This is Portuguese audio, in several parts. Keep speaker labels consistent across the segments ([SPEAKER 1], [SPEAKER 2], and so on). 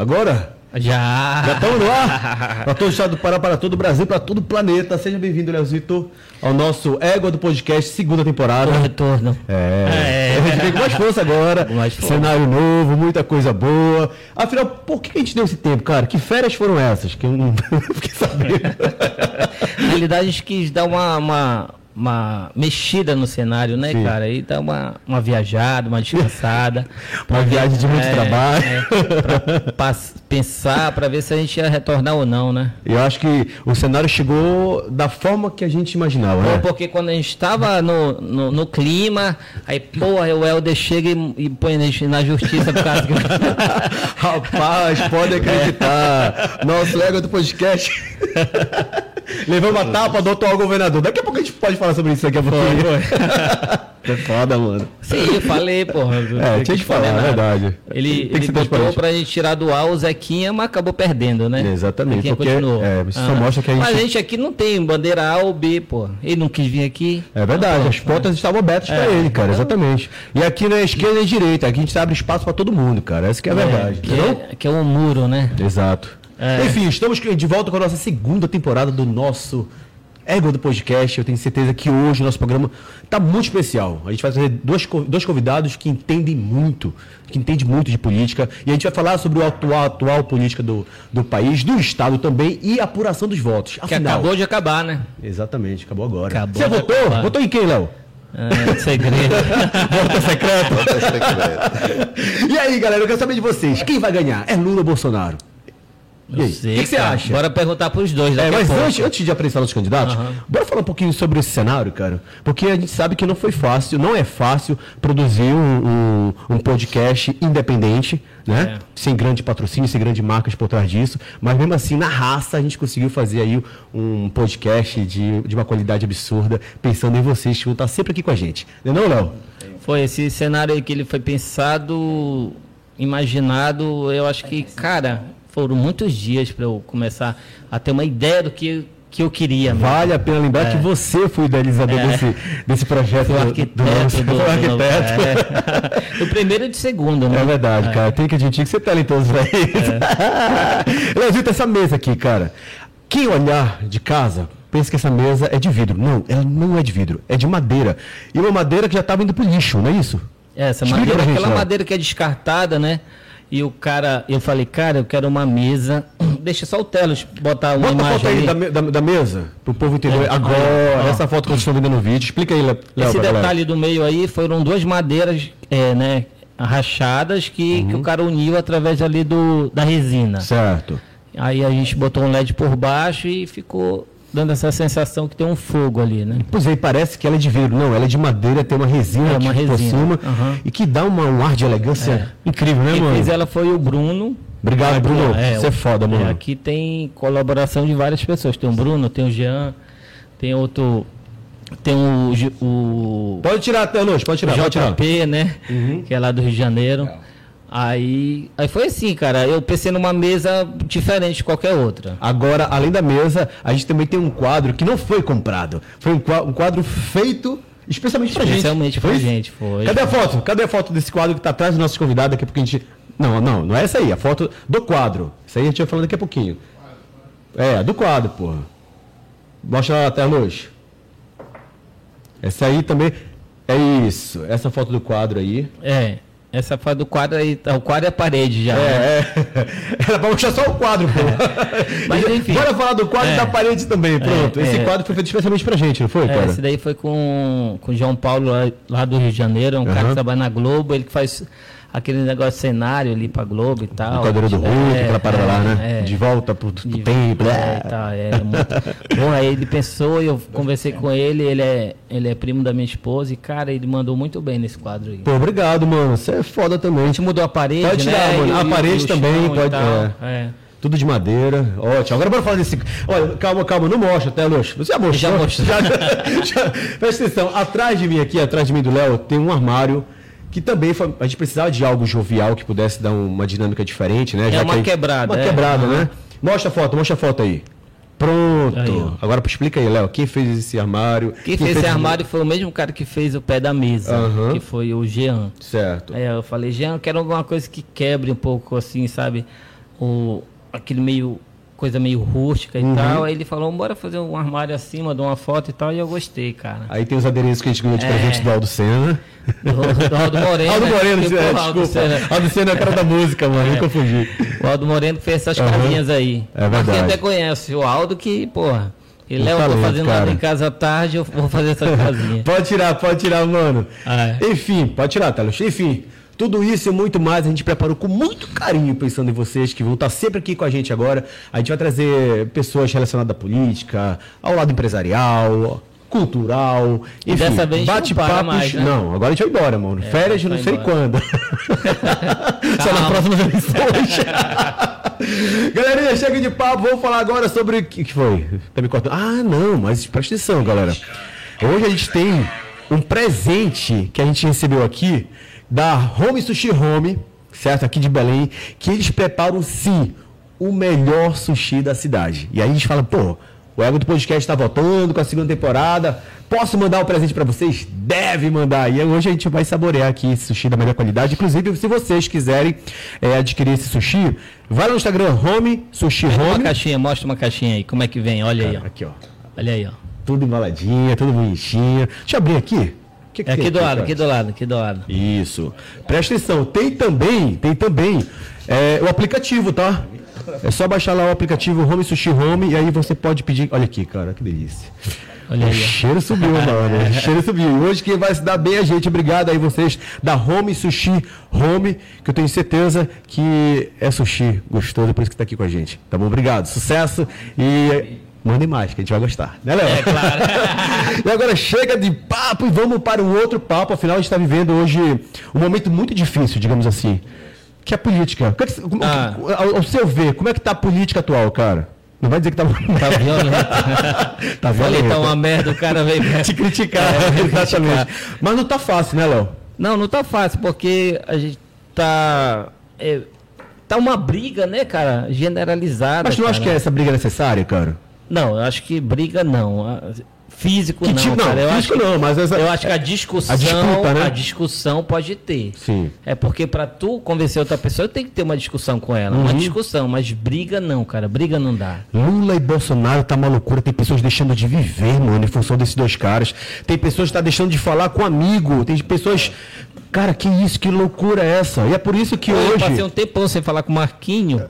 [SPEAKER 1] Agora?
[SPEAKER 2] Já. tá
[SPEAKER 1] Já estamos no ar? Para todo o estado do Pará, para todo o Brasil, para todo o planeta. Seja bem-vindo, Leozito, ao nosso Égua do Podcast, segunda temporada.
[SPEAKER 2] O retorno.
[SPEAKER 1] É.
[SPEAKER 2] É.
[SPEAKER 1] A gente tem com mais força agora.
[SPEAKER 2] Com mais força.
[SPEAKER 1] Cenário novo, muita coisa boa. Afinal, por que a gente deu esse tempo, cara? Que férias foram essas? Que eu não fiquei sabendo.
[SPEAKER 2] Na realidade, a gente quis dar uma, uma, uma mexida no cenário, né,
[SPEAKER 1] Sim.
[SPEAKER 2] cara? E dar uma, uma viajada, uma descansada.
[SPEAKER 1] Uma viagem de muito
[SPEAKER 2] É,
[SPEAKER 1] trabalho.
[SPEAKER 2] é, pra pas- pensar, para ver se a gente ia retornar ou não, né?
[SPEAKER 1] Eu acho que o cenário chegou da forma que a gente imaginava,
[SPEAKER 2] Pô,
[SPEAKER 1] né?
[SPEAKER 2] Porque quando a gente estava no, no, no clima, aí, porra, o Helder chega e, e põe a gente na justiça por causa que...
[SPEAKER 1] Rapaz, pode acreditar. Nosso Lego do podcast. Levamos a tapa do atual governador. Daqui a pouco a gente pode falar sobre isso daqui a pouco. É foda, mano.
[SPEAKER 2] Sim, eu falei, porra.
[SPEAKER 1] É, tinha que falar, é verdade.
[SPEAKER 2] Ele,
[SPEAKER 1] Tem que
[SPEAKER 2] ele
[SPEAKER 1] ser
[SPEAKER 2] botou
[SPEAKER 1] transparente.
[SPEAKER 2] pra gente tirar do ar o Zequinha, mas acabou perdendo, né?
[SPEAKER 1] É, exatamente,
[SPEAKER 2] Zequinha
[SPEAKER 1] porque,
[SPEAKER 2] continuou. Ah.
[SPEAKER 1] é, isso só mostra que a gente-
[SPEAKER 2] Mas a gente aqui não tem bandeira A ou B, pô. Ele não quis vir aqui.
[SPEAKER 1] É verdade, as portas estavam abertas pra ele, cara, exatamente. E aqui na esquerda e direita, aqui a gente abre espaço pra todo mundo, cara. Essa que é a verdade,
[SPEAKER 2] que,
[SPEAKER 1] entendeu?
[SPEAKER 2] é, que é um muro, né?
[SPEAKER 1] Exato.
[SPEAKER 2] É.
[SPEAKER 1] Enfim, estamos de volta com a nossa segunda temporada do nosso Ego do Podcast. Eu tenho certeza que hoje o nosso programa está muito especial. A gente vai trazer dois, co- dois convidados que entendem muito, que entendem muito de política. E a gente vai falar sobre o atual, atual política do, do país, do Estado também e a apuração dos votos.
[SPEAKER 2] Que
[SPEAKER 1] Afinal,
[SPEAKER 2] acabou de acabar, né?
[SPEAKER 1] Exatamente, acabou agora.
[SPEAKER 2] Acabou
[SPEAKER 1] Você
[SPEAKER 2] de
[SPEAKER 1] votou?
[SPEAKER 2] acabar.
[SPEAKER 1] Votou em quem, Léo?
[SPEAKER 2] É, segredo.
[SPEAKER 1] Voto secreto. e aí, galera, eu quero saber de vocês. Quem vai ganhar? É Lula ou Bolsonaro? E aí,
[SPEAKER 2] Não sei,
[SPEAKER 1] o que que você
[SPEAKER 2] cara.
[SPEAKER 1] acha?
[SPEAKER 2] Bora perguntar pros dois
[SPEAKER 1] É,
[SPEAKER 2] daqui
[SPEAKER 1] mas
[SPEAKER 2] a pouco.
[SPEAKER 1] antes, antes de apresentar os candidatos, bora falar um pouquinho sobre esse cenário, cara. Porque a gente sabe que não foi fácil, não é fácil produzir um, um- um podcast independente, né?
[SPEAKER 2] É.
[SPEAKER 1] Sem grande patrocínio, sem grandes marcas por trás disso. Mas mesmo assim, na raça, a gente conseguiu fazer aí um podcast de, de uma qualidade absurda, pensando em vocês que vão estar sempre aqui com a gente. Não é não, Léo?
[SPEAKER 2] Foi esse cenário aí que ele foi pensado, imaginado. Eu acho que, cara, foram muitos dias para eu começar a ter uma ideia do que, que eu queria. né?
[SPEAKER 1] Vale a pena lembrar que você foi o idealizador desse, desse projeto.
[SPEAKER 2] Do
[SPEAKER 1] do-
[SPEAKER 2] É. arquiteto.
[SPEAKER 1] do- do arquiteto.
[SPEAKER 2] é. Do primeiro e do segundo, né?
[SPEAKER 1] É verdade, cara. Tem que admitir que você é talentoso pra isso.
[SPEAKER 2] É.
[SPEAKER 1] Leozito, essa mesa aqui, cara. Quem olhar de casa pensa que essa mesa é de vidro. Não, ela não é de vidro. É de madeira. E uma madeira que já estava indo pro lixo, não é isso?
[SPEAKER 2] Essa
[SPEAKER 1] Explica
[SPEAKER 2] madeira,
[SPEAKER 1] pra gente,
[SPEAKER 2] aquela
[SPEAKER 1] Léo.
[SPEAKER 2] madeira que é descartada, né? E o cara, eu falei, cara, eu quero uma mesa. Deixa só o Telos botar uma
[SPEAKER 1] Bota a
[SPEAKER 2] imagem.
[SPEAKER 1] foto aí
[SPEAKER 2] ali.
[SPEAKER 1] da, me- da, da mesa, pro povo entender agora. Essa foto que vocês estão vendo no vídeo. Explica aí, Le- Léo,
[SPEAKER 2] Esse
[SPEAKER 1] pra galera.
[SPEAKER 2] detalhe do meio aí foram duas madeiras, é, né? Rachadas que,
[SPEAKER 1] Uhum.
[SPEAKER 2] que o cara uniu através ali do, da resina.
[SPEAKER 1] Certo.
[SPEAKER 2] Aí a gente botou um LED por baixo e ficou dando essa sensação que tem um fogo ali, né?
[SPEAKER 1] Pois aí, parece que ela é de vidro. Não, ela é de madeira, tem uma resina
[SPEAKER 2] É,
[SPEAKER 1] aqui
[SPEAKER 2] uma
[SPEAKER 1] por
[SPEAKER 2] resina.
[SPEAKER 1] cima.
[SPEAKER 2] Aham.
[SPEAKER 1] E que dá uma- um ar de elegância incrível, né,
[SPEAKER 2] Quem
[SPEAKER 1] mano?
[SPEAKER 2] fez ela foi o Bruno.
[SPEAKER 1] Obrigado, Bruno.
[SPEAKER 2] É,
[SPEAKER 1] Você é
[SPEAKER 2] o-
[SPEAKER 1] foda, mano.
[SPEAKER 2] é, aqui tem colaboração de várias pessoas. Tem o Bruno, tem o Jean, tem outro. Tem o, Ju- o
[SPEAKER 1] Pode tirar, Thanos, pode tirar, pode tirar.
[SPEAKER 2] JP, né?
[SPEAKER 1] Uhum.
[SPEAKER 2] Que é lá do Rio de Janeiro. Aí, aí foi assim, cara. Eu pensei numa mesa diferente de qualquer outra.
[SPEAKER 1] Agora, além da mesa, a gente também tem um quadro que não foi comprado. Foi um qua- um quadro feito especialmente pra gente.
[SPEAKER 2] Especialmente pra
[SPEAKER 1] Foi isso?
[SPEAKER 2] gente, foi.
[SPEAKER 1] Cadê a foto? Cadê a foto desse quadro que tá atrás do nosso convidado daqui a pouquinho a gente... Não, não, não é essa aí, a foto do quadro. Isso aí a gente vai falando daqui a pouquinho. É, do quadro, porra. Mostra lá, Thanos. Essa aí também... É isso, essa foto do quadro aí.
[SPEAKER 2] É. Essa foto do quadro aí. tá- O quadro é a parede já.
[SPEAKER 1] É,
[SPEAKER 2] né?
[SPEAKER 1] é. Era pra mostrar só o quadro, pô.
[SPEAKER 2] É. Mas, enfim.
[SPEAKER 1] Bora falar do quadro e
[SPEAKER 2] É.
[SPEAKER 1] da parede também, pronto. Esse
[SPEAKER 2] é.
[SPEAKER 1] quadro foi feito especialmente pra gente, não foi,
[SPEAKER 2] É,
[SPEAKER 1] cara?
[SPEAKER 2] esse daí foi com, com o João Paulo lá, lá do Rio de Janeiro, é um cara
[SPEAKER 1] Aham.
[SPEAKER 2] que trabalha na Globo, ele que faz aquele negócio de cenário ali pra Globo e tal.
[SPEAKER 1] O cadeiro do Hulk,
[SPEAKER 2] É,
[SPEAKER 1] aquela parada
[SPEAKER 2] é,
[SPEAKER 1] lá, né?
[SPEAKER 2] É,
[SPEAKER 1] De volta pro, pro
[SPEAKER 2] de-
[SPEAKER 1] tempo.
[SPEAKER 2] é,
[SPEAKER 1] né?
[SPEAKER 2] e tal, é, era muito- Bom, aí ele pensou, eu conversei com ele, ele é, ele é primo da minha esposa e, cara, ele mandou muito bem nesse quadro aí.
[SPEAKER 1] Pô, obrigado, mano. Você é foda também.
[SPEAKER 2] A gente mudou a parede,
[SPEAKER 1] Pode tirar,
[SPEAKER 2] né?
[SPEAKER 1] mano.
[SPEAKER 2] E o-
[SPEAKER 1] A
[SPEAKER 2] e
[SPEAKER 1] parede
[SPEAKER 2] o
[SPEAKER 1] também
[SPEAKER 2] chão e
[SPEAKER 1] pode-
[SPEAKER 2] tal,
[SPEAKER 1] é.
[SPEAKER 2] é.
[SPEAKER 1] Tudo de madeira. Ótimo. Agora bora falar desse. Olha, calma, calma. Não mostra, até Lux. Você já mostrou?
[SPEAKER 2] Já mostrou.
[SPEAKER 1] Já, já- Presta atenção. Atrás de mim aqui, atrás de mim do Léo, tem um armário que também foi- a gente precisava de algo jovial que pudesse dar uma dinâmica diferente, né?
[SPEAKER 2] uma
[SPEAKER 1] que aí-
[SPEAKER 2] quebrada,
[SPEAKER 1] Uma
[SPEAKER 2] é.
[SPEAKER 1] quebrada, né? Mostra a foto, mostra a foto aí. Pronto.
[SPEAKER 2] Aí,
[SPEAKER 1] Agora explica aí, Léo. Quem fez esse armário?
[SPEAKER 2] Quem fez esse armário foi o mesmo cara que fez o pé da mesa,
[SPEAKER 1] Aham.
[SPEAKER 2] que foi o Jean.
[SPEAKER 1] Certo.
[SPEAKER 2] É, eu falei, Jean, eu quero alguma coisa que quebre um pouco, assim, sabe? o, aquele meio coisa meio rústica e
[SPEAKER 1] Uhum.
[SPEAKER 2] tal. Aí ele falou, bora fazer um armário assim, mandou uma foto e tal, e eu gostei, cara.
[SPEAKER 1] Aí tem os adereços que a gente ganhou de
[SPEAKER 2] É.
[SPEAKER 1] presente do Aldo Senna.
[SPEAKER 2] Do, do Aldo Moreno.
[SPEAKER 1] Aldo
[SPEAKER 2] né?
[SPEAKER 1] Moreno,
[SPEAKER 2] Porque,
[SPEAKER 1] é,
[SPEAKER 2] porra, Aldo
[SPEAKER 1] desculpa.
[SPEAKER 2] Senna-
[SPEAKER 1] Aldo Senna é o cara da música, mano, me confundi.
[SPEAKER 2] né? O Aldo Moreno que fez essas
[SPEAKER 1] Aham.
[SPEAKER 2] carinhas aí.
[SPEAKER 1] É verdade.
[SPEAKER 2] Marquinhos até conhece o Aldo que, porra, ele
[SPEAKER 1] Um
[SPEAKER 2] é, eu tô
[SPEAKER 1] talento,
[SPEAKER 2] fazendo
[SPEAKER 1] cara.
[SPEAKER 2] nada em casa à tarde, eu vou fazer essas casinhas.
[SPEAKER 1] Pode tirar, pode tirar, mano.
[SPEAKER 2] Ah, é.
[SPEAKER 1] Enfim, pode tirar, Talos. Enfim, tudo isso e muito mais a gente preparou com muito carinho, pensando em vocês que vão estar sempre aqui com a gente agora. A gente vai trazer pessoas relacionadas à política, ao lado empresarial, cultural.
[SPEAKER 2] E dessa vez a gente não para mais, né?
[SPEAKER 1] Não, agora a gente vai embora, mano. Férias,
[SPEAKER 2] vai
[SPEAKER 1] não sei
[SPEAKER 2] embora.
[SPEAKER 1] quando. Só na
[SPEAKER 2] Calma.
[SPEAKER 1] próxima vez hoje. Galerinha, chega de papo, vamos falar agora sobre. O que que foi? Tá me cortando? Ah, não, mas presta atenção, galera. Hoje a gente tem um presente que a gente recebeu aqui da Home Sushi Home, certo? Aqui de Belém, que eles preparam sim o melhor sushi da cidade. E aí a gente fala, pô, o Ego do Podcast tá voltando com a segunda temporada. Posso mandar o presente pra vocês? Deve mandar. E hoje a gente vai saborear aqui esse sushi da melhor qualidade. Inclusive, se vocês quiserem é, adquirir esse sushi, vai lá no Instagram Home Sushi
[SPEAKER 2] Uma
[SPEAKER 1] Home.
[SPEAKER 2] caixinha, mostra uma caixinha aí, como é que vem, olha aí, ó.
[SPEAKER 1] Aqui, ó.
[SPEAKER 2] Olha aí, ó.
[SPEAKER 1] Tudo embaladinho, tudo bonitinho. Deixa eu abrir aqui. O que que
[SPEAKER 2] É aqui
[SPEAKER 1] tem
[SPEAKER 2] do lado,
[SPEAKER 1] cara?
[SPEAKER 2] aqui do lado, aqui do lado.
[SPEAKER 1] Isso. Presta atenção, tem também, tem também é, o aplicativo, tá? É só baixar lá o aplicativo Home Sushi Home e aí você pode pedir. Olha aqui, cara, que delícia.
[SPEAKER 2] Olha
[SPEAKER 1] o
[SPEAKER 2] aí, ó.
[SPEAKER 1] cheiro subiu, mano. O cheiro subiu. E hoje quem vai se dar bem é a gente. Obrigado aí vocês da Home Sushi Home, que eu tenho certeza que é sushi gostoso, por isso que tá aqui com a gente. Tá bom? Obrigado. Sucesso e mandem mais, que a gente vai gostar. Né, Léo? É, claro. e agora chega de papo e vamos para um outro papo. Afinal, a gente está vivendo hoje um momento muito difícil, digamos assim, que é a política. O que é que- como-
[SPEAKER 2] Ah.
[SPEAKER 1] ao, ao seu ver, como é que tá a política atual, cara? Não vai dizer que tá...
[SPEAKER 2] Tá violento.
[SPEAKER 1] tá
[SPEAKER 2] Olha,
[SPEAKER 1] violenta.
[SPEAKER 2] tá uma merda, o cara veio
[SPEAKER 1] Te criticar,
[SPEAKER 2] É, te
[SPEAKER 1] exatamente. Mas não tá fácil, né, Léo?
[SPEAKER 2] Não, não tá fácil, porque a gente tá. é, tá uma briga, né, cara? Generalizada.
[SPEAKER 1] Mas tu não acha
[SPEAKER 2] cara.
[SPEAKER 1] que é essa briga necessária, cara?
[SPEAKER 2] Não, eu acho que briga não. a- Físico
[SPEAKER 1] Que
[SPEAKER 2] não,
[SPEAKER 1] tipo- não,
[SPEAKER 2] cara. Eu
[SPEAKER 1] físico
[SPEAKER 2] acho que,
[SPEAKER 1] não, mas essa-
[SPEAKER 2] eu acho que é- a discussão,
[SPEAKER 1] A
[SPEAKER 2] a,
[SPEAKER 1] disputa, né?
[SPEAKER 2] discussão pode ter.
[SPEAKER 1] Sim.
[SPEAKER 2] É porque pra tu convencer outra pessoa, tem que ter uma discussão com ela,
[SPEAKER 1] Uhum.
[SPEAKER 2] uma discussão, mas briga não, cara. Briga não dá.
[SPEAKER 1] Lula e Bolsonaro tá uma loucura, tem pessoas deixando de viver, mano, em função desses dois caras. Tem pessoas que tá deixando de falar com amigo, tem pessoas. Cara, que isso, que loucura é essa? E é por isso que
[SPEAKER 2] Eu
[SPEAKER 1] hoje.
[SPEAKER 2] passei um tempão sem falar com o Marquinho.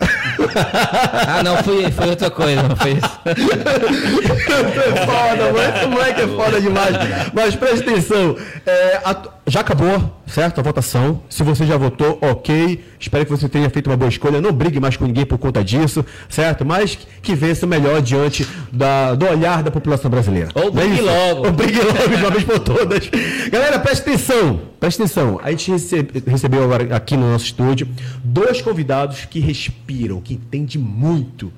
[SPEAKER 2] ah, não, foi, foi outra coisa, não foi isso.
[SPEAKER 1] é foda, mano. Esse moleque é foda demais. Mas presta atenção. é, a- Já acabou, certo? A votação. Se você já votou, ok. Espero que você tenha feito uma boa escolha. Não brigue mais com ninguém por conta disso, certo? Mas que vença o melhor diante da- do olhar da população brasileira.
[SPEAKER 2] Ou
[SPEAKER 1] Não é
[SPEAKER 2] brigue
[SPEAKER 1] isso?
[SPEAKER 2] logo.
[SPEAKER 1] Ou brigue logo de uma vez por todas. Galera, presta atenção. Presta atenção. A gente rece- recebeu agora aqui no nosso estúdio dois convidados que respiram, que entendem muito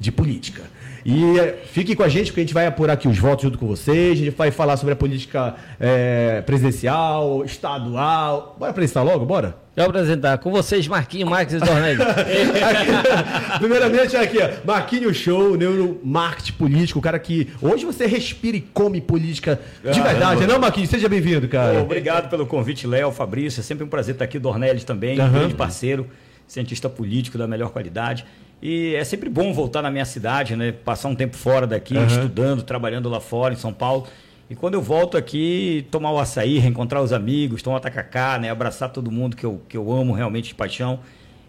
[SPEAKER 1] de política. E eh, fique com a gente, porque a gente vai apurar aqui os votos junto com vocês, a gente vai falar sobre a política eh, presidencial, estadual. Bora apresentar logo, bora?
[SPEAKER 2] Deixa eu apresentar com vocês, Marquinho Marques e Dornelli.
[SPEAKER 1] Aqui- primeiramente aqui, ó, Marquinhos Show, neuromarketing político, o cara que hoje você respira e come política de
[SPEAKER 3] Caramba.
[SPEAKER 1] verdade, né, não, Marquinhos? Seja bem-vindo,
[SPEAKER 3] Pô,
[SPEAKER 1] cara.
[SPEAKER 3] Obrigado pelo convite, Léo, Fabrício. É sempre um prazer estar aqui. Dornelles também, um
[SPEAKER 1] Aham.
[SPEAKER 3] grande parceiro, cientista político da melhor qualidade. E é sempre bom voltar na minha cidade, né? Passar um tempo fora daqui, estudando, trabalhando lá fora, em São Paulo. E quando eu volto aqui, tomar o açaí, reencontrar os amigos, tomar tacacá, né? Abraçar todo mundo que eu, que eu amo realmente de paixão.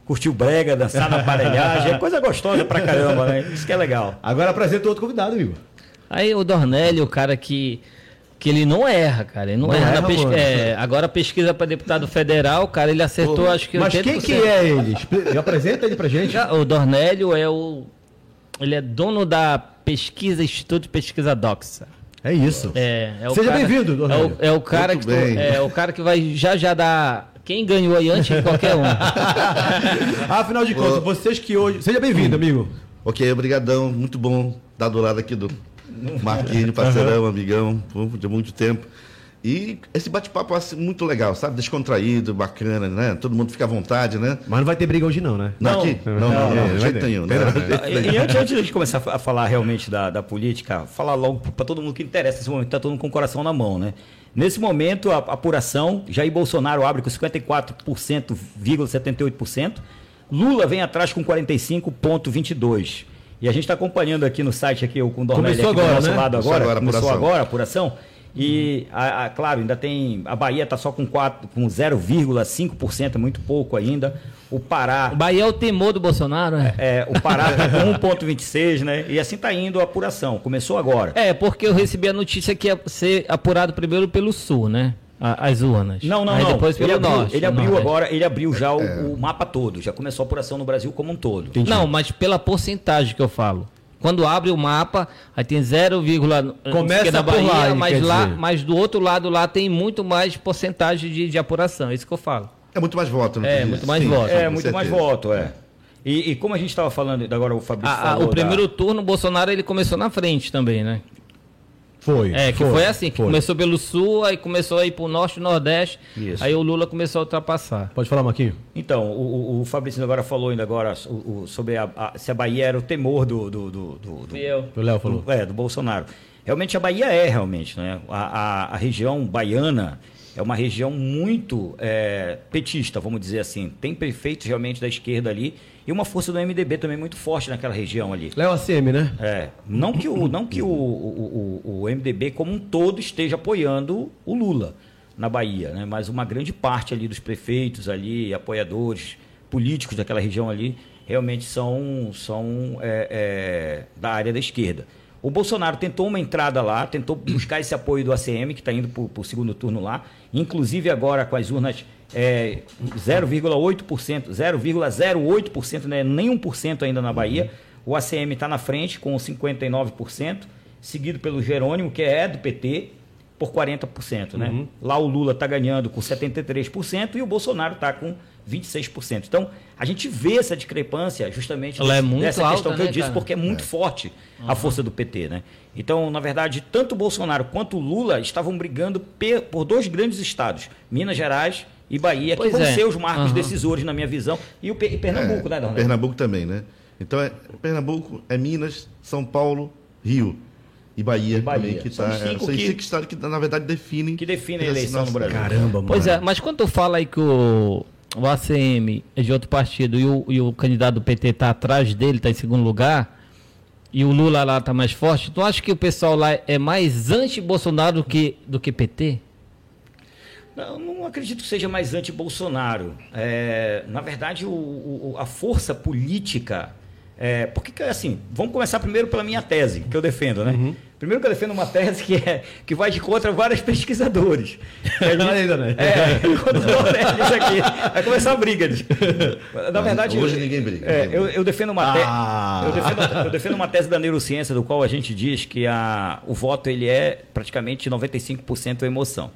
[SPEAKER 3] Curtir o brega, dançar na aparelhagem. É coisa gostosa pra caramba, né? Isso que é legal.
[SPEAKER 1] Agora apresenta outro convidado, amigo.
[SPEAKER 2] Aí o Dornelli, o cara que. Que ele não erra, cara. Ele não,
[SPEAKER 1] Não
[SPEAKER 2] erra,
[SPEAKER 1] erra, né?
[SPEAKER 2] na pesquisa.
[SPEAKER 1] mano.
[SPEAKER 2] É, agora a pesquisa para deputado federal, cara, ele acertou, acho que
[SPEAKER 1] Mas quem que é ele? Expli- Apresenta ele pra gente.
[SPEAKER 2] O Dornélio é o. Ele é dono da pesquisa, Instituto de Pesquisa Doxa.
[SPEAKER 1] É isso.
[SPEAKER 2] É, é o
[SPEAKER 1] Seja
[SPEAKER 2] cara-
[SPEAKER 1] bem-vindo,
[SPEAKER 2] é
[SPEAKER 1] Dornélio.
[SPEAKER 2] o, é o cara
[SPEAKER 4] Muito
[SPEAKER 2] que tu-
[SPEAKER 4] bem.
[SPEAKER 2] é o cara que vai já já dar. Quem ganhou aí antes de qualquer um.
[SPEAKER 1] Afinal de contas,
[SPEAKER 4] Ô. Hum.
[SPEAKER 1] vocês que hoje. Seja bem-vindo, amigo.
[SPEAKER 4] Ok, obrigadão, muito bom dar do lado aqui do Marquinhos, parceirão, amigão, pô, de muito tempo. E esse bate-papo é assim, muito legal, sabe? Descontraído, bacana, né? Todo mundo fica à vontade, né?
[SPEAKER 1] Mas não vai ter briga hoje, não, né?
[SPEAKER 4] Não, aqui? Não, não, não,
[SPEAKER 1] não,
[SPEAKER 4] de
[SPEAKER 1] não
[SPEAKER 4] jeito
[SPEAKER 1] tem.
[SPEAKER 4] nenhum. né?
[SPEAKER 3] E, e antes, antes de começar a falar realmente da, da política, falar logo para todo mundo que interessa nesse momento, tá todo mundo com o coração na mão, né? Nesse momento, a a apuração, Jair Bolsonaro abre com 54,78%, Lula vem atrás com 45,22. E a gente está acompanhando aqui no site aqui o Condormelli
[SPEAKER 5] Começou
[SPEAKER 3] aqui
[SPEAKER 5] agora,
[SPEAKER 3] do nosso
[SPEAKER 5] né?
[SPEAKER 3] lado
[SPEAKER 4] Começou
[SPEAKER 3] agora.
[SPEAKER 4] agora a
[SPEAKER 3] começou
[SPEAKER 4] apuração.
[SPEAKER 3] agora a apuração. E, a- a- claro, ainda tem. A Bahia está só com, quatro- com 0,5%, é muito pouco ainda. O Pará.
[SPEAKER 2] O Bahia é o temor do Bolsonaro, né?
[SPEAKER 3] É, o Pará está com 1,26, né? E assim está indo a apuração. Começou agora.
[SPEAKER 2] É, porque eu recebi a notícia que ia ser apurado primeiro pelo sul, né? A- As urnas.
[SPEAKER 3] Não, não,
[SPEAKER 2] Aí
[SPEAKER 3] não.
[SPEAKER 2] depois pelo
[SPEAKER 3] ele abriu,
[SPEAKER 2] norte.
[SPEAKER 3] ele abriu
[SPEAKER 2] norte.
[SPEAKER 3] agora, ele abriu já o,
[SPEAKER 4] É.
[SPEAKER 3] o mapa todo. Já começou a apuração no Brasil como um todo.
[SPEAKER 2] Não, mas pela porcentagem que eu falo. Quando abre o mapa, aí tem 0,
[SPEAKER 5] Começa
[SPEAKER 2] da
[SPEAKER 5] por lá, ele
[SPEAKER 2] mas
[SPEAKER 5] quer
[SPEAKER 2] lá,
[SPEAKER 5] dizer.
[SPEAKER 2] mas do outro lado lá tem muito mais porcentagem de, de apuração. É isso que eu falo.
[SPEAKER 4] É muito mais voto, não
[SPEAKER 2] É,
[SPEAKER 4] tem jeito.
[SPEAKER 2] muito mais voto.
[SPEAKER 3] É,
[SPEAKER 4] com
[SPEAKER 3] muito mais
[SPEAKER 4] certeza.
[SPEAKER 3] voto, é. E, e como a gente estava falando, agora Ah, o Fabrício
[SPEAKER 2] A- a-
[SPEAKER 3] falou
[SPEAKER 2] Ah, o
[SPEAKER 3] da-
[SPEAKER 2] primeiro turno, o Bolsonaro ele começou na frente também, né?
[SPEAKER 5] Foi.
[SPEAKER 2] É, que foi, assim, que
[SPEAKER 5] foi.
[SPEAKER 2] começou pelo sul, aí começou a ir pro norte, nordeste,
[SPEAKER 3] Isso.
[SPEAKER 2] aí o Lula começou a ultrapassar.
[SPEAKER 5] Pode falar, Marquinho?
[SPEAKER 3] Então, o, o- o Fabrício agora falou ainda agora o- o- sobre a, a- se a Bahia era o temor do, do, do, do- do-
[SPEAKER 5] O Léo falou.
[SPEAKER 3] É, do Bolsonaro. Realmente a Bahia é, realmente, né? A, a- a região baiana é uma região muito é, petista, vamos dizer assim. Tem prefeitos realmente da esquerda ali e uma força do MDB também muito forte naquela região ali.
[SPEAKER 5] Léo ACM, né?
[SPEAKER 3] É, não que, o, não que o, o, o- o MDB como um todo esteja apoiando o Lula na Bahia, né? mas uma grande parte ali dos prefeitos ali, apoiadores políticos daquela região ali, realmente são, são é, é, da área da esquerda. O Bolsonaro tentou uma entrada lá, tentou buscar esse apoio do ACM, que está indo para o segundo turno lá, inclusive agora com as urnas é, 0,8%, 0,08%, né? nem 1% ainda na Bahia. O ACM está tá na frente com 59%, seguido pelo Jerônimo, que é do PT, por 40%. Né?
[SPEAKER 2] Uhum.
[SPEAKER 3] Lá o Lula está ganhando com 73% e o Bolsonaro está com 26%. Então, a gente vê essa discrepância justamente
[SPEAKER 2] Ela é
[SPEAKER 3] desse-
[SPEAKER 2] muito
[SPEAKER 3] dessa questão
[SPEAKER 2] alta,
[SPEAKER 3] que eu
[SPEAKER 2] né,
[SPEAKER 3] disse,
[SPEAKER 2] cara? Uhum.
[SPEAKER 3] porque é muito forte a força do PT. Né? Então, na verdade, tanto o Bolsonaro quanto o Lula estavam brigando pe- por dois grandes estados, Minas Gerais e Bahia,
[SPEAKER 2] Pois
[SPEAKER 3] que vão
[SPEAKER 2] é.
[SPEAKER 3] ser os marcos
[SPEAKER 2] Aham.
[SPEAKER 3] decisores, na minha visão, e o Pe- e Pernambuco, né,
[SPEAKER 4] É,
[SPEAKER 3] Darlan?
[SPEAKER 4] Pernambuco também, né? Então, é Pernambuco, é Minas, São Paulo, Rio e Bahia,
[SPEAKER 3] Bahia.
[SPEAKER 4] também, que
[SPEAKER 3] São
[SPEAKER 4] tá,
[SPEAKER 3] os cinco
[SPEAKER 4] é, são os
[SPEAKER 3] que-
[SPEAKER 4] cinco estados que, na verdade, definem...
[SPEAKER 3] Que definem a
[SPEAKER 4] esse
[SPEAKER 3] eleição
[SPEAKER 4] nosso-
[SPEAKER 3] no Brasil.
[SPEAKER 5] Caramba, mano.
[SPEAKER 2] Pois é, mas quando tu fala aí que o, o ACM é de outro partido e o, e o candidato do PT tá atrás dele, tá em segundo lugar, e o Lula lá tá mais forte, tu acha que o pessoal lá é mais anti-Bolsonaro do que, do que PT?
[SPEAKER 3] Não, não acredito que seja mais anti-Bolsonaro. É, na verdade, o- o- a força política. É, porque, que, assim, vamos começar primeiro pela minha tese, que eu defendo, né? Primeiro que eu defendo uma tese que, é, que vai de contra vários pesquisadores. A gente-
[SPEAKER 5] Ainda, né?
[SPEAKER 3] É, quando não, né, isso aqui. Vai começar a briga. eles. Na verdade.
[SPEAKER 4] Hoje ninguém briga,
[SPEAKER 3] é,
[SPEAKER 4] ninguém briga.
[SPEAKER 3] eu, eu defendo uma tese.
[SPEAKER 5] Ah.
[SPEAKER 3] Eu defendo, eu defendo uma tese da neurociência do qual a gente diz que a, o voto ele é praticamente 95% emoção.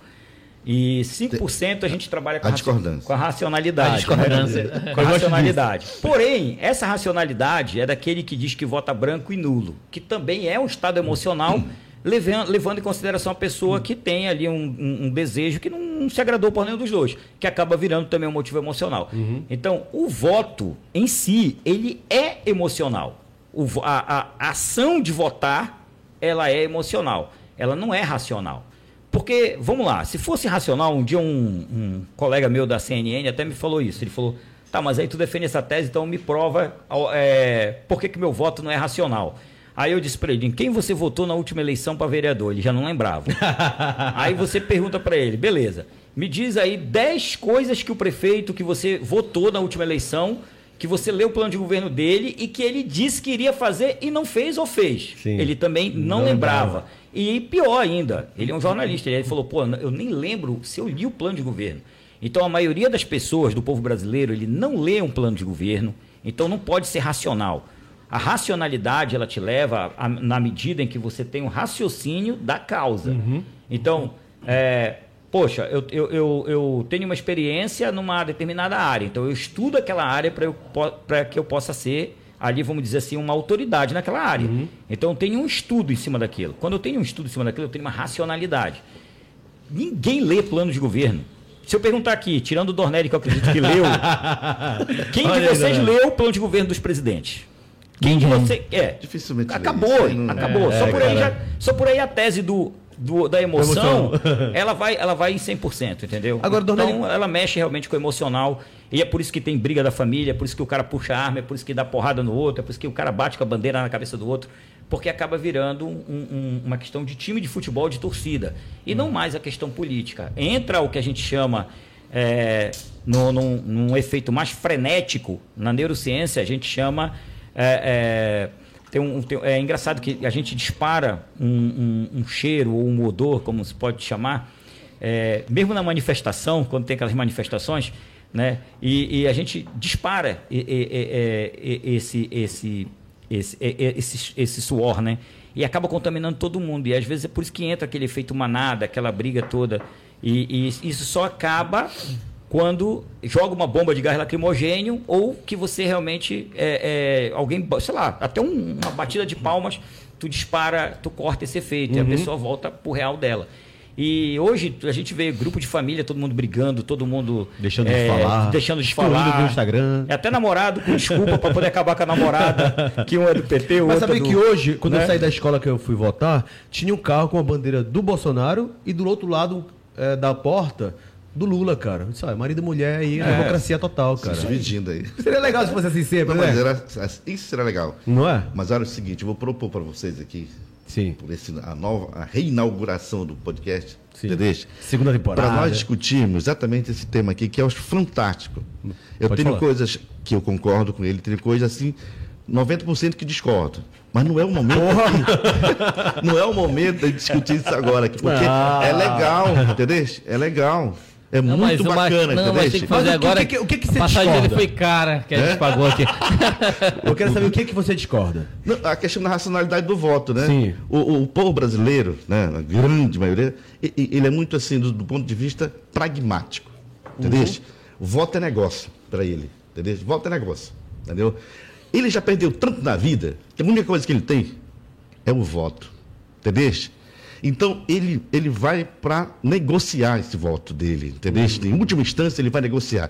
[SPEAKER 3] E 5% a gente trabalha com
[SPEAKER 4] A
[SPEAKER 3] raci-
[SPEAKER 4] discordância.
[SPEAKER 3] com a racionalidade.
[SPEAKER 2] A discordância.
[SPEAKER 3] né? Com a racionalidade. Porém, essa racionalidade é daquele que diz que vota branco e nulo, que também é um estado emocional, levan- levando em consideração a pessoa que tem ali um, um- um desejo que não se agradou por nenhum dos dois, que acaba virando também um motivo emocional. Então, o voto em si, ele é emocional. O vo- a- a- a ação de votar, ela é emocional. Ela não é racional. Porque, vamos lá, se fosse racional, um dia um, um colega meu da CNN até me falou isso. Ele falou: tá, mas aí tu defende essa tese, então me prova ó, é, por que, que meu voto não é racional. Aí eu disse pra ele: em quem você votou na última eleição para vereador? Ele já não lembrava. aí você pergunta pra ele: beleza, me diz aí 10 coisas que o prefeito que você votou na última eleição, que você leu o plano de governo dele e que ele disse que iria fazer e não fez ou fez.
[SPEAKER 5] Sim.
[SPEAKER 3] Ele também não,
[SPEAKER 5] Não
[SPEAKER 3] lembrava.
[SPEAKER 5] lembrava.
[SPEAKER 3] E pior ainda, ele é um jornalista. Ele falou, pô, eu nem lembro se eu li o plano de governo. Então a maioria das pessoas do povo brasileiro, ele não lê um plano de governo, então não pode ser racional. A racionalidade, ela te leva a- na medida em que você tem um raciocínio da causa. Então, é, poxa, eu, eu, eu, eu tenho uma experiência numa determinada área, então eu estudo aquela área para eu po- pra que eu possa ser ali, vamos dizer assim, uma autoridade naquela área.
[SPEAKER 5] Uhum.
[SPEAKER 3] Então eu tenho um estudo em cima daquilo. Quando eu tenho um estudo em cima daquilo, eu tenho uma racionalidade. Ninguém lê plano de governo. Se eu perguntar aqui, tirando o Dornelli, que eu acredito que leu, quem de
[SPEAKER 5] Olha aí, né?
[SPEAKER 3] vocês
[SPEAKER 5] Dornelli.
[SPEAKER 3] leu o plano de governo dos presidentes? Quem de vocês. É.
[SPEAKER 4] Dificilmente lê
[SPEAKER 3] Acabou,
[SPEAKER 4] isso aí, não-
[SPEAKER 3] acabou.
[SPEAKER 5] É,
[SPEAKER 3] só, por aí
[SPEAKER 5] cara.
[SPEAKER 3] já- só por aí a tese do do- da emoção,
[SPEAKER 5] Da
[SPEAKER 3] ela vai ela vai em 100%, entendeu?
[SPEAKER 5] Agora,
[SPEAKER 3] então,
[SPEAKER 5] Dornelli-
[SPEAKER 3] ela mexe realmente com o emocional. E é por isso que tem briga da família, é por isso que o cara puxa a arma, é por isso que dá porrada no outro, é por isso que o cara bate com a bandeira na cabeça do outro. Porque acaba virando um- um- uma questão de time de futebol, de torcida. E não mais a questão política. Entra o que a gente chama. É, no- num, num efeito mais frenético, na neurociência a gente chama. é, é, tem um, tem- é engraçado que a gente dispara um, um- um cheiro ou um odor, como se pode chamar, é, mesmo na manifestação, quando tem aquelas manifestações, né, e, e a gente dispara e- e- e- e- e- esse, esse, esse, e- e- esse, esse suor, né? E acaba contaminando todo mundo. E às vezes é por isso que entra aquele efeito manada, aquela briga toda. E, e isso só acaba quando joga uma bomba de gás lacrimogênio ou que você realmente é, é, alguém bo- sei lá até um- uma batida de palmas tu dispara tu corta esse efeito e a pessoa volta pro real dela e hoje a gente vê grupo de família todo mundo brigando todo mundo é,
[SPEAKER 5] Deixando de falar.
[SPEAKER 3] deixando de
[SPEAKER 5] Excluindo
[SPEAKER 3] falar
[SPEAKER 5] do Instagram.
[SPEAKER 3] é até namorado com desculpa pra poder acabar com a namorada que um é do PT o
[SPEAKER 5] Mas
[SPEAKER 3] outro é
[SPEAKER 5] sabia
[SPEAKER 3] do...
[SPEAKER 5] que hoje, quando
[SPEAKER 3] né?
[SPEAKER 5] eu saí da escola que eu fui votar, tinha um carro com a bandeira do Bolsonaro e do outro lado eh, da porta do Lula, cara. Isso aí, marido e mulher aí, é
[SPEAKER 4] É.
[SPEAKER 5] democracia total, cara.
[SPEAKER 4] Se dividindo aí.
[SPEAKER 5] Seria legal se fosse assim sempre,
[SPEAKER 4] Não, mas
[SPEAKER 2] É.
[SPEAKER 5] né?
[SPEAKER 4] era- assim, isso será legal.
[SPEAKER 5] Não é?
[SPEAKER 4] Mas olha o seguinte, eu vou propor para vocês aqui,
[SPEAKER 5] Sim.
[SPEAKER 4] por esse, a, nova, a reinauguração do podcast,
[SPEAKER 5] Sim.
[SPEAKER 4] Dedeste,
[SPEAKER 5] Segunda temporada.
[SPEAKER 4] para nós discutirmos exatamente esse tema aqui, que é o fantástico. Eu
[SPEAKER 5] Pode
[SPEAKER 4] tenho
[SPEAKER 5] falar.
[SPEAKER 4] coisas que eu concordo com ele, tenho coisas assim, 90% que discordo. Mas não é o momento. não é o momento de discutir isso agora, aqui, porque
[SPEAKER 5] Ah.
[SPEAKER 4] é legal, entendeu? É legal. É
[SPEAKER 2] Não, mas
[SPEAKER 4] muito
[SPEAKER 2] o Mar-
[SPEAKER 4] bacana,
[SPEAKER 2] não, mas tem
[SPEAKER 4] entendeu?
[SPEAKER 2] que fazer
[SPEAKER 5] Mas o que-
[SPEAKER 2] agora.
[SPEAKER 5] o que- o que que
[SPEAKER 2] a
[SPEAKER 5] você
[SPEAKER 2] passagem dele
[SPEAKER 5] discorda?
[SPEAKER 2] foi cara
[SPEAKER 3] É?
[SPEAKER 2] que a gente pagou aqui.
[SPEAKER 5] Eu quero saber o que, que você discorda.
[SPEAKER 4] Não, A questão da racionalidade do voto, né?
[SPEAKER 5] Sim.
[SPEAKER 4] O, o- o povo brasileiro, né, a grande maioria, e- e- ele é muito assim, do, do ponto de vista pragmático. Entendeu? Voto é negócio para ele. Entendeu? Voto é negócio. Entendeu? Ele já perdeu tanto na vida que a única coisa que ele tem é o voto. Entendeu? Então ele, ele vai para negociar esse voto dele, entendeu? Em última instância, ele vai negociar.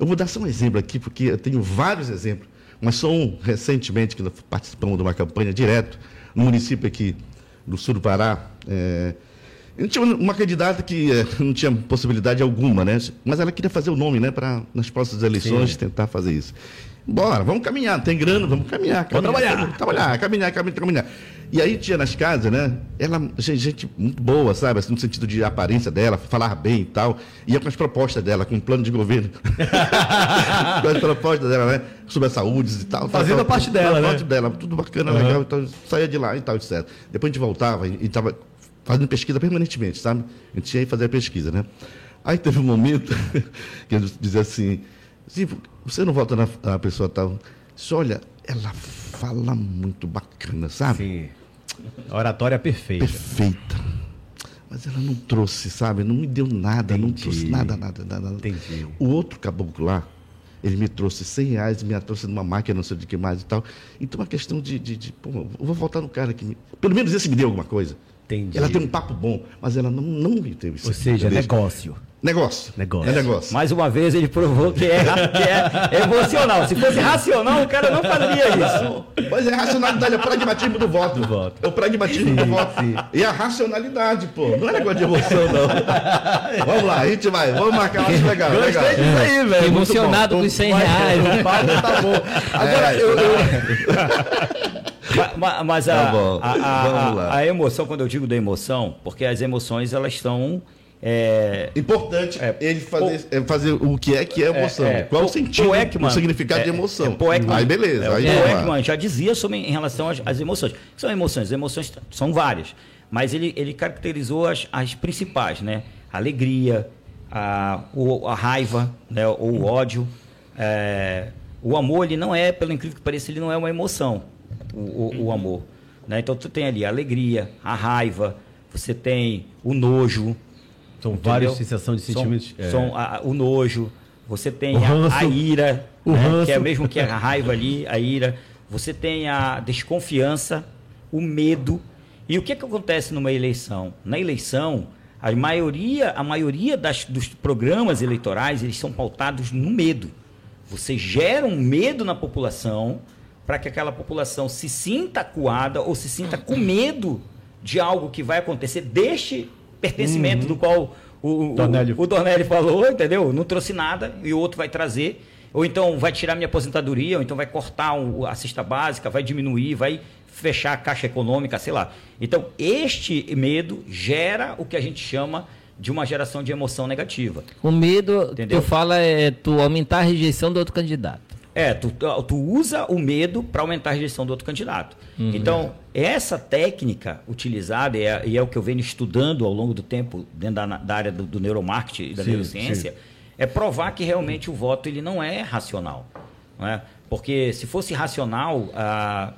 [SPEAKER 4] Eu vou dar só um exemplo aqui, porque eu tenho vários exemplos, mas só um recentemente, que nós participamos de uma campanha direto, no município aqui do sul do Pará. é, a gente tinha uma candidata que eh, não tinha possibilidade alguma, né? Mas ela queria fazer o nome, né? Para nas próximas eleições tentar fazer isso. Bora, vamos caminhar, tem grana, vamos caminhar. caminhar
[SPEAKER 5] trabalhar.
[SPEAKER 4] trabalhar, caminhar, caminhar, caminhar. E aí tinha nas casas, né? Ela, gente, gente muito boa, sabe? Assim, no sentido de aparência dela, falar bem e tal. Ia com as propostas dela, com o plano de governo. com as propostas dela, né? Sobre a saúde e tal.
[SPEAKER 5] Fazendo
[SPEAKER 4] tal,
[SPEAKER 5] a parte dela,
[SPEAKER 4] a
[SPEAKER 5] né?
[SPEAKER 4] parte dela, tudo bacana, legal. Então, saía de lá e tal, etc. Depois a gente voltava e e tava fazendo pesquisa permanentemente, sabe? A gente ia fazer a pesquisa, né? Aí teve um momento que eu dizia assim, Zivo, você não volta na na pessoa tal. Disse, olha, ela fala muito bacana, sabe?
[SPEAKER 5] Sim. Oratória é perfeita.
[SPEAKER 4] Perfeita. Mas ela não trouxe, sabe? Não me deu nada, não
[SPEAKER 5] Entendi.
[SPEAKER 4] trouxe nada, nada, nada. nada.
[SPEAKER 5] Entendi.
[SPEAKER 4] O outro caboclo lá, ele me trouxe 100 reais, me trouxe numa máquina, não sei de que mais e tal. Então, a questão de, de, de, pô, eu vou voltar no cara que me... Pelo menos esse me deu alguma coisa.
[SPEAKER 5] Entendi.
[SPEAKER 4] Ela tem um papo bom, mas ela não, não me deu isso.
[SPEAKER 5] Ou seja,
[SPEAKER 4] Entendeu?
[SPEAKER 5] negócio.
[SPEAKER 4] negócio.
[SPEAKER 5] Negócio.
[SPEAKER 4] É negócio.
[SPEAKER 3] Mais uma vez ele provou que é, que é emocional. Se fosse racional, o cara não fazia isso.
[SPEAKER 4] Mas é racionalidade, é o pragmatismo do voto.
[SPEAKER 5] voto.
[SPEAKER 4] É o pragmatismo do voto. E a racionalidade, pô. Não é negócio de emoção, não. vamos lá, a gente vai. Vamos marcar, acho legal. legal.
[SPEAKER 5] aí, velho.
[SPEAKER 2] Fiquei emocionado com os 100 reais. né?
[SPEAKER 5] tá bom. Agora,
[SPEAKER 4] É,
[SPEAKER 5] eu, eu-
[SPEAKER 3] Ma- ma- Mas,
[SPEAKER 4] Tá
[SPEAKER 3] a,
[SPEAKER 4] bom.
[SPEAKER 3] a- a-
[SPEAKER 4] Vamos lá.
[SPEAKER 3] a- a emoção, quando eu digo da emoção, porque as emoções elas estão. é,
[SPEAKER 4] Importante
[SPEAKER 3] É,
[SPEAKER 4] ele fazer, é fazer o que é que é emoção.
[SPEAKER 3] é,
[SPEAKER 4] Qual o
[SPEAKER 3] Po-
[SPEAKER 4] sentido,
[SPEAKER 3] Poekman.
[SPEAKER 4] o significado de
[SPEAKER 3] É,
[SPEAKER 4] emoção.
[SPEAKER 3] é, Poekman.
[SPEAKER 4] Aí beleza.
[SPEAKER 3] É,
[SPEAKER 4] aí
[SPEAKER 3] o
[SPEAKER 4] vamos lá.
[SPEAKER 3] Ekman já dizia sobre em relação às, às emoções. São emoções, emoções t- são várias, mas ele, ele caracterizou as, as principais, né? Alegria, a, o- a raiva, né? ou o ódio. É, o amor, ele não é, pelo incrível que pareça, ele não é uma emoção, o, o-
[SPEAKER 5] Uhum.
[SPEAKER 3] o amor. né? Então, tu tem ali a alegria, a raiva, você tem o nojo,
[SPEAKER 5] São
[SPEAKER 3] Entendeu?
[SPEAKER 5] várias sensações de
[SPEAKER 3] São-
[SPEAKER 5] sentimentos. é.
[SPEAKER 3] são a- a- o nojo, você tem
[SPEAKER 5] O
[SPEAKER 3] a- a,
[SPEAKER 5] ranço.
[SPEAKER 3] ira,
[SPEAKER 5] O
[SPEAKER 3] né,
[SPEAKER 5] ranço.
[SPEAKER 3] que é mesmo que a raiva ali, a ira. Você tem a desconfiança, o medo. E o que, que acontece numa eleição? Na eleição, a maioria, a maioria das- dos programas eleitorais eles são pautados no medo. Você gera um medo na população para que aquela população se sinta acuada ou se sinta com medo de algo que vai acontecer deste pertencimento do qual o, o,
[SPEAKER 1] Dornélio.
[SPEAKER 3] o Dornelli falou, entendeu? Não trouxe nada e o outro vai trazer. Ou então vai tirar minha aposentadoria, ou então vai cortar o- a cesta básica, vai diminuir, vai fechar a caixa econômica, sei lá. Então, este medo gera o que a gente chama de uma geração de emoção negativa.
[SPEAKER 2] O medo,
[SPEAKER 3] Entendeu?
[SPEAKER 2] tu fala, é tu aumentar a rejeição do outro candidato.
[SPEAKER 3] É, tu, tu usa o medo para aumentar a rejeição do outro candidato.
[SPEAKER 1] Uhum.
[SPEAKER 3] Então, essa técnica utilizada, e é, e é o que eu venho estudando ao longo do tempo dentro da, da área do, do neuromarketing e da
[SPEAKER 1] Sim,
[SPEAKER 3] neurociência, é provar que realmente o voto ele não é racional. não é? Porque se fosse racional, ah,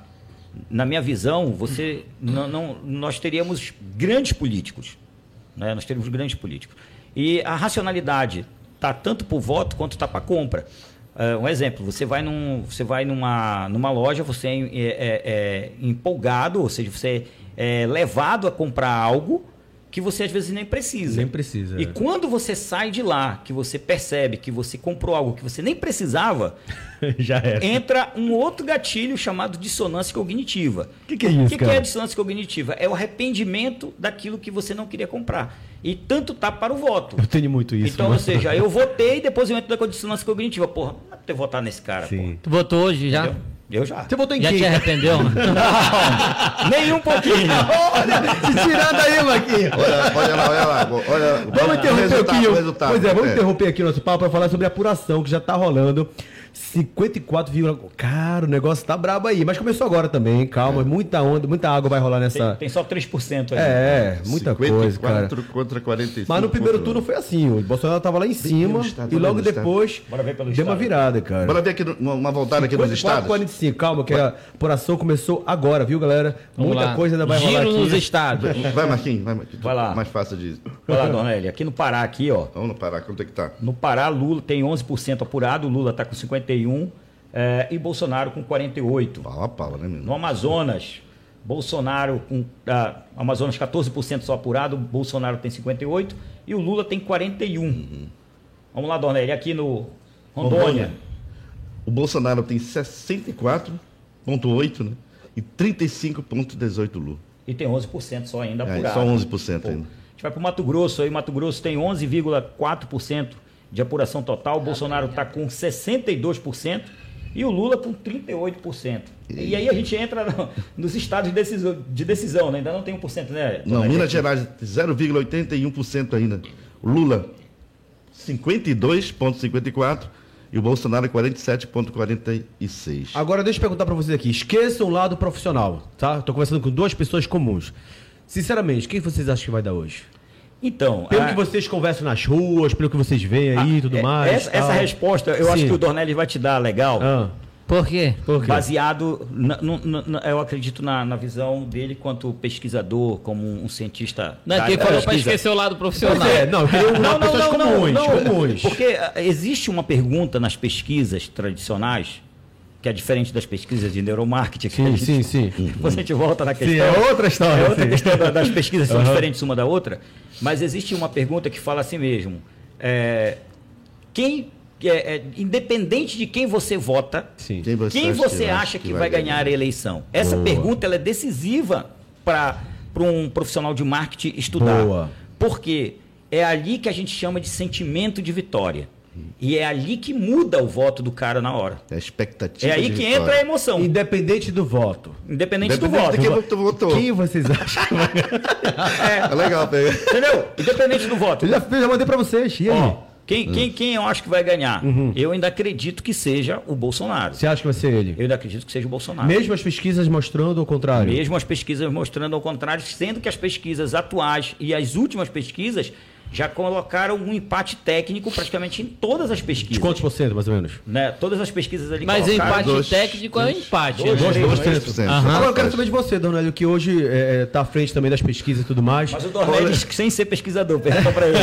[SPEAKER 3] na minha visão, você não, não- nós teríamos grandes políticos. né? Nós teríamos grandes políticos. E a racionalidade está tanto para o voto quanto está para a compra. É, um exemplo, você vai, num, você vai numa, numa loja, você é, é- é empolgado, ou seja, você é levado a comprar algo que você às vezes nem precisa.
[SPEAKER 1] Nem precisa,
[SPEAKER 3] E
[SPEAKER 1] é.
[SPEAKER 3] quando você sai de lá, que você percebe que você comprou algo que você nem precisava,
[SPEAKER 1] Já
[SPEAKER 5] é.
[SPEAKER 1] era.
[SPEAKER 3] entra um outro gatilho chamado dissonância cognitiva.
[SPEAKER 1] O que, que é isso,
[SPEAKER 3] O que, que
[SPEAKER 1] cara?
[SPEAKER 3] é a dissonância cognitiva? É o arrependimento daquilo que você não queria comprar. E tanto tá para o voto.
[SPEAKER 1] Eu tenho muito isso. né?
[SPEAKER 3] então, ou
[SPEAKER 1] mano.
[SPEAKER 3] seja, eu votei e depois eu entro na dissonância cognitiva. Porra, não é pra ter votado nesse cara,
[SPEAKER 1] Sim.
[SPEAKER 2] Tu votou hoje já?
[SPEAKER 3] porra. Entendeu? Eu já.
[SPEAKER 1] Você botou em
[SPEAKER 2] Já
[SPEAKER 1] quem?
[SPEAKER 2] te arrependeu?
[SPEAKER 3] Nem um pouquinho.
[SPEAKER 1] Se tirar daí, Marquinhos.
[SPEAKER 4] Olha, olha lá, olha lá. Olha,
[SPEAKER 1] Vamos interromper
[SPEAKER 4] resultado,
[SPEAKER 1] aqui. o-
[SPEAKER 4] resultado.
[SPEAKER 1] Pois é, vamos
[SPEAKER 4] É.
[SPEAKER 1] interromper aqui o nosso papo para falar sobre a apuração que já tá rolando. 54, cara, o negócio tá brabo aí, mas começou agora também,
[SPEAKER 5] É.
[SPEAKER 1] calma, muita onda, muita água vai rolar nessa.
[SPEAKER 3] Tem, tem só 3% aí.
[SPEAKER 1] É, é, muita coisa, cara.
[SPEAKER 4] 54 contra 45.
[SPEAKER 1] Mas no primeiro
[SPEAKER 4] contra-
[SPEAKER 1] turno foi assim, o Bolsonaro tava lá em cima
[SPEAKER 4] pelo estado,
[SPEAKER 1] e
[SPEAKER 4] olha
[SPEAKER 1] logo
[SPEAKER 4] pelo estado.
[SPEAKER 1] depois
[SPEAKER 3] Bora ver pelo
[SPEAKER 1] deu uma
[SPEAKER 3] estado.
[SPEAKER 1] virada, cara.
[SPEAKER 4] um. Bora ver aqui no- uma uma voltada aqui nos
[SPEAKER 1] 54,
[SPEAKER 4] estados.
[SPEAKER 1] 45, calma, que a apuração começou agora, viu, galera?
[SPEAKER 2] Vamos
[SPEAKER 1] muita
[SPEAKER 2] lá.
[SPEAKER 1] coisa ainda vai
[SPEAKER 2] Giro
[SPEAKER 1] rolar
[SPEAKER 2] nos
[SPEAKER 1] aqui.
[SPEAKER 2] estados.
[SPEAKER 4] Vai, Marquinhos, vai, Marquinhos. Tá
[SPEAKER 3] Vai lá.
[SPEAKER 4] Mais fácil de.
[SPEAKER 3] Olha lá, Dornelli. Aqui no Pará, aqui, ó.
[SPEAKER 4] Vamos parar, quanto é que tá?
[SPEAKER 3] No Pará, Lula tem 11% apurado, Lula está com 51% eh, e Bolsonaro com 48%.
[SPEAKER 4] Pau a pau, né, menino?
[SPEAKER 3] No Amazonas, Bolsonaro com. ah, Amazonas 14% só apurado, Bolsonaro tem 58% e o Lula tem 41%. Vamos lá, Dornelli, aqui no Rondônia.
[SPEAKER 4] Rondônia. O Bolsonaro tem 64,8, né? E 35,18 Lula.
[SPEAKER 3] E tem 11% só ainda
[SPEAKER 4] É,
[SPEAKER 3] apurado.
[SPEAKER 4] só 11%
[SPEAKER 3] Pô,
[SPEAKER 4] ainda.
[SPEAKER 3] A gente vai para o Mato Grosso, aí Mato Grosso tem 11,4% de apuração
[SPEAKER 2] Ah,
[SPEAKER 3] total, o Bolsonaro
[SPEAKER 2] tá
[SPEAKER 3] está com 62% e o Lula com 38%. E aí a gente entra no- nos estados de decisão, de decisão né? ainda não tem 1%, né?
[SPEAKER 4] Não,
[SPEAKER 3] Tonete?
[SPEAKER 4] Minas Gerais, 0,81% ainda. Lula, 52,54%. E o Bolsonaro, 47,46%.
[SPEAKER 1] Agora deixa eu perguntar pra vocês aqui. Esqueçam o lado profissional, tá? Tô conversando com duas pessoas comuns. Sinceramente, quem vocês acham que vai dar hoje?
[SPEAKER 3] Então,
[SPEAKER 1] Pelo
[SPEAKER 3] a-
[SPEAKER 1] um que vocês conversam nas ruas, pelo que vocês veem aí e tudo
[SPEAKER 3] é-
[SPEAKER 1] mais.
[SPEAKER 3] Essa,
[SPEAKER 1] tal.
[SPEAKER 3] essa resposta eu acho
[SPEAKER 1] Sim.
[SPEAKER 3] que o Dornelles vai te dar legal.
[SPEAKER 1] Ah,
[SPEAKER 2] Por quê?
[SPEAKER 1] por quê?
[SPEAKER 3] Baseado, na- no- no- no- eu acredito na, na visão dele quanto pesquisador, como um cientista.
[SPEAKER 2] Não é
[SPEAKER 3] da
[SPEAKER 2] que
[SPEAKER 3] área da
[SPEAKER 2] falou pra
[SPEAKER 3] pesquisa.
[SPEAKER 2] esquecer o lado
[SPEAKER 1] Pois
[SPEAKER 2] profissional.
[SPEAKER 1] é, não, eu queria um-
[SPEAKER 3] Ah, Não, não,
[SPEAKER 1] pessoas
[SPEAKER 3] não, não,
[SPEAKER 1] comuns,
[SPEAKER 3] não,
[SPEAKER 1] comuns.
[SPEAKER 3] Porque ah, existe uma pergunta nas pesquisas tradicionais, que é diferente das pesquisas de neuromarketing. que a
[SPEAKER 1] Sim,
[SPEAKER 3] gente-
[SPEAKER 1] sim, sim.
[SPEAKER 3] Depois a gente volta na questão.
[SPEAKER 1] Sim, é outra história.
[SPEAKER 3] É outra
[SPEAKER 1] sim.
[SPEAKER 3] questão da- das pesquisas são
[SPEAKER 1] Aham.
[SPEAKER 3] diferentes uma da outra, mas existe uma pergunta que fala assim mesmo: é, quem, é, é, independente de quem você vota,
[SPEAKER 1] Sim.
[SPEAKER 4] Quem você
[SPEAKER 3] quem
[SPEAKER 4] acha
[SPEAKER 3] você
[SPEAKER 4] que vai-
[SPEAKER 3] acha que, vai ganhar, a eleição? Essa
[SPEAKER 1] Boa.
[SPEAKER 3] pergunta ela é decisiva para um profissional de marketing estudar.
[SPEAKER 1] Boa.
[SPEAKER 3] Porque é ali que a gente chama de sentimento de vitória. E é ali que muda o voto do cara na hora.
[SPEAKER 4] É a expectativa.
[SPEAKER 3] É aí
[SPEAKER 4] de
[SPEAKER 3] que
[SPEAKER 4] vitória.
[SPEAKER 3] entra a emoção,
[SPEAKER 1] Independente do voto.
[SPEAKER 3] independente do
[SPEAKER 4] Independente
[SPEAKER 3] voto.
[SPEAKER 4] de quem tu votou.
[SPEAKER 1] Quem vocês acham? que vai ganhar?
[SPEAKER 4] É legal, pega.
[SPEAKER 3] Entendeu? Independente do voto.
[SPEAKER 1] Eu já, eu já mandei pra vocês. E aí?
[SPEAKER 3] Ó, quem, quem, quem eu acho que vai ganhar? Eu ainda acredito que seja o Bolsonaro.
[SPEAKER 1] Você acha que vai ser ele?
[SPEAKER 3] Eu ainda acredito que seja o Bolsonaro.
[SPEAKER 1] Mesmo as pesquisas mostrando o contrário.
[SPEAKER 3] Ah. Mesmo as pesquisas mostrando ao contrário, sendo que as pesquisas atuais e as últimas pesquisas já colocaram um empate técnico praticamente em todas as
[SPEAKER 1] De
[SPEAKER 3] pesquisas.
[SPEAKER 1] quantos por cento, mais ou menos?
[SPEAKER 3] Né? Todas as pesquisas ali
[SPEAKER 2] Mas o
[SPEAKER 3] colocaram-
[SPEAKER 2] empate
[SPEAKER 4] dois,
[SPEAKER 2] técnico é um empate.
[SPEAKER 3] dois,
[SPEAKER 2] né?
[SPEAKER 3] dois, dois, três.
[SPEAKER 4] 3%.
[SPEAKER 2] Aham.
[SPEAKER 1] Agora eu quero saber de você, Donélio, que hoje é, é, tá à frente também das pesquisas e tudo mais.
[SPEAKER 3] Mas o Dornelis, sem ser pesquisador, pergunta pra ele.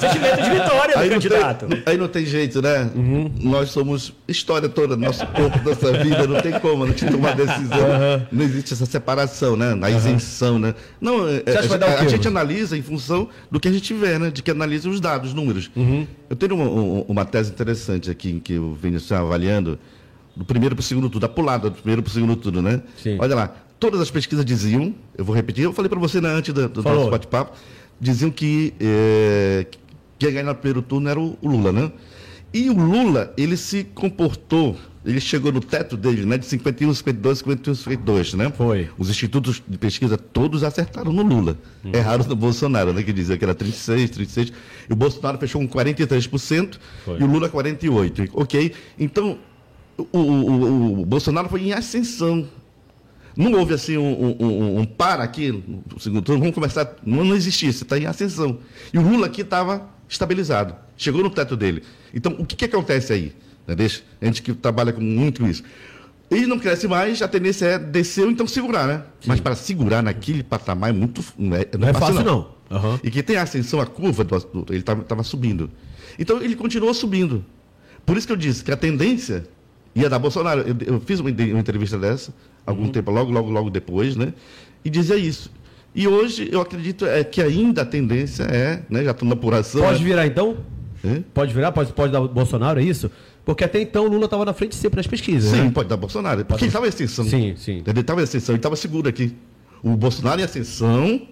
[SPEAKER 3] Sentimento de vitória do
[SPEAKER 4] Aí não,
[SPEAKER 3] candidato.
[SPEAKER 4] tem, aí não tem jeito, né?
[SPEAKER 1] Uhum.
[SPEAKER 4] Nós somos história toda, nosso corpo, nossa vida, não tem como a gente tomar decisão. Não existe essa separação, né? A isenção, né? Não, é-
[SPEAKER 1] acha que vai dar o
[SPEAKER 4] a,
[SPEAKER 1] quê?
[SPEAKER 4] a gente analisa em função do que a gente vê, né? De que analisa os dados, os números.
[SPEAKER 1] Uhum.
[SPEAKER 4] Eu tenho uma, um- uma tese interessante aqui em que eu venho assim, avaliando do primeiro para o segundo turno, da pulada do primeiro para o segundo turno, né?
[SPEAKER 1] Sim.
[SPEAKER 4] Olha lá, todas as pesquisas diziam, eu vou repetir, eu falei para você na antes do, do
[SPEAKER 5] Falou.
[SPEAKER 4] nosso bate-papo, diziam que eh, que quem ganhava no primeiro turno era o, o Lula, né? E o Lula, ele se comportou, ele chegou no teto dele, né? De 51, 52, 51, 52, né?
[SPEAKER 5] Foi.
[SPEAKER 4] Os institutos de pesquisa todos acertaram no Lula.
[SPEAKER 5] Hum.
[SPEAKER 4] Erraram no Bolsonaro, né? Que dizia que era 36, 36. E o Bolsonaro fechou com 43% e o Lula 48%. Ok? Então, o, o- o- o Bolsonaro foi em ascensão. Não houve assim um, um- um- um para aqui, no segundo turno, vamos começar. Não, não existia, você está em ascensão. E o Lula aqui estava estabilizado, chegou no teto dele. Então, o que, que acontece aí? né, deixa- A gente que trabalha com muito isso. Ele não cresce mais, a tendência é descer ou então segurar, né? Mas para segurar naquele patamar é muito. f- Não é,
[SPEAKER 5] Não é fácil, não. Aham.
[SPEAKER 4] e que tem a ascensão, a curva, do, do- ele estava subindo. Então ele continuou subindo. Por isso que eu disse que a tendência ia dar Bolsonaro. Eu, eu fiz uma, ide- uma entrevista dessa, algum
[SPEAKER 5] Uhum.
[SPEAKER 4] tempo, logo, logo, logo depois, né? E dizia isso. E hoje eu acredito é, que ainda a tendência é, né? Já estou na apuração.
[SPEAKER 5] Pode
[SPEAKER 4] né?
[SPEAKER 5] virar então?
[SPEAKER 4] Hã?
[SPEAKER 5] Pode virar? Pode, pode dar Bolsonaro, é isso? Porque até então o Lula estava na frente sempre nas pesquisas.
[SPEAKER 4] Sim,
[SPEAKER 5] né?
[SPEAKER 4] pode dar Bolsonaro. Porque ele estava em ascensão.
[SPEAKER 5] Sim, sim.
[SPEAKER 4] Entendeu? Ele estava em ascensão, ele estava seguro aqui. O Bolsonaro em ascensão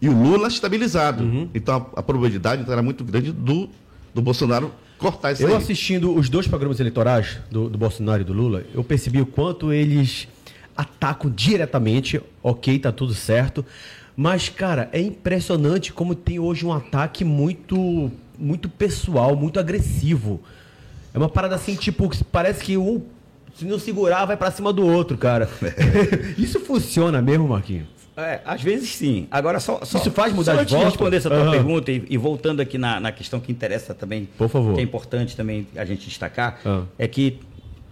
[SPEAKER 4] e o Lula estabilizado.
[SPEAKER 5] Uhum.
[SPEAKER 4] Então a, a probabilidade então, era muito grande do, do Bolsonaro cortar isso
[SPEAKER 5] Eu
[SPEAKER 4] aí.
[SPEAKER 5] assistindo os dois programas eleitorais do, do Bolsonaro e do Lula, eu percebi o quanto eles atacam diretamente. Ok, tá tudo certo. Mas, cara, é impressionante como tem hoje um ataque muito, muito pessoal, muito agressivo. É uma parada assim, tipo, que parece que um, se não segurar, vai pra cima do outro, cara. Isso funciona mesmo, Marquinhos?
[SPEAKER 3] É, às vezes sim. Agora só, só
[SPEAKER 5] Isso faz mudar de
[SPEAKER 3] só antes de
[SPEAKER 5] voto?
[SPEAKER 3] responder essa tua
[SPEAKER 5] Aham.
[SPEAKER 3] pergunta e, e voltando aqui na, na questão que interessa também,
[SPEAKER 5] Por favor.
[SPEAKER 3] que é importante também a gente destacar,
[SPEAKER 5] Ah.
[SPEAKER 3] é que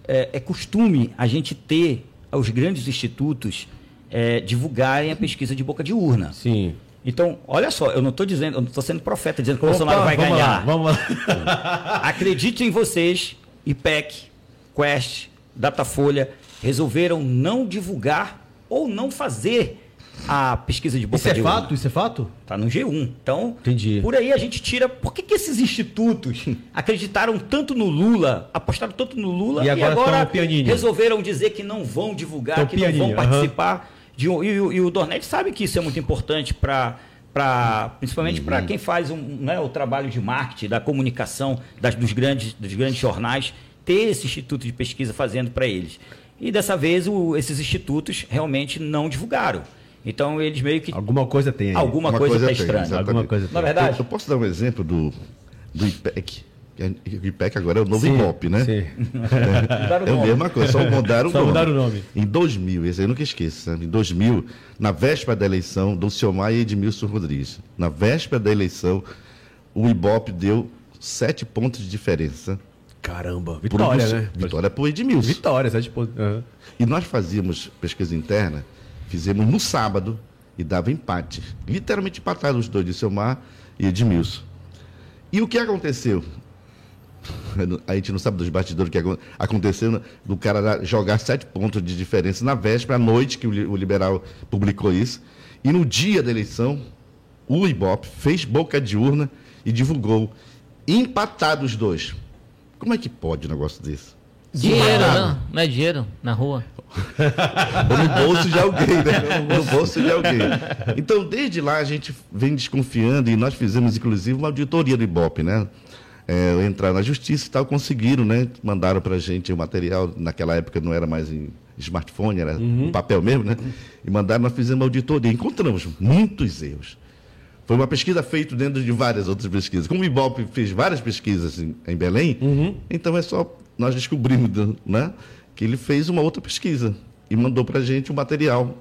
[SPEAKER 3] é, é costume a gente ter os grandes institutos é, divulgarem a pesquisa de boca de urna.
[SPEAKER 5] Sim.
[SPEAKER 3] Então, olha só, eu não estou dizendo, eu não estou sendo profeta dizendo que o
[SPEAKER 5] Opa,
[SPEAKER 3] Bolsonaro vai
[SPEAKER 5] vamos
[SPEAKER 3] ganhar.
[SPEAKER 5] Lá, vamos lá.
[SPEAKER 3] Acredite em vocês, IPEC, Quest, Datafolha, resolveram não divulgar ou não fazer a pesquisa de boca
[SPEAKER 5] Isso é
[SPEAKER 3] de urna.
[SPEAKER 5] fato? Isso é fato?
[SPEAKER 3] Tá no G1. Então,
[SPEAKER 5] Entendi.
[SPEAKER 3] por aí a gente tira. Por que, que esses institutos acreditaram tanto no Lula, apostaram tanto no Lula
[SPEAKER 5] E agora tão pianinho.
[SPEAKER 3] resolveram dizer que não vão divulgar,
[SPEAKER 5] Tão
[SPEAKER 3] que não
[SPEAKER 5] pianinho,
[SPEAKER 3] vão
[SPEAKER 5] aham.
[SPEAKER 3] participar de um. E, o- e o Dornetti sabe que isso é muito importante para. Pra, principalmente para
[SPEAKER 5] Uhum.
[SPEAKER 3] quem faz um, né, o trabalho de marketing, da comunicação das, dos, grandes, dos grandes jornais, ter esse instituto de pesquisa fazendo para eles. E dessa vez o- esses institutos realmente não divulgaram. Então eles meio que
[SPEAKER 5] Alguma coisa tem aí.
[SPEAKER 3] Alguma
[SPEAKER 4] Uma
[SPEAKER 3] coisa, tá
[SPEAKER 4] tem,
[SPEAKER 3] estranha.
[SPEAKER 4] exatamente.
[SPEAKER 5] Alguma coisa tem.
[SPEAKER 3] Na verdade-
[SPEAKER 4] Eu, eu posso dar um exemplo do, do IPEC. que é- O IPEC agora é o novo
[SPEAKER 5] Sim,
[SPEAKER 4] IPOP, né?
[SPEAKER 5] Sim. Ah,
[SPEAKER 3] Mudaram o
[SPEAKER 4] É a
[SPEAKER 3] nome.
[SPEAKER 4] mesma coisa, só mudaram o
[SPEAKER 5] Só
[SPEAKER 4] nome.
[SPEAKER 5] mudaram o nome.
[SPEAKER 4] Em 2000, esse aí eu nunca esqueço, sabe? em 2000, na véspera da eleição, Dulciomar e Edmilson Rodrigues, na véspera da eleição, o IBOP deu sete pontos de diferença.
[SPEAKER 5] Caramba,
[SPEAKER 4] pro
[SPEAKER 5] vitória,
[SPEAKER 4] Dulcio-
[SPEAKER 5] né?
[SPEAKER 4] Vitória pro Edmilson.
[SPEAKER 5] Vitória,
[SPEAKER 1] né?
[SPEAKER 5] sete
[SPEAKER 1] Tipo,
[SPEAKER 5] pontos. Aham.
[SPEAKER 4] E nós fazíamos pesquisa interna, fizemos no sábado e dava empate. Literalmente empataram os dois, de Selmar e Edmilson. E o que aconteceu? A gente não sabe dos bastidores o que acon- aconteceu, né? do cara lá jogar sete pontos de diferença na véspera, à noite que o li- o liberal publicou isso. E no dia da eleição, o Ibope fez boca de urna e divulgou empatados os dois. Como é que pode um negócio desse?
[SPEAKER 2] Dinheiro,
[SPEAKER 4] Empatado.
[SPEAKER 2] não. Não é dinheiro na rua.
[SPEAKER 4] Ou no bolso de alguém, né? No bolso de alguém. Então, desde lá, a gente vem desconfiando e nós fizemos, inclusive, uma auditoria do Ibope, né? É, entrar na justiça e tal, conseguiram, né? Mandaram pra gente o material, naquela época não era mais em smartphone, era em papel mesmo, né? E mandaram, nós fizemos uma auditoria. Encontramos muitos erros. Foi uma pesquisa feita dentro de várias outras pesquisas. Como o Ibope fez várias pesquisas em, em Belém,
[SPEAKER 3] Uhum.
[SPEAKER 4] então é só nós descobrimos né, que ele fez uma outra pesquisa e mandou para gente o material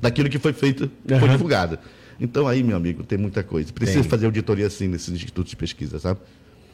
[SPEAKER 4] daquilo que foi feito, que foi
[SPEAKER 5] Aham.
[SPEAKER 4] divulgado. Então aí, meu amigo, tem muita coisa. Precisa
[SPEAKER 5] Tem.
[SPEAKER 4] fazer auditoria assim nesses institutos de pesquisa, sabe?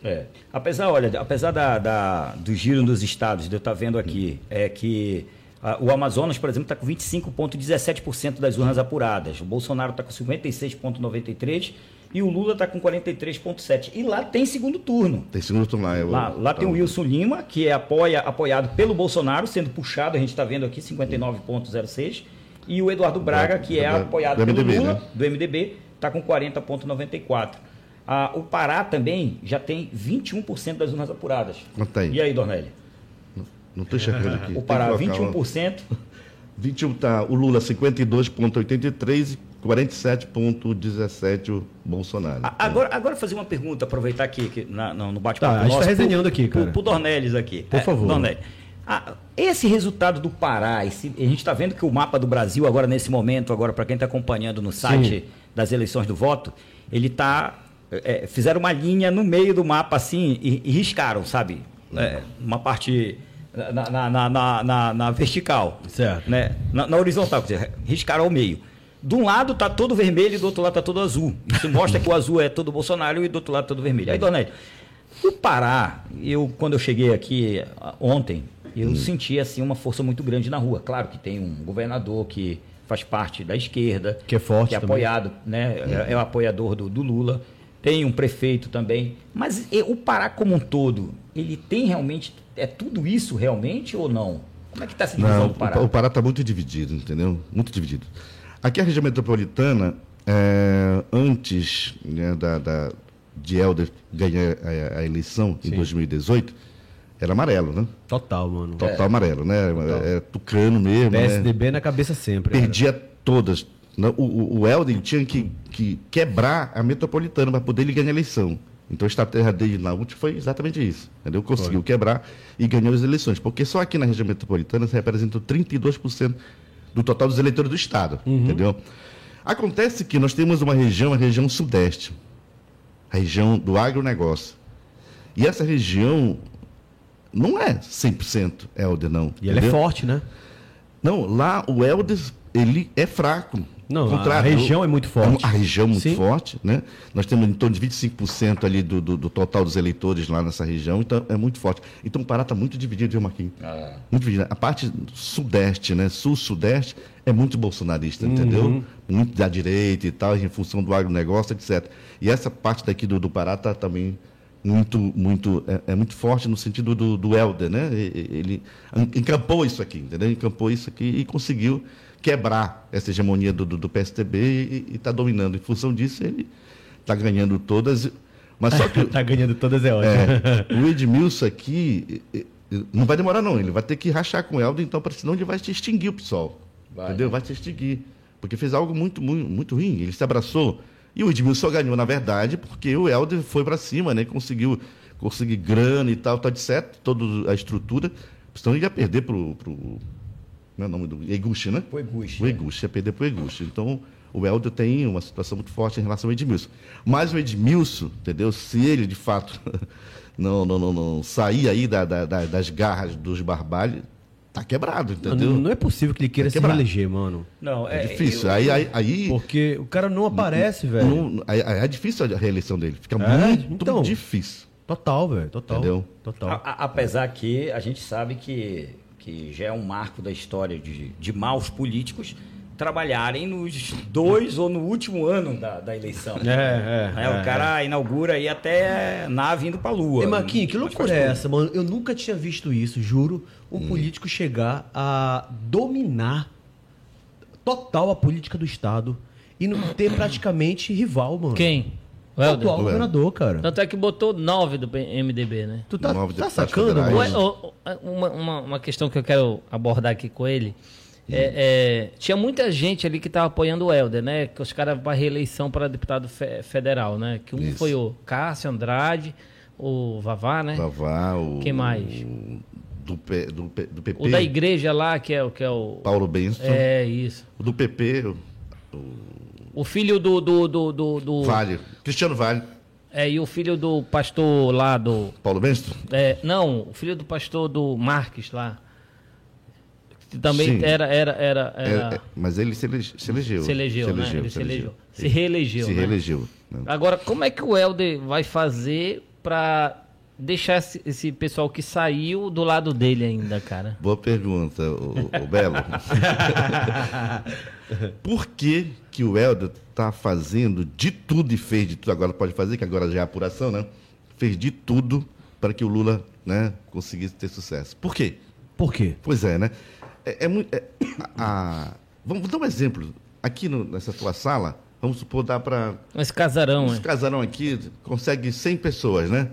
[SPEAKER 3] É. Apesar, olha, apesar da, da- do giro dos estados, de eu estar vendo aqui, é que ah, o Amazonas, por exemplo, está com 25,17% das urnas apuradas. O Bolsonaro está com 56,93% e o Lula está com 43,7%. E lá tem segundo turno.
[SPEAKER 4] Tem segundo turno lá. é o-
[SPEAKER 3] Lá, lá tem o
[SPEAKER 4] tá-
[SPEAKER 3] Wilson Lima, que é apoia, apoiado pelo Bolsonaro, sendo puxado, a gente está vendo aqui, 59,06. E o Eduardo Braga, que é
[SPEAKER 4] Do- do-
[SPEAKER 3] apoiado
[SPEAKER 4] do
[SPEAKER 3] pelo
[SPEAKER 4] MDB,
[SPEAKER 3] Lula,
[SPEAKER 4] né?
[SPEAKER 3] do MDB, está tá com 40,94. Ah, o Pará também já tem 21% das urnas apuradas.
[SPEAKER 4] Quanto tá aí?
[SPEAKER 3] E aí, Dornelli?
[SPEAKER 4] Não estou enxergando aqui.
[SPEAKER 3] O Pará,
[SPEAKER 4] Tem que colocar uma-
[SPEAKER 3] 21%.
[SPEAKER 4] 21 tá o Lula 52,83 e 47,17 o Bolsonaro.
[SPEAKER 3] A- Agora, agora fazer uma pergunta, aproveitar aqui, que na- no no bate-papo
[SPEAKER 5] Tá, a gente tá
[SPEAKER 3] nosso, pro-
[SPEAKER 5] resenhando aqui,
[SPEAKER 3] pro-
[SPEAKER 5] cara.
[SPEAKER 3] Pro Dornelles aqui. É,
[SPEAKER 5] Por favor.
[SPEAKER 3] Dornelles. Ah, esse resultado do Pará, esse- a gente está vendo que o mapa do Brasil agora nesse momento, agora para quem está acompanhando no site das eleições do voto, ele tá é, é, fizeram uma linha no meio do mapa assim e, e riscaram, sabe? É, uma parte na, na- na- na- na- na vertical,
[SPEAKER 5] Certo.
[SPEAKER 3] né? Na, na horizontal, quer dizer, riscaram ao meio. De um lado tá todo vermelho e do outro lado tá todo azul. Isso mostra que o azul é todo Bolsonaro e do outro lado todo vermelho. Aí, Donete, o Pará, eu quando eu cheguei aqui ah, ontem,
[SPEAKER 5] Hum.
[SPEAKER 3] eu senti assim uma força muito grande na rua. Claro que tem um governador que faz parte da esquerda,
[SPEAKER 5] Que é forte
[SPEAKER 3] que é
[SPEAKER 5] também.
[SPEAKER 3] apoiado, né? É, é o apoiador do, do Lula. Tem um prefeito também, mas e, o Pará como um todo, ele tem realmente é tudo isso realmente ou não? Como é que está se divisão
[SPEAKER 4] Não,
[SPEAKER 3] do Pará?
[SPEAKER 4] o Pará está muito dividido, entendeu? Muito dividido. Aqui a região metropolitana, é, antes né, da, da- de Helder ganhar a, a eleição em 2018, era amarelo, né?
[SPEAKER 5] Total, mano.
[SPEAKER 4] Total amarelo, né? É tucano mesmo. né?
[SPEAKER 5] PSDB na cabeça sempre. cara.
[SPEAKER 4] perdia todas. Não, O, o, o Helder tinha que, que quebrar a metropolitana para poder ele ganhar a eleição. Então a estratégia dele na última foi exatamente isso. Entendeu? Conseguiu quebrar e ganhou as eleições. Porque só aqui na região metropolitana se representa 32% do total dos eleitores do Estado.
[SPEAKER 5] Uhum.
[SPEAKER 4] Entendeu? Acontece que nós temos uma região, a região sudeste, a região do agronegócio. E essa região não é 100% Helder, não.
[SPEAKER 5] E ele é
[SPEAKER 4] entendeu?
[SPEAKER 5] forte, né?
[SPEAKER 4] Não, lá o Eldes, ele é fraco.
[SPEAKER 5] Não, a
[SPEAKER 4] Contrário,
[SPEAKER 5] região é muito forte.
[SPEAKER 4] A região é muito
[SPEAKER 5] Sim.
[SPEAKER 4] forte, né? Nós temos em torno de 25% ali do, do- do total dos eleitores lá nessa região, então é muito forte. Então o Pará está muito dividido, viu, Marquinhos? Muito dividido. A parte sudeste, né? Sul-sudeste é muito bolsonarista,
[SPEAKER 5] Uhum.
[SPEAKER 4] entendeu? Muito da direita e tal, em função do agronegócio, etc. E essa parte daqui do, do Pará está também muito, muito, é, é muito forte no sentido do, do Helder, né? E- e- Ele en- encampou isso aqui, entendeu? Encampou isso aqui e conseguiu quebrar essa hegemonia do, do, do PSDB e está dominando. Em função disso, ele está ganhando todas. Mas só que
[SPEAKER 5] Tá ganhando todas é ótimo.
[SPEAKER 4] é, o Edmilson aqui eh, eh, não vai demorar, não. Ele vai ter que rachar com o Helder, então, pra- senão ele vai se extinguir o PSOL. Entendeu? Vai se extinguir. Porque fez algo muito, muito, muito ruim. Ele se abraçou. E o Edmilson só ganhou, na verdade, porque o Helder foi para cima, né? Conseguiu conseguir grana e tal, tal, etc. Toda a estrutura. Senão ele ia perder pro. pro como é o nome do. Eguchi, né?
[SPEAKER 3] Foi Gush.
[SPEAKER 4] O Eguchi, ia perder para o Eguchi. Então, o Helder tem uma situação muito forte em relação ao Edmilson. Mas o Edmilson, entendeu? Se ele, de fato, não, não, não, não sair aí da- da- da- das garras dos barbalhos, tá quebrado,
[SPEAKER 5] Não,
[SPEAKER 4] entendeu?
[SPEAKER 5] não é possível que ele queira
[SPEAKER 4] Vai
[SPEAKER 5] se
[SPEAKER 4] quebrar.
[SPEAKER 5] reeleger, mano.
[SPEAKER 3] Não,
[SPEAKER 4] é difícil. aí, aí, aí,
[SPEAKER 5] Porque o cara não aparece, velho.
[SPEAKER 4] não- aí- aí é difícil a reeleição dele. Fica
[SPEAKER 5] É?
[SPEAKER 4] muito
[SPEAKER 5] Então.
[SPEAKER 4] difícil.
[SPEAKER 5] Total, velho. Total.
[SPEAKER 4] Entendeu?
[SPEAKER 5] Total.
[SPEAKER 3] A- a- apesar que a gente sabe que, que já é um marco da história de, de maus políticos trabalharem nos dois ou no último ano da, da eleição.
[SPEAKER 5] É,
[SPEAKER 3] Né? o cara inaugura aí até nave indo pra lua.
[SPEAKER 1] Ei, Marquinhos, que
[SPEAKER 3] Mas
[SPEAKER 1] loucura
[SPEAKER 3] faz
[SPEAKER 1] é
[SPEAKER 3] tudo.
[SPEAKER 1] essa, mano? Eu nunca tinha visto isso, juro. Um
[SPEAKER 4] Hum.
[SPEAKER 1] político chegar a dominar total a política do Estado e não ter praticamente rival, mano.
[SPEAKER 2] Quem? O
[SPEAKER 1] O
[SPEAKER 2] Helder?
[SPEAKER 1] atual governador,
[SPEAKER 5] Tá
[SPEAKER 1] cara.
[SPEAKER 2] Tanto é que botou nove do MDB, né?
[SPEAKER 1] Tu tá,
[SPEAKER 4] Nove
[SPEAKER 1] tá
[SPEAKER 4] deputados
[SPEAKER 1] sacando,
[SPEAKER 4] federais.
[SPEAKER 1] mano?
[SPEAKER 2] Ué, ô, ô, uma, uma, uma questão que eu quero abordar aqui com ele. É, é, tinha muita gente ali que estava apoiando o Helder, né? Que os caras para reeleição para deputado fe- federal, né? Que um
[SPEAKER 4] Isso.
[SPEAKER 2] foi o Cássio Andrade, o Vavá, né?
[SPEAKER 4] Vavá, o.
[SPEAKER 2] Quem mais?
[SPEAKER 4] o- do, P- do, P- do PP.
[SPEAKER 2] O da igreja lá, que é, o- que é o.
[SPEAKER 4] Paulo Benson.
[SPEAKER 2] É, isso.
[SPEAKER 4] O do PP, o
[SPEAKER 2] O filho do. do, do, do, do-
[SPEAKER 4] Vale. Cristiano Vale.
[SPEAKER 2] É, e o filho do pastor lá do.
[SPEAKER 4] Paulo Benson?
[SPEAKER 2] É, não, o filho do pastor do Marques lá. Que também
[SPEAKER 4] Sim.
[SPEAKER 2] era, era, era, era-
[SPEAKER 4] É, é, mas ele se, elege- se elegeu.
[SPEAKER 2] se elegeu,
[SPEAKER 4] se
[SPEAKER 2] né?
[SPEAKER 4] elegeu,
[SPEAKER 2] Ele se
[SPEAKER 4] se elegeu.
[SPEAKER 2] elegeu. Se reelegeu.
[SPEAKER 4] Se
[SPEAKER 2] né?
[SPEAKER 4] reelegeu. né?
[SPEAKER 2] Agora, como é que o Helder vai fazer pra deixar esse, esse pessoal que saiu do lado dele ainda, cara?
[SPEAKER 4] Boa pergunta, o, o Belo. Por que, que o Helder está fazendo de tudo e fez de tudo, agora pode fazer, que agora já é apuração, né? Fez de tudo para que o Lula né, conseguisse ter sucesso. Por quê?
[SPEAKER 1] Por quê?
[SPEAKER 4] Pois é, né? É, é muito. é- a- a- vamos dar um exemplo. Aqui no- nessa tua sala, vamos supor, dá para
[SPEAKER 2] Esse casarão,
[SPEAKER 4] Esse
[SPEAKER 2] é. Uhum.
[SPEAKER 4] casarão aqui consegue 100 pessoas, né?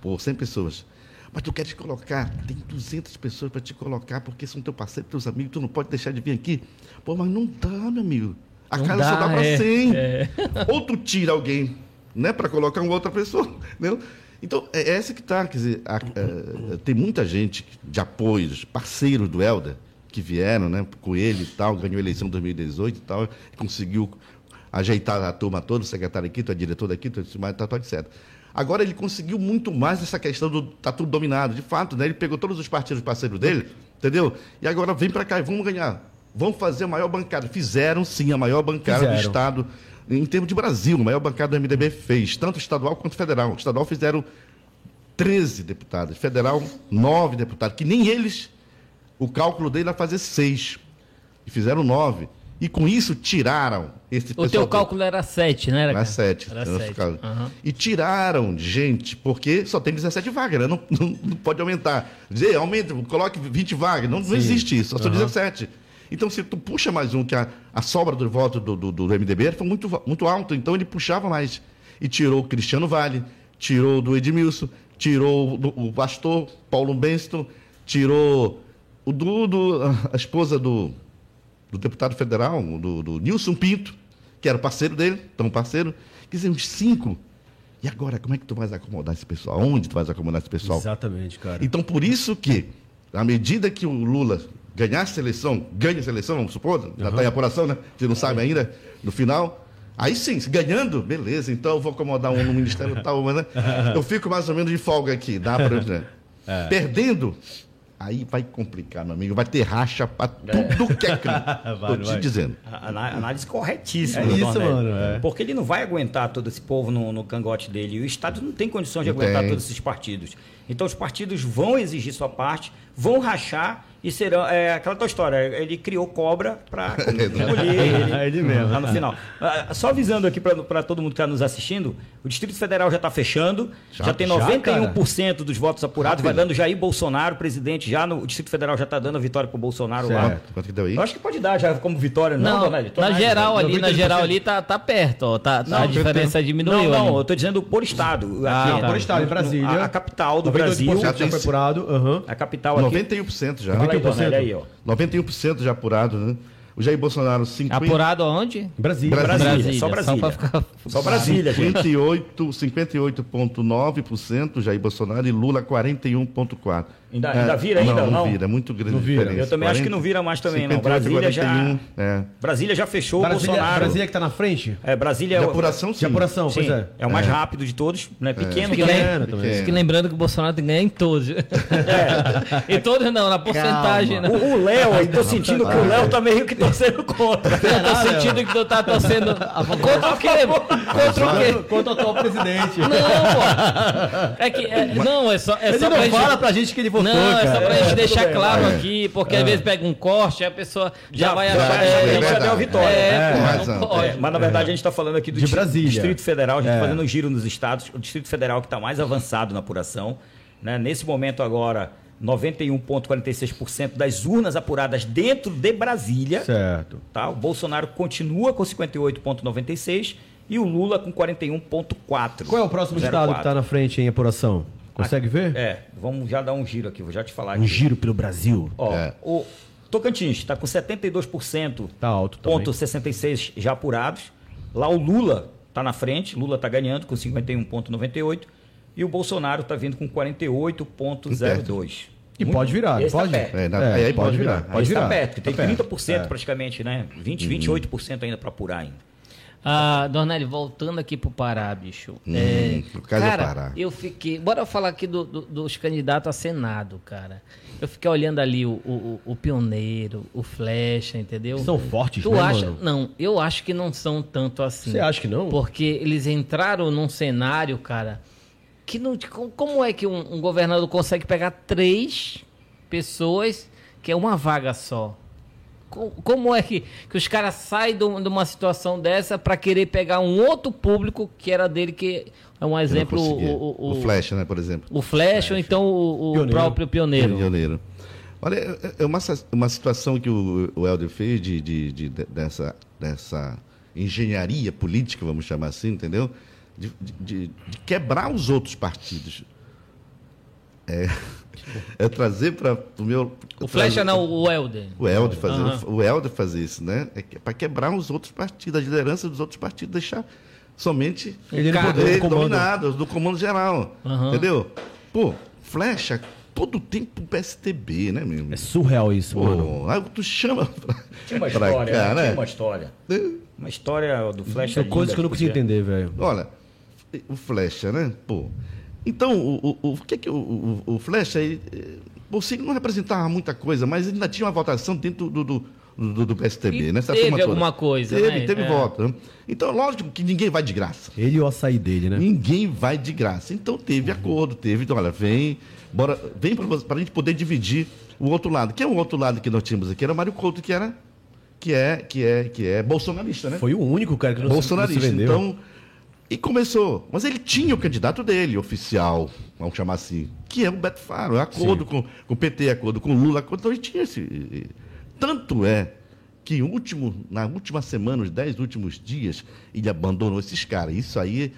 [SPEAKER 4] Por 100 pessoas. Mas tu quer te colocar, tem 200 pessoas para te colocar, porque são teu parceiro, teus amigos, tu não pode deixar de vir aqui. Pô, mas não dá, meu amigo. A
[SPEAKER 2] Não
[SPEAKER 4] casa só
[SPEAKER 2] dá,
[SPEAKER 4] dá para
[SPEAKER 2] é,
[SPEAKER 4] 100. Ou tu tira alguém, né, para colocar uma outra pessoa, entendeu? Então, é essa que tá, quer dizer, a- é, tem muita gente de apoios, parceiros do Helder, que vieram, né, com ele e tal, ganhou a eleição em 2018 e tal, conseguiu ajeitar a turma toda, o secretário aqui, tu é diretor daqui, tu é disso, mais, tal, tal, etc. Agora ele conseguiu muito mais essa questão do tá tudo dominado, de fato, né? Ele pegou todos os partidos parceiros dele, entendeu? E agora vem para cá e vamos ganhar. Vamos fazer a maior bancada. Fizeram sim a maior bancada do
[SPEAKER 5] Fizeram.
[SPEAKER 4] estado Estado, em termos de Brasil, a maior bancada do MDB fez, tanto estadual quanto federal. O estadual fizeram 13 deputados, federal 9 deputados, que nem eles, o cálculo dele era fazer 6, e fizeram 9. E com isso tiraram esse
[SPEAKER 2] O teu cálculo era 7, né?
[SPEAKER 4] era
[SPEAKER 2] cara?
[SPEAKER 4] 7.
[SPEAKER 2] Era 7. Aham.
[SPEAKER 4] E tiraram gente, porque só tem 17 vagas, né? não, não, não pode aumentar. Dizer, aumenta, coloque 20 vagas. Não, não existe isso, só são 17. Então, se tu puxa mais um, que a, a sobra do voto do, do, do MDB foi muito, va- muito alto, então ele puxava mais. E tirou o Cristiano Vale, tirou do Edmilson, tirou o, do- o pastor Paulo Benston, tirou o Dudo, a- a esposa do, do deputado federal, do, do Nilson Pinto, que era parceiro dele, tão parceiro, quer dizer, uns cinco. E agora, como é que tu vais acomodar esse pessoal? Onde tu vais acomodar esse pessoal?
[SPEAKER 1] Exatamente, cara.
[SPEAKER 4] Então, por isso que, à medida que o Lula ganhasse a eleição, ganha a eleição, vamos supor, já está em apuração, né? Você não sabe ainda, no final. Aí sim, se ganhando, beleza, então eu vou acomodar um no ministério tal, mas, né? Eu fico mais ou menos de folga aqui, dá pra. né? Perdendo, aí vai complicar, meu amigo, vai ter racha pra tudo que é canto.
[SPEAKER 1] Vai,
[SPEAKER 4] Tô te
[SPEAKER 1] vai.
[SPEAKER 4] dizendo.
[SPEAKER 3] A- ana- Análise corretíssima.
[SPEAKER 1] É
[SPEAKER 3] do
[SPEAKER 1] isso,
[SPEAKER 3] Dornelli.
[SPEAKER 1] mano, é.
[SPEAKER 3] Porque ele não vai aguentar todo esse povo no, no cangote dele. E o Estado não tem condições de
[SPEAKER 4] Não
[SPEAKER 3] aguentar
[SPEAKER 4] tem.
[SPEAKER 3] todos esses partidos. Então os partidos vão exigir sua parte, vão rachar e serão. É aquela tua história. Ele criou cobra para engolir
[SPEAKER 1] É Ele mesmo.
[SPEAKER 3] Lá no final. Ah, Só avisando aqui para todo mundo que está nos assistindo: o Distrito Federal já está fechando, já,
[SPEAKER 4] Já-
[SPEAKER 3] tem
[SPEAKER 1] já,
[SPEAKER 3] 91% dos votos apurados, vai
[SPEAKER 4] Rápido.
[SPEAKER 3] dando Jair Bolsonaro, presidente, já no o Distrito Federal já está dando a vitória para o Bolsonaro lá.
[SPEAKER 4] Quanto, quanto que deu aí?
[SPEAKER 3] É. Eu acho que pode dar já como vitória, não,
[SPEAKER 2] Não,
[SPEAKER 3] Donelli? Tô
[SPEAKER 2] na geral ali, na
[SPEAKER 4] 93%.
[SPEAKER 2] geral ali tá, tá perto, ó, tá, tá, a
[SPEAKER 4] Não,
[SPEAKER 2] diferença
[SPEAKER 3] Não,
[SPEAKER 2] diminuiu
[SPEAKER 3] não, eu
[SPEAKER 2] ali.
[SPEAKER 3] tô dizendo por estado.
[SPEAKER 2] Ah,
[SPEAKER 3] Aqui,
[SPEAKER 2] tá.
[SPEAKER 1] Por estado, em Brasília.
[SPEAKER 3] A, a capital do
[SPEAKER 1] 98%
[SPEAKER 3] Brasil.
[SPEAKER 4] Já
[SPEAKER 1] já
[SPEAKER 4] tem
[SPEAKER 1] foi
[SPEAKER 4] esse-
[SPEAKER 1] apurado. Tá aham.
[SPEAKER 3] A capital aqui.
[SPEAKER 4] 91% já.
[SPEAKER 3] Fala aí,
[SPEAKER 1] 91%.
[SPEAKER 3] Donelli, aí, ó.
[SPEAKER 4] 91% já apurado, né? O Jair Bolsonaro, 50...
[SPEAKER 2] Apurado aonde?
[SPEAKER 1] Brasília.
[SPEAKER 4] Brasil.
[SPEAKER 3] Brasília, só
[SPEAKER 2] só
[SPEAKER 3] Brasília.
[SPEAKER 2] pra ficar-
[SPEAKER 3] Só Brasília, gente.
[SPEAKER 4] 58, 58,9% Jair Bolsonaro e um Lula 41,4%.
[SPEAKER 3] Ainda- ainda vira ainda,
[SPEAKER 4] Não,
[SPEAKER 3] não?
[SPEAKER 4] vira, é muito grande
[SPEAKER 1] Não vira.
[SPEAKER 4] a diferença.
[SPEAKER 3] Eu também acho que não vira mais também, não. Brasília já-
[SPEAKER 4] É.
[SPEAKER 3] Brasília já fechou o
[SPEAKER 1] Brasília,
[SPEAKER 3] Bolsonaro.
[SPEAKER 1] Brasília que tá na frente?
[SPEAKER 3] É, Brasília é
[SPEAKER 4] De
[SPEAKER 3] o-
[SPEAKER 4] apuração, sim.
[SPEAKER 1] De apuração,
[SPEAKER 3] Sim,
[SPEAKER 1] pois é.
[SPEAKER 3] é o mais rápido de todos, né? Pequeno
[SPEAKER 2] Fica
[SPEAKER 3] também.
[SPEAKER 1] Pequeno
[SPEAKER 4] É.
[SPEAKER 1] também.
[SPEAKER 2] Isso que lembrando que o Bolsonaro tem que ganhar em todos. em todos não, na porcentagem. né?
[SPEAKER 3] é. O o Léo, eu tô sentindo que o Léo tá meio que torcendo contra.
[SPEAKER 2] Eu tô sentindo que tu tá torcendo. Contra o quê? Contra É o quê?
[SPEAKER 1] Quanto ao atual presidente.
[SPEAKER 2] Não, pô. É que. é- não, é só. É
[SPEAKER 1] Ele
[SPEAKER 2] só
[SPEAKER 1] não
[SPEAKER 2] pra gente-
[SPEAKER 1] fala pra gente que ele votou,
[SPEAKER 2] Não, é só
[SPEAKER 1] cara.
[SPEAKER 2] pra gente deixar claro
[SPEAKER 4] É.
[SPEAKER 2] aqui, porque às vezes pega um corte, aí a pessoa já, vai
[SPEAKER 3] já,
[SPEAKER 2] achar.
[SPEAKER 3] vai-
[SPEAKER 2] é,
[SPEAKER 3] já,
[SPEAKER 4] é
[SPEAKER 3] já
[SPEAKER 4] verdade.
[SPEAKER 3] deu a vitória.
[SPEAKER 2] É, pô,
[SPEAKER 4] Mas,
[SPEAKER 2] não
[SPEAKER 4] é,
[SPEAKER 2] pode.
[SPEAKER 3] É, mas na verdade a gente está falando aqui do
[SPEAKER 1] De
[SPEAKER 3] Distri-
[SPEAKER 1] Brasília.
[SPEAKER 3] Distrito Federal, a gente
[SPEAKER 1] É.
[SPEAKER 3] está fazendo um giro nos estados. O Distrito Federal que está mais avançado na apuração. né? Nesse momento agora, 91,46% das urnas apuradas dentro de Brasília.
[SPEAKER 1] Certo.
[SPEAKER 3] Tá? O Bolsonaro continua com 58,96% e um o Lula com 41,4%.
[SPEAKER 1] Qual é o próximo estado que tá na frente em apuração? Consegue ver?
[SPEAKER 3] É, vamos já dar um giro aqui, vou já te falar.
[SPEAKER 1] Um
[SPEAKER 3] Aqui.
[SPEAKER 1] giro pelo Brasil.
[SPEAKER 3] Ó,
[SPEAKER 4] É.
[SPEAKER 3] o Tocantins está com 72%.
[SPEAKER 1] Tá alto também.
[SPEAKER 3] ponto 66 já apurados. Lá o Lula está na frente, Lula está ganhando com 51,98. E o Bolsonaro está vindo com 48,02.
[SPEAKER 1] E pode virar,
[SPEAKER 3] Esse tá
[SPEAKER 1] pode?
[SPEAKER 3] perto.
[SPEAKER 4] É, na- aí pode virar.
[SPEAKER 1] Pode
[SPEAKER 3] Esse tá
[SPEAKER 1] virar.
[SPEAKER 3] perto, que tem
[SPEAKER 1] Tá perto. Uhum.
[SPEAKER 3] 30% praticamente, né? 20, 28% ainda para apurar ainda.
[SPEAKER 2] Ah, Dornelli, voltando aqui pro Pará, bicho.
[SPEAKER 4] Hum,
[SPEAKER 2] É,
[SPEAKER 4] por causa do
[SPEAKER 2] cara,
[SPEAKER 4] Pará.
[SPEAKER 2] eu fiquei. Bora falar aqui do- do- dos candidatos a Senado, cara. Eu fiquei olhando ali o, o, o Pioneiro, o Flecha, entendeu?
[SPEAKER 1] São fortes,
[SPEAKER 2] tu
[SPEAKER 1] né,
[SPEAKER 2] acha?
[SPEAKER 1] mano?
[SPEAKER 2] Não, eu acho que não são tanto assim.
[SPEAKER 1] Você acha que não?
[SPEAKER 2] Porque eles entraram num cenário, cara, que não. com- Como é que um, um governador consegue pegar três pessoas, que é uma vaga só? Co- Como é que, que os caras saem de um- de uma situação dessa pra querer pegar um outro público que era dele, que é um
[SPEAKER 4] Eu não
[SPEAKER 2] exemplo, o,
[SPEAKER 4] consegui.
[SPEAKER 2] o, o-
[SPEAKER 4] o Flecha, né, por exemplo.
[SPEAKER 2] o Flash ou então o, o
[SPEAKER 1] Pioneiro.
[SPEAKER 2] próprio pioneiro.
[SPEAKER 4] Pioneiro. Olha, é- é uma, sa- uma situação que o, o Helder fez de, de- de- de- dessa, dessa engenharia política, vamos chamar assim, entendeu? De, de- de- de quebrar os outros partidos. é, é trazer para o meu.
[SPEAKER 2] O Flecha não, o Helder.
[SPEAKER 4] O Helder fazer,
[SPEAKER 2] Aham.
[SPEAKER 4] o Helder fazer isso, né? É para quebrar os outros partidos, a liderança dos outros partidos, deixar somente
[SPEAKER 2] Ele
[SPEAKER 4] o
[SPEAKER 2] não
[SPEAKER 4] poder
[SPEAKER 1] do comando.
[SPEAKER 4] dominado, do comando geral.
[SPEAKER 2] Aham.
[SPEAKER 4] Entendeu? Pô, flecha todo tempo PSTB, né, meu?
[SPEAKER 5] É surreal isso,
[SPEAKER 4] Pô,
[SPEAKER 5] mano.
[SPEAKER 4] não, aí tu chama pra,
[SPEAKER 3] Tinha uma
[SPEAKER 4] pra
[SPEAKER 3] história,
[SPEAKER 4] cá,
[SPEAKER 3] né?
[SPEAKER 4] né?
[SPEAKER 3] Tinha uma história. Uma história do Flash.
[SPEAKER 5] São coisas que eu não consigo entender, velho.
[SPEAKER 4] Olha, o Flecha, né? Pô. Então, o, o, o que é que o, o, o Flecha, ele, eh, o signo não representava muita coisa, mas ainda tinha uma votação dentro do, do, do, do PSTB,
[SPEAKER 2] E
[SPEAKER 4] né? Essa
[SPEAKER 2] teve
[SPEAKER 4] turma toda.
[SPEAKER 2] alguma coisa,
[SPEAKER 4] Teve,
[SPEAKER 2] né?
[SPEAKER 4] teve
[SPEAKER 2] É.
[SPEAKER 4] voto. né? Então, lógico que ninguém vai de graça.
[SPEAKER 5] Ele ou a sair dele, né?
[SPEAKER 4] Ninguém vai de graça. Então teve acordo, teve, então, olha, vem, bora, vem para a gente poder dividir o outro lado. Que é o outro lado que nós tínhamos aqui era Mário Couto, que era que é que é que é bolsonarista, né?
[SPEAKER 1] Foi o único cara que não se- não se
[SPEAKER 4] bolsonarista.
[SPEAKER 1] vendeu.
[SPEAKER 4] Então, e começou. Mas ele tinha o candidato dele, oficial, vamos chamar assim, que é o Beto Faro. É acordo com, com o PT, acordo com o Lula, acordo, então ele tinha esse. Tanto é que o último, na última semana, os dez últimos dias, ele abandonou esses caras. Isso aí,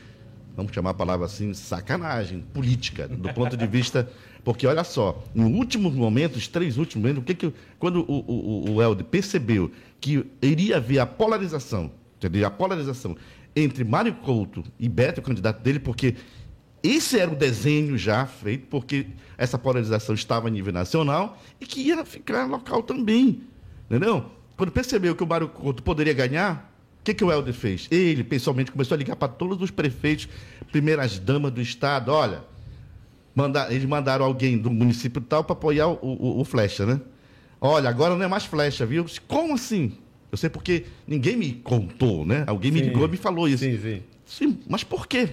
[SPEAKER 4] vamos chamar a palavra assim, sacanagem política, do ponto de vista. Porque olha só, no último momento, os três últimos momentos, o que que, quando o, o, o- o Helder percebeu que iria haver a polarização, entendeu? A polarização entre Mário Couto e Beto, o candidato dele, porque esse era o desenho já feito, porque essa polarização estava a nível nacional e que ia ficar local também. Entendeu? Quando percebeu que o Mário Couto poderia ganhar, o que, que o Helder fez? Ele, pessoalmente, começou a ligar para todos os prefeitos, primeiras damas do Estado, olha, manda- eles mandaram alguém do município tal para apoiar o, o- o Flecha, né? Olha, agora não é mais Flecha, viu? Como assim? Eu sei porque ninguém me contou, né? Alguém me ligou e me falou isso.
[SPEAKER 1] Sim, sim.
[SPEAKER 4] Sim, mas por quê?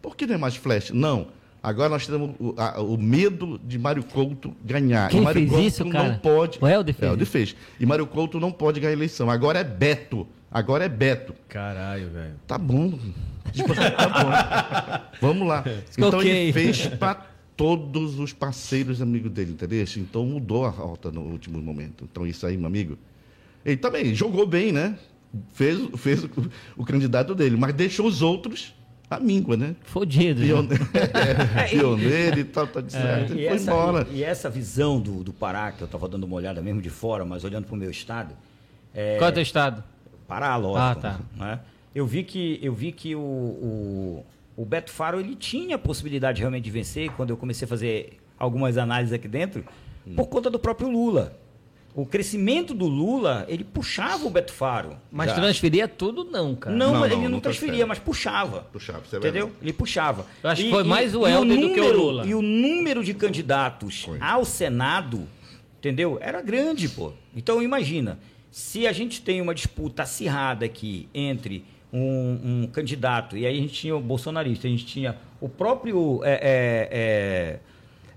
[SPEAKER 4] Por que não é mais flash? Não. Agora nós temos o, a- o medo de Mário Couto ganhar.
[SPEAKER 2] Quem
[SPEAKER 4] e Mário
[SPEAKER 2] fez
[SPEAKER 4] Couto
[SPEAKER 2] isso,
[SPEAKER 4] não
[SPEAKER 2] cara?
[SPEAKER 4] pode. É,
[SPEAKER 2] O Helder fez
[SPEAKER 4] Helder
[SPEAKER 2] isso.
[SPEAKER 4] fez. E Mário Couto não pode ganhar a eleição. Agora é Beto. Agora é Beto.
[SPEAKER 1] Caralho, velho.
[SPEAKER 4] Tá bom. Tipo, tá bom. Vamos lá. Então
[SPEAKER 2] Ok.
[SPEAKER 4] ele fez para todos os parceiros amigos dele, entendeu? Então mudou a rota no último momento. Então isso aí, meu amigo. Ele também jogou bem, né? Fez, fez o, o candidato dele, mas deixou os outros à míngua, né?
[SPEAKER 3] É.
[SPEAKER 2] Fodido. né?
[SPEAKER 4] Pioneiro, pioneiro e tal, tá de certo.
[SPEAKER 3] E
[SPEAKER 4] Ele foi
[SPEAKER 3] essa,
[SPEAKER 4] embora.
[SPEAKER 3] e essa visão do, do Pará, que eu estava dando uma olhada mesmo de fora, mas olhando para o meu estado, é,
[SPEAKER 2] Qual é o teu estado?
[SPEAKER 3] Pará, lógico.
[SPEAKER 2] Ah, tá.
[SPEAKER 3] né? Eu vi que, eu vi que o, o, o Beto Faro ele tinha a possibilidade realmente de vencer quando eu comecei a fazer algumas análises aqui dentro,
[SPEAKER 4] Hum.
[SPEAKER 3] por conta do próprio Lula. O crescimento do Lula, ele puxava o Beto Faro.
[SPEAKER 2] Mas
[SPEAKER 3] Já.
[SPEAKER 2] transferia tudo, não, cara.
[SPEAKER 3] Não,
[SPEAKER 4] Não,
[SPEAKER 3] ele
[SPEAKER 4] não,
[SPEAKER 3] não,
[SPEAKER 4] não
[SPEAKER 3] transferia,
[SPEAKER 4] transfere.
[SPEAKER 3] mas puxava.
[SPEAKER 4] Puxava, isso é
[SPEAKER 3] Entendeu?
[SPEAKER 4] verdade.
[SPEAKER 3] Ele puxava.
[SPEAKER 2] Eu acho que foi mais o Helder do que o
[SPEAKER 3] número-
[SPEAKER 2] Lula.
[SPEAKER 3] E o número de candidatos ao Senado, entendeu? Era grande, pô. Então imagina, se a gente tem uma disputa acirrada aqui entre um, um candidato, e aí a gente tinha o bolsonarista, a gente tinha o próprio. é, é, é,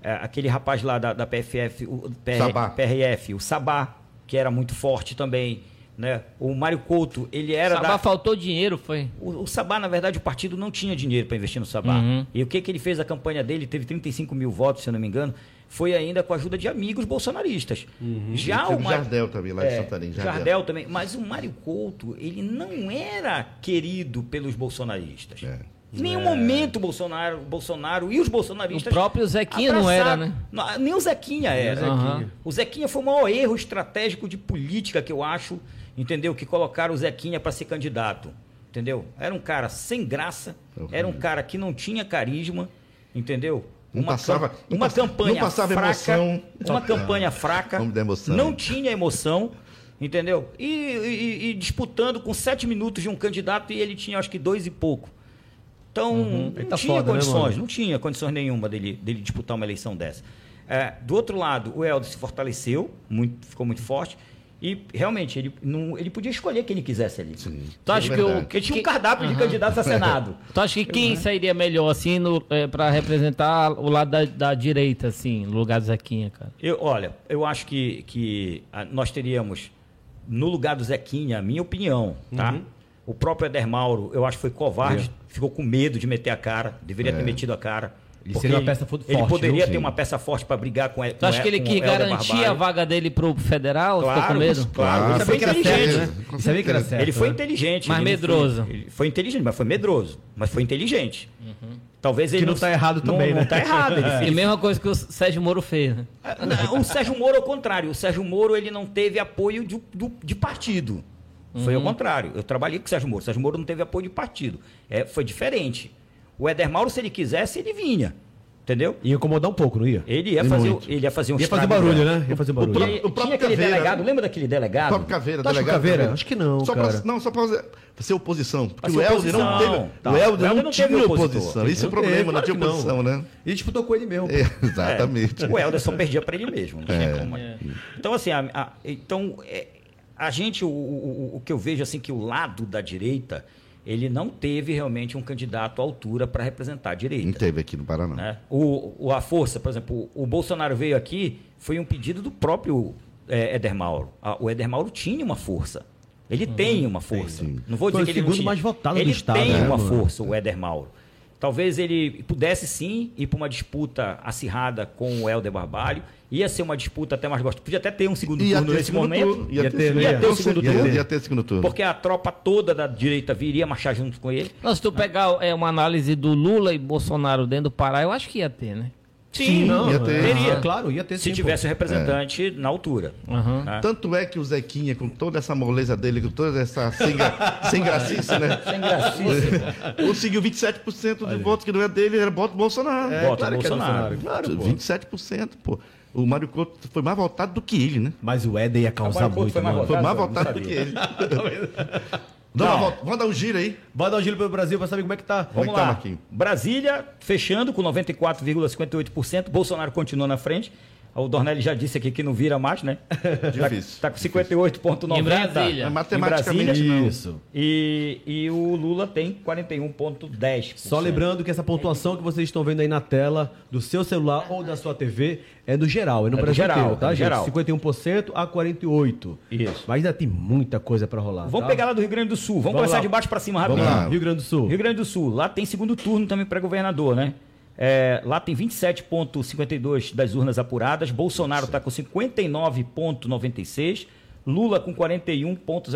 [SPEAKER 3] é, aquele rapaz lá da, da PFF, o PR,
[SPEAKER 4] Sabá.
[SPEAKER 3] PRF, o Sabá, que era muito forte também. Né? O Mário Couto, ele era
[SPEAKER 2] Sabá
[SPEAKER 3] da,
[SPEAKER 2] faltou dinheiro, foi.
[SPEAKER 3] o, o Sabá, na verdade, o partido não tinha dinheiro para investir no Sabá.
[SPEAKER 2] Uhum.
[SPEAKER 3] E o que, que ele fez? A campanha dele teve 35 mil votos, se eu não me engano. Foi ainda com a ajuda de amigos bolsonaristas. Já
[SPEAKER 4] Teve
[SPEAKER 3] Ah, o É, Mário-
[SPEAKER 4] Jardel também, lá de Santarém,
[SPEAKER 3] Jardel.
[SPEAKER 4] Jardel.
[SPEAKER 3] também. Mas o Mário Couto, ele não era querido pelos bolsonaristas.
[SPEAKER 4] É.
[SPEAKER 3] Em nenhum momento o Bolsonaro, o Bolsonaro e os bolsonaristas.
[SPEAKER 2] O próprio Zequinha não era, né?
[SPEAKER 3] Não, nem o Zequinha era.
[SPEAKER 2] Zequinha.
[SPEAKER 3] O Zequinha foi o maior erro estratégico de política que eu acho, entendeu? Que colocaram o Zequinha para ser candidato, entendeu? Era um cara sem graça,
[SPEAKER 4] É
[SPEAKER 3] era um cara que não tinha carisma, entendeu?
[SPEAKER 4] Não passava-
[SPEAKER 3] cam-
[SPEAKER 4] não
[SPEAKER 3] uma
[SPEAKER 4] passa-
[SPEAKER 3] campanha
[SPEAKER 4] não passava
[SPEAKER 3] fraca,
[SPEAKER 4] emoção. Ah,
[SPEAKER 3] uma campanha fraca,
[SPEAKER 4] Nome da emoção.
[SPEAKER 3] não tinha emoção, entendeu? E, e- e disputando com sete minutos de um candidato e ele tinha acho que dois e pouco. Então, não
[SPEAKER 1] tá
[SPEAKER 3] tinha
[SPEAKER 1] foda, né,
[SPEAKER 3] condições,
[SPEAKER 1] mano?
[SPEAKER 3] não tinha condições nenhuma dele, dele disputar uma eleição dessa. É, do outro lado, o Helder se fortaleceu, muito- ficou muito forte, e realmente ele, não, ele podia escolher quem ele quisesse ali.
[SPEAKER 2] Tu acha que o.
[SPEAKER 4] verdade.
[SPEAKER 3] Porque tinha um cardápio de candidatos a Senado.
[SPEAKER 2] Tu acha que quem sairia melhor, assim, no, eh, pra representar o lado da, da direita, assim, no lugar do Zequinha, cara?
[SPEAKER 3] Eu, olha, eu acho que, que ah, nós teríamos, no lugar do Zequinha, a minha opinião, tá? O próprio Eder Mauro, eu acho que foi covarde, ficou com medo de meter a cara, deveria ter metido a cara.
[SPEAKER 5] Ele
[SPEAKER 3] porque
[SPEAKER 5] seria uma peça fo-
[SPEAKER 3] Ele
[SPEAKER 5] forte,
[SPEAKER 3] poderia
[SPEAKER 5] viu?
[SPEAKER 3] ter
[SPEAKER 5] Sim.
[SPEAKER 3] uma peça forte para brigar é com ele.
[SPEAKER 2] Tu acha que ele que garantia a vaga dele pro federal? Ficou com
[SPEAKER 3] Claro,
[SPEAKER 2] medo?
[SPEAKER 3] claro.
[SPEAKER 1] é
[SPEAKER 4] Ah,
[SPEAKER 3] Ele foi
[SPEAKER 4] com certeza,
[SPEAKER 3] inteligente. né?
[SPEAKER 4] com
[SPEAKER 1] né?
[SPEAKER 5] Ele sabia que era
[SPEAKER 4] certeza.
[SPEAKER 5] certo.
[SPEAKER 3] Ele foi
[SPEAKER 5] né?
[SPEAKER 3] inteligente.
[SPEAKER 2] Mas
[SPEAKER 3] ele não
[SPEAKER 2] medroso.
[SPEAKER 3] Foi, ele foi inteligente, mas foi medroso. Mas foi inteligente. Talvez ele
[SPEAKER 1] Que não tá errado também,
[SPEAKER 3] não,
[SPEAKER 1] né?
[SPEAKER 3] Não tá errado. Ele
[SPEAKER 2] É a mesma coisa que o Sérgio Moro fez, né?
[SPEAKER 3] Não, Ah, O Sérgio Moro, ao contrário, o Sérgio Moro ele não teve apoio de, do- de partido. Foi ao contrário. Eu trabalhei com o Sérgio Moro. O Sérgio Moro não teve apoio de partido. É, foi diferente. O Éder Mauro, se ele quisesse, ele vinha. Entendeu?
[SPEAKER 1] Ia incomodar um pouco, não ia?
[SPEAKER 3] Ele ia,
[SPEAKER 4] E
[SPEAKER 3] fazer, o-
[SPEAKER 4] muito.
[SPEAKER 3] ele ia fazer um
[SPEAKER 1] Ia fazer
[SPEAKER 3] estrago
[SPEAKER 1] barulho,
[SPEAKER 3] grande.
[SPEAKER 1] né? Ia fazer barulho.
[SPEAKER 3] E aí,
[SPEAKER 4] O próprio
[SPEAKER 3] tinha aquele
[SPEAKER 4] Caveira,
[SPEAKER 3] delegado,
[SPEAKER 4] né?
[SPEAKER 3] lembra daquele delegado?
[SPEAKER 4] Top Caveira,
[SPEAKER 1] Tu acha que o
[SPEAKER 4] delegado.
[SPEAKER 1] Caveira? Acho que não,
[SPEAKER 4] só
[SPEAKER 1] cara.
[SPEAKER 4] Pra, não, só pra, fazer- pra ser oposição. Porque
[SPEAKER 3] Pra ser
[SPEAKER 4] o Helder não
[SPEAKER 3] oposição,
[SPEAKER 4] teve.
[SPEAKER 3] tá.
[SPEAKER 4] O
[SPEAKER 3] O
[SPEAKER 4] Helder
[SPEAKER 3] Helder
[SPEAKER 4] não,
[SPEAKER 3] não
[SPEAKER 4] tinha
[SPEAKER 3] teve opositor.
[SPEAKER 4] oposição. Isso é o
[SPEAKER 1] Não teve,
[SPEAKER 4] problema, não
[SPEAKER 1] claro
[SPEAKER 4] tinha
[SPEAKER 1] que não.
[SPEAKER 4] oposição, né?
[SPEAKER 1] Ele disputou com ele mesmo.
[SPEAKER 4] É,
[SPEAKER 3] É,
[SPEAKER 4] Exatamente.
[SPEAKER 3] O Helder só perdia para ele mesmo. Não tinha como. Então, assim, a, a- então, é, a gente, o, o, o que eu vejo, assim, que o lado da direita, ele não teve realmente um candidato à altura para representar a direita.
[SPEAKER 4] Não teve aqui no Paraná.
[SPEAKER 3] né? O, o- a força, por exemplo, o Bolsonaro veio aqui, foi um pedido do próprio é, Éder Mauro. A- o Eder Mauro tinha uma força. Ele tem uma força.
[SPEAKER 4] sim.
[SPEAKER 3] Não vou
[SPEAKER 1] Hum, Foi
[SPEAKER 3] dizer
[SPEAKER 1] o
[SPEAKER 3] que ele não
[SPEAKER 1] segundo
[SPEAKER 3] tinha.
[SPEAKER 1] mais votado do
[SPEAKER 3] ele
[SPEAKER 1] estado,
[SPEAKER 3] tem
[SPEAKER 1] né,
[SPEAKER 3] uma
[SPEAKER 1] mano?
[SPEAKER 3] força, o Éder Mauro. Talvez ele pudesse sim ir para uma disputa acirrada com o Helder Barbalho. Ia ser uma disputa até mais gostosa. Podia até ter um segundo
[SPEAKER 4] Ia
[SPEAKER 3] turno
[SPEAKER 4] ter
[SPEAKER 3] nesse
[SPEAKER 4] segundo
[SPEAKER 3] momento.
[SPEAKER 4] turno, Ia
[SPEAKER 1] ter, né?
[SPEAKER 3] ia ter o
[SPEAKER 4] Com
[SPEAKER 3] segundo
[SPEAKER 4] certeza,
[SPEAKER 3] turno.
[SPEAKER 4] Ia ter segundo turno.
[SPEAKER 3] Porque a tropa toda da direita viria marchar junto com ele.
[SPEAKER 2] Não, se tu pegar é, uma análise do Lula e Bolsonaro dentro do Pará, eu acho que ia ter, né?
[SPEAKER 1] Sim, não,
[SPEAKER 4] ia ter.
[SPEAKER 1] teria. claro, ia ter
[SPEAKER 3] Se
[SPEAKER 1] sim, pô. É.
[SPEAKER 3] tivesse o representante na altura.
[SPEAKER 2] Aham.
[SPEAKER 3] né?
[SPEAKER 4] Tanto é que o Zequinha, com toda essa moleza dele, com toda essa sem, gra... sem gracice, né? Sem gracice. Conseguiu 27% dos votos que não é dele, era voto do Bolsonaro.
[SPEAKER 3] Bota o
[SPEAKER 1] que é
[SPEAKER 3] Bolsonaro.
[SPEAKER 1] Claro, pô.
[SPEAKER 4] 27%, pô. O Mário Couto foi mais votado do que ele, né?
[SPEAKER 1] Mas o Éder ia causar
[SPEAKER 3] Agora, pô,
[SPEAKER 1] muito, né?
[SPEAKER 3] foi mais
[SPEAKER 1] mano.
[SPEAKER 4] Foi mais
[SPEAKER 3] Não
[SPEAKER 4] votado do
[SPEAKER 3] sabia.
[SPEAKER 4] que ele. Dá uma volta- Vamos dar um giro aí.
[SPEAKER 1] Vai dar um giro pro Brasil pra saber como é que tá.
[SPEAKER 4] Vamos
[SPEAKER 3] Vamos
[SPEAKER 4] lá,
[SPEAKER 3] lá.
[SPEAKER 4] Marquinhos.
[SPEAKER 3] Brasília fechando com 94,58%. Bolsonaro continua na frente. O Dornelli já disse aqui que não vira mais, né?
[SPEAKER 4] Difícil.
[SPEAKER 3] Está com 58,90%.
[SPEAKER 2] Em Brasília.
[SPEAKER 3] Em
[SPEAKER 4] Matematicamente,
[SPEAKER 3] Brasília.
[SPEAKER 4] não.
[SPEAKER 1] Isso.
[SPEAKER 3] E, e o Lula tem 41,10%.
[SPEAKER 1] Só lembrando que essa pontuação que vocês estão vendo aí na tela do seu celular ou da sua TV é no geral, é no
[SPEAKER 3] É do
[SPEAKER 1] Brasil
[SPEAKER 3] geral,
[SPEAKER 1] inteiro,
[SPEAKER 3] é
[SPEAKER 1] tá,
[SPEAKER 3] do
[SPEAKER 1] gente?
[SPEAKER 3] geral.
[SPEAKER 1] 51% a 48%.
[SPEAKER 3] Isso.
[SPEAKER 1] Mas ainda tem muita coisa pra rolar.
[SPEAKER 3] Vamos
[SPEAKER 1] tá?
[SPEAKER 3] pegar lá do Rio Grande do Sul. Vamos,
[SPEAKER 1] Vamos
[SPEAKER 3] começar
[SPEAKER 1] lá.
[SPEAKER 3] de baixo para cima
[SPEAKER 1] Vamos
[SPEAKER 3] rapidinho.
[SPEAKER 1] lá, Ah, Rio Grande do Sul.
[SPEAKER 3] Rio Grande do Sul, lá tem segundo turno também para governador, né? É, lá tem 27,52 das urnas apuradas, Bolsonaro está com 59,96, Lula com
[SPEAKER 1] O Sul é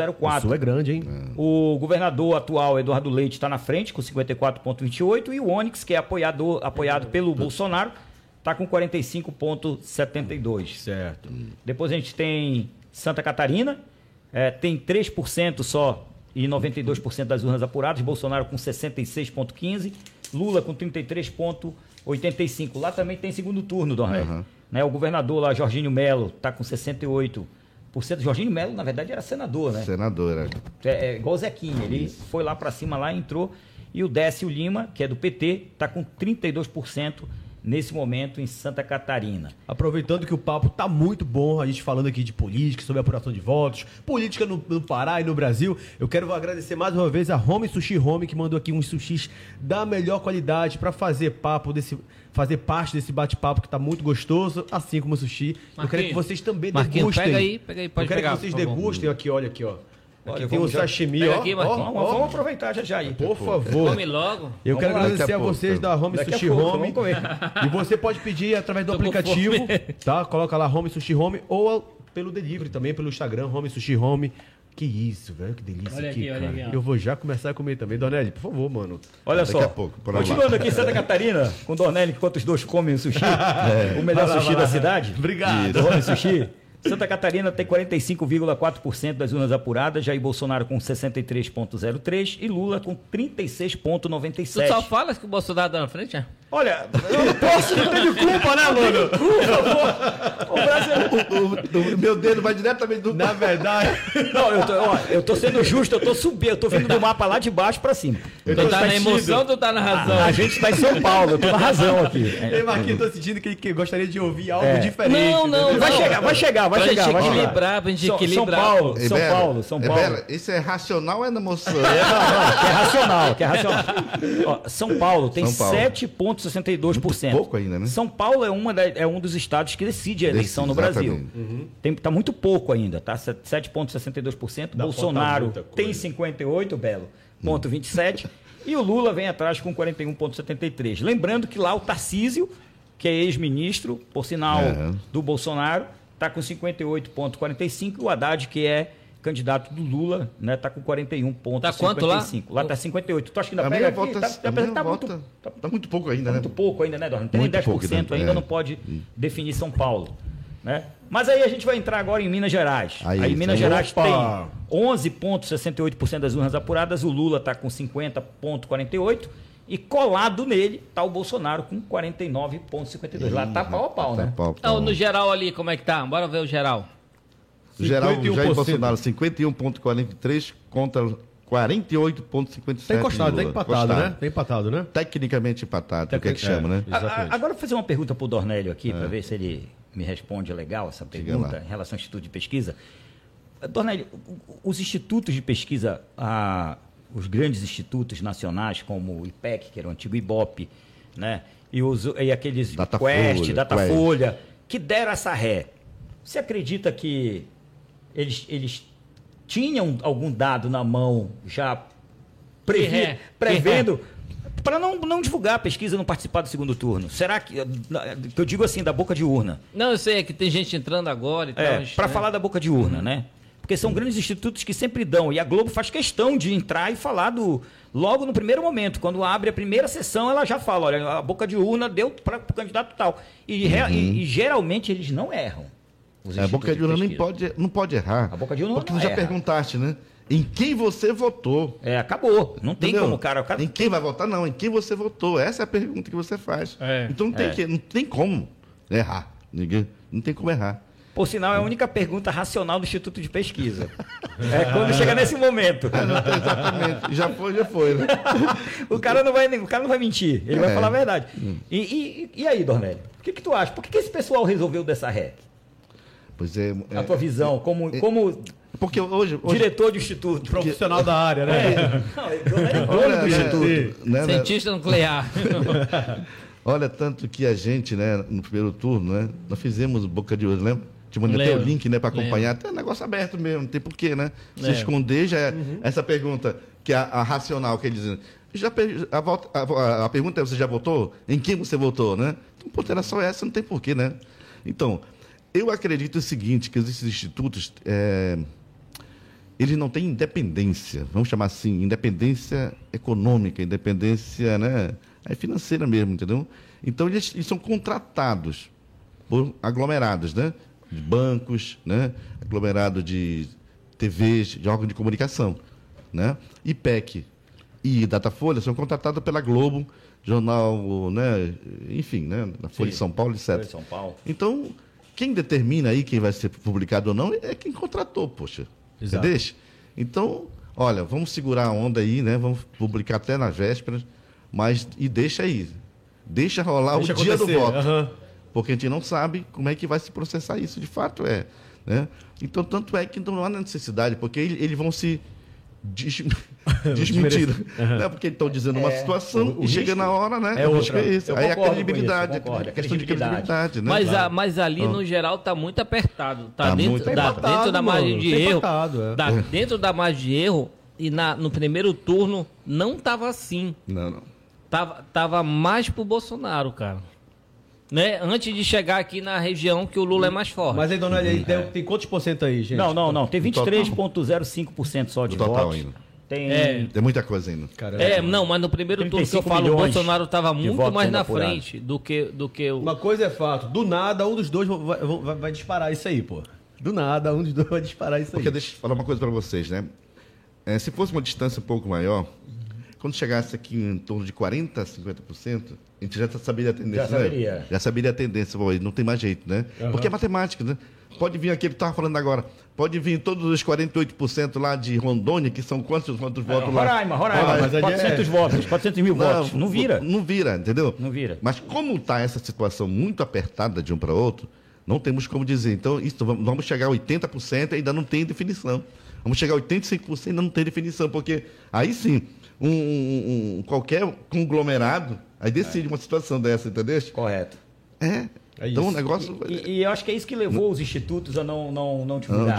[SPEAKER 3] 41,04.
[SPEAKER 1] grande, hein?
[SPEAKER 3] O governador atual, Eduardo Leite, está na frente com 54,28 e o Onyx, que é apoiador, apoiado pelo Bolsonaro, está com 45,72.
[SPEAKER 1] Certo.
[SPEAKER 3] Depois a gente tem Santa Catarina, eh, tem 3% só e 92% das urnas apuradas. Bolsonaro com 66,15%, Lula com 33,85%. Lá também tem segundo turno, Dornel. Né, o governador lá, Jorginho Melo, está com 68%. Jorginho Melo, na verdade, era senador, né?
[SPEAKER 4] Senadora.
[SPEAKER 3] É, é igual o Zequinha, ele foi lá pra cima, lá entrou. E o Décio Lima, que é do PT, tá com 32% nesse momento em Santa Catarina.
[SPEAKER 1] Aproveitando que o papo tá muito bom, a gente falando aqui de política, sobre apuração de votos, política no, no Pará e no Brasil, eu quero agradecer mais uma vez a Home Sushi Home, que mandou aqui uns sushis da melhor qualidade pra fazer papo desse. fazer parte desse bate-papo que tá muito gostoso, assim como o sushi. eu quero
[SPEAKER 2] Marquinhos,
[SPEAKER 1] que vocês também
[SPEAKER 2] Marquinhos,
[SPEAKER 1] degustem.
[SPEAKER 2] pega aí, pega aí, pode
[SPEAKER 1] Eu quero
[SPEAKER 2] pegar,
[SPEAKER 1] que vocês
[SPEAKER 2] por favor.
[SPEAKER 1] degustem aqui, olha aqui, ó. Aqui
[SPEAKER 3] Olha,
[SPEAKER 1] tem um
[SPEAKER 3] vamos já-
[SPEAKER 1] sashimi,
[SPEAKER 2] Pega
[SPEAKER 1] ó.
[SPEAKER 2] aqui,
[SPEAKER 1] Ó,
[SPEAKER 2] Marquinhos.
[SPEAKER 1] ó,
[SPEAKER 3] Então, vamos aproveitar já já aí.
[SPEAKER 1] Por favor.
[SPEAKER 2] Come logo.
[SPEAKER 1] Eu quero
[SPEAKER 4] Vamos lá,
[SPEAKER 1] agradecer
[SPEAKER 4] daqui a
[SPEAKER 1] a
[SPEAKER 4] pouco.
[SPEAKER 1] vocês da Home
[SPEAKER 3] Daqui a
[SPEAKER 1] Sushi
[SPEAKER 3] pouco,
[SPEAKER 1] Home.
[SPEAKER 3] vamos comer.
[SPEAKER 1] E você pode pedir através do
[SPEAKER 2] Tô com
[SPEAKER 1] aplicativo,
[SPEAKER 2] fome.
[SPEAKER 1] tá? Coloca lá Home Sushi Home ou pelo delivery também, pelo Instagram, Home Sushi Home. Que isso, velho, que delícia
[SPEAKER 2] Olha
[SPEAKER 1] aqui,
[SPEAKER 2] aqui, olha
[SPEAKER 1] cara.
[SPEAKER 2] aqui, ó.
[SPEAKER 1] Eu vou já começar a comer também. Donelli, por favor, mano.
[SPEAKER 3] Olha
[SPEAKER 4] Daqui
[SPEAKER 3] só.
[SPEAKER 4] a pouco, por lá.
[SPEAKER 3] Continuando aqui em Santa Catarina, com Dornelli, enquanto os dois comem o sushi,
[SPEAKER 4] É.
[SPEAKER 3] o melhor
[SPEAKER 1] Vai lá,
[SPEAKER 3] sushi
[SPEAKER 1] vai
[SPEAKER 3] da
[SPEAKER 1] lá.
[SPEAKER 3] cidade.
[SPEAKER 1] Obrigado.
[SPEAKER 3] Do Rony Sushi. Santa Catarina tem 45,4% das urnas apuradas, Jair Bolsonaro com 63,03% e Lula com
[SPEAKER 2] Tu só
[SPEAKER 3] 36,97%.
[SPEAKER 2] falas que o Bolsonaro tá na frente, é?
[SPEAKER 3] Olha, eu não posso, não teve culpa, né, mano? Culpa, pô. O é brasileiro...
[SPEAKER 4] O- o- o meu dedo vai diretamente do.
[SPEAKER 1] Na verdade,
[SPEAKER 3] Não, eu tô, ó, eu tô sendo justo, eu tô subindo, eu tô vindo do mapa lá de baixo pra cima.
[SPEAKER 2] Tu tá na emoção ou tu tá na razão?
[SPEAKER 3] A gente tá em São Paulo, eu tô na razão aqui.
[SPEAKER 1] eu Marquinhos tô sentindo que ele que- gostaria de ouvir algo
[SPEAKER 3] É.
[SPEAKER 1] diferente.
[SPEAKER 2] Não, não,
[SPEAKER 1] entendeu?
[SPEAKER 3] Vai
[SPEAKER 2] não.
[SPEAKER 3] chegar, vai chegar, vai
[SPEAKER 2] Pra
[SPEAKER 3] chegar.
[SPEAKER 2] gente
[SPEAKER 3] vai chegar.
[SPEAKER 2] equilibrar, pra gente
[SPEAKER 3] São-
[SPEAKER 2] equilibrar.
[SPEAKER 3] São Paulo,
[SPEAKER 4] É
[SPEAKER 3] São
[SPEAKER 4] Bela,
[SPEAKER 3] Paulo, São
[SPEAKER 4] é
[SPEAKER 3] Paulo.
[SPEAKER 4] Bela, Isso é racional ou é na moção?
[SPEAKER 3] Não, que é racional, que é racional. Ó, São Paulo tem
[SPEAKER 4] São Paulo.
[SPEAKER 3] 7,62%.
[SPEAKER 4] Muito pouco ainda, né?
[SPEAKER 3] São Paulo é, uma da- é um dos estados que decide a eleição no
[SPEAKER 4] Decide,
[SPEAKER 3] Brasil.
[SPEAKER 4] exatamente.
[SPEAKER 1] Uhum.
[SPEAKER 3] Tem, tá muito pouco ainda, tá? 7,62%.
[SPEAKER 1] Dá pra botar
[SPEAKER 3] Bolsonaro
[SPEAKER 1] muita coisa.
[SPEAKER 3] tem 58, Belo, ponto 27. E o Lula vem atrás com 41,73. Lembrando que lá o Tarcísio, que é ex-ministro, por sinal, tá
[SPEAKER 4] É.
[SPEAKER 3] do Bolsonaro, está com 58,45 e o Haddad, que é candidato do Lula, né, tá com 41,55.
[SPEAKER 2] Tá quanto lá?
[SPEAKER 3] Lá tá 58. Tu acha que
[SPEAKER 4] A
[SPEAKER 3] ainda
[SPEAKER 4] minha
[SPEAKER 3] pega aqui?
[SPEAKER 4] volta,
[SPEAKER 3] Tá,
[SPEAKER 4] a
[SPEAKER 3] tá,
[SPEAKER 4] minha
[SPEAKER 3] tá muito,
[SPEAKER 4] volta
[SPEAKER 3] tá-
[SPEAKER 4] tá muito pouco ainda, né?
[SPEAKER 3] muito pouco ainda, né, Eduardo? Não tem nem
[SPEAKER 4] Muito
[SPEAKER 3] 10%
[SPEAKER 4] pouco, Eduardo,
[SPEAKER 3] ainda,
[SPEAKER 4] é.
[SPEAKER 3] não pode definir São Paulo. Né? Mas aí a gente vai entrar agora em Minas Gerais.
[SPEAKER 4] Aí,
[SPEAKER 3] Aí, Minas
[SPEAKER 4] aí.
[SPEAKER 3] Gerais
[SPEAKER 1] Opa!
[SPEAKER 3] tem 11,68% das urnas apuradas, o Lula está com 50,48%. E colado nele está o Bolsonaro com 49,52. Lá tá pau a pau,
[SPEAKER 4] Tá
[SPEAKER 3] né?
[SPEAKER 4] pau,
[SPEAKER 2] Não,
[SPEAKER 4] pau.
[SPEAKER 2] Então, no geral ali, como é que tá? Bora ver o geral.
[SPEAKER 4] Geral,
[SPEAKER 1] 51%.
[SPEAKER 4] Jair Bolsonaro, 51,43 contra 48,57.
[SPEAKER 1] Tá encostado,
[SPEAKER 4] Lula.
[SPEAKER 1] tá empatado,
[SPEAKER 4] Encostado.
[SPEAKER 1] né? Tá empatado, né?
[SPEAKER 4] Tecnicamente empatado, o que é que
[SPEAKER 1] Tecnic-
[SPEAKER 4] chama,
[SPEAKER 1] é.
[SPEAKER 4] né?
[SPEAKER 3] A- a-
[SPEAKER 1] Exatamente.
[SPEAKER 3] Agora eu vou fazer uma pergunta para o Dornélio aqui, para ver se ele me responde legal essa pergunta
[SPEAKER 4] lá.
[SPEAKER 3] em relação ao Instituto de Pesquisa. Dornélio, o- os institutos de pesquisa, ah, os grandes institutos nacionais como o IPEC, que era o antigo IBOP, né? e, os, e aqueles
[SPEAKER 4] Datafolha,
[SPEAKER 3] Quest, Datafolha, que deram essa ré, você acredita que eles, eles tinham algum dado na mão já previ-
[SPEAKER 2] Que ré,
[SPEAKER 3] prevendo para não, não divulgar a pesquisa e não participar do segundo turno? Será que. eh, que eu digo assim, da boca de urna.
[SPEAKER 2] Não, eu sei, é que tem gente entrando agora e tal.
[SPEAKER 3] É,
[SPEAKER 2] gente,
[SPEAKER 3] para
[SPEAKER 2] né?
[SPEAKER 3] falar da boca de urna, né? Porque são grandes institutos que sempre dão. E a Globo faz questão de entrar e falar do. Logo no primeiro momento, quando abre a primeira sessão, ela já fala: olha, a boca de urna deu para o candidato tal. E, rea- e- e geralmente eles não erram. os
[SPEAKER 4] Uhum. É, a boca
[SPEAKER 3] institutos
[SPEAKER 4] de urna nem
[SPEAKER 3] pesquisa.
[SPEAKER 4] pode, não pode errar.
[SPEAKER 3] A boca de urna
[SPEAKER 4] Porque
[SPEAKER 3] não
[SPEAKER 4] tu já
[SPEAKER 3] erra.
[SPEAKER 4] perguntaste, né? Em quem você votou?
[SPEAKER 3] É, acabou. Não tem
[SPEAKER 4] Entendeu?
[SPEAKER 3] como, cara. O cara
[SPEAKER 4] Em quem vai votar, não. Em quem você votou? Essa é a pergunta que você faz.
[SPEAKER 2] É,
[SPEAKER 4] então não tem,
[SPEAKER 3] é.
[SPEAKER 4] que, não tem como errar. Ninguém, não tem como errar.
[SPEAKER 3] Por sinal, é a única pergunta racional do Instituto de Pesquisa. É quando chega nesse momento.
[SPEAKER 4] Exatamente. Já foi, já foi, né?
[SPEAKER 3] O cara não vai, o cara não vai mentir, ele vai
[SPEAKER 4] É.
[SPEAKER 3] falar a verdade. E, e- e aí, Dornélio? O que, que tu acha? Por que, que esse pessoal resolveu dessa ré?
[SPEAKER 4] Pois é.
[SPEAKER 3] A
[SPEAKER 4] é,
[SPEAKER 3] tua visão, como, como
[SPEAKER 4] Porque hoje. hoje
[SPEAKER 3] diretor de instituto.
[SPEAKER 1] Profissional da área, né?
[SPEAKER 3] Não, ele é dono
[SPEAKER 4] olha,
[SPEAKER 3] do
[SPEAKER 4] né,
[SPEAKER 3] instituto.
[SPEAKER 4] né, né,
[SPEAKER 2] Cientista nuclear.
[SPEAKER 4] Olha, tanto que a gente, né, no primeiro turno, né, nós fizemos boca de ouro, lembra? Te mandei até o
[SPEAKER 2] Lembro,
[SPEAKER 4] link, né, para
[SPEAKER 2] lembro.
[SPEAKER 4] acompanhar. Até negócio aberto mesmo, não tem porquê, né? Se
[SPEAKER 2] Lembro.
[SPEAKER 4] esconder já é
[SPEAKER 2] Uhum.
[SPEAKER 4] essa pergunta, que é a, a racional, que eles dizem. Já per- a, volta- a- a pergunta é: você já votou? Em quem você votou, né? Então, pô, era só essa, não tem porquê, né? Então, eu acredito o seguinte: que esses institutos. é, eles não têm independência, vamos chamar assim, independência econômica, independência né, é financeira mesmo, entendeu? Então, eles, eles são contratados por aglomerados, né? De bancos, né? Aglomerado de TVs, de órgãos de comunicação, né? IPEC e Datafolha são contratados pela Globo, jornal, né? Enfim, né? Da Folha de São Paulo, etc.
[SPEAKER 3] São Paulo.
[SPEAKER 4] Então, quem determina aí quem vai ser publicado ou não é quem contratou, poxa.
[SPEAKER 1] Exato.
[SPEAKER 4] Entendeste? Então, olha, vamos segurar a onda aí, né? Vamos publicar até nas vésperas, mas e deixa aí. Deixa rolar
[SPEAKER 1] Deixa
[SPEAKER 4] o dia do
[SPEAKER 1] acontecer,
[SPEAKER 4] voto.
[SPEAKER 1] aham.
[SPEAKER 4] Porque a gente não sabe como é que vai se processar isso, de fato é. Né? Então, tanto é que não há necessidade, porque ele- eles vão se des- desmentir. Né? Porque eles estão dizendo
[SPEAKER 2] É.
[SPEAKER 4] uma situação
[SPEAKER 3] o- o
[SPEAKER 4] e chega
[SPEAKER 3] risco
[SPEAKER 4] na hora, né?
[SPEAKER 3] é
[SPEAKER 4] O
[SPEAKER 3] outra.
[SPEAKER 4] risco é esse.
[SPEAKER 3] Eu
[SPEAKER 4] Aí a
[SPEAKER 3] concordo com isso,
[SPEAKER 4] credibilidade,
[SPEAKER 3] concordo,
[SPEAKER 4] a questão de
[SPEAKER 3] credibilidade.
[SPEAKER 4] credibilidade. Né?
[SPEAKER 2] mas, a-
[SPEAKER 4] Claro.
[SPEAKER 2] mas ali, no geral, tá muito apertado. Tá,
[SPEAKER 4] Tá
[SPEAKER 2] dentro,
[SPEAKER 4] muito
[SPEAKER 2] tá
[SPEAKER 4] apertado.
[SPEAKER 2] dentro da
[SPEAKER 1] Tá
[SPEAKER 2] margem
[SPEAKER 1] empatado,
[SPEAKER 2] de
[SPEAKER 1] mano, tá
[SPEAKER 2] erro.
[SPEAKER 1] empatado, é.
[SPEAKER 2] Tá dentro da margem de erro. E na- no primeiro turno, não tava assim.
[SPEAKER 4] Não, não.
[SPEAKER 2] Tava, tava mais pro Bolsonaro, cara. Né? Antes de chegar aqui na região que o Lula é mais forte.
[SPEAKER 1] Mas aí, dona Olha, aí, deu- tem quantos por cento aí, gente?
[SPEAKER 3] Não, não, não. Tem
[SPEAKER 4] No total.
[SPEAKER 3] 23,05% só de
[SPEAKER 4] No total
[SPEAKER 3] votos.
[SPEAKER 4] ainda.
[SPEAKER 3] Tem.
[SPEAKER 2] É.
[SPEAKER 4] Tem muita coisa ainda.
[SPEAKER 1] Cara, né?
[SPEAKER 2] É, não, mas no primeiro turno que eu
[SPEAKER 3] 35
[SPEAKER 2] falo, o
[SPEAKER 3] milhões
[SPEAKER 2] Bolsonaro tava
[SPEAKER 3] de
[SPEAKER 2] muito
[SPEAKER 3] votos
[SPEAKER 2] mais
[SPEAKER 3] ainda
[SPEAKER 2] na
[SPEAKER 3] apurados.
[SPEAKER 2] frente do que, do que o.
[SPEAKER 1] Uma coisa é fato, do nada um dos dois vai, vai- vai disparar isso aí, pô. Do nada um dos dois vai disparar isso
[SPEAKER 4] Porque
[SPEAKER 1] aí.
[SPEAKER 4] deixa eu falar uma coisa para vocês, né? É, se fosse uma distância um pouco maior, quando chegasse aqui em torno de 40% a 50%, a gente já saberia a tendência.
[SPEAKER 3] Já saberia.
[SPEAKER 4] Né? Já saberia a tendência, pô, não tem mais jeito, né? Porque é matemática, né? Pode vir aquele que estava falando agora, pode vir todos os 48% lá de Rondônia, que são quantos, quantos votos lá?
[SPEAKER 3] Roraima, Roraima.
[SPEAKER 4] Ah, mas aí é-
[SPEAKER 3] 400 votos, 400 mil votos. Não vira.
[SPEAKER 4] Não vira, entendeu?
[SPEAKER 3] Não vira.
[SPEAKER 4] Mas como está essa situação muito apertada de um para outro, não temos como dizer. Então, isso, vamos vamos chegar a 80% e ainda não tem definição. Vamos chegar a 85% e ainda não tem definição, porque aí sim, um, um- um- qualquer conglomerado aí
[SPEAKER 3] É.
[SPEAKER 4] decide uma situação dessa, entendeu?
[SPEAKER 3] Correto.
[SPEAKER 4] É.
[SPEAKER 1] É
[SPEAKER 4] então
[SPEAKER 1] isso.
[SPEAKER 4] o negócio.
[SPEAKER 3] E, e eu acho que é isso que levou os institutos a não, não,
[SPEAKER 4] Não
[SPEAKER 3] não divulgar.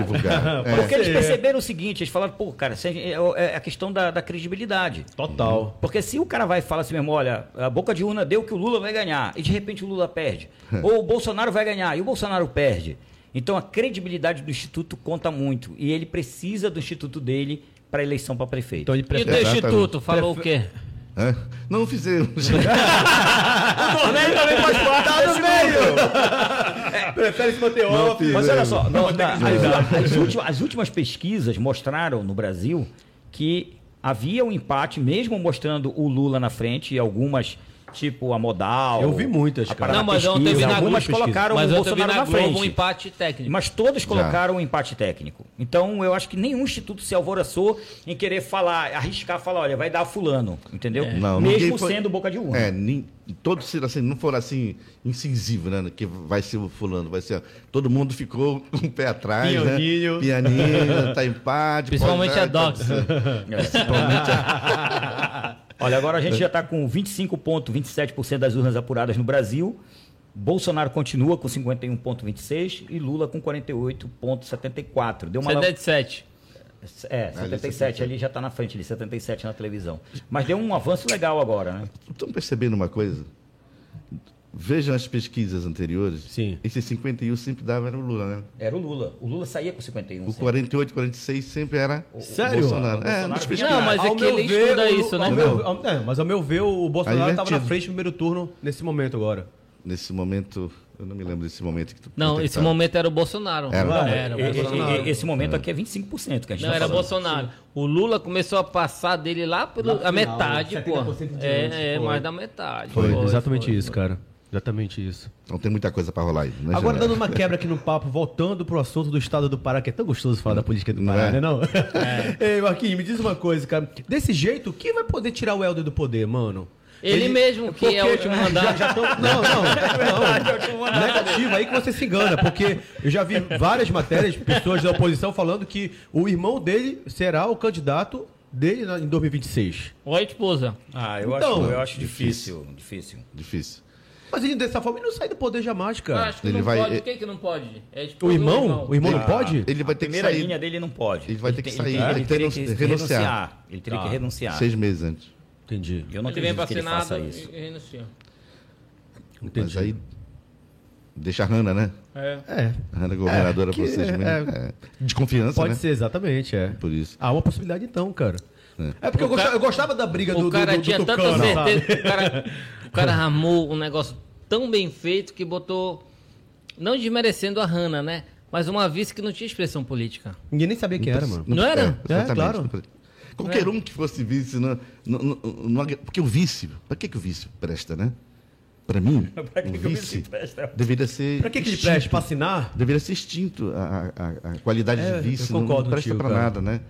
[SPEAKER 4] divulgar. É.
[SPEAKER 3] Porque eles
[SPEAKER 1] É.
[SPEAKER 3] perceberam o seguinte, eles falaram, pô, cara, se a gente- é é a questão da, da credibilidade.
[SPEAKER 1] Total.
[SPEAKER 3] Porque se o cara vai e fala assim mesmo, olha, a boca de
[SPEAKER 4] É.
[SPEAKER 3] urna deu que o Lula vai ganhar, e de repente o Lula perde. Ou o Bolsonaro vai ganhar, e o Bolsonaro perde. Então a credibilidade do Instituto conta muito. E ele precisa do Instituto dele para eleição para prefeito.
[SPEAKER 1] Então ele
[SPEAKER 2] E o
[SPEAKER 1] prefere.
[SPEAKER 2] teu
[SPEAKER 4] Exatamente.
[SPEAKER 2] instituto falou o quê?
[SPEAKER 4] Hã? é. Não fizemos.
[SPEAKER 3] Torneio Ah, também faz parte desse grupo.
[SPEAKER 1] Prefere se manter
[SPEAKER 4] Não
[SPEAKER 1] off.
[SPEAKER 4] fiz.
[SPEAKER 3] Mas olha só,
[SPEAKER 1] Não,
[SPEAKER 3] nós-
[SPEAKER 1] tem que
[SPEAKER 3] as, as últimas, as últimas pesquisas mostraram no Brasil que havia um empate, mesmo mostrando o Lula na frente, e algumas, tipo a Modal.
[SPEAKER 1] Eu vi muitas,
[SPEAKER 3] a
[SPEAKER 1] cara.
[SPEAKER 3] Paraná
[SPEAKER 2] Não, mas ontem eu
[SPEAKER 3] Pesquisa,
[SPEAKER 2] vi na
[SPEAKER 3] Algumas
[SPEAKER 1] Globo pesquisa.
[SPEAKER 3] colocaram
[SPEAKER 2] Mas eu
[SPEAKER 3] o
[SPEAKER 2] vi
[SPEAKER 3] Bolsonaro
[SPEAKER 2] na
[SPEAKER 3] na
[SPEAKER 2] Globo
[SPEAKER 3] frente.
[SPEAKER 2] um empate técnico.
[SPEAKER 3] Mas todos colocaram um empate técnico. Então, eu acho que nenhum instituto se alvoroçou em querer falar, arriscar falar, olha, vai dar fulano, entendeu?
[SPEAKER 4] Não, ninguém
[SPEAKER 3] Mesmo
[SPEAKER 4] foi-
[SPEAKER 3] sendo boca de urna.
[SPEAKER 4] É, nem, todo ser assim, não foram assim incisivo, né? Que vai ser o fulano, vai ser. Todo mundo ficou com o pé atrás.
[SPEAKER 1] Pianinho.
[SPEAKER 4] Né? Pianinho, tá empate.
[SPEAKER 2] Principalmente
[SPEAKER 4] pode tá, dar,
[SPEAKER 2] a Dox.
[SPEAKER 3] Olha, agora a gente já está com 25,27% das urnas apuradas no Brasil. Bolsonaro continua com 51,26% e Lula com 48,74%. Deu uma alav-
[SPEAKER 2] 77.
[SPEAKER 3] É, 77
[SPEAKER 4] 77.
[SPEAKER 3] ali já está na frente, ali, 77 na televisão. Mas deu um avanço legal agora, né?
[SPEAKER 4] Estão percebendo uma coisa? Vejam as pesquisas anteriores.
[SPEAKER 1] Sim.
[SPEAKER 4] Esse 51 sempre dava era o Lula, né?
[SPEAKER 3] Era o Lula. O Lula saía com 51.
[SPEAKER 4] O
[SPEAKER 3] sempre.
[SPEAKER 4] 48, 46 sempre era o
[SPEAKER 1] Sério?
[SPEAKER 4] Bolsonaro.
[SPEAKER 3] O
[SPEAKER 4] É,
[SPEAKER 3] Bolsonaro
[SPEAKER 4] nas
[SPEAKER 3] vinha-
[SPEAKER 4] pesquisas.
[SPEAKER 2] Não, mas é
[SPEAKER 1] Ao
[SPEAKER 2] que
[SPEAKER 1] meu
[SPEAKER 2] ele
[SPEAKER 1] ver,
[SPEAKER 2] estuda
[SPEAKER 1] o-
[SPEAKER 2] isso, né?
[SPEAKER 1] ao meu- ao- é, mas ao meu ver, o Bolsonaro
[SPEAKER 4] Aí
[SPEAKER 1] estava na
[SPEAKER 4] invertido.
[SPEAKER 1] frente no primeiro turno, nesse momento agora.
[SPEAKER 4] Nesse momento, eu não me lembro desse momento que tu
[SPEAKER 2] Não,
[SPEAKER 4] tu
[SPEAKER 2] esse
[SPEAKER 4] tá-
[SPEAKER 2] momento era o Bolsonaro.
[SPEAKER 4] Era.
[SPEAKER 2] Não,
[SPEAKER 4] Não,
[SPEAKER 2] era, o
[SPEAKER 3] E- e-
[SPEAKER 2] Bolsonaro.
[SPEAKER 3] e- Esse momento aqui é 25% que a gente
[SPEAKER 2] Não,
[SPEAKER 3] tá
[SPEAKER 2] era
[SPEAKER 3] falando.
[SPEAKER 2] Bolsonaro. O Lula começou a passar dele lá pela
[SPEAKER 1] Lá final,
[SPEAKER 2] a metade, pô.
[SPEAKER 1] 70% de antes,
[SPEAKER 2] É, é
[SPEAKER 1] foi.
[SPEAKER 2] mais da metade.
[SPEAKER 4] Foi,
[SPEAKER 1] Exatamente isso, cara. Exatamente isso.
[SPEAKER 4] Então tem muita coisa pra rolar aí. né,
[SPEAKER 1] Agora,
[SPEAKER 4] Geraldo?
[SPEAKER 1] dando uma quebra aqui no papo, voltando pro assunto do estado do Pará, que é tão gostoso falar da política do
[SPEAKER 4] Não
[SPEAKER 1] Pará,
[SPEAKER 4] é?
[SPEAKER 1] né? Não?
[SPEAKER 2] É.
[SPEAKER 1] Ei, Marquinhos, me diz uma coisa, cara. Desse jeito, quem vai poder tirar o Helder do poder, mano?
[SPEAKER 2] Ele mesmo, que é o último
[SPEAKER 1] Já,
[SPEAKER 2] mandato.
[SPEAKER 1] já tão- não,
[SPEAKER 2] é
[SPEAKER 1] não, não. Negativo, aí que você se engana, porque eu já vi várias matérias, pessoas da oposição falando que o irmão dele será o candidato dele na- em 2026.
[SPEAKER 2] Oi, esposa.
[SPEAKER 3] Ah, eu,
[SPEAKER 1] Então,
[SPEAKER 3] acho, eu acho difícil, difícil.
[SPEAKER 4] Difícil.
[SPEAKER 1] Mas ele dessa forma ele não sai do poder jamais, cara.
[SPEAKER 2] Acho que
[SPEAKER 4] É, ele
[SPEAKER 2] não
[SPEAKER 4] vai-
[SPEAKER 2] pode. O que que não pode? É a
[SPEAKER 1] O
[SPEAKER 2] esposa ou
[SPEAKER 1] irmão? O
[SPEAKER 4] Ah.
[SPEAKER 1] irmão não pode?
[SPEAKER 4] Ele vai ter que
[SPEAKER 3] a primeira
[SPEAKER 4] sair
[SPEAKER 3] linha dele não pode.
[SPEAKER 4] Ele vai ter que
[SPEAKER 3] te-
[SPEAKER 4] sair,
[SPEAKER 3] ah,
[SPEAKER 4] ele tem
[SPEAKER 3] teria
[SPEAKER 4] que renunciar.
[SPEAKER 3] Ele teria que
[SPEAKER 1] Tá.
[SPEAKER 3] renunciar.
[SPEAKER 4] seis meses antes.
[SPEAKER 1] Entendi.
[SPEAKER 3] Eu não
[SPEAKER 2] Ele vem
[SPEAKER 3] acredito
[SPEAKER 2] pra
[SPEAKER 3] que ele faça
[SPEAKER 2] Senado
[SPEAKER 3] isso.
[SPEAKER 2] e e renuncia.
[SPEAKER 4] Mas aí. Deixa a Hanna, né?
[SPEAKER 2] É.
[SPEAKER 1] É,
[SPEAKER 4] A Hanna governadora
[SPEAKER 1] que
[SPEAKER 4] pra vocês
[SPEAKER 1] é-
[SPEAKER 4] mesmo.
[SPEAKER 1] é-
[SPEAKER 4] É, De confiança,
[SPEAKER 1] pode
[SPEAKER 4] né?
[SPEAKER 1] ser, exatamente, é.
[SPEAKER 4] Por isso.
[SPEAKER 1] Há uma possibilidade então, cara. É, porque eu,
[SPEAKER 2] O cara-
[SPEAKER 1] gostava, eu gostava da briga É do,
[SPEAKER 2] O
[SPEAKER 1] do, do,
[SPEAKER 2] cara
[SPEAKER 1] do
[SPEAKER 2] tinha tanta
[SPEAKER 1] Tucano,
[SPEAKER 2] certeza.
[SPEAKER 1] sabe?
[SPEAKER 2] que O cara, o cara ramou um negócio tão bem feito que botou. Não desmerecendo a Hanna, né? Mas uma vice que não tinha expressão política.
[SPEAKER 1] Ninguém nem sabia quem era, mano.
[SPEAKER 2] Não era?
[SPEAKER 4] É,
[SPEAKER 1] É, claro. É.
[SPEAKER 4] exatamente. Qualquer um que fosse vice. Não, não- não- não- porque o vice. Pra que, que o vice presta, né? Pra mim,
[SPEAKER 3] Pra que
[SPEAKER 4] o
[SPEAKER 3] que o
[SPEAKER 4] vice
[SPEAKER 3] vice presta?
[SPEAKER 4] deveria ser.
[SPEAKER 1] Pra que, que ele
[SPEAKER 4] extinto.
[SPEAKER 1] presta? Pra assinar?
[SPEAKER 4] Deveria ser extinto a, a- a- a qualidade
[SPEAKER 1] É, eu
[SPEAKER 4] de vice. não,
[SPEAKER 1] concordo
[SPEAKER 4] não presta
[SPEAKER 1] contigo,
[SPEAKER 4] pra
[SPEAKER 1] cara.
[SPEAKER 4] nada, né?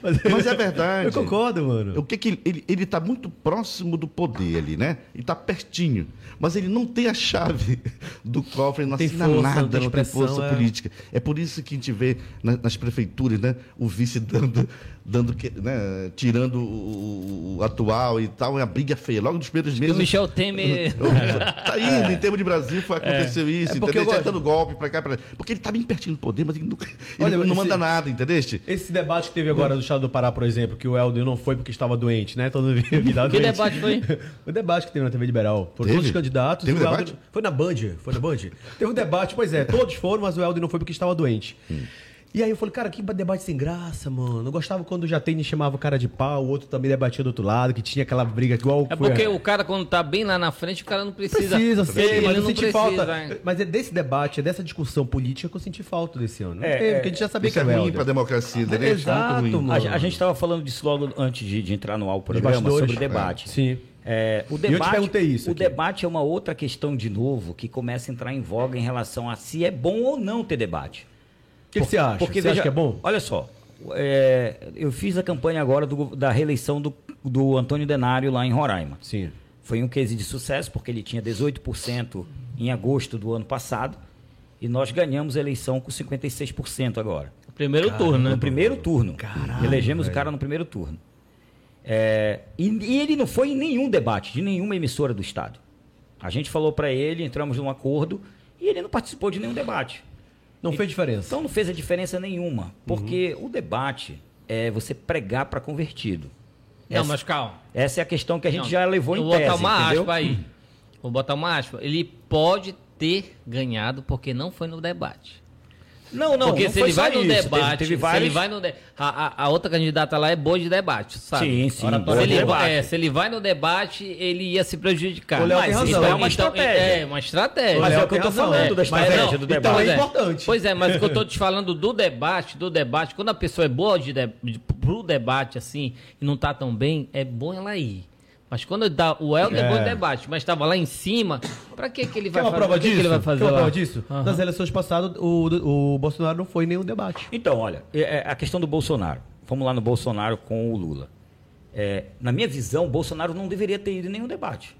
[SPEAKER 1] Mas,
[SPEAKER 4] Mas é verdade.
[SPEAKER 1] Eu concordo, mano.
[SPEAKER 4] É O que que ele, ele está muito próximo do poder ali, né? Ele está pertinho, mas ele não tem a chave do cofre, ele não
[SPEAKER 1] Tem
[SPEAKER 4] assina
[SPEAKER 1] força,
[SPEAKER 4] nada,
[SPEAKER 1] não tem
[SPEAKER 4] não tem
[SPEAKER 1] expressão,
[SPEAKER 4] força
[SPEAKER 1] é.
[SPEAKER 4] política. É por isso que a gente vê na- nas prefeituras, né, o vice dando, dando que- né, tirando o, o- o atual e tal, é uma briga feia. Logo nos primeiros
[SPEAKER 2] E
[SPEAKER 4] meses.
[SPEAKER 2] o Michel Temer.
[SPEAKER 4] Tá indo, em termos de Brasil, foi, aconteceu isso,
[SPEAKER 1] É porque eu
[SPEAKER 4] entendeu? Ele tá
[SPEAKER 1] gosto-
[SPEAKER 4] dando golpe pra cá, pra lá. Porque ele tá bem pertinho do poder, mas ele não, ele
[SPEAKER 1] Olha,
[SPEAKER 4] não
[SPEAKER 1] esse-
[SPEAKER 4] manda nada, entendeste?
[SPEAKER 1] Esse debate que teve agora do Estado do Pará, por exemplo, que o Helder não foi porque estava doente, né? Todo mundo viu que estava
[SPEAKER 2] Que
[SPEAKER 1] doente.
[SPEAKER 2] debate foi?
[SPEAKER 1] O debate que teve na TV Liberal. Foram
[SPEAKER 4] Teve?
[SPEAKER 1] todos os candidatos.
[SPEAKER 4] Teve
[SPEAKER 1] e o
[SPEAKER 4] debate?
[SPEAKER 1] Helder- Foi na Band, foi na Band. Teve um debate, pois é, todos foram, mas o Helder não foi porque estava doente. E aí eu falei, cara, que debate sem graça, mano. Eu gostava quando o Jatene chamava o cara de pau, o outro também debatia do outro lado, que tinha aquela briga igual
[SPEAKER 2] É
[SPEAKER 1] foi a-
[SPEAKER 2] porque o cara, quando tá bem lá na frente, o cara não precisa.
[SPEAKER 1] Precisa
[SPEAKER 2] ele
[SPEAKER 1] ser, mas eu
[SPEAKER 2] não
[SPEAKER 1] senti
[SPEAKER 2] precisa,
[SPEAKER 1] falta.
[SPEAKER 2] hein?
[SPEAKER 1] Mas é desse debate, é dessa discussão política que eu senti falta desse ano. Não
[SPEAKER 3] É,
[SPEAKER 1] teve,
[SPEAKER 3] é.
[SPEAKER 1] porque a gente já sabia
[SPEAKER 4] Isso
[SPEAKER 1] que
[SPEAKER 4] é
[SPEAKER 1] era o
[SPEAKER 4] ruim pra
[SPEAKER 1] Helder.
[SPEAKER 4] democracia, entendeu? Isso é muito
[SPEAKER 1] Exato,
[SPEAKER 4] ruim.
[SPEAKER 1] mano.
[SPEAKER 3] A, a gente estava falando disso logo antes de, de entrar no ar o programa,
[SPEAKER 1] bastidores.
[SPEAKER 3] sobre o debate.
[SPEAKER 1] Sim.
[SPEAKER 3] É, o
[SPEAKER 1] te
[SPEAKER 3] debate,
[SPEAKER 1] perguntei isso
[SPEAKER 3] O
[SPEAKER 1] aqui.
[SPEAKER 3] debate é uma outra questão de novo que começa a entrar em voga em relação a se é bom ou não ter debate.
[SPEAKER 1] O que, que você acha?
[SPEAKER 3] Porque,
[SPEAKER 1] você
[SPEAKER 3] veja,
[SPEAKER 1] acha que é bom?
[SPEAKER 3] Olha só, é, eu fiz a campanha agora do- da reeleição do, do Antônio Denário lá em Roraima.
[SPEAKER 1] Sim.
[SPEAKER 3] Foi um case de sucesso, porque ele tinha 18% em agosto do ano passado e nós ganhamos a eleição com 56% agora.
[SPEAKER 2] Primeiro turno, né?
[SPEAKER 3] No primeiro turno. Elegemos o cara no primeiro turno. É, e, e ele não foi em nenhum debate de nenhuma emissora do Estado. A gente falou pra ele, entramos num acordo e ele não participou de nenhum debate.
[SPEAKER 1] Não fez diferença.
[SPEAKER 3] Então não fez a diferença nenhuma, porque
[SPEAKER 2] Uhum.
[SPEAKER 3] o debate é você pregar pra convertido.
[SPEAKER 2] Não,
[SPEAKER 3] Essa,
[SPEAKER 2] mas calma.
[SPEAKER 3] essa é a questão que a gente
[SPEAKER 2] Não,
[SPEAKER 3] já levou
[SPEAKER 2] eu
[SPEAKER 3] em
[SPEAKER 2] vou
[SPEAKER 3] tese,
[SPEAKER 2] botar uma
[SPEAKER 3] entendeu?
[SPEAKER 2] aspa aí. Vou botar uma aspa. Ele pode ter ganhado porque não foi no debate.
[SPEAKER 3] Não, não,
[SPEAKER 2] porque
[SPEAKER 3] não
[SPEAKER 2] se
[SPEAKER 3] foi
[SPEAKER 2] ele
[SPEAKER 3] só
[SPEAKER 2] vai no
[SPEAKER 3] isso. Teve-
[SPEAKER 2] debate,
[SPEAKER 3] teve
[SPEAKER 2] se ele
[SPEAKER 3] vários-
[SPEAKER 2] vai no de- a, a- a outra candidata lá é boa de debate, sabe?
[SPEAKER 3] Sim, sim,
[SPEAKER 2] Ora,
[SPEAKER 3] boa
[SPEAKER 2] se,
[SPEAKER 3] de
[SPEAKER 2] ele,
[SPEAKER 3] debate.
[SPEAKER 2] é, se ele vai no debate, ele ia se prejudicar. então,
[SPEAKER 1] O Léo tem razão,
[SPEAKER 3] é uma estratégia.
[SPEAKER 2] é uma estratégia.
[SPEAKER 3] Mas
[SPEAKER 1] Léo
[SPEAKER 3] é o que
[SPEAKER 1] tem
[SPEAKER 3] eu tô
[SPEAKER 1] razão,
[SPEAKER 3] falando
[SPEAKER 1] é.
[SPEAKER 3] da
[SPEAKER 1] Mas
[SPEAKER 3] estratégia
[SPEAKER 1] não,
[SPEAKER 3] do
[SPEAKER 1] então
[SPEAKER 3] debate.
[SPEAKER 1] é
[SPEAKER 2] Pois
[SPEAKER 1] importante.
[SPEAKER 2] Pois é, mas o que eu tô te falando do debate, do debate, quando a pessoa é boa de, de, pro debate, assim, e não tá tão bem, é bom ela ir. Mas quando dá, o Helder é bom de debate, mas tava lá em cima, pra que que ele
[SPEAKER 1] Quer
[SPEAKER 2] vai
[SPEAKER 1] uma
[SPEAKER 2] fazer?
[SPEAKER 1] prova
[SPEAKER 2] o que que
[SPEAKER 1] disso?
[SPEAKER 2] ele vai fazer
[SPEAKER 1] Quer uma
[SPEAKER 2] lá?
[SPEAKER 1] prova disso?
[SPEAKER 2] Aham.
[SPEAKER 1] Nas eleições passadas, o, o Bolsonaro não foi em nenhum debate.
[SPEAKER 3] Então, olha, é- é a questão do Bolsonaro. Vamos lá no Bolsonaro com o Lula. É, na minha visão, o Bolsonaro não deveria ter ido em nenhum debate.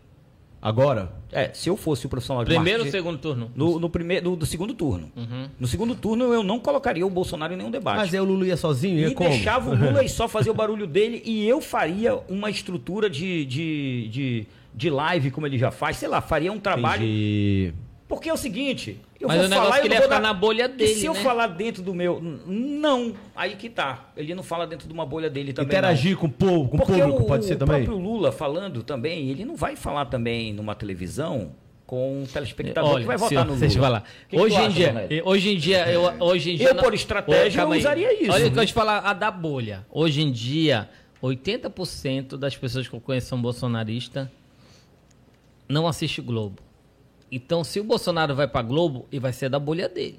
[SPEAKER 1] Agora?
[SPEAKER 3] É, se eu fosse o profissional de
[SPEAKER 2] Primeiro ou
[SPEAKER 3] marketing-
[SPEAKER 2] segundo turno?
[SPEAKER 3] No, no primeiro, no, do segundo turno. No segundo turno, eu não colocaria o Bolsonaro em nenhum debate.
[SPEAKER 1] Uhum. Mas aí o Lula ia sozinho? Ia
[SPEAKER 3] E
[SPEAKER 1] como?
[SPEAKER 3] deixava o Lula e só fazia o barulho dele e eu faria uma estrutura de, de, de, de live, como ele já faz, sei lá, faria um trabalho.
[SPEAKER 1] Entendi.
[SPEAKER 3] Porque é o seguinte, eu
[SPEAKER 2] Mas
[SPEAKER 3] vou
[SPEAKER 2] o negócio
[SPEAKER 3] falar
[SPEAKER 2] é que ele
[SPEAKER 3] eu não
[SPEAKER 2] ia
[SPEAKER 3] vou
[SPEAKER 2] ficar
[SPEAKER 3] dar-
[SPEAKER 2] na bolha
[SPEAKER 3] Porque
[SPEAKER 2] dele,
[SPEAKER 3] se eu
[SPEAKER 2] né?
[SPEAKER 3] falar dentro do meu. N- Não, aí que tá. Ele não fala dentro de uma bolha dele também.
[SPEAKER 1] Interagir com o povo, com
[SPEAKER 3] não.
[SPEAKER 1] o
[SPEAKER 3] Porque
[SPEAKER 1] público,
[SPEAKER 3] o,
[SPEAKER 1] pode ser
[SPEAKER 3] o
[SPEAKER 1] também?
[SPEAKER 3] próprio Lula falando também, ele não vai falar também numa televisão com um telespectador
[SPEAKER 2] Olha,
[SPEAKER 3] que vai
[SPEAKER 2] se-
[SPEAKER 3] votar no Lula.
[SPEAKER 2] deixa eu falar.
[SPEAKER 3] O que que
[SPEAKER 2] hoje,
[SPEAKER 3] tu
[SPEAKER 2] em
[SPEAKER 3] acha,
[SPEAKER 2] dia,
[SPEAKER 3] Ronelli?
[SPEAKER 2] hoje em dia, eu, hoje em dia.
[SPEAKER 3] Eu,
[SPEAKER 2] na-
[SPEAKER 3] por estratégia,
[SPEAKER 2] Olha, calma
[SPEAKER 3] eu usaria isso. né?
[SPEAKER 2] Olha o que eu te falar, a da bolha. Hoje em dia, 80% das pessoas que eu conheço são bolsonaristas não assiste Globo. Então, se o Bolsonaro vai pra Globo, ele vai ser da bolha dele.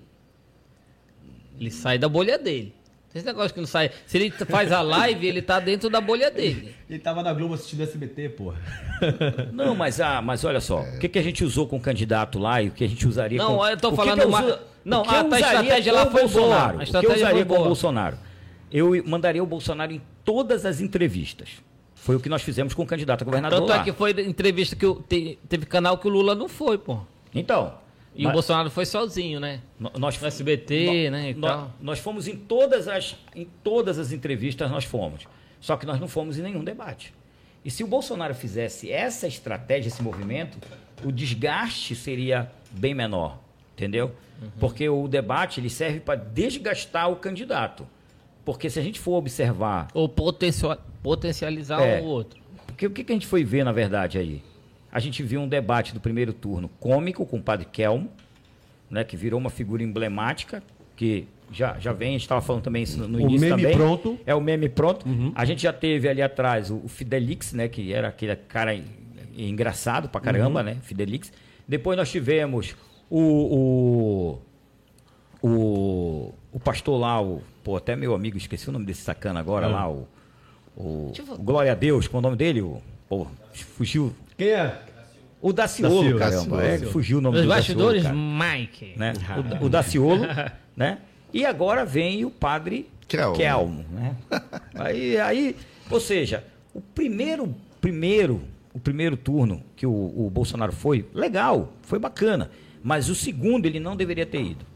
[SPEAKER 2] Ele sai da bolha dele. Esse negócio que não sai. Se ele faz a live, ele tá dentro da bolha dele.
[SPEAKER 1] Ele tava na Globo assistindo SBT, pô.
[SPEAKER 3] Não, mas, ah, mas olha só, o que, que a gente usou com o candidato lá e o que a gente usaria
[SPEAKER 2] Não,
[SPEAKER 3] com...
[SPEAKER 2] eu tô
[SPEAKER 3] o que
[SPEAKER 2] falando
[SPEAKER 3] que eu
[SPEAKER 2] uma-
[SPEAKER 3] usa-
[SPEAKER 2] Não,
[SPEAKER 3] o que
[SPEAKER 2] ah,
[SPEAKER 3] eu
[SPEAKER 2] tá, a
[SPEAKER 3] usaria
[SPEAKER 2] estratégia lá
[SPEAKER 3] com o
[SPEAKER 2] foi boa. A
[SPEAKER 3] Bolsonaro. o que eu
[SPEAKER 2] estratégia
[SPEAKER 3] usaria
[SPEAKER 2] foi
[SPEAKER 3] com o
[SPEAKER 2] boa.
[SPEAKER 3] Bolsonaro? Eu mandaria o Bolsonaro em todas as entrevistas. Foi o que nós fizemos com o candidato a governador
[SPEAKER 2] Tanto é
[SPEAKER 3] lá.
[SPEAKER 2] que foi entrevista que o- te- teve canal que o Lula não foi, pô.
[SPEAKER 3] Então,
[SPEAKER 2] E o
[SPEAKER 3] mas-
[SPEAKER 2] Bolsonaro foi sozinho, né?
[SPEAKER 3] no- nós
[SPEAKER 2] No SBT,
[SPEAKER 3] no-
[SPEAKER 2] né, e
[SPEAKER 3] no-
[SPEAKER 2] tal.
[SPEAKER 3] Nós fomos em todas as em todas as entrevistas nós fomos. Só que nós não fomos em nenhum debate. E se o Bolsonaro fizesse essa estratégia, esse movimento, o desgaste seria bem menor, entendeu?
[SPEAKER 2] Uhum.
[SPEAKER 3] Porque o debate ele serve para desgastar o candidato. Porque se a gente for observar
[SPEAKER 2] Ou potencial- potencializar
[SPEAKER 3] É.
[SPEAKER 2] um ou outro.
[SPEAKER 3] porque o que, que a gente foi ver, na verdade, aí? A gente viu um debate do primeiro turno cômico com o padre Kelmo, né, que virou uma figura emblemática, que já, já vem, a gente estava falando também isso no
[SPEAKER 1] O
[SPEAKER 3] início
[SPEAKER 1] meme
[SPEAKER 3] também.
[SPEAKER 1] pronto. Uhum.
[SPEAKER 3] É o meme pronto. A gente já teve ali atrás o, o Fidelix, né, que era aquele cara en- engraçado pra
[SPEAKER 1] Uhum.
[SPEAKER 3] caramba, né, Fidelix. Depois nós tivemos o- o o, o pastor lá, o, pô, até meu amigo, esqueci o nome desse sacana agora
[SPEAKER 2] É.
[SPEAKER 3] lá, o, o,
[SPEAKER 2] Deixa eu
[SPEAKER 3] o
[SPEAKER 2] ver.
[SPEAKER 3] Glória a Deus, qual é o nome dele? O, pô, fugiu.
[SPEAKER 1] Quem é?
[SPEAKER 3] O Daciolo,
[SPEAKER 1] Daciolo,
[SPEAKER 3] caramba. É,
[SPEAKER 1] Daciolo.
[SPEAKER 3] fugiu o nome
[SPEAKER 2] Nos
[SPEAKER 3] do
[SPEAKER 2] bastidores,
[SPEAKER 3] Daciolo,
[SPEAKER 2] Mike.
[SPEAKER 3] cara, né? O, o Daciolo, né? E agora vem o padre
[SPEAKER 4] Kelmo.
[SPEAKER 3] Kelmo, né? Aí, aí, ou seja, o primeiro, primeiro, o primeiro turno que o, o Bolsonaro foi, legal, foi bacana. Mas o segundo ele não deveria ter ido.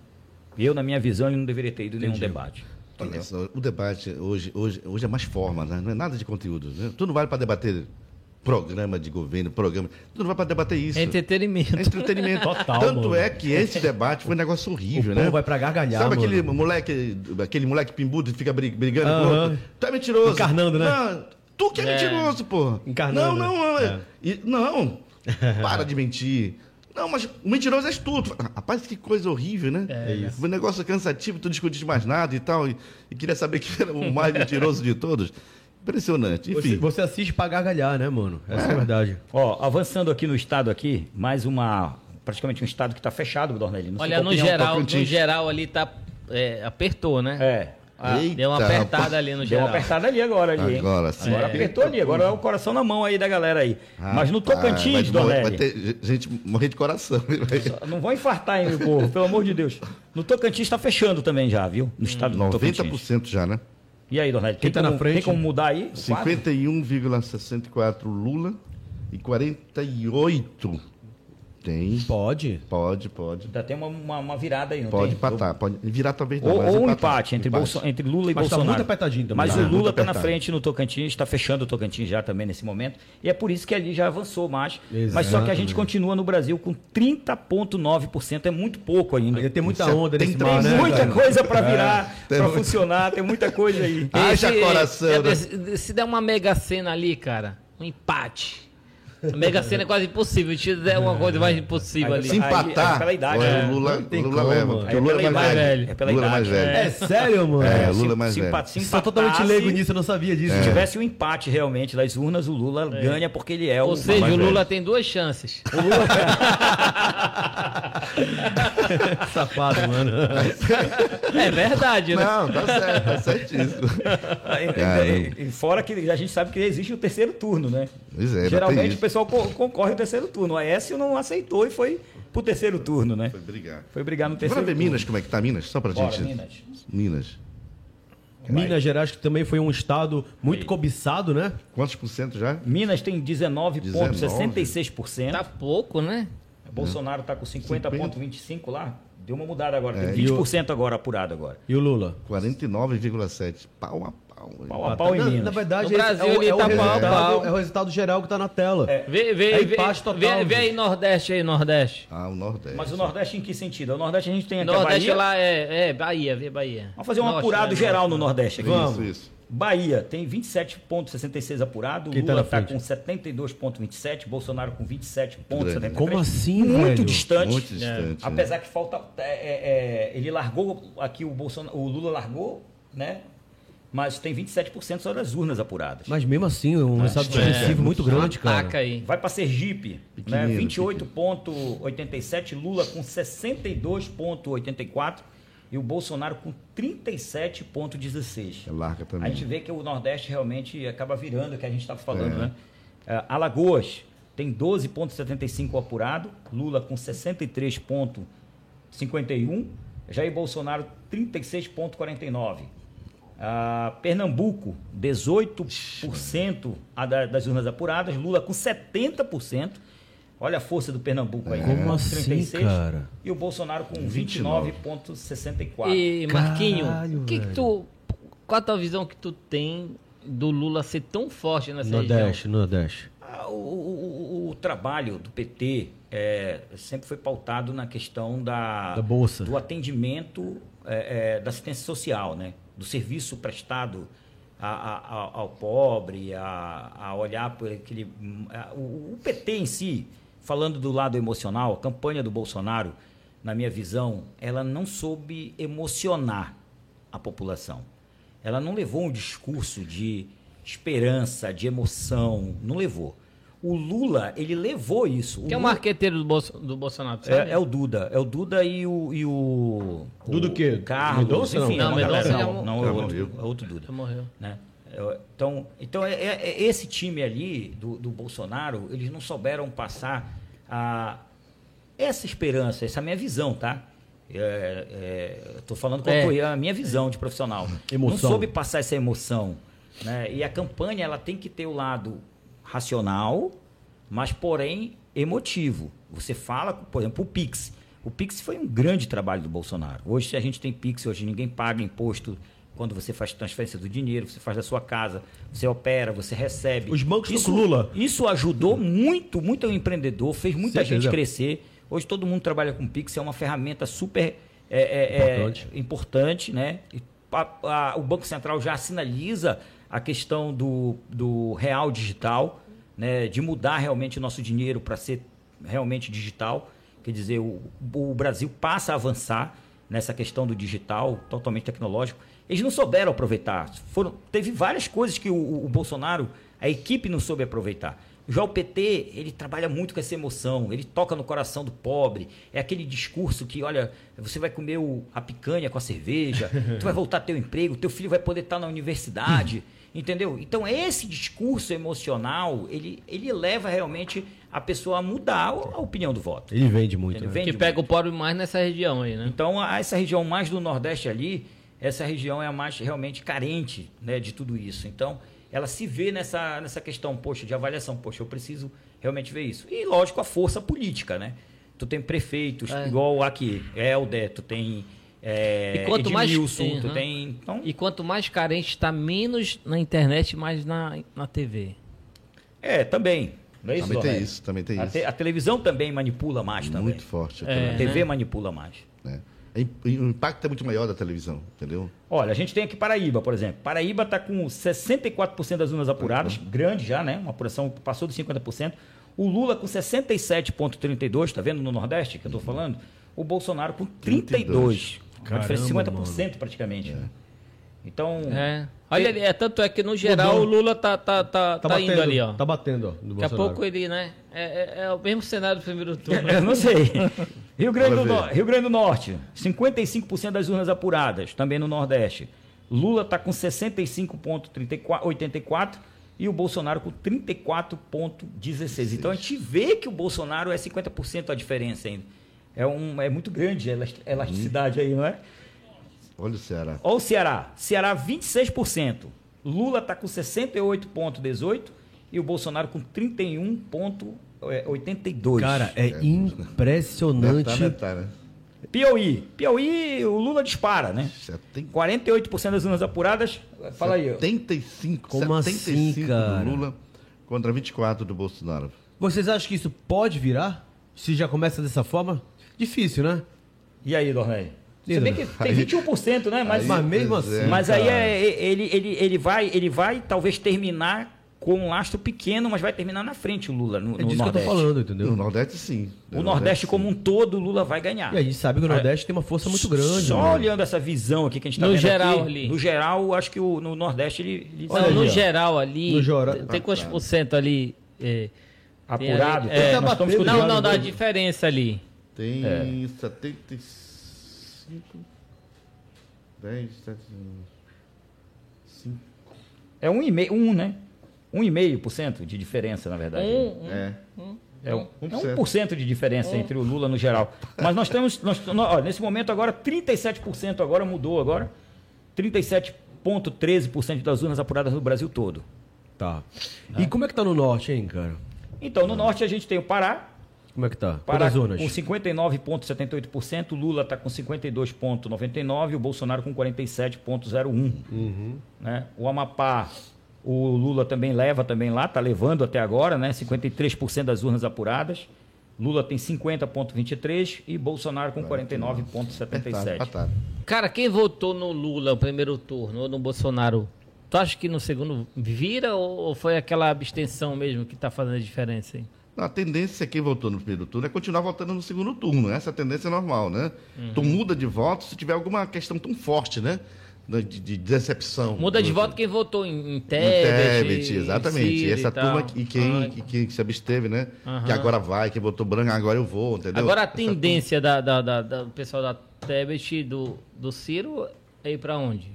[SPEAKER 3] Eu, na minha visão, ele não deveria ter ido em nenhum debate.
[SPEAKER 4] Olha só, o debate hoje, hoje, hoje é mais forma, né? não é nada de conteúdo. Né? Tu não vale para debater programa de governo, programa. Tu não vai para debater isso.
[SPEAKER 2] Entretenimento.
[SPEAKER 4] É entretenimento.
[SPEAKER 1] Total,
[SPEAKER 4] Tanto
[SPEAKER 1] mano.
[SPEAKER 4] é que esse debate foi um negócio horrível,
[SPEAKER 1] O
[SPEAKER 4] né?
[SPEAKER 1] povo vai pra gargalhar,
[SPEAKER 4] Sabe aquele
[SPEAKER 1] mano.
[SPEAKER 4] moleque, aquele moleque pimbudo que fica bri- brigando com o
[SPEAKER 1] Aham.
[SPEAKER 4] outro? Tu é mentiroso.
[SPEAKER 1] Encarnando, né?
[SPEAKER 4] Não, tu que é,
[SPEAKER 2] É.
[SPEAKER 4] mentiroso, pô.
[SPEAKER 1] Encarnando,
[SPEAKER 4] Não, não,
[SPEAKER 1] né?
[SPEAKER 4] é. E- não. Para de mentir. Não, mas o mentiroso és tu. Tu fala, Rapaz, que coisa horrível, né? É isso. Um negócio cansativo, tu discutiste mais nada e tal. E, e queria saber quem era o mais mentiroso de todos. Impressionante.
[SPEAKER 1] Você,
[SPEAKER 4] Enfim.
[SPEAKER 1] você assiste pra gargalhar, né, mano? Essa é a verdade.
[SPEAKER 3] Ó, avançando aqui no estado aqui, mais uma praticamente um estado que está fechado, Dornelli. não sei
[SPEAKER 2] Olha,
[SPEAKER 3] qual
[SPEAKER 2] no
[SPEAKER 3] opinião.
[SPEAKER 2] geral, no
[SPEAKER 4] Tocantins.
[SPEAKER 2] geral ali tá. é, apertou, né?
[SPEAKER 3] é,
[SPEAKER 2] Ah, deu uma
[SPEAKER 4] Eita,
[SPEAKER 2] apertada ali no
[SPEAKER 3] Deu
[SPEAKER 2] geral.
[SPEAKER 3] uma apertada ali agora, ali, hein?
[SPEAKER 4] Agora sim.
[SPEAKER 3] Agora
[SPEAKER 4] É.
[SPEAKER 3] apertou ali, agora é o coração na mão aí da galera aí. Mas no
[SPEAKER 4] vai,
[SPEAKER 3] Tocantins,
[SPEAKER 4] de-
[SPEAKER 3] Dornelli,
[SPEAKER 4] Vai ter gente morrer de coração.
[SPEAKER 3] não vão infartar, hein, meu povo, pelo amor de Deus. No Tocantins tá fechando também já, viu? No estado do Tocantins.
[SPEAKER 4] 90% já, né?
[SPEAKER 3] E aí, Dornelli,
[SPEAKER 1] Quem tá na
[SPEAKER 3] como,
[SPEAKER 1] frente?
[SPEAKER 3] tem como mudar aí? o quadro?
[SPEAKER 4] 51,64 Lula e 48 tem.
[SPEAKER 1] Pode.
[SPEAKER 4] Pode, pode.
[SPEAKER 3] Ainda tem uma, uma, uma virada aí, não
[SPEAKER 4] Pode
[SPEAKER 3] tem?
[SPEAKER 4] empatar, pode virar talvez não,
[SPEAKER 3] Ou,
[SPEAKER 4] mas
[SPEAKER 3] ou um
[SPEAKER 4] empatar.
[SPEAKER 3] empate entre, Bolso- entre Lula
[SPEAKER 1] Mas
[SPEAKER 3] e
[SPEAKER 1] tá
[SPEAKER 3] Bolsonaro.
[SPEAKER 1] muito apertadinho também.
[SPEAKER 3] Mas
[SPEAKER 1] Tá,
[SPEAKER 3] o
[SPEAKER 4] muito
[SPEAKER 3] Lula está na
[SPEAKER 4] apertado.
[SPEAKER 3] frente no Tocantins, está fechando o Tocantins já também nesse momento. E é por isso que ali já avançou mais. Mas só que a gente
[SPEAKER 1] Exatamente.
[SPEAKER 3] continua no Brasil com 30,9%. É muito pouco ainda.
[SPEAKER 1] Ainda tem muita
[SPEAKER 4] Isso é-
[SPEAKER 1] onda
[SPEAKER 4] tem
[SPEAKER 1] nesse
[SPEAKER 4] três
[SPEAKER 1] mar, né?
[SPEAKER 4] muito-
[SPEAKER 3] muita
[SPEAKER 1] cara?
[SPEAKER 3] coisa para virar,
[SPEAKER 4] tem Ah,
[SPEAKER 3] para
[SPEAKER 4] muito-
[SPEAKER 3] funcionar, tem muita coisa aí.
[SPEAKER 4] Haja
[SPEAKER 2] Esse-
[SPEAKER 4] coração,
[SPEAKER 2] é,
[SPEAKER 4] né?
[SPEAKER 2] se, se der uma mega cena ali, cara, um empate. A Mega Sena é quase impossível. Tira é uma coisa mais impossível
[SPEAKER 4] Se
[SPEAKER 2] ali.
[SPEAKER 4] empatar,
[SPEAKER 3] é pela idade,
[SPEAKER 4] olha,
[SPEAKER 3] né?
[SPEAKER 4] o Lula,
[SPEAKER 1] Não tem
[SPEAKER 4] Lula
[SPEAKER 1] como.
[SPEAKER 4] leva. Porque
[SPEAKER 3] É
[SPEAKER 4] o Lula
[SPEAKER 3] pela
[SPEAKER 4] é mais
[SPEAKER 2] idade,
[SPEAKER 4] velho.
[SPEAKER 3] é pela
[SPEAKER 4] Lula é
[SPEAKER 3] idade,
[SPEAKER 4] mais velho.
[SPEAKER 3] né?
[SPEAKER 1] É sério, mano?
[SPEAKER 4] É,
[SPEAKER 1] Eu
[SPEAKER 4] Lula
[SPEAKER 3] Se-
[SPEAKER 4] é mais
[SPEAKER 3] se
[SPEAKER 4] velho. É.
[SPEAKER 3] empa- se
[SPEAKER 1] sou totalmente
[SPEAKER 3] empatasse,
[SPEAKER 1] leigo nisso, eu não sabia disso.
[SPEAKER 3] Se tivesse um empate realmente das urnas, o Lula ganha porque ele é o.
[SPEAKER 2] Ou seja, o
[SPEAKER 4] mais
[SPEAKER 2] Lula
[SPEAKER 4] velho.
[SPEAKER 2] tem duas chances.
[SPEAKER 1] Safado, mano.
[SPEAKER 2] É verdade, né?
[SPEAKER 4] Não, tá certo, tá certíssimo.
[SPEAKER 3] Ah, e- e- e Fora que a gente sabe que existe o terceiro turno, né?
[SPEAKER 4] Pois é, ainda tem
[SPEAKER 3] Geralmente
[SPEAKER 4] isso.
[SPEAKER 3] o pessoal co- concorre ao terceiro turno. O Aécio não aceitou e foi pro terceiro turno, né?
[SPEAKER 4] Foi brigar.
[SPEAKER 3] Foi brigar no terceiro
[SPEAKER 4] Bora ver
[SPEAKER 3] turno.
[SPEAKER 4] Minas, como é que tá Minas? Só pra
[SPEAKER 3] Bora,
[SPEAKER 4] gente.
[SPEAKER 3] Minas.
[SPEAKER 4] Minas.
[SPEAKER 1] Minas Gerais, que também foi um estado muito cobiçado, né?
[SPEAKER 4] Quantos por cento já?
[SPEAKER 3] Minas tem 19,66%.
[SPEAKER 2] Tá pouco, né?
[SPEAKER 3] Bolsonaro está com 50,25% lá. Deu uma mudada agora.
[SPEAKER 4] É,
[SPEAKER 3] Tem 20% agora apurado agora.
[SPEAKER 1] E o Lula?
[SPEAKER 4] 49,7. Pau a pau. hein?
[SPEAKER 3] Pau a pau em
[SPEAKER 1] na,
[SPEAKER 3] Minas.
[SPEAKER 1] na verdade,
[SPEAKER 2] No
[SPEAKER 1] esse
[SPEAKER 2] Brasil,
[SPEAKER 1] é, o,
[SPEAKER 2] ele
[SPEAKER 1] é, o
[SPEAKER 2] tá pau a
[SPEAKER 1] resultado,
[SPEAKER 2] pau.
[SPEAKER 1] é o resultado geral que tá na tela.
[SPEAKER 3] É.
[SPEAKER 2] Vê, vê,
[SPEAKER 1] É
[SPEAKER 2] vê,
[SPEAKER 1] empate total,
[SPEAKER 2] vê, vê aí
[SPEAKER 1] gente.
[SPEAKER 2] Nordeste aí, Nordeste.
[SPEAKER 4] Ah, o Nordeste.
[SPEAKER 3] Mas o Nordeste em que sentido? O Nordeste a gente tem aqui
[SPEAKER 2] Nordeste
[SPEAKER 3] a Bahia.
[SPEAKER 2] lá é, é Bahia, vê Bahia.
[SPEAKER 3] Vamos fazer um
[SPEAKER 2] Norte,
[SPEAKER 3] apurado
[SPEAKER 2] né,
[SPEAKER 3] geral
[SPEAKER 2] Norte.
[SPEAKER 3] no Nordeste aqui.
[SPEAKER 1] Vamos.
[SPEAKER 4] Isso, isso.
[SPEAKER 3] Bahia tem 27,66 apurado,
[SPEAKER 1] Quem tá
[SPEAKER 3] Lula
[SPEAKER 1] na
[SPEAKER 3] está
[SPEAKER 1] frente?
[SPEAKER 3] com 72,27, Bolsonaro com 27,73.
[SPEAKER 1] Como assim,
[SPEAKER 3] Muito
[SPEAKER 1] velho?
[SPEAKER 3] distante.
[SPEAKER 4] Muito distante.
[SPEAKER 3] né?
[SPEAKER 4] né?
[SPEAKER 3] Apesar que falta. é, é, é, ele largou aqui, o, Bolsonaro, o Lula largou, né? Mas tem 27% só das urnas apuradas.
[SPEAKER 1] Mas mesmo assim, um resultado
[SPEAKER 4] distante,
[SPEAKER 1] expressivo
[SPEAKER 4] é,
[SPEAKER 1] muito
[SPEAKER 4] muito
[SPEAKER 1] grande, cara.
[SPEAKER 2] Taca aí.
[SPEAKER 3] Vai para Sergipe, né?
[SPEAKER 4] Pequenino,
[SPEAKER 3] 28,87, Lula com 62,84 e o Bolsonaro com 37,16.
[SPEAKER 4] É larga
[SPEAKER 3] A
[SPEAKER 4] também.
[SPEAKER 3] gente vê que o Nordeste realmente acaba virando o que a gente estava falando, né? Ah, Alagoas tem 12,75 apurado, Lula com 63,51, Jair Bolsonaro 36,49. Ah, Pernambuco, 18% a da- das urnas apuradas, Lula com 70%. Olha a força do Pernambuco aí.
[SPEAKER 1] Como
[SPEAKER 3] com
[SPEAKER 1] assim, cara?
[SPEAKER 3] E o Bolsonaro com
[SPEAKER 4] 29.
[SPEAKER 3] 29,64.
[SPEAKER 2] E Marquinho,
[SPEAKER 1] Caralho,
[SPEAKER 2] o que, que
[SPEAKER 1] velho.
[SPEAKER 2] tu. Qual a tua visão que tu tem do Lula ser tão forte nessa
[SPEAKER 1] Nordeste, Nordeste.
[SPEAKER 3] Ah, O, o- o- o trabalho do PT é, sempre foi pautado na questão da,
[SPEAKER 1] Da Bolsa.
[SPEAKER 3] do atendimento é, é, da assistência social, né? do serviço prestado a- a- a- ao pobre, a, a olhar por aquele. a- o, o PT em si, falando do lado emocional, a campanha do Bolsonaro, na minha visão, ela não soube emocionar a população ela não levou um discurso de esperança, de emoção, não levou. O Lula, ele levou isso. O
[SPEAKER 2] região? Que é o
[SPEAKER 3] Lula-
[SPEAKER 2] marqueteiro do, Bolso- do Bolsonaro, sabe?
[SPEAKER 3] é, é o Duda, é o Duda e o e o
[SPEAKER 1] Duda
[SPEAKER 3] o
[SPEAKER 1] o quê?
[SPEAKER 3] Carlos,
[SPEAKER 1] Mendonça, não?
[SPEAKER 3] enfim,
[SPEAKER 2] Não,
[SPEAKER 3] é uma
[SPEAKER 2] Mendonça
[SPEAKER 3] galera.
[SPEAKER 2] já
[SPEAKER 3] não, não, é
[SPEAKER 4] morreu.
[SPEAKER 3] outro, é outro Duda,
[SPEAKER 2] Já morreu.
[SPEAKER 3] né? É, Então, então é, é- é esse time ali do, do Bolsonaro, eles não souberam passar a essa esperança, essa é a minha visão, tá? Estou falando com
[SPEAKER 2] É.
[SPEAKER 3] apoio- a minha visão de profissional.
[SPEAKER 1] Emoção.
[SPEAKER 3] Não soube passar essa emoção. Né? E a campanha ela tem que ter o lado racional, mas porém emotivo. Você fala, por exemplo, o Pix. O Pix foi um grande trabalho do Bolsonaro. Hoje se a gente tem Pix, hoje ninguém paga imposto. Quando você faz transferência do dinheiro, você faz da sua casa, você opera, você recebe.
[SPEAKER 1] Os bancos estão
[SPEAKER 3] isso,
[SPEAKER 1] com Lula.
[SPEAKER 3] Isso ajudou muito, muito o empreendedor, fez muita
[SPEAKER 1] Certeza.
[SPEAKER 3] gente crescer. Hoje todo mundo trabalha com Pix, é uma ferramenta super é, é, é,
[SPEAKER 1] Importante.
[SPEAKER 3] importante, né? E a- a- o Banco Central já sinaliza a questão do, do real digital, né? de mudar realmente o nosso dinheiro para ser realmente digital. Quer dizer, o, o Brasil passa a avançar nessa questão do digital, totalmente tecnológico. Eles não souberam aproveitar. Foram, teve várias coisas que o, o Bolsonaro, a equipe não soube aproveitar. Já o PT, ele trabalha muito com essa emoção, ele toca no coração do pobre. É aquele discurso que, olha, você vai comer o- a picanha com a cerveja, tu vai voltar teu emprego, teu filho vai poder estar na universidade, entendeu? Então, esse discurso emocional, ele, ele leva realmente a pessoa a mudar a opinião do voto.
[SPEAKER 1] Ele vende muito.
[SPEAKER 3] Ele
[SPEAKER 1] né?
[SPEAKER 3] vende
[SPEAKER 2] Que pega o pobre mais nessa região aí, né?
[SPEAKER 3] então, a- essa região mais do Nordeste ali, essa região é a mais realmente carente né, de tudo isso. Então, ela se vê nessa, nessa questão, poxa, de avaliação, poxa, eu preciso realmente ver isso. E, lógico, a força política, né? Tu tem prefeitos,
[SPEAKER 2] É.
[SPEAKER 3] igual aqui, Helder, tu tem é,
[SPEAKER 2] E quanto mais-
[SPEAKER 3] Edmilson, tu
[SPEAKER 2] Uhum.
[SPEAKER 3] tem... Então,
[SPEAKER 2] E quanto mais carente está, menos na internet, mais na, na TV.
[SPEAKER 3] é, também. Não é isso,
[SPEAKER 4] Também tem
[SPEAKER 3] Lorena?
[SPEAKER 4] isso, também tem
[SPEAKER 3] A, te-
[SPEAKER 4] isso.
[SPEAKER 3] a televisão também manipula mais também. É.
[SPEAKER 4] Muito forte.
[SPEAKER 3] A
[SPEAKER 2] É,
[SPEAKER 4] também,
[SPEAKER 3] TV manipula mais.
[SPEAKER 4] né? E- e O impacto é muito maior da televisão, entendeu?
[SPEAKER 3] Olha, a gente tem aqui Paraíba, tá por exemplo. Paraíba está com 64% das urnas apuradas, grande já, né? Uma apuração que passou dos 50%. O Lula com 67,32, tá vendo no Nordeste que eu tô falando? O Bolsonaro com 32. Uma diferença de 50%
[SPEAKER 1] Caramba,
[SPEAKER 3] praticamente. né? Então,
[SPEAKER 2] É. Olha, ali, é, tanto é que no geral
[SPEAKER 1] Mudou.
[SPEAKER 2] o Lula tá, tá, tá, tá, indo ali, ó.
[SPEAKER 1] Tá batendo, ó. no
[SPEAKER 2] Daqui a
[SPEAKER 1] Bolsonaro.
[SPEAKER 2] pouco ele, né? É, é- é o mesmo cenário do primeiro turno.
[SPEAKER 3] Eu não sei. Rio Grande, do
[SPEAKER 4] Vamos ver.
[SPEAKER 3] Norte, Rio Grande do Norte, 55% das urnas apuradas, também no Nordeste. Lula está com 65,84 e o Bolsonaro com 34,16. Então a gente vê que o Bolsonaro é 50% a diferença ainda. É, um, é muito grande a elas- elasticidade aí, não é?
[SPEAKER 4] Olha o Ceará.
[SPEAKER 3] Olha o Ceará. Ceará 26%. Lula está com 68,18 e o Bolsonaro com é, 31,82.
[SPEAKER 1] Cara, é impressionante.
[SPEAKER 4] Deve tá, né?
[SPEAKER 3] Piauí. Piauí, o Lula dispara, né?
[SPEAKER 4] 70,
[SPEAKER 3] 48% das urnas apuradas. Fala aí. ó.
[SPEAKER 4] 75,
[SPEAKER 1] Como assim,
[SPEAKER 4] 75
[SPEAKER 1] cara?
[SPEAKER 4] do Lula contra 24 do Bolsonaro.
[SPEAKER 1] Vocês acham que isso pode virar? Se já começa dessa forma? Difícil, né?
[SPEAKER 3] E aí, Dornei? Se bem que tem
[SPEAKER 4] Aí-
[SPEAKER 3] 21%, né?
[SPEAKER 1] Mas
[SPEAKER 3] Mas, mas,
[SPEAKER 1] mesmo
[SPEAKER 4] pois é,
[SPEAKER 1] assim,
[SPEAKER 3] mas aí
[SPEAKER 1] cara.
[SPEAKER 3] é- ele, ele, ele, vai, ele vai talvez terminar com um lastro pequeno, mas vai terminar na frente o Lula no,
[SPEAKER 1] É
[SPEAKER 3] no
[SPEAKER 1] disso que eu
[SPEAKER 3] Nordeste.
[SPEAKER 1] tô falando, entendeu?
[SPEAKER 4] No Nordeste, sim.
[SPEAKER 3] O Nordeste como um todo, o Lula vai ganhar.
[SPEAKER 1] E a gente sabe que o Nordeste tem uma força muito grande.
[SPEAKER 3] Só
[SPEAKER 1] né?
[SPEAKER 3] olhando essa visão aqui que a gente tá
[SPEAKER 2] No
[SPEAKER 3] vendo
[SPEAKER 2] geral
[SPEAKER 3] aqui,
[SPEAKER 2] ali.
[SPEAKER 3] No geral, acho que o, no Nordeste ele... ele tá
[SPEAKER 2] Não, no
[SPEAKER 1] ali, ó.
[SPEAKER 2] geral ali.
[SPEAKER 1] No geral-
[SPEAKER 2] tem- Tem quantos por cento ali? é, tem
[SPEAKER 3] apurado. Então
[SPEAKER 2] ali- é,
[SPEAKER 1] tá
[SPEAKER 3] nós
[SPEAKER 1] batendo
[SPEAKER 3] estamos com-
[SPEAKER 2] não,
[SPEAKER 1] já
[SPEAKER 2] não,
[SPEAKER 1] no
[SPEAKER 2] dá a
[SPEAKER 1] dois.
[SPEAKER 2] diferença ali.
[SPEAKER 4] Tem
[SPEAKER 3] É.
[SPEAKER 4] 75. 10, 7, 5.
[SPEAKER 3] É um e meio, um, né? 1,5% de diferença, na verdade.
[SPEAKER 2] Um,
[SPEAKER 4] É.
[SPEAKER 3] É um- é
[SPEAKER 4] 1%.
[SPEAKER 3] 1% de diferença entre o Lula no geral. Mas nós temos, nós, nó- ó, nesse momento agora, 37% agora mudou agora. 37,13% das urnas apuradas no Brasil todo.
[SPEAKER 1] Tá. E como é que tá no Norte, hein, cara?
[SPEAKER 3] Então, no norte a gente tem o Pará.
[SPEAKER 1] Como é que tá?
[SPEAKER 3] Pará
[SPEAKER 1] Quantas zonas?
[SPEAKER 3] com 59,78%, o Lula está com 52,99% o Bolsonaro com 47,01%.
[SPEAKER 1] Uhum.
[SPEAKER 3] Né? O Amapá, o Lula também leva também lá, está levando até agora, né? 53% das urnas apuradas. Lula tem 50,23% e Bolsonaro com
[SPEAKER 1] Tá,
[SPEAKER 3] 49,77%.
[SPEAKER 4] Empatado.
[SPEAKER 2] Cara, quem votou no Lula no primeiro turno ou no Bolsonaro, tu acha que no segundo vira ou, ou foi aquela abstenção mesmo que tá fazendo a diferença? Hein?
[SPEAKER 4] Não, a tendência, quem votou no primeiro turno, é continuar votando no segundo turno. Essa é a tendência normal, né?
[SPEAKER 2] Uhum.
[SPEAKER 4] Então muda de voto se tiver alguma questão tão forte, né? De, de- de decepção.
[SPEAKER 2] Muda de
[SPEAKER 4] Do-
[SPEAKER 2] voto quem votou em, em Tebet,
[SPEAKER 4] Tebet,
[SPEAKER 2] em
[SPEAKER 4] exatamente.
[SPEAKER 2] Ciro
[SPEAKER 4] E essa
[SPEAKER 2] tal.
[SPEAKER 4] turma e quem,
[SPEAKER 2] Ah,
[SPEAKER 4] e quem se absteve, né?
[SPEAKER 2] Aham.
[SPEAKER 4] Que agora vai, que botou branco, "Ah, agora eu vou, entendeu?
[SPEAKER 2] Agora a
[SPEAKER 4] Essa
[SPEAKER 2] tendência da, da- da- da- do pessoal da Tebet e do, do Ciro é ir pra onde?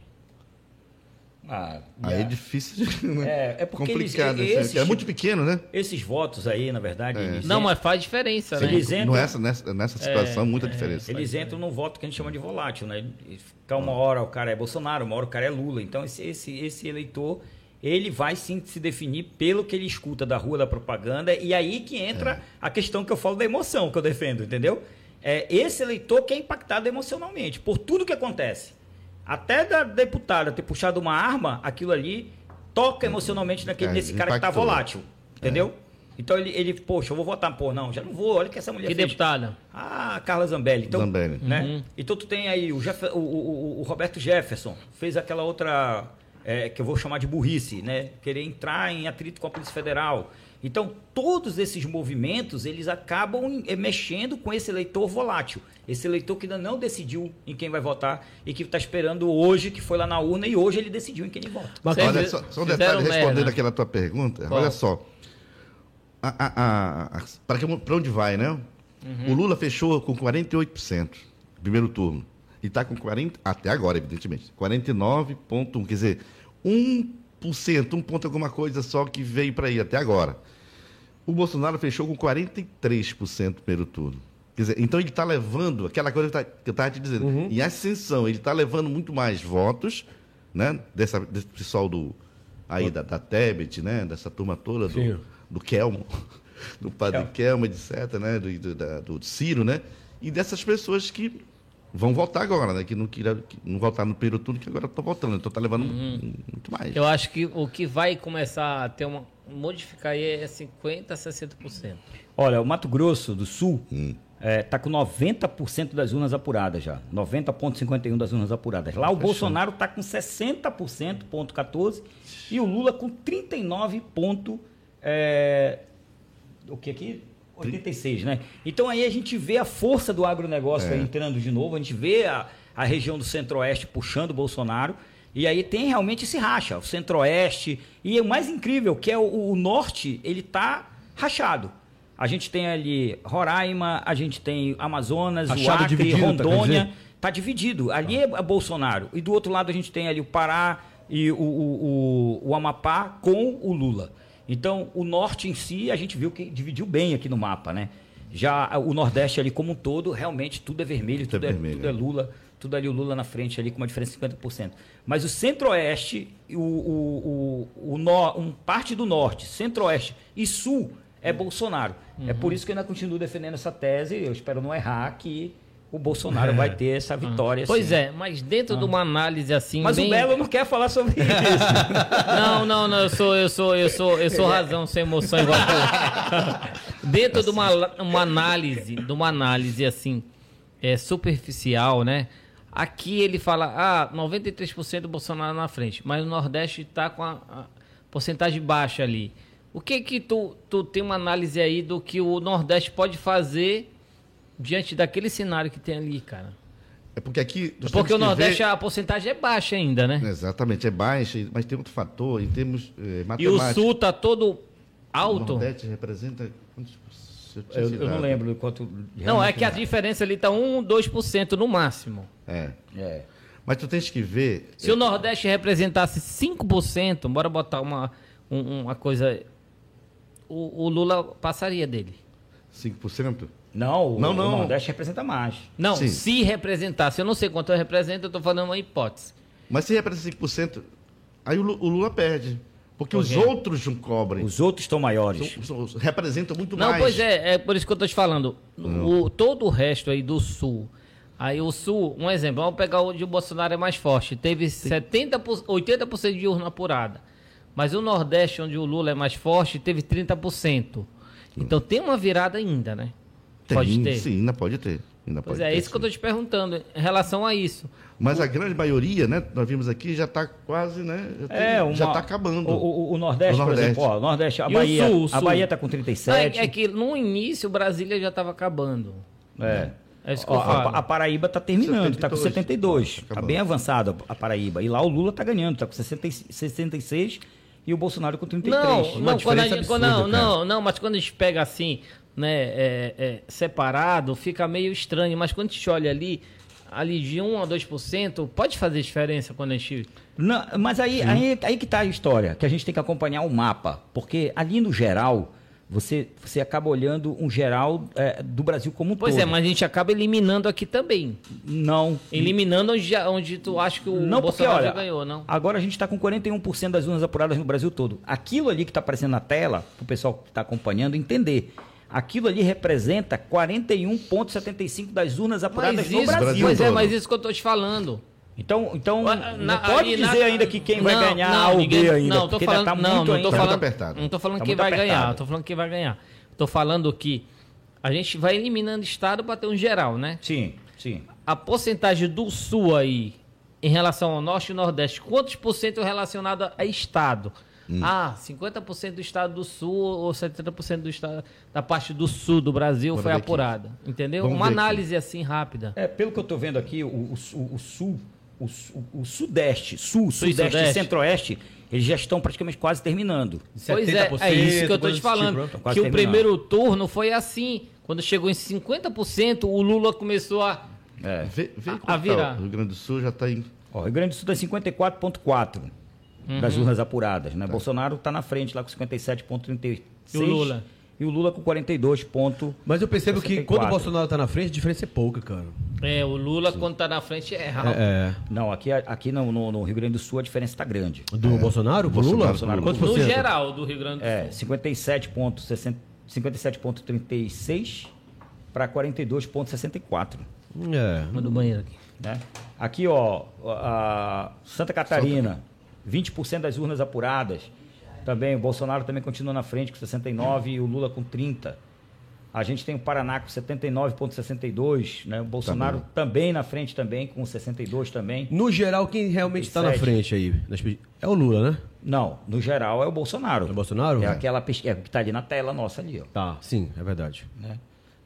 [SPEAKER 3] Ah,
[SPEAKER 4] turma- Aí é difícil. de- Né?
[SPEAKER 3] É, é porque eles-
[SPEAKER 4] complicado.
[SPEAKER 3] e-
[SPEAKER 4] né?
[SPEAKER 3] esses-
[SPEAKER 4] É muito pequeno, né?
[SPEAKER 3] Esses votos aí, na
[SPEAKER 1] É.
[SPEAKER 3] verdade, eles,
[SPEAKER 2] Não,
[SPEAKER 3] en-
[SPEAKER 2] mas faz diferença, né?
[SPEAKER 3] Eles entram-
[SPEAKER 4] Não é essa, nessa, nessa
[SPEAKER 2] É,
[SPEAKER 4] situação, muita diferença.
[SPEAKER 3] eles entram num voto que a gente chama de volátil, né? E Ficar
[SPEAKER 4] Ah.
[SPEAKER 3] uma hora o cara é Bolsonaro, uma hora o cara é Lula. Então, esse, esse, esse eleitor, ele vai sim se definir pelo que ele escuta da rua, da propaganda, e aí que entra
[SPEAKER 4] É.
[SPEAKER 3] a questão que eu falo da emoção que eu defendo, entendeu? É, esse eleitor que é impactado emocionalmente por tudo que acontece. Até da deputada ter puxado uma arma, aquilo ali toca emocionalmente naquele,
[SPEAKER 4] É,
[SPEAKER 3] nesse cara que tá
[SPEAKER 4] impactou. É.
[SPEAKER 3] volátil, entendeu? Então ele, ele, poxa, eu vou votar, pô, não, já não vou, olha o que essa mulher
[SPEAKER 2] Que
[SPEAKER 3] fez.
[SPEAKER 2] deputada?
[SPEAKER 3] Ah, Carla Zambelli. Então,
[SPEAKER 4] Zambelli.
[SPEAKER 3] Né? Então tu tem aí o, Jeff- o- o- o Roberto Jefferson, fez aquela outra é, que eu vou chamar de burrice, né? Querer entrar em atrito com a Polícia Federal. Então, todos esses movimentos, eles acabam em- eh, mexendo com esse eleitor volátil. Esse eleitor que ainda não decidiu em quem vai votar e que está esperando hoje, que foi lá na urna e hoje ele decidiu em quem ele vota.
[SPEAKER 1] Mas
[SPEAKER 2] Sempre
[SPEAKER 4] Olha só, só um
[SPEAKER 2] fizeram
[SPEAKER 4] detalhe
[SPEAKER 2] merda. né?
[SPEAKER 4] respondendo aquela tua pergunta.
[SPEAKER 2] Qual?
[SPEAKER 4] Olha só. Para onde vai, né?
[SPEAKER 2] Uhum.
[SPEAKER 4] O Lula fechou com 48%, primeiro turno. E está com 40, até agora, evidentemente, 49,1%. Quer dizer, 1%, 1 ponto alguma coisa só que veio para aí até agora. O Bolsonaro fechou com 43% no primeiro turno. Quer dizer, então ele está levando, aquela coisa que, tá- que eu estava te dizendo, em ascensão, ele está levando muito mais votos, né? Dessa, desse pessoal do. Aí da, da Tebet, né? Dessa turma toda
[SPEAKER 1] Sim.
[SPEAKER 4] do, do Kelmo, do padre Kelmo, etc., né? Do, do, da- do Ciro, né? E dessas pessoas que vão votar agora, né? Que não, queira, que não votaram no primeiro turno, que agora estão votando. Então está levando muito mais.
[SPEAKER 2] Uhum. Eu acho que o que vai começar a ter uma. modificar aí é 50%, 60%.
[SPEAKER 3] Olha, o Mato Grosso do Sul está com 90% das urnas apuradas já. 90,51% das urnas apuradas. Lá o Bolsonaro está com 60%, ponto é, 14, e o Lula com 39,16%. o que aqui? 86, né? Então aí a gente vê a força do
[SPEAKER 1] É.
[SPEAKER 3] agronegócio aí entrando de novo, a gente vê a, a região do Centro-Oeste puxando o Bolsonaro. E aí tem realmente esse racha, o Centro-Oeste. E o mais incrível, que é o, o Norte, ele tá rachado. A gente tem ali Roraima, a gente tem Amazonas, o
[SPEAKER 1] Rachado
[SPEAKER 3] Acre,
[SPEAKER 1] dividido, tá querendo
[SPEAKER 3] Rondônia.
[SPEAKER 1] dizer?
[SPEAKER 3] Tá dividido. Ali é Bolsonaro. E do outro lado a gente tem ali o Pará e o, o, o, o Amapá com o Lula. Então, o norte em si, a gente viu que dividiu bem aqui no mapa, né? Já o Nordeste ali como um todo, realmente tudo é vermelho, tudo,
[SPEAKER 4] Tudo é
[SPEAKER 3] é,
[SPEAKER 4] vermelho.
[SPEAKER 3] tudo é Lula, tudo ali o Lula na frente ali com uma diferença de 50%. Mas o Centro-Oeste, e o, o, o, o no- um parte do Norte, Centro-Oeste e Sul é Bolsonaro. É por isso que eu ainda continuo defendendo essa tese, eu espero não errar, que o Bolsonaro vai ter essa vitória.
[SPEAKER 2] Pois
[SPEAKER 3] assim.
[SPEAKER 2] é, mas dentro de uma análise assim.
[SPEAKER 3] Mas
[SPEAKER 2] bem-
[SPEAKER 3] o Belo não quer falar sobre isso.
[SPEAKER 2] Não, não, não, eu sou, eu sou, eu sou, eu sou razão sem emoção igual tu. Dentro de uma, uma análise, de uma análise assim, é, superficial, né? Aqui ele fala, ah, 93% do Bolsonaro na frente, mas o Nordeste tá com a, a porcentagem baixa ali. O que que tu, tu tem uma análise aí do que o Nordeste pode fazer diante daquele cenário que tem ali, cara?
[SPEAKER 4] É porque aqui. nós
[SPEAKER 2] Porque o
[SPEAKER 4] temos que
[SPEAKER 2] Nordeste,
[SPEAKER 4] ver-
[SPEAKER 2] a porcentagem é baixa ainda, né?
[SPEAKER 4] Exatamente, é baixa, mas tem outro fator em termos eh, matemáticos.
[SPEAKER 2] E o Sul tá todo alto.
[SPEAKER 4] O Nordeste representa. quantos por cento? tinha
[SPEAKER 3] Eu, eu não
[SPEAKER 4] tirado.
[SPEAKER 3] lembro quanto.
[SPEAKER 2] Não, é que a diferença ali tá 1, 2% no máximo.
[SPEAKER 4] É.
[SPEAKER 3] É.
[SPEAKER 4] Mas tu tens que ver. eh,
[SPEAKER 2] Se o Nordeste representasse 5%, bora botar uma, um- uma coisa. O, o Lula passaria dele.
[SPEAKER 4] 5%?
[SPEAKER 3] Não, o-
[SPEAKER 4] Não,
[SPEAKER 3] o
[SPEAKER 4] não.
[SPEAKER 3] Nordeste representa mais.
[SPEAKER 2] Não,
[SPEAKER 4] Sim.
[SPEAKER 2] se representasse. Eu não sei quanto eu represento, eu tô falando uma hipótese.
[SPEAKER 4] Mas se representa 5%, aí o Lu- o Lula perde. Porque
[SPEAKER 2] Por
[SPEAKER 4] os
[SPEAKER 2] quê?
[SPEAKER 4] outros não cobrem.
[SPEAKER 3] Os outros estão maiores.
[SPEAKER 4] São- são- representam muito
[SPEAKER 2] Não,
[SPEAKER 4] mais. Hum.
[SPEAKER 2] pois é, é por isso que eu tô te falando. O, todo o resto aí do Sul. Aí o Sul, um exemplo, vamos pegar onde o Bolsonaro é mais forte. Teve 70, por- 80% de urna apurada. Mas o Nordeste, onde o Lula é mais forte, teve 30%. Então tem uma virada ainda, né?
[SPEAKER 4] Hum. Tem,
[SPEAKER 2] Pode ter.
[SPEAKER 4] Sim, ainda pode ter. Ainda
[SPEAKER 2] Pois
[SPEAKER 4] pode
[SPEAKER 2] é,
[SPEAKER 4] ter,
[SPEAKER 2] é isso que eu
[SPEAKER 4] sim.
[SPEAKER 2] tô te perguntando em relação a isso.
[SPEAKER 4] Mas a grande maioria, né? Nós vimos aqui, já está quase, né? Já,
[SPEAKER 2] É,
[SPEAKER 4] tem-
[SPEAKER 3] É, uma-
[SPEAKER 4] já está acabando.
[SPEAKER 3] O, o- o Nordeste,
[SPEAKER 4] O
[SPEAKER 3] por
[SPEAKER 4] Nordeste.
[SPEAKER 3] exemplo, ó, o Nordeste, a
[SPEAKER 2] E o
[SPEAKER 3] Bahia,
[SPEAKER 2] Sul, o
[SPEAKER 3] a
[SPEAKER 2] Sul?
[SPEAKER 3] Bahia tá com
[SPEAKER 2] Não, é,
[SPEAKER 3] 37.
[SPEAKER 2] é que no início Brasília já estava acabando.
[SPEAKER 3] É.
[SPEAKER 2] É isso que
[SPEAKER 3] Ó,
[SPEAKER 2] eu falo.
[SPEAKER 3] a, a Paraíba está terminando, está com 72. Está
[SPEAKER 4] Acabou.
[SPEAKER 3] Tá bem avançado a, a Paraíba. E lá o Lula está ganhando, está com 60 e- 66 e o Bolsonaro com 33.
[SPEAKER 2] Não, não,
[SPEAKER 4] Uma
[SPEAKER 2] quando a
[SPEAKER 4] diferença
[SPEAKER 2] gente, quando-
[SPEAKER 4] absurda,
[SPEAKER 2] não, não, não, mas quando a gente pega assim, né, é, é, separado, fica meio estranho. Mas quando a gente olha ali, ali de 1 a 2%, pode fazer diferença quando a gente.
[SPEAKER 3] Não, mas aí, aí, aí que está a história, que a gente tem que acompanhar o mapa. Porque ali no geral, você, você acaba olhando um geral é, do Brasil como um
[SPEAKER 2] Pois
[SPEAKER 3] todo.
[SPEAKER 2] é, mas a gente acaba eliminando aqui também.
[SPEAKER 3] Não.
[SPEAKER 2] Eliminando onde, já- onde tu acha que o
[SPEAKER 3] Não, porque
[SPEAKER 2] Bolsonaro
[SPEAKER 3] olha,
[SPEAKER 2] já ganhou, não.
[SPEAKER 3] agora a gente está com 41% das urnas apuradas no Brasil todo. Aquilo ali que está aparecendo na tela, para o pessoal que está acompanhando entender, aquilo ali representa 41,75% das urnas apuradas
[SPEAKER 2] Mas
[SPEAKER 3] no
[SPEAKER 2] isso,
[SPEAKER 3] Brasil.
[SPEAKER 2] pois é,
[SPEAKER 4] todo.
[SPEAKER 2] mas isso que eu tô te falando.
[SPEAKER 3] Então, então
[SPEAKER 2] Ah, na-
[SPEAKER 3] não pode
[SPEAKER 2] ali na-
[SPEAKER 3] dizer ainda que quem vai
[SPEAKER 2] Não,
[SPEAKER 3] ganhar
[SPEAKER 2] não,
[SPEAKER 3] A ou
[SPEAKER 2] ninguém-
[SPEAKER 3] B ainda,
[SPEAKER 2] Não, tô
[SPEAKER 3] porque
[SPEAKER 2] falando,
[SPEAKER 3] ainda tá
[SPEAKER 2] não,
[SPEAKER 3] muito
[SPEAKER 2] não tô
[SPEAKER 3] ainda.
[SPEAKER 4] Tá muito
[SPEAKER 2] falando,
[SPEAKER 4] apertado.
[SPEAKER 2] não tô falando
[SPEAKER 3] Tá
[SPEAKER 2] quem
[SPEAKER 3] muito
[SPEAKER 2] vai ganhar,
[SPEAKER 3] apertado.
[SPEAKER 2] tô falando quem vai ganhar. Tô falando que a gente vai eliminando estado para ter um geral, né?
[SPEAKER 3] Sim, sim.
[SPEAKER 2] A porcentagem do sul aí em relação ao norte e nordeste, quantos por cento é relacionado a- a estado?
[SPEAKER 4] Hum.
[SPEAKER 2] Ah, 50% do estado do sul ou 70% do estado da parte do sul do Brasil
[SPEAKER 4] Bora
[SPEAKER 2] foi
[SPEAKER 4] ver aqui.
[SPEAKER 2] apurada, entendeu?
[SPEAKER 4] Vamos
[SPEAKER 2] Uma
[SPEAKER 4] ver aqui.
[SPEAKER 2] análise assim rápida.
[SPEAKER 3] É, pelo que eu estou vendo aqui, o, o su- o sul, o, su- o sudeste, sul,
[SPEAKER 2] Sul e
[SPEAKER 3] sudeste,
[SPEAKER 2] sudeste.
[SPEAKER 3] e centro-oeste, eles já estão praticamente quase terminando.
[SPEAKER 2] Pois é, é isso que eu tô
[SPEAKER 1] coisa desse
[SPEAKER 2] te falando.
[SPEAKER 1] tipo, né?
[SPEAKER 2] que
[SPEAKER 3] quase
[SPEAKER 2] o
[SPEAKER 3] terminando.
[SPEAKER 2] primeiro turno foi assim. Quando chegou em 50%, o Lula começou a.
[SPEAKER 4] Vê, vê
[SPEAKER 2] A-
[SPEAKER 4] como
[SPEAKER 2] a
[SPEAKER 4] tá,
[SPEAKER 2] virar.
[SPEAKER 4] O Rio Grande do Sul já está em.
[SPEAKER 3] Ó, Rio Grande do Sul é 54,4
[SPEAKER 2] Uhum.
[SPEAKER 3] das urnas apuradas, né? Bolsonaro está na frente lá com 57,36.
[SPEAKER 2] Tá. E o Lula?
[SPEAKER 3] E o Lula com 42 ponto...
[SPEAKER 1] Mas eu percebo que
[SPEAKER 3] 64.
[SPEAKER 1] quando o Bolsonaro tá na frente, a diferença é pouca, cara.
[SPEAKER 2] É, o Lula, quando tá na frente, é errado.
[SPEAKER 1] É.
[SPEAKER 3] Não, aqui, aqui no, no- no Rio Grande do Sul a diferença está grande.
[SPEAKER 1] Do Bolsonaro? pro Lula?
[SPEAKER 4] Bolsonaro.
[SPEAKER 1] Quantos por
[SPEAKER 2] No
[SPEAKER 1] cento?
[SPEAKER 2] geral do Rio Grande do
[SPEAKER 3] É,
[SPEAKER 2] Sul.
[SPEAKER 3] 57,60 57,36 para 42,64.
[SPEAKER 1] É.
[SPEAKER 2] Manda o banheiro aqui.
[SPEAKER 3] né? Aqui, ó, a Santa Catarina, 20% das urnas apuradas. Também o Bolsonaro também continua na frente com 69 e o Lula com 30. A gente tem o Paraná com 79.62, né? O Bolsonaro também na frente também com 62 também.
[SPEAKER 1] No geral, quem realmente tá na
[SPEAKER 3] 37.
[SPEAKER 1] frente aí? nas pe- É o Lula, né?
[SPEAKER 3] Não, no geral é o Bolsonaro.
[SPEAKER 1] É o Bolsonaro?
[SPEAKER 3] É aquela pesquisa que está ali na tela nossa ali, ó.
[SPEAKER 1] Tá, sim, é verdade.
[SPEAKER 3] né?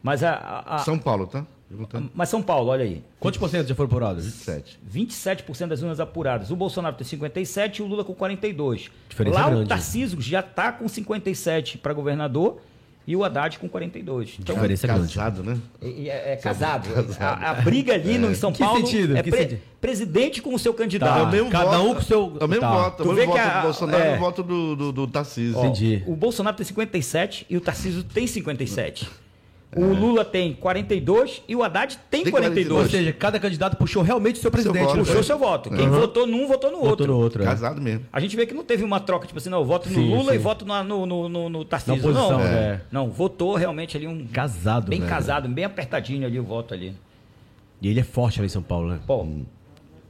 [SPEAKER 3] Mas a,
[SPEAKER 2] Ah.
[SPEAKER 3] a- a-
[SPEAKER 4] São Paulo, tá? Perguntando.
[SPEAKER 3] mas São Paulo, olha aí.
[SPEAKER 1] Quantos por cento já foram apurados?
[SPEAKER 4] 27.
[SPEAKER 3] 27% das urnas apuradas. O Bolsonaro tem 57 e o Lula com 42.
[SPEAKER 1] Diferença
[SPEAKER 3] Lá o
[SPEAKER 1] grande.
[SPEAKER 3] Tarcísio já está com 57 para governador e o Haddad com 42. Então,
[SPEAKER 1] Diferença grande.
[SPEAKER 4] Casado, né?
[SPEAKER 3] e- e- é, é casado. A, a briga ali no, em São
[SPEAKER 1] Que
[SPEAKER 3] Paulo
[SPEAKER 1] sentido?
[SPEAKER 3] é
[SPEAKER 1] Que
[SPEAKER 3] pre-
[SPEAKER 1] sentido?
[SPEAKER 3] presidente com o seu
[SPEAKER 1] Tá.
[SPEAKER 3] candidato.
[SPEAKER 1] mesmo Cada um com seu-
[SPEAKER 4] É o mesmo
[SPEAKER 1] Tá.
[SPEAKER 4] voto.
[SPEAKER 3] Tu
[SPEAKER 4] É o
[SPEAKER 3] vê
[SPEAKER 4] mesmo
[SPEAKER 3] que
[SPEAKER 4] voto
[SPEAKER 3] a-
[SPEAKER 4] do Bolsonaro
[SPEAKER 3] é.
[SPEAKER 4] e o voto do, do, do Tarcísio.
[SPEAKER 3] Ó,
[SPEAKER 1] Entendi.
[SPEAKER 3] O Bolsonaro tem 57 e o Tarcísio tem 57. O Lula tem 42 e o Haddad tem,
[SPEAKER 4] Tem
[SPEAKER 3] 42.
[SPEAKER 1] Ou
[SPEAKER 4] 42.
[SPEAKER 1] seja, cada candidato puxou realmente o seu presidente.
[SPEAKER 4] voto.
[SPEAKER 1] não foi?
[SPEAKER 3] Puxou seu voto. Quem votou num, votou no
[SPEAKER 1] Uhum. Votou
[SPEAKER 3] outro.
[SPEAKER 1] no outro. é.
[SPEAKER 4] Casado mesmo.
[SPEAKER 3] A gente vê que não teve uma troca, tipo assim, não, eu voto no
[SPEAKER 1] Sim,
[SPEAKER 3] Lula
[SPEAKER 1] sim.
[SPEAKER 3] e voto na- no, no, no, no Tarcísio.
[SPEAKER 1] Na oposição,
[SPEAKER 3] não,
[SPEAKER 1] é.
[SPEAKER 3] não, votou realmente ali um
[SPEAKER 1] Casado,
[SPEAKER 3] bem
[SPEAKER 1] né?
[SPEAKER 3] casado, bem apertadinho ali o voto ali.
[SPEAKER 1] E ele é forte ali em São Paulo, né?
[SPEAKER 3] Bom,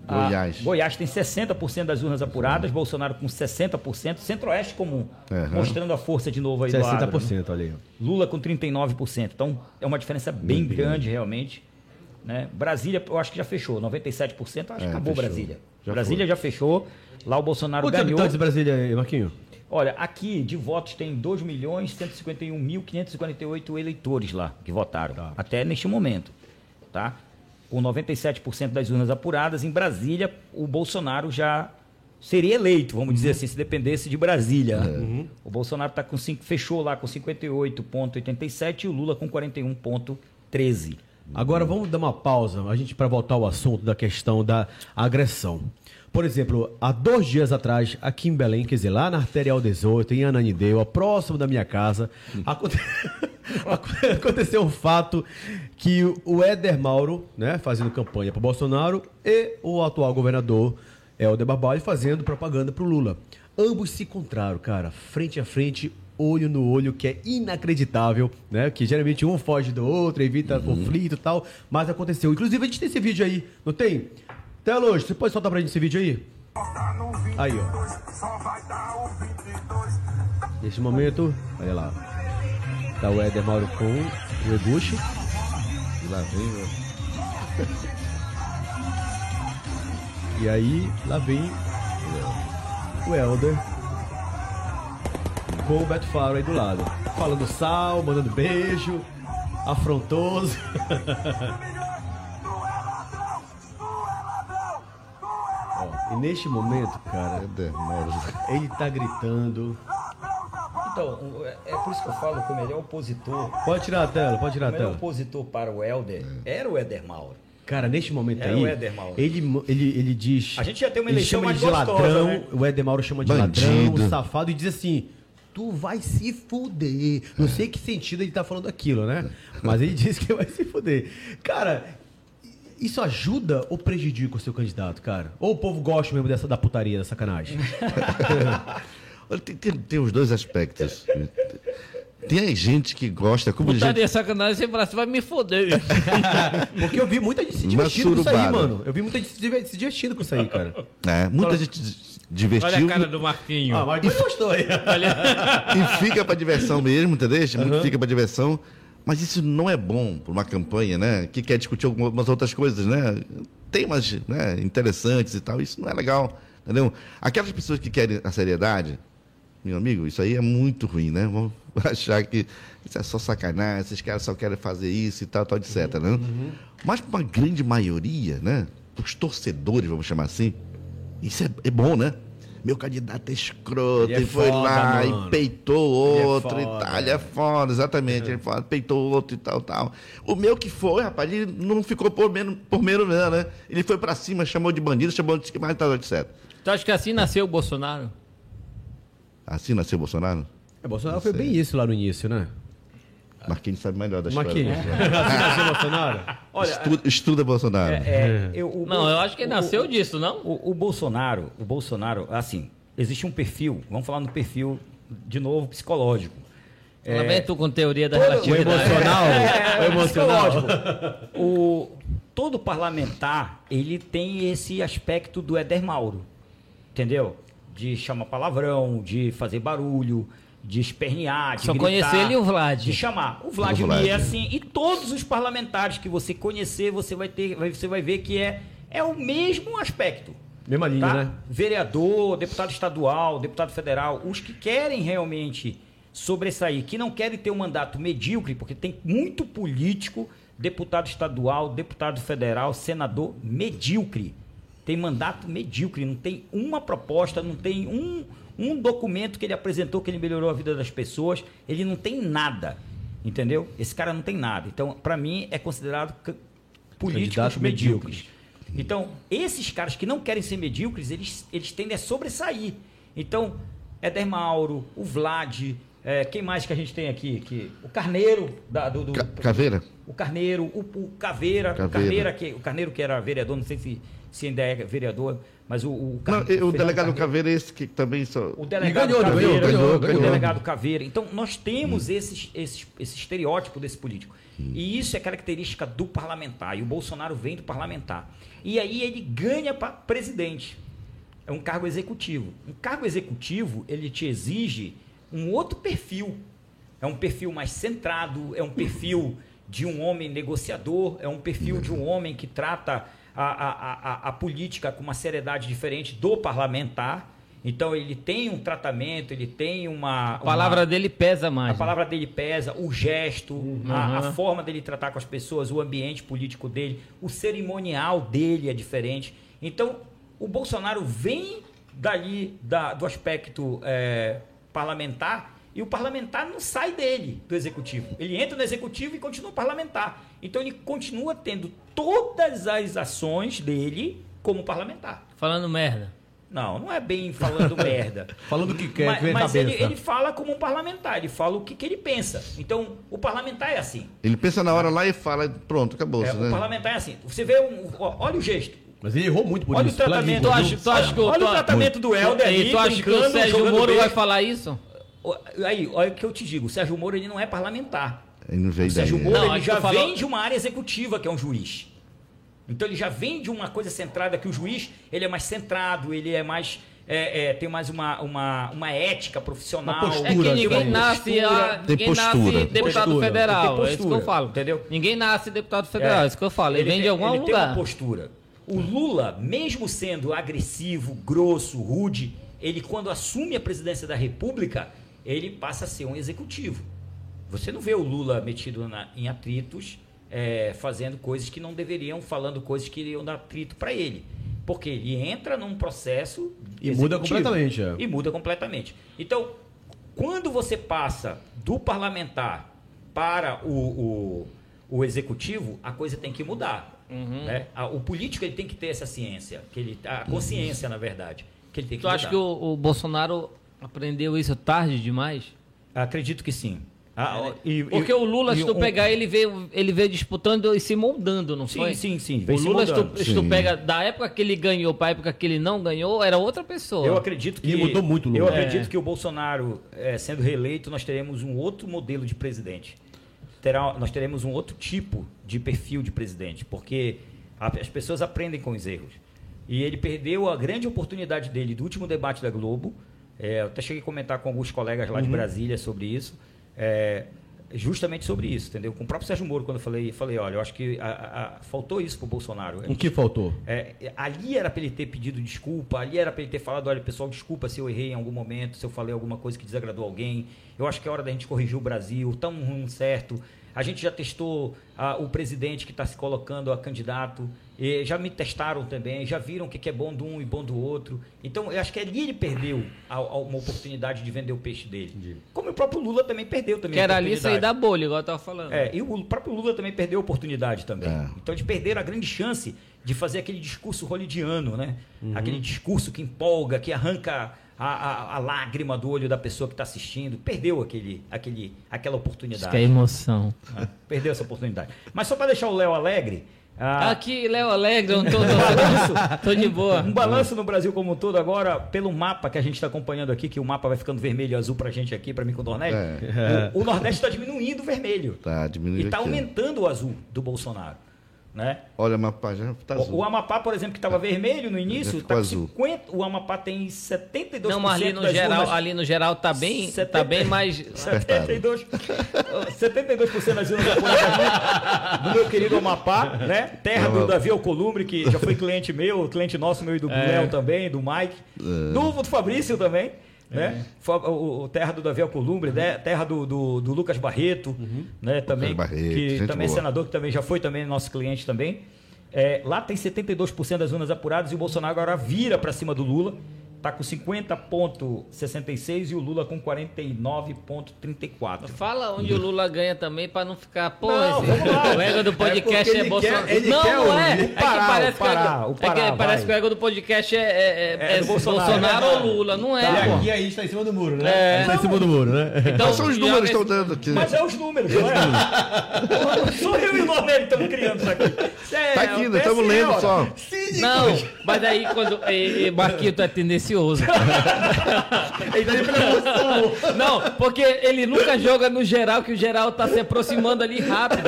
[SPEAKER 3] a-
[SPEAKER 4] Goiás.
[SPEAKER 3] Goiás tem 60% das urnas apuradas, Bolsonaro com 60%, Centro-Oeste comum,
[SPEAKER 4] Aham.
[SPEAKER 3] mostrando a força de novo aí do agro, né?
[SPEAKER 1] 60% ali. ó.
[SPEAKER 3] Lula com 39%. Então, é uma diferença bem grande, realmente. Né? Brasília, eu acho que já fechou. 97%, acho que
[SPEAKER 1] É,
[SPEAKER 3] acabou
[SPEAKER 4] fechou.
[SPEAKER 3] Brasília.
[SPEAKER 4] Já
[SPEAKER 3] Brasília já fechou. Lá o Bolsonaro
[SPEAKER 1] Quantos
[SPEAKER 3] ganhou.
[SPEAKER 1] habitantes tá de Brasília, aí, Marquinho?
[SPEAKER 3] Olha, aqui de votos tem 2.151.548 eleitores lá que votaram, até neste momento, tá? Com 97% das urnas apuradas, em Brasília, o Bolsonaro já seria eleito, vamos dizer assim, se dependesse de Brasília. O Bolsonaro tá com cinco, fechou lá com 58,87 e um o Lula com 41,13.
[SPEAKER 1] Agora vamos dar uma pausa, a gente para voltar ao assunto da questão da agressão. Por exemplo, há dois dias atrás, aqui em Belém, quer dizer, lá na Arterial 18, em Ananindeua, próximo da minha casa, aconte- aconte- aconteceu um fato que o- o Éder Mauro, né, fazendo campanha para Bolsonaro, e o atual governador, Helder Barbalho, fazendo propaganda para o Lula. Ambos se encontraram, cara, frente a frente, olho no olho, que é inacreditável, né? Que geralmente um foge do outro, evita conflito e tal, mas aconteceu. Inclusive, a gente tem esse vídeo aí, não tem? Telo, você pode soltar pra gente esse vídeo aí? Aí, ó. Nesse momento, olha lá. Tá o Éder Mauro com o Eguchi.
[SPEAKER 4] E lá vem, né?
[SPEAKER 1] E aí, lá vem é, o Helder com o Beto Faro aí do lado. Falando sal, mandando beijo, afrontoso. Ó, e neste momento, cara,
[SPEAKER 4] Cadê? Mauro?
[SPEAKER 1] ele tá gritando.
[SPEAKER 3] Então, o- é- é por isso que eu falo que o melhor opositor,
[SPEAKER 1] Pode tirar a tela, pode tirar
[SPEAKER 3] o
[SPEAKER 1] a
[SPEAKER 3] melhor
[SPEAKER 1] tela.
[SPEAKER 3] opositor para o Helder era o Éder Mauro.
[SPEAKER 1] Cara, neste momento
[SPEAKER 3] Era
[SPEAKER 1] aí,
[SPEAKER 3] É o Éder Mauro.
[SPEAKER 1] ele, mo- ele, ele diz.
[SPEAKER 3] A gente já tem uma
[SPEAKER 1] ele
[SPEAKER 3] eleição
[SPEAKER 1] chama ele de
[SPEAKER 3] mais gostosa,
[SPEAKER 1] ladrão.
[SPEAKER 3] né?
[SPEAKER 1] O Éder Mauro chama de ladrão, um
[SPEAKER 4] Bandido.
[SPEAKER 1] safado, e diz assim: Tu vai se fuder. Não sei que sentido ele tá falando aquilo, né? Mas ele diz que vai se fuder. Cara, isso ajuda ou prejudica o seu candidato, cara? Ou o povo gosta mesmo dessa da putaria, da sacanagem?
[SPEAKER 4] Olha, tem, tem, tem os dois aspectos. Tem gente que gosta, como gente
[SPEAKER 2] Putaria, Tá sacanagem, sem braço, vai me foder.
[SPEAKER 1] Porque eu vi muita gente se
[SPEAKER 4] Mas
[SPEAKER 1] divertindo com isso aí,
[SPEAKER 4] surubada.
[SPEAKER 1] mano. Eu vi muita gente se diver- se divertindo com isso aí, cara.
[SPEAKER 4] É, muita gente se
[SPEAKER 2] Olha
[SPEAKER 4] divertiu
[SPEAKER 2] a cara do
[SPEAKER 3] um.
[SPEAKER 2] Marquinho.
[SPEAKER 1] Ah, mas gostou aí.
[SPEAKER 4] e fica pra diversão mesmo, entendeu? Muito fica pra diversão. Mas isso não é bom pra uma campanha, né? Que quer discutir algumas outras coisas, né? Temas né, interessantes e tal. Isso não é legal, entendeu? Aquelas pessoas que querem a seriedade, meu amigo, isso aí é muito ruim, né? Vão achar que isso é só sacanagem, esses caras só querem fazer isso e tal, tal, etc.
[SPEAKER 1] Uhum.
[SPEAKER 4] Né? Mas para uma grande maioria, né? Os torcedores, vamos chamar assim, isso é, é bom, né? Meu candidato é escroto,
[SPEAKER 1] Ele é
[SPEAKER 4] e foi
[SPEAKER 1] foda,
[SPEAKER 4] lá
[SPEAKER 1] mano.
[SPEAKER 4] e peitou
[SPEAKER 1] Ele é
[SPEAKER 4] outro e
[SPEAKER 1] foda.
[SPEAKER 4] tal. Ele é foda, exatamente. Ele é foda, peitou outro e tal, tal. O meu que foi, rapaz, ele não ficou por menos, por menos mesmo, né? Ele foi pra cima, chamou de bandido, chamou de esquema, tal, etc.
[SPEAKER 2] Tu acha que assim nasceu o Bolsonaro?
[SPEAKER 4] Assim nasceu o Bolsonaro?
[SPEAKER 1] É, Bolsonaro foi bem isso lá no início, né?
[SPEAKER 3] Ah.
[SPEAKER 4] Marquinhos sabe melhor da história.
[SPEAKER 1] Marquinhos,
[SPEAKER 4] do
[SPEAKER 1] você
[SPEAKER 3] Assim,
[SPEAKER 1] nasceu Bolsonaro?
[SPEAKER 3] É. Olha,
[SPEAKER 4] Estuda, estuda Bolsonaro.
[SPEAKER 3] É, eu, o
[SPEAKER 2] Não,
[SPEAKER 3] Bol-
[SPEAKER 2] eu acho que
[SPEAKER 3] o-
[SPEAKER 2] nasceu
[SPEAKER 3] o-
[SPEAKER 2] disso, não?
[SPEAKER 3] O, o Bolsonaro, o Bolsonaro, assim, existe um perfil, vamos falar no perfil, de novo, psicológico.
[SPEAKER 2] Lá vem tu com teoria da
[SPEAKER 1] O
[SPEAKER 2] relatividade.
[SPEAKER 1] emocional?
[SPEAKER 3] É.
[SPEAKER 1] o emocional?
[SPEAKER 3] O, todo parlamentar, ele tem esse aspecto do Éder Mauro, entendeu? De chamar palavrão, de fazer barulho, de espernear, de
[SPEAKER 2] Só
[SPEAKER 3] gritar,
[SPEAKER 2] conhecer ele e o Vlad.
[SPEAKER 3] De chamar. O Vladimir
[SPEAKER 4] Vlad.
[SPEAKER 3] é assim, e todos os parlamentares que você conhecer, você vai ter, vai- você vai ver que é, é o mesmo aspecto.
[SPEAKER 1] Mesma linha,
[SPEAKER 3] tá?
[SPEAKER 1] né?
[SPEAKER 3] Vereador, deputado estadual, deputado federal, os que querem realmente sobressair, que não querem ter um mandato medíocre, porque tem muito político, deputado estadual, deputado federal, senador medíocre. Tem mandato medíocre, não tem uma proposta, não tem um, um documento que ele apresentou que ele melhorou a vida das pessoas, ele não tem nada. Entendeu? Esse cara não tem nada. Então, para mim, é considerado c- políticos
[SPEAKER 5] Candidato medíocres.
[SPEAKER 3] medíocres. Então, esses caras que não querem ser medíocres, eles, eles tendem a sobressair. Então, Éder Mauro, o Vlad, é, quem mais que a gente tem aqui? Que, o Carneiro, da- do, do-
[SPEAKER 4] Ca- Caveira?
[SPEAKER 3] o Carneiro, o, o Caveira,
[SPEAKER 4] Caveira.
[SPEAKER 3] O, Carneira que, o Carneiro que era vereador, não sei se, se ainda é vereador, mas o, o, Car-
[SPEAKER 4] Não,
[SPEAKER 3] o
[SPEAKER 4] o
[SPEAKER 3] Fernando
[SPEAKER 4] delegado
[SPEAKER 3] Carneiro-
[SPEAKER 4] Caveira é esse que também só.
[SPEAKER 3] o delegado
[SPEAKER 1] ganhou, ganhou,
[SPEAKER 3] Caveira,
[SPEAKER 1] ganhou, ganhou.
[SPEAKER 3] o delegado Caveira. Então, nós temos esses, esses, esse estereótipo desse político. E isso é característica do parlamentar. E o Bolsonaro vem do parlamentar. E aí ele ganha para presidente. É um cargo executivo. Um cargo executivo, ele te exige um outro perfil. É um perfil mais centrado, é um perfil de um homem negociador, é um perfil de um homem que trata a, a, a- a, a política com uma seriedade diferente do parlamentar. Então ele tem um tratamento, ele tem uma.
[SPEAKER 2] A palavra
[SPEAKER 3] uma-
[SPEAKER 2] dele pesa mais.
[SPEAKER 3] a palavra dele pesa, o gesto, a,
[SPEAKER 2] Uhum.
[SPEAKER 3] a forma dele tratar com as pessoas, o ambiente político dele, o cerimonial dele é diferente. Então, o Bolsonaro vem dali da- do aspecto eh, parlamentar e o parlamentar não sai dele, do executivo. Ele entra no executivo e continua parlamentar. Então, ele continua tendo todas as ações dele como parlamentar.
[SPEAKER 2] Falando merda.
[SPEAKER 3] Não, não é bem falando merda.
[SPEAKER 1] Falando o que quer,
[SPEAKER 3] mas
[SPEAKER 1] que vem na
[SPEAKER 3] mas ele,
[SPEAKER 1] cabeça.
[SPEAKER 3] ele fala como um parlamentar, ele fala o que, que ele pensa. Então, o parlamentar é assim.
[SPEAKER 4] Ele pensa na hora lá e fala, pronto, acabou.
[SPEAKER 3] É,
[SPEAKER 4] né?
[SPEAKER 3] o parlamentar é assim. Você vê, um, ó, olha o gesto.
[SPEAKER 1] Mas ele errou muito por
[SPEAKER 3] Olha
[SPEAKER 1] isso.
[SPEAKER 3] o
[SPEAKER 1] pela
[SPEAKER 3] tratamento.
[SPEAKER 1] língua,
[SPEAKER 2] Tu
[SPEAKER 1] viu?
[SPEAKER 2] acha, tu acha que o-
[SPEAKER 3] olha
[SPEAKER 2] tu
[SPEAKER 3] o
[SPEAKER 2] a-
[SPEAKER 3] tratamento do Helder
[SPEAKER 2] E
[SPEAKER 3] ali.
[SPEAKER 2] tu acha que o
[SPEAKER 3] brincando,
[SPEAKER 2] Sérgio
[SPEAKER 3] jogando
[SPEAKER 2] Moro vai
[SPEAKER 3] besta.
[SPEAKER 2] falar isso?
[SPEAKER 3] Ó, Aí, olha o que eu te digo. O Sérgio Moro ele não é parlamentar.
[SPEAKER 4] Ele não veio
[SPEAKER 3] O Sérgio
[SPEAKER 4] daí, né?
[SPEAKER 3] Moro
[SPEAKER 2] Não,
[SPEAKER 3] ele
[SPEAKER 2] acho
[SPEAKER 3] já
[SPEAKER 2] que tu falou-
[SPEAKER 3] vem de uma área executiva, que é um juiz. Então ele já vem de uma coisa centrada que o juiz ele é mais centrado, ele é mais. é, é, tem mais uma, uma, uma ética profissional.
[SPEAKER 1] Uma
[SPEAKER 2] É que
[SPEAKER 1] postura, Cultura,
[SPEAKER 2] ninguém
[SPEAKER 1] tem
[SPEAKER 2] nasce,
[SPEAKER 3] postura.
[SPEAKER 2] ah,
[SPEAKER 4] Tem
[SPEAKER 2] ninguém nasce
[SPEAKER 4] postura.
[SPEAKER 2] deputado
[SPEAKER 1] Postura.
[SPEAKER 2] federal.
[SPEAKER 3] Tem
[SPEAKER 2] É isso que eu
[SPEAKER 3] postura,
[SPEAKER 2] falo.
[SPEAKER 3] entendeu?
[SPEAKER 2] Ninguém nasce deputado federal. É isso que eu falo. Ele, vem de algum
[SPEAKER 3] ele tem uma
[SPEAKER 2] lugar.
[SPEAKER 3] postura. O Lula, mesmo sendo agressivo, grosso, rude, ele quando assume a presidência da República, ele passa a ser um executivo. Você não vê o Lula metido na- em atritos, é, fazendo coisas que não deveriam, falando coisas que iriam dar atrito para ele. Porque ele entra num processo
[SPEAKER 1] E muda completamente, é.
[SPEAKER 3] E muda completamente. Então, quando você passa do parlamentar para o, o, o executivo, a coisa tem que mudar.
[SPEAKER 2] Uhum.
[SPEAKER 3] né? A- O político ele tem que ter essa ciência, que ele, a consciência, na verdade, que ele tem que
[SPEAKER 2] Tu acha
[SPEAKER 3] mudar.
[SPEAKER 2] que o, o Bolsonaro aprendeu isso tarde demais?
[SPEAKER 3] Acredito que sim. Ah, ó, e-
[SPEAKER 2] É, né? Porque
[SPEAKER 3] e-
[SPEAKER 2] o Lula,
[SPEAKER 3] e
[SPEAKER 2] se tu
[SPEAKER 3] um-
[SPEAKER 2] pegar, ele veio, ele veio disputando e se moldando, não
[SPEAKER 3] Sim,
[SPEAKER 2] foi?
[SPEAKER 3] sim, sim,
[SPEAKER 2] O
[SPEAKER 3] veio se
[SPEAKER 2] Lula, se tu,
[SPEAKER 3] moldando.
[SPEAKER 2] se tu
[SPEAKER 4] Sim.
[SPEAKER 2] pega da época que ele ganhou pra época que ele não ganhou, era outra pessoa.
[SPEAKER 3] Eu acredito que.
[SPEAKER 1] Ele mudou muito, Lula.
[SPEAKER 3] Eu
[SPEAKER 2] É.
[SPEAKER 3] acredito que o Bolsonaro, eh, sendo reeleito, nós teremos um outro modelo de presidente. Terá, nós teremos um outro tipo de perfil de presidente, porque a- as pessoas aprendem com os erros. E ele perdeu a grande oportunidade dele do último debate da Globo. eh, eu até cheguei a comentar com alguns colegas lá de
[SPEAKER 1] Uhum.
[SPEAKER 3] Brasília sobre isso. eh, justamente sobre isso, entendeu? Com o próprio Sérgio Moro, quando eu falei, falei, olha, eu acho que a- a- a- faltou isso pro Bolsonaro.
[SPEAKER 1] O que faltou?
[SPEAKER 3] É, ali era para ele ter pedido desculpa, ali era para ele ter falado, olha pessoal, desculpa se eu errei em algum momento, se eu falei alguma coisa que desagradou alguém. Eu acho que é hora da gente corrigir o Brasil, tão ruim certo. A gente já testou ah, o presidente que está se colocando a candidato, e já me testaram também, já viram o que, que é bom de um e bom do outro. Então eu acho que ali ele perdeu a- a uma oportunidade de vender o peixe dele. Como o próprio Lula também perdeu também.
[SPEAKER 2] Que
[SPEAKER 3] a
[SPEAKER 2] era ali sair
[SPEAKER 3] oportunidade.
[SPEAKER 2] da bolha, igual eu tava falando.
[SPEAKER 3] É, e o próprio Lula também perdeu a oportunidade também.
[SPEAKER 4] É.
[SPEAKER 3] Então eles perderam a grande chance de fazer aquele discurso holidiano, né? Aquele discurso que empolga, que arranca a, a- a lágrima do olho da pessoa que está assistindo. Perdeu aquele, aquele, aquela
[SPEAKER 2] Isso
[SPEAKER 3] oportunidade.
[SPEAKER 2] que é emoção.
[SPEAKER 3] né? Perdeu essa oportunidade. Mas só para deixar o Léo alegre. ah,
[SPEAKER 2] Aqui, Léo Alegre, eu não tô, tô, tô de boa.
[SPEAKER 3] Um balanço no Brasil como um todo agora, pelo mapa que a gente está acompanhando aqui, que o mapa vai ficando vermelho e azul pra gente aqui, pra mim com o Nordeste. O, o Nordeste está diminuindo o vermelho.
[SPEAKER 4] É. Tá, diminuindo
[SPEAKER 3] E está
[SPEAKER 4] aqui, ó.
[SPEAKER 3] aumentando o azul do Bolsonaro. né?
[SPEAKER 4] Olha, Amapá já tá
[SPEAKER 3] O, o
[SPEAKER 4] azul.
[SPEAKER 3] Amapá, por exemplo, que estava vermelho no início,
[SPEAKER 4] ficou
[SPEAKER 3] tá com
[SPEAKER 4] azul.
[SPEAKER 3] 50, o Amapá tem 72%
[SPEAKER 2] Não, mas ali no
[SPEAKER 3] das
[SPEAKER 2] geral,
[SPEAKER 3] urnas-
[SPEAKER 2] ali no geral tá bem, tá
[SPEAKER 3] Setenta-
[SPEAKER 2] bem mais.
[SPEAKER 3] 72, 72% das urnas japonesas aqui, do meu querido Amapá, né? Terra do Davi Alcolumbre, que já foi cliente meu, cliente nosso, meu e do Léo também, do Mike,
[SPEAKER 4] É.
[SPEAKER 3] do, do Fabrício também. Né? Fa- O, o terra do Davi Alcolumbre, né? terra do, do, do Lucas Barreto, né? também,
[SPEAKER 4] Lucas Barreto,
[SPEAKER 3] que
[SPEAKER 4] gente
[SPEAKER 3] também é
[SPEAKER 4] boa.
[SPEAKER 3] senador, que também já foi também nosso cliente também. É, lá tem 72% das urnas apuradas e o Bolsonaro agora vira para cima do Lula. Tá com 50,66 e o Lula com 49,34.
[SPEAKER 2] Fala onde o Lula ganha também pra não ficar. Pô,
[SPEAKER 3] Não,
[SPEAKER 2] esse-
[SPEAKER 3] vamos lá.
[SPEAKER 2] o ego do podcast
[SPEAKER 1] porque
[SPEAKER 2] é,
[SPEAKER 1] ele
[SPEAKER 2] Bolsonaro.
[SPEAKER 1] quer- ele
[SPEAKER 2] não,
[SPEAKER 1] quer
[SPEAKER 2] não
[SPEAKER 1] o- o
[SPEAKER 2] é. é que
[SPEAKER 3] Pará,
[SPEAKER 2] parece,
[SPEAKER 3] o
[SPEAKER 2] que,
[SPEAKER 3] Pará, o
[SPEAKER 2] é que
[SPEAKER 3] Pará,
[SPEAKER 2] parece
[SPEAKER 3] vai.
[SPEAKER 2] que o ego do podcast é, é, é-
[SPEAKER 3] É
[SPEAKER 2] é
[SPEAKER 3] do Bolsonaro.
[SPEAKER 2] Bolsonaro, ou Lula. Não é, pô.
[SPEAKER 1] Tá. E aí está em cima do muro, né?
[SPEAKER 2] É.
[SPEAKER 1] Está em cima do muro, né?
[SPEAKER 2] Então,
[SPEAKER 4] Mas são os
[SPEAKER 2] já
[SPEAKER 4] números que
[SPEAKER 2] vê-
[SPEAKER 4] estão dando aqui.
[SPEAKER 3] Mas é os números, não é? Sou eu e o Lomé que estamos criando isso aqui. Isso é-
[SPEAKER 4] Tá aqui,
[SPEAKER 3] é o
[SPEAKER 4] nós estamos
[SPEAKER 3] PSL,
[SPEAKER 4] lendo
[SPEAKER 3] ora.
[SPEAKER 4] só.
[SPEAKER 2] Não, mas aí quando. E, e, Marquinho, tu é tendencioso.
[SPEAKER 3] tá
[SPEAKER 2] Não, porque ele nunca joga no geral, que o geral tá se aproximando ali rápido.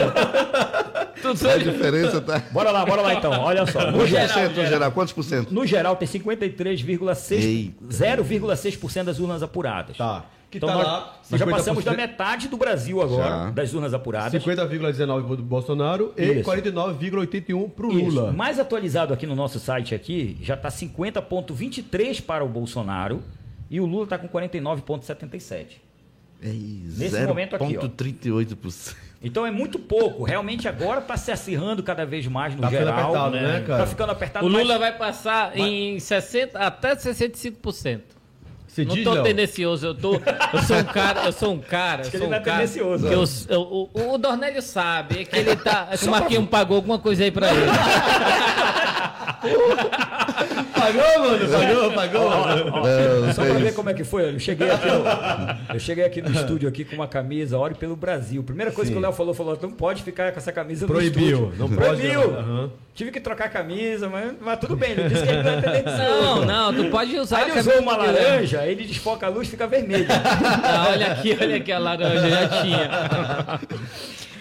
[SPEAKER 2] Tu
[SPEAKER 4] A
[SPEAKER 2] sabe?
[SPEAKER 4] diferença tá.
[SPEAKER 3] Bora lá, bora lá então. Olha só. No
[SPEAKER 4] Quantos
[SPEAKER 3] geral,
[SPEAKER 4] por cento no geral? Quantos por cento?
[SPEAKER 3] no geral tem 53,6% 0,6% das urnas apuradas.
[SPEAKER 1] Tá. Que
[SPEAKER 3] Então
[SPEAKER 1] tá
[SPEAKER 3] nós,
[SPEAKER 1] lá,
[SPEAKER 3] nós já
[SPEAKER 1] 50%.
[SPEAKER 3] passamos da metade do Brasil agora,
[SPEAKER 4] Já.
[SPEAKER 3] das urnas apuradas.
[SPEAKER 1] 50,19 do Bolsonaro e
[SPEAKER 3] Isso.
[SPEAKER 1] 49,81 pro
[SPEAKER 3] Isso.
[SPEAKER 1] Lula.
[SPEAKER 3] Mais atualizado aqui no nosso site aqui, já tá está 50.23 para o Bolsonaro e o Lula está com 49.77. É
[SPEAKER 4] Nesse
[SPEAKER 3] momento aqui, ó.
[SPEAKER 4] 0,38%.
[SPEAKER 3] Então é muito pouco. Realmente agora está se acirrando cada vez mais no
[SPEAKER 1] Tá ficando
[SPEAKER 3] geral.
[SPEAKER 1] apertado, né, cara?
[SPEAKER 3] Tá ficando apertado.
[SPEAKER 2] O Lula
[SPEAKER 3] mas-
[SPEAKER 2] vai passar em 60, até 65%.
[SPEAKER 1] Você
[SPEAKER 2] não
[SPEAKER 1] diz,
[SPEAKER 2] tô
[SPEAKER 1] Léo?
[SPEAKER 2] tendencioso, eu tô. Eu sou um cara, eu sou um cara. Eu
[SPEAKER 3] que
[SPEAKER 2] sou
[SPEAKER 3] ele
[SPEAKER 2] um
[SPEAKER 3] não é
[SPEAKER 2] cara
[SPEAKER 3] tendencioso.
[SPEAKER 2] que eu- eu- o, o Dornélio sabe, é que ele tá. é que o Marquinho pagou alguma coisa aí pra ele.
[SPEAKER 1] Pagou, mano? Pagou, pagou.
[SPEAKER 3] Ó,
[SPEAKER 4] Não,
[SPEAKER 3] Só pra
[SPEAKER 4] tem
[SPEAKER 3] ver
[SPEAKER 4] isso.
[SPEAKER 3] como é que foi, eu cheguei aqui no, eu cheguei aqui no estúdio aqui com uma camisa Ore pelo Brasil. Primeira coisa que o Léo falou, falou, não pode ficar com essa camisa
[SPEAKER 1] Proibiu,
[SPEAKER 3] no estúdio.
[SPEAKER 1] não pode,
[SPEAKER 3] Proibiu.
[SPEAKER 1] aham.
[SPEAKER 3] Tive que trocar a camisa, mas, mas tudo bem, ele disse que ele não é
[SPEAKER 2] Não,
[SPEAKER 3] tendencioso.
[SPEAKER 2] não, tu pode usar
[SPEAKER 3] Aí ele
[SPEAKER 2] camisa
[SPEAKER 1] é
[SPEAKER 3] usou uma
[SPEAKER 2] do Guilherme.
[SPEAKER 3] laranja, ele desfoca a luz, fica vermelho.
[SPEAKER 2] Ah, olha aqui, olha aqui a laranja, já tinha.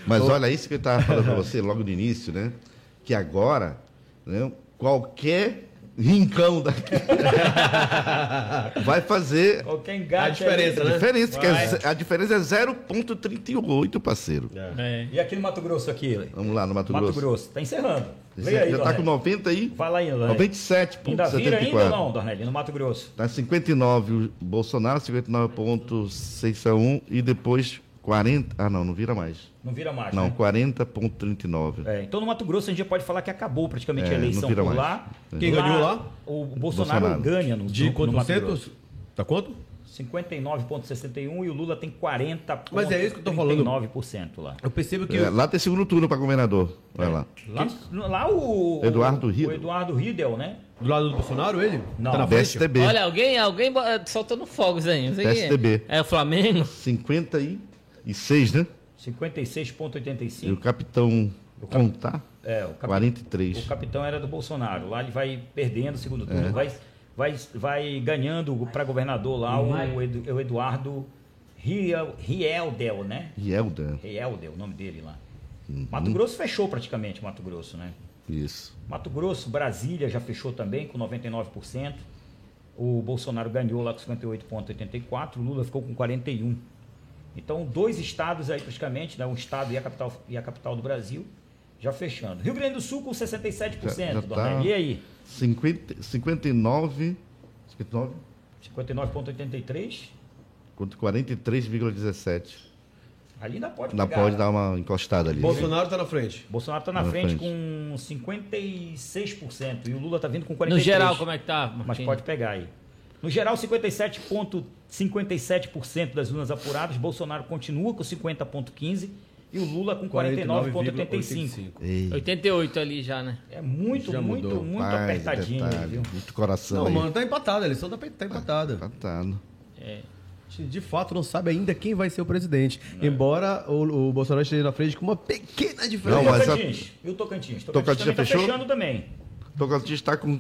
[SPEAKER 4] Mas olha isso que eu estava falando para você logo no início, né? Que agora, né, qualquer rincão daqui vai fazer
[SPEAKER 3] Qualquer engate.
[SPEAKER 1] A diferença,
[SPEAKER 4] a
[SPEAKER 3] aí.
[SPEAKER 1] né?
[SPEAKER 4] diferença. Que é, ze- a diferença é 0,38, parceiro.
[SPEAKER 3] E aqui no Mato Grosso aqui, Lê?
[SPEAKER 4] Vamos lá, no Mato,
[SPEAKER 3] É. Mato
[SPEAKER 4] Grosso.
[SPEAKER 3] Grosso. Tá encerrando. Lê
[SPEAKER 4] Já
[SPEAKER 3] aí,
[SPEAKER 4] está com
[SPEAKER 3] Dornelli.
[SPEAKER 4] 90 aí?
[SPEAKER 3] Vai lá, Ilan. Ainda vira ainda ou
[SPEAKER 4] 97,74.
[SPEAKER 3] não, Dornelli, no Mato Grosso?
[SPEAKER 4] Tá 59 o Bolsonaro, 59,61 e depois 40. Ah, não, não vira mais.
[SPEAKER 3] Não vira mais,
[SPEAKER 4] Não,
[SPEAKER 3] né?
[SPEAKER 4] 40,39.
[SPEAKER 3] É, então no Mato Grosso a gente já pode falar que acabou praticamente
[SPEAKER 4] É,
[SPEAKER 3] a eleição
[SPEAKER 4] não vira
[SPEAKER 3] por
[SPEAKER 4] mais. É.
[SPEAKER 3] lá.
[SPEAKER 1] Quem ganhou um lá?
[SPEAKER 3] O Bolsonaro,
[SPEAKER 4] Bolsonaro.
[SPEAKER 3] ganha no,
[SPEAKER 1] De
[SPEAKER 3] no, no
[SPEAKER 1] quanto por
[SPEAKER 3] Mato
[SPEAKER 1] cento?
[SPEAKER 3] Grosso.
[SPEAKER 1] Tá quanto?
[SPEAKER 3] 59,61 e o Lula tem 40,39%
[SPEAKER 1] Mas é isso que eu tô falando.
[SPEAKER 3] lá.
[SPEAKER 1] Eu percebo que...
[SPEAKER 4] É, lá tem segundo turno para governador.
[SPEAKER 3] É.
[SPEAKER 4] Vai lá.
[SPEAKER 1] Lá-
[SPEAKER 3] Que- lá o. o-
[SPEAKER 4] Eduardo
[SPEAKER 3] O
[SPEAKER 4] Riedel.
[SPEAKER 3] Eduardo Riedel, né?
[SPEAKER 1] Do lado do Bolsonaro, ele?
[SPEAKER 3] Não.
[SPEAKER 1] Tá na frente?
[SPEAKER 4] PSDB.
[SPEAKER 2] Olha, alguém, alguém bo- eh, soltando fogos aí. não sei quem é.
[SPEAKER 4] PSDB.
[SPEAKER 2] É o Flamengo?
[SPEAKER 4] 56, né? E o
[SPEAKER 3] 56,85.
[SPEAKER 4] capitão Contar,
[SPEAKER 3] É, o capitão.
[SPEAKER 4] 43.
[SPEAKER 3] O capitão era do Bolsonaro. Lá ele vai perdendo o segundo turno, vai, vai, vai ganhando para governador lá o, Edu- o Eduardo Riel- Rieldel, né?
[SPEAKER 4] E Helder.
[SPEAKER 3] Rieldel, o nome dele lá. Mato Grosso fechou praticamente Mato Grosso, né?
[SPEAKER 4] Isso.
[SPEAKER 3] Mato Grosso, Brasília já fechou também com 99%. O Bolsonaro ganhou lá com 58,84%, o Lula ficou com 41%. Então, dois estados aí praticamente, né? um estado e a capital, e a capital do Brasil, já fechando. Rio Grande do Sul com 67%,
[SPEAKER 4] Já- já tá.
[SPEAKER 3] Dornelli. E aí?
[SPEAKER 4] 50, 59. 59
[SPEAKER 3] 59,83%?
[SPEAKER 4] contra 43,17.
[SPEAKER 3] Ali ainda pode
[SPEAKER 4] Ainda
[SPEAKER 3] pegar,
[SPEAKER 4] pode
[SPEAKER 3] né?
[SPEAKER 4] dar uma encostada ali.
[SPEAKER 1] Bolsonaro tá na frente.
[SPEAKER 3] Bolsonaro está na
[SPEAKER 4] Na
[SPEAKER 3] frente,
[SPEAKER 4] frente.
[SPEAKER 3] com 56% e o Lula está vindo com 43%.
[SPEAKER 2] No geral, como é que tá?
[SPEAKER 3] Mas
[SPEAKER 2] Marquinhos?
[SPEAKER 3] pode pegar aí. No geral, 57,57% das urnas apuradas. Bolsonaro continua com 50,15% e o Lula com 49,85%.
[SPEAKER 1] 49,85.
[SPEAKER 4] Ei,
[SPEAKER 2] 88 ali já, né?
[SPEAKER 3] É muito,
[SPEAKER 1] Já
[SPEAKER 3] muito,
[SPEAKER 1] mudou.
[SPEAKER 3] muito
[SPEAKER 4] rapaz,
[SPEAKER 3] apertadinho.
[SPEAKER 4] detalhe,
[SPEAKER 3] viu?
[SPEAKER 4] Muito coração
[SPEAKER 1] Não,
[SPEAKER 4] aí.
[SPEAKER 1] mano, tá empatada. A eleição tá, tá empatada.
[SPEAKER 4] Empatado.
[SPEAKER 1] A gente, de fato, não sabe ainda quem vai ser o presidente.
[SPEAKER 4] É.
[SPEAKER 1] Embora o, o Bolsonaro esteja na frente com uma pequena diferença.
[SPEAKER 4] Não,
[SPEAKER 3] E o
[SPEAKER 4] mas a-
[SPEAKER 3] Tocantins? E o Tocantins?
[SPEAKER 4] Tocantins já
[SPEAKER 3] também tá
[SPEAKER 4] fechou?
[SPEAKER 3] fechando também.
[SPEAKER 4] Tocantins está com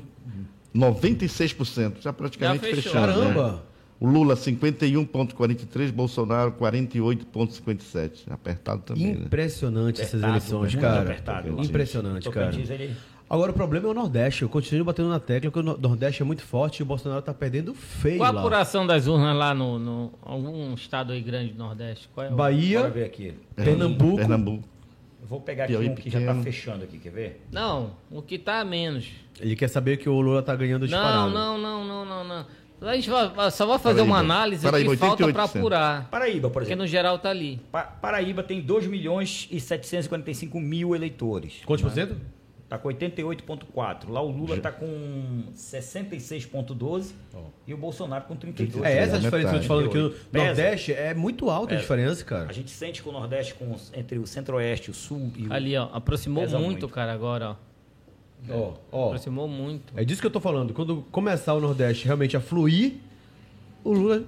[SPEAKER 4] 96%, já praticamente
[SPEAKER 2] Já fechou.
[SPEAKER 4] fechando. né?
[SPEAKER 1] Caramba!
[SPEAKER 4] O Lula 51,43, Bolsonaro 48,57. Apertado também, né?
[SPEAKER 1] Impressionante essas
[SPEAKER 3] Apertado,
[SPEAKER 1] eleições,
[SPEAKER 3] muito
[SPEAKER 1] cara.
[SPEAKER 3] apertado, Lopes.
[SPEAKER 1] Impressionante, cara.
[SPEAKER 3] Tocantins, ele-
[SPEAKER 1] Agora o problema é o Nordeste. Eu continuo batendo na tecla que o no- Nordeste é muito forte e o Bolsonaro tá perdendo feio
[SPEAKER 2] Qual a
[SPEAKER 1] lá.
[SPEAKER 2] apuração das urnas lá no, no- algum estado aí grande do Nordeste? Qual é o-
[SPEAKER 3] Bora
[SPEAKER 1] Bahia,
[SPEAKER 3] ver aqui.
[SPEAKER 4] É.
[SPEAKER 1] Pernambuco.
[SPEAKER 4] Pernambuco.
[SPEAKER 3] Eu Vou pegar aqui
[SPEAKER 4] Piauí
[SPEAKER 3] um que já tá
[SPEAKER 4] pequeno.
[SPEAKER 3] fechando aqui, quer ver?
[SPEAKER 2] Não, o que tá a menos.
[SPEAKER 1] Ele quer saber que o Lula tá ganhando
[SPEAKER 2] Não,
[SPEAKER 1] disparado.
[SPEAKER 2] não, não, não, não, não. A gente vai- só vai fazer
[SPEAKER 4] Paraíba.
[SPEAKER 2] uma
[SPEAKER 1] então.
[SPEAKER 2] análise do
[SPEAKER 4] Paraíba,
[SPEAKER 2] que falta pra
[SPEAKER 4] 88%.
[SPEAKER 2] apurar.
[SPEAKER 3] Paraíba, por
[SPEAKER 2] Porque
[SPEAKER 3] exemplo.
[SPEAKER 2] no geral tá ali.
[SPEAKER 3] Pa- Paraíba tem 2 milhões e 745 mil eleitores.
[SPEAKER 1] Quantos por cento?
[SPEAKER 3] Tá com 88,4. Lá o Lula tá com 66,12 e o Bolsonaro com 32.
[SPEAKER 1] É essa a
[SPEAKER 4] Metade.
[SPEAKER 1] diferença que eu tô te falando, que o
[SPEAKER 3] Pesa.
[SPEAKER 1] Nordeste é muito alta a diferença,
[SPEAKER 2] né?
[SPEAKER 1] cara.
[SPEAKER 3] A gente sente que o Nordeste, com, os- entre o Centro-Oeste, o Sul e o...
[SPEAKER 2] Ali, ó. Aproximou
[SPEAKER 3] Pesa
[SPEAKER 2] muito,
[SPEAKER 3] muito.
[SPEAKER 2] cara, agora, ó.
[SPEAKER 1] Ó, ó.
[SPEAKER 2] Aproximou muito.
[SPEAKER 1] É disso que eu tô falando. Quando começar o Nordeste realmente a fluir, o Lula.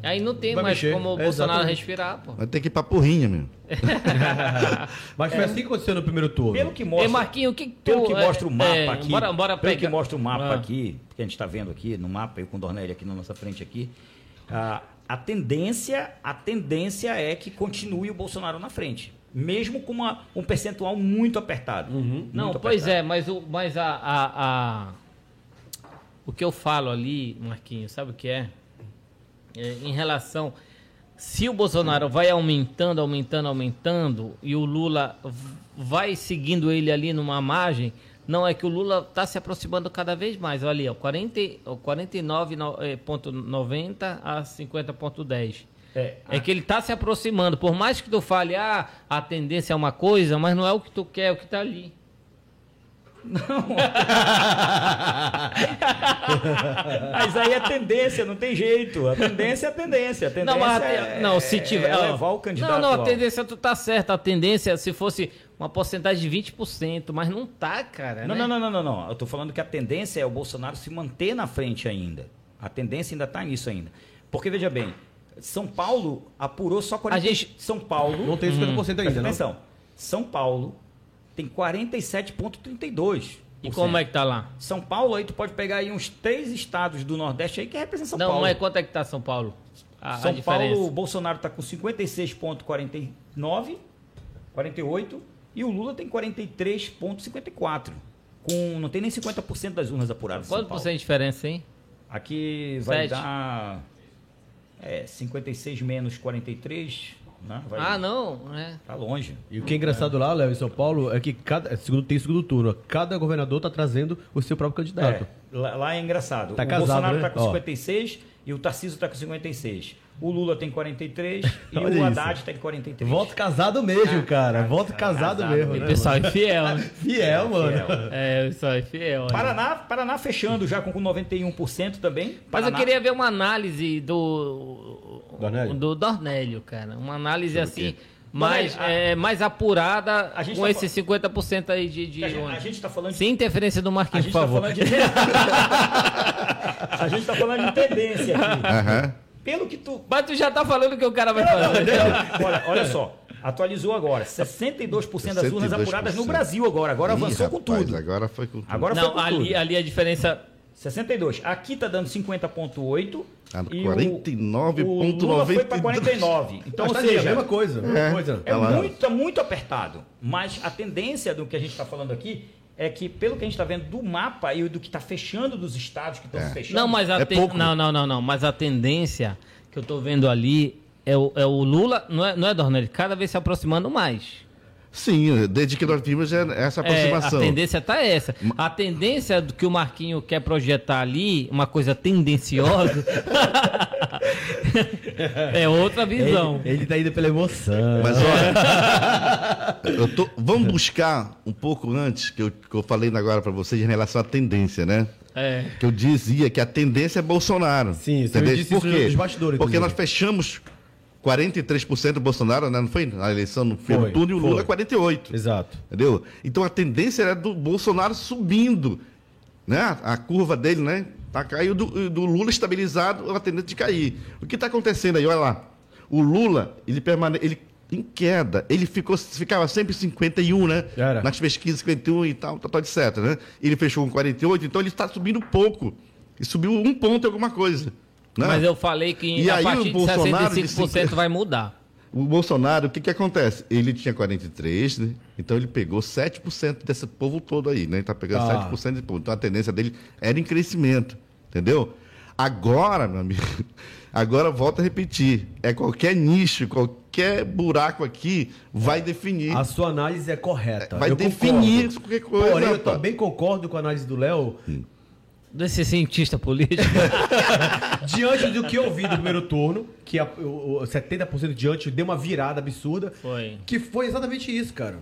[SPEAKER 2] Aí não tem
[SPEAKER 1] Vai
[SPEAKER 2] mais
[SPEAKER 1] mexer.
[SPEAKER 2] como o
[SPEAKER 1] É,
[SPEAKER 2] Bolsonaro
[SPEAKER 1] exatamente.
[SPEAKER 2] respirar, pô.
[SPEAKER 4] Vai ter que ir pra porrinha, meu.
[SPEAKER 1] Mas foi assim que aconteceu no primeiro turno.
[SPEAKER 3] É. Pelo que
[SPEAKER 2] Ei,
[SPEAKER 3] mostra...
[SPEAKER 2] Marquinho, o que que tu...
[SPEAKER 3] Pelo que
[SPEAKER 2] é,
[SPEAKER 3] mostra o mapa
[SPEAKER 2] é,
[SPEAKER 3] aqui.
[SPEAKER 2] Bora, bora
[SPEAKER 3] pelo
[SPEAKER 2] pegar.
[SPEAKER 3] que mostra o mapa
[SPEAKER 2] Ah.
[SPEAKER 3] aqui, que a gente está vendo aqui no mapa, eu com o Dornelli aqui na nossa frente aqui. ah, a tendência, a tendência é que continue o Bolsonaro na frente. Mesmo com uma- um percentual muito apertado.
[SPEAKER 2] Uhum. Não, pois é, mas, o, mas a, a, a- O que eu falo ali, Marquinhos, sabe o que é? É, Em relação. Se o Bolsonaro vai aumentando, aumentando, aumentando, e o Lula v- vai seguindo ele ali numa margem, não é que o Lula está se aproximando cada vez mais. Olha ali, ó, 40 e- ó, 49,90 a 50,10.
[SPEAKER 3] É,
[SPEAKER 2] É que ele está se aproximando. Por mais que tu fale, ah, a tendência é uma coisa, mas não é o que tu quer, é o que tá ali.
[SPEAKER 3] Mas aí é tendência, não tem jeito. A tendência é a tendência. A
[SPEAKER 2] Não,
[SPEAKER 3] tendência
[SPEAKER 2] mas a te-
[SPEAKER 3] é,
[SPEAKER 2] não, se tiver.
[SPEAKER 3] é
[SPEAKER 2] ó,
[SPEAKER 3] levar o candidato.
[SPEAKER 2] Não, não,
[SPEAKER 3] ao-
[SPEAKER 2] a tendência tu tá certa. A tendência, se fosse uma porcentagem de 20%, mas não tá, cara.
[SPEAKER 3] É, Não,
[SPEAKER 2] né?
[SPEAKER 3] não, não, não, não, não. Eu tô falando que a tendência é o Bolsonaro se manter na frente ainda. A tendência ainda tá nisso ainda. Porque, veja bem, São Paulo apurou só 40%.
[SPEAKER 2] A gente-
[SPEAKER 3] São Paulo. Hum.
[SPEAKER 1] Não tem 50% ainda,
[SPEAKER 3] Presta
[SPEAKER 1] não.
[SPEAKER 3] atenção. São Paulo tem 47,32%.
[SPEAKER 2] E como é que tá lá?
[SPEAKER 3] São Paulo, aí tu pode pegar aí uns três estados do Nordeste aí que representam São
[SPEAKER 2] não,
[SPEAKER 3] Paulo.
[SPEAKER 2] mas quanto é que tá São Paulo? A, a
[SPEAKER 3] São
[SPEAKER 2] diferença.
[SPEAKER 3] Paulo, o Bolsonaro está com 56,49, 48, e o Lula tem 43,54. Com, não tem nem 50% das urnas apuradas. em São
[SPEAKER 2] Quanto por
[SPEAKER 3] Paulo.
[SPEAKER 2] cento de diferença, hein?
[SPEAKER 3] Aqui vai
[SPEAKER 2] Sete.
[SPEAKER 3] dar é, 56 menos 43. Né? Vai-
[SPEAKER 2] Ah, não, é.
[SPEAKER 3] Tá longe.
[SPEAKER 1] E o que é engraçado lá, Léo, em São Paulo, é que cada, é segundo, tem segundo turno. Cada governador tá trazendo o seu próprio candidato.
[SPEAKER 3] É, lá, lá é engraçado.
[SPEAKER 1] Tá
[SPEAKER 3] o
[SPEAKER 1] casado,
[SPEAKER 3] Bolsonaro
[SPEAKER 1] né?
[SPEAKER 3] tá com
[SPEAKER 1] Ó.
[SPEAKER 3] 56 e o Tarcísio tá com 56. O Lula tem 43 e
[SPEAKER 1] Olha isso.
[SPEAKER 3] o Haddad tá com 43.
[SPEAKER 1] Voto casado mesmo, cara. Voto casado,
[SPEAKER 3] É. casado
[SPEAKER 1] mesmo,
[SPEAKER 3] mesmo.
[SPEAKER 1] né?
[SPEAKER 2] Pessoal é fiel. né?
[SPEAKER 1] mano? Fiel, mano.
[SPEAKER 3] Fiel.
[SPEAKER 2] é, o pessoal é fiel. olha.
[SPEAKER 3] Paraná, Paraná fechando já com 91% também.
[SPEAKER 2] Mas
[SPEAKER 3] Paraná.
[SPEAKER 2] eu queria ver uma análise do.
[SPEAKER 1] Dornélio?
[SPEAKER 2] Do Dornélio, cara. Uma análise assim. Mais,
[SPEAKER 3] Dornélio,
[SPEAKER 2] é, mais apurada
[SPEAKER 3] A gente
[SPEAKER 2] com
[SPEAKER 3] tá
[SPEAKER 2] esses 50% aí de. de
[SPEAKER 3] A gente, a
[SPEAKER 2] ônibus.
[SPEAKER 3] gente tá falando de.
[SPEAKER 2] Sem interferência do
[SPEAKER 3] a
[SPEAKER 2] Marquinhos,
[SPEAKER 3] gente
[SPEAKER 2] por
[SPEAKER 3] tá
[SPEAKER 2] favor.
[SPEAKER 3] falando de. a gente tá falando de tendência aqui.
[SPEAKER 4] Aham.
[SPEAKER 3] Pelo que tu.
[SPEAKER 2] Mas tu já tá falando que o cara vai fazer.
[SPEAKER 3] Olha, olha só. Atualizou agora. 62% das urnas
[SPEAKER 4] 62%.
[SPEAKER 3] apuradas no Brasil agora. Agora avançou
[SPEAKER 4] Ih,
[SPEAKER 3] com
[SPEAKER 4] rapaz,
[SPEAKER 3] tudo.
[SPEAKER 4] Agora foi com tudo.
[SPEAKER 3] Agora foi
[SPEAKER 2] Não,
[SPEAKER 3] com
[SPEAKER 2] ali,
[SPEAKER 3] tudo.
[SPEAKER 2] ali a diferença.
[SPEAKER 3] 62. Aqui tá dando 50.8.
[SPEAKER 4] Ah,
[SPEAKER 3] e o-
[SPEAKER 4] 49,92.
[SPEAKER 3] O Lula foi pra 49. Então,
[SPEAKER 1] Mas
[SPEAKER 3] ou
[SPEAKER 1] tá ali, a
[SPEAKER 3] seja,
[SPEAKER 1] mesma coisa. a mesma
[SPEAKER 4] É.
[SPEAKER 1] coisa.
[SPEAKER 3] É
[SPEAKER 4] Tá lá.
[SPEAKER 3] muito, tá muito apertado. Mas a tendência do que a gente está falando aqui é que, pelo que a gente está vendo do mapa e do que está fechando dos estados que estão se fechando.
[SPEAKER 2] Não, mas a
[SPEAKER 4] É
[SPEAKER 2] ten-
[SPEAKER 4] pouco.
[SPEAKER 2] não, não, não, não. Mas a tendência que eu tô vendo ali é o, é o Lula, não é, não é Dornelli, cada vez se aproximando mais.
[SPEAKER 4] Sim, desde que nós vimos é essa
[SPEAKER 2] É, a
[SPEAKER 4] aproximação.
[SPEAKER 2] tendência tá essa. A tendência do que o Marquinho quer projetar ali, uma coisa tendenciosa, é outra visão.
[SPEAKER 1] Ele, ele tá indo pela emoção.
[SPEAKER 4] Mas olha, eu tô- vamos buscar um pouco antes que eu, que eu falei agora para vocês em relação à tendência, né?
[SPEAKER 2] É.
[SPEAKER 4] Que eu dizia que a tendência é Bolsonaro.
[SPEAKER 1] Sim, isso eu
[SPEAKER 4] entendeu?
[SPEAKER 1] disse
[SPEAKER 4] Por
[SPEAKER 1] isso
[SPEAKER 4] quê?
[SPEAKER 1] nos bastidores,
[SPEAKER 4] Porque
[SPEAKER 1] inclusive.
[SPEAKER 4] nós fechamos 43% do Bolsonaro, né? não foi? Na eleição no
[SPEAKER 1] Foi,
[SPEAKER 4] primeiro turno e o
[SPEAKER 1] foi.
[SPEAKER 4] Lula 48.
[SPEAKER 1] Exato.
[SPEAKER 4] Entendeu? Então a tendência era do Bolsonaro subindo, né? A curva dele, né? Tá caiu do, do Lula estabilizado, a tendência de cair. O que está acontecendo aí? Olha lá. O Lula, ele permanece, ele em queda, ele ficou, ficava sempre 51, né?
[SPEAKER 1] Era.
[SPEAKER 4] Nas pesquisas 51 e tal, tal, tal, etc, tá né? Ele fechou com 48, então ele está subindo pouco. E subiu um ponto e um alguma coisa. né?
[SPEAKER 2] Mas eu falei que
[SPEAKER 4] E
[SPEAKER 2] a
[SPEAKER 4] aí o
[SPEAKER 2] partir de
[SPEAKER 4] Bolsonaro de
[SPEAKER 2] 65% vai mudar.
[SPEAKER 4] O Bolsonaro, o que que acontece? Ele tinha 43, né? Então ele pegou 7% desse povo todo aí, né? Ele tá pegando
[SPEAKER 1] Tá.
[SPEAKER 4] 7% de povo. Então a tendência dele era em crescimento, entendeu? Agora, meu amigo, agora volta a repetir. É qualquer nicho, qualquer buraco aqui vai definir.
[SPEAKER 1] A sua análise é correta.
[SPEAKER 4] Vai
[SPEAKER 1] eu
[SPEAKER 4] definir
[SPEAKER 1] concordo.
[SPEAKER 4] qualquer coisa,
[SPEAKER 1] Porém, eu
[SPEAKER 4] rapaz.
[SPEAKER 1] também concordo com a análise do Léo.
[SPEAKER 2] Desse cientista político.
[SPEAKER 1] Diante do que eu vi do primeiro turno, que a, o, o 70% diante deu uma virada absurda.
[SPEAKER 2] Foi.
[SPEAKER 1] Que foi exatamente isso, cara.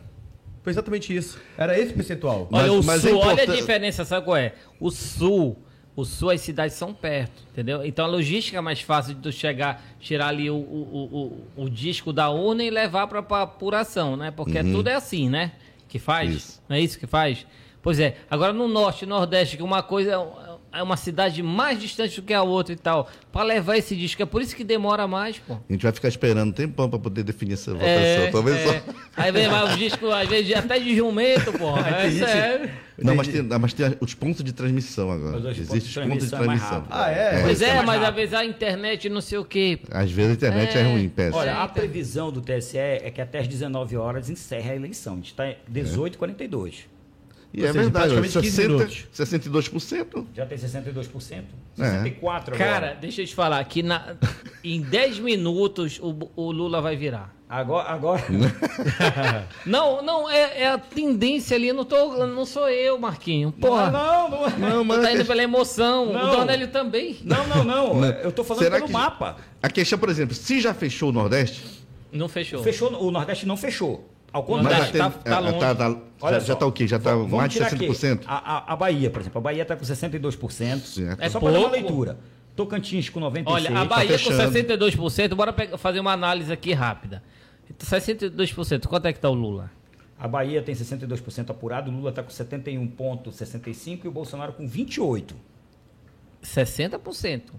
[SPEAKER 1] Foi exatamente isso. Era esse o percentual.
[SPEAKER 4] Mas-
[SPEAKER 2] olha o
[SPEAKER 4] mas é
[SPEAKER 2] sul, olha a
[SPEAKER 4] importante-
[SPEAKER 2] diferença, sabe qual é? O sul, o sul as cidades são perto, entendeu? Então a logística é mais fácil de tu chegar, tirar ali o, o, o, o- o disco da urna e levar para apuração, né? Porque tudo é assim, né? Que faz,
[SPEAKER 4] Uhum. Isso.
[SPEAKER 2] não é isso que faz? Pois é, agora no norte e nordeste, que uma coisa é um- é uma cidade mais distante do que a outra e tal, para levar esse disco, é por isso que demora mais, pô.
[SPEAKER 4] A gente vai ficar esperando um tempão para poder definir essa votação.
[SPEAKER 2] É,
[SPEAKER 4] Talvez
[SPEAKER 2] é.
[SPEAKER 4] só.
[SPEAKER 2] Aí vem lá o disco, às vezes até de jumento, porra. É sério.
[SPEAKER 4] Não, mas tem, mas tem os pontos de transmissão agora.
[SPEAKER 3] Mas os
[SPEAKER 4] Existem
[SPEAKER 3] pontos
[SPEAKER 4] os
[SPEAKER 3] de
[SPEAKER 4] pontos de
[SPEAKER 3] transmissão é mais
[SPEAKER 4] transmissão.
[SPEAKER 1] Ah,
[SPEAKER 3] rápido.
[SPEAKER 1] é?
[SPEAKER 2] Pois
[SPEAKER 3] Vai
[SPEAKER 2] é,
[SPEAKER 3] ser mais
[SPEAKER 2] mas às
[SPEAKER 3] rápido.
[SPEAKER 2] vezes a internet não sei o quê.
[SPEAKER 4] Às vezes a internet é,
[SPEAKER 2] É.
[SPEAKER 4] ruim, peça.
[SPEAKER 3] Olha, a
[SPEAKER 2] Certo.
[SPEAKER 3] previsão do TSE é que até às 19 horas encerra a eleição. A gente está em 18,42.
[SPEAKER 4] E é
[SPEAKER 1] seja,
[SPEAKER 4] verdade, olha,
[SPEAKER 1] praticamente 15
[SPEAKER 4] 60,
[SPEAKER 1] minutos.
[SPEAKER 4] 62%.
[SPEAKER 3] Já tem 62%?
[SPEAKER 4] É.
[SPEAKER 3] 64 agora.
[SPEAKER 2] Cara, deixa eu te falar, que na- em 10 minutos o, Bo- o Lula vai virar.
[SPEAKER 3] Agora, agora
[SPEAKER 2] Não, não, é, é a tendência ali, eu não, tô, não sou eu, Marquinho. Porra,
[SPEAKER 3] Não, não, não.
[SPEAKER 4] Não, mas é
[SPEAKER 2] tá indo pela emoção,
[SPEAKER 3] Não.
[SPEAKER 2] o Dornelli também.
[SPEAKER 3] Não, não, não.
[SPEAKER 4] Não.
[SPEAKER 3] Eu tô falando
[SPEAKER 4] Será
[SPEAKER 3] pelo
[SPEAKER 4] que-
[SPEAKER 3] mapa.
[SPEAKER 4] a questão, por exemplo, se já fechou o Nordeste,
[SPEAKER 2] Não fechou.
[SPEAKER 3] Fechou, o Nordeste não fechou. Ao
[SPEAKER 4] mas
[SPEAKER 2] Nordeste
[SPEAKER 4] já
[SPEAKER 3] contrário,
[SPEAKER 4] tem-
[SPEAKER 2] tá-
[SPEAKER 4] ah,
[SPEAKER 2] tá longe.
[SPEAKER 4] tá- tá- já- já
[SPEAKER 3] só.
[SPEAKER 4] tá o quê? Já tá
[SPEAKER 3] Vamos
[SPEAKER 4] mais de
[SPEAKER 3] tirar aqui. Ah,
[SPEAKER 4] 60%?
[SPEAKER 3] A, a, a Bahia, por exemplo. A Bahia tá com 62%.
[SPEAKER 4] Certo.
[SPEAKER 3] É só
[SPEAKER 2] É
[SPEAKER 3] para dar uma
[SPEAKER 2] pouco.
[SPEAKER 3] leitura. Tocantins com 96%.
[SPEAKER 2] Olha, a Bahia com
[SPEAKER 4] fechando.
[SPEAKER 2] 62%, bora pegar- fazer uma análise aqui rápida. 62%, quanto é que tá o Lula?
[SPEAKER 3] A Bahia tem 62% apurado, o Lula está com 71,65% e o Bolsonaro com 28%.
[SPEAKER 2] 60%.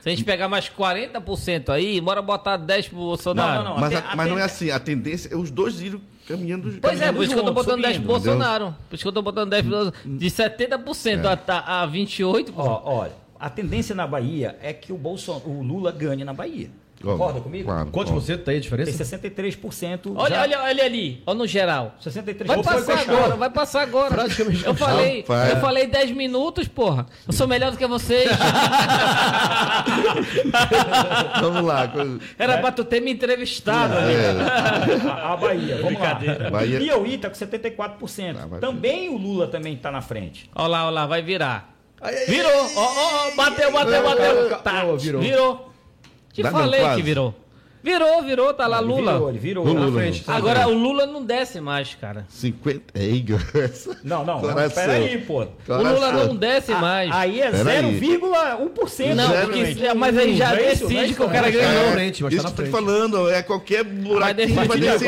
[SPEAKER 2] Se a gente pegar mais 40% aí, bora botar 10 pro Bolsonaro.
[SPEAKER 3] Não,
[SPEAKER 4] mas, a-
[SPEAKER 3] até-
[SPEAKER 4] mas não é
[SPEAKER 3] até-
[SPEAKER 4] assim, a tendência é os dois irem caminhando...
[SPEAKER 2] Pois é,
[SPEAKER 4] caminhando
[SPEAKER 2] por isso que eu tô
[SPEAKER 3] junto,
[SPEAKER 2] botando 10 pro
[SPEAKER 3] subindo,
[SPEAKER 2] Bolsonaro. Por isso que eu tô botando 10 pro Bolsonaro. De 70% a, tá- a 28%. pô.
[SPEAKER 3] Ó, olha, a tendência na Bahia é que o, Bolson... o Lula ganhe na Bahia.
[SPEAKER 4] Ó,
[SPEAKER 3] Concorda comigo?
[SPEAKER 4] Claro.
[SPEAKER 1] Quantos por cento tá aí a
[SPEAKER 3] Tem
[SPEAKER 2] é
[SPEAKER 1] diferença?
[SPEAKER 3] 63%.
[SPEAKER 2] olha,
[SPEAKER 3] já-
[SPEAKER 2] olha, olha ali, olha no geral.
[SPEAKER 3] 63%.
[SPEAKER 2] Vai
[SPEAKER 3] Ou foi
[SPEAKER 2] passar
[SPEAKER 3] fechado.
[SPEAKER 2] agora, vai passar agora. Eu falei,
[SPEAKER 4] Rapaz.
[SPEAKER 2] eu falei 10 minutos, porra. Eu sou melhor do que vocês.
[SPEAKER 4] Vamos lá. coisa-
[SPEAKER 2] Era pra tu ter me entrevistado. amigo.
[SPEAKER 4] É,
[SPEAKER 3] A, a Bahia, vamos lá.
[SPEAKER 4] Bahia-
[SPEAKER 3] Piauí está com 74%.
[SPEAKER 4] Ah, vai-
[SPEAKER 3] Também o Lula também está na frente.
[SPEAKER 2] Olha lá, olha lá, vai virar. Virou! Ó, ó, ó, bateu, bateu, bateu. Tá,
[SPEAKER 1] Virou, virou.
[SPEAKER 2] virou. Te
[SPEAKER 4] Dá não,
[SPEAKER 2] falei
[SPEAKER 4] quase.
[SPEAKER 2] que virou. Virou, virou, tá lá Lula.
[SPEAKER 3] Virou, ele virou.
[SPEAKER 4] Lula,
[SPEAKER 3] Na
[SPEAKER 4] Lula.
[SPEAKER 3] frente. tá?
[SPEAKER 2] Agora o Lula não desce mais, cara.
[SPEAKER 4] 50... É, Igor. essa-
[SPEAKER 3] Não, não,
[SPEAKER 4] Coração.
[SPEAKER 3] peraí, pô.
[SPEAKER 2] O Lula
[SPEAKER 4] Coração.
[SPEAKER 2] não desce mais.
[SPEAKER 3] Aí é
[SPEAKER 4] Peraí.
[SPEAKER 3] 0,1%.
[SPEAKER 2] não,
[SPEAKER 4] zero,
[SPEAKER 2] porque,
[SPEAKER 4] gente.
[SPEAKER 2] isso- mas aí já
[SPEAKER 3] Não é isso,
[SPEAKER 2] decide
[SPEAKER 3] não é isso,
[SPEAKER 2] que o cara
[SPEAKER 3] não.
[SPEAKER 2] ganhou.
[SPEAKER 1] na
[SPEAKER 4] É,
[SPEAKER 1] frente, mas tá
[SPEAKER 4] isso
[SPEAKER 1] na
[SPEAKER 4] que eu tô
[SPEAKER 1] frente.
[SPEAKER 4] falando, é qualquer buraquinho
[SPEAKER 2] Mas
[SPEAKER 4] vai
[SPEAKER 2] decide
[SPEAKER 4] decidir.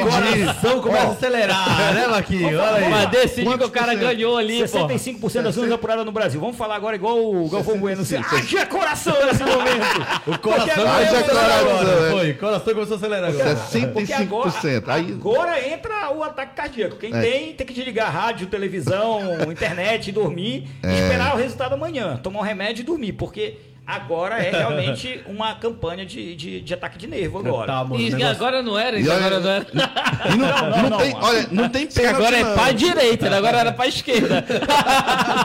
[SPEAKER 1] Então é começa a acelerar, né, Marquinhos? Olha aí.
[SPEAKER 2] Mas decide que
[SPEAKER 4] Quantos
[SPEAKER 2] o cara
[SPEAKER 4] por cento?
[SPEAKER 2] ganhou ali, pô.
[SPEAKER 3] 65% das urnas apuradas no Brasil. Vamos falar agora igual o Galvão Bueno. Assim, Haja coração nesse momento.
[SPEAKER 1] O é coração
[SPEAKER 3] Porque
[SPEAKER 1] começou
[SPEAKER 3] agora
[SPEAKER 1] a
[SPEAKER 4] eu vou
[SPEAKER 1] acelerar é
[SPEAKER 4] agora,
[SPEAKER 1] agora.
[SPEAKER 4] velho.
[SPEAKER 1] Foi, o coração começou a acelerar agora.
[SPEAKER 4] 65%. Aí,
[SPEAKER 3] Agora entra o ataque cardíaco. Quem
[SPEAKER 4] É.
[SPEAKER 3] tem, tem que desligar rádio, televisão, internet, dormir,
[SPEAKER 4] É.
[SPEAKER 3] esperar o resultado amanhã, tomar um remédio e dormir, porque agora é realmente uma campanha de, de, de ataque de nervo agora.
[SPEAKER 1] Tá, mano,
[SPEAKER 2] E
[SPEAKER 1] o negócio-
[SPEAKER 2] agora não era,
[SPEAKER 4] E
[SPEAKER 2] isso
[SPEAKER 4] olha-
[SPEAKER 2] agora não era.
[SPEAKER 4] e não, não
[SPEAKER 3] não,
[SPEAKER 4] tem,
[SPEAKER 3] não.
[SPEAKER 4] olha, não tem pênalti,
[SPEAKER 2] Agora é
[SPEAKER 4] não.
[SPEAKER 2] pra direita, agora era pra esquerda.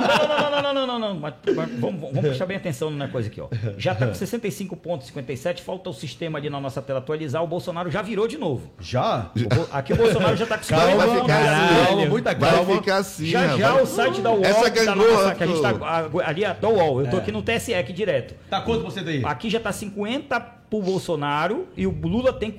[SPEAKER 3] Não, não, não, não, não, não, não. Mas, mas vamos, vamos prestar bem atenção na coisa aqui, ó. Já tá com 65,57, falta o sistema ali na nossa tela atualizar, o Bolsonaro já virou de novo.
[SPEAKER 1] Já?
[SPEAKER 3] O Bo- Aqui o Bolsonaro já tá com
[SPEAKER 4] Vai, vai
[SPEAKER 3] 51,
[SPEAKER 4] ficar
[SPEAKER 3] caralho.
[SPEAKER 4] assim.
[SPEAKER 1] Calma, muita
[SPEAKER 4] Vai
[SPEAKER 1] calma.
[SPEAKER 4] ficar assim,
[SPEAKER 3] Já já o
[SPEAKER 4] rapaz.
[SPEAKER 3] site da UOL.
[SPEAKER 4] Essa
[SPEAKER 3] que tá na
[SPEAKER 4] gangorra,
[SPEAKER 3] nossa- que a gente tá
[SPEAKER 4] pô.
[SPEAKER 3] a- ali é da UOL. Eu tô aqui no TSE aqui direto.
[SPEAKER 1] Tá quanto por cento aí?
[SPEAKER 3] Aqui já tá 50 pro Bolsonaro e o Lula tem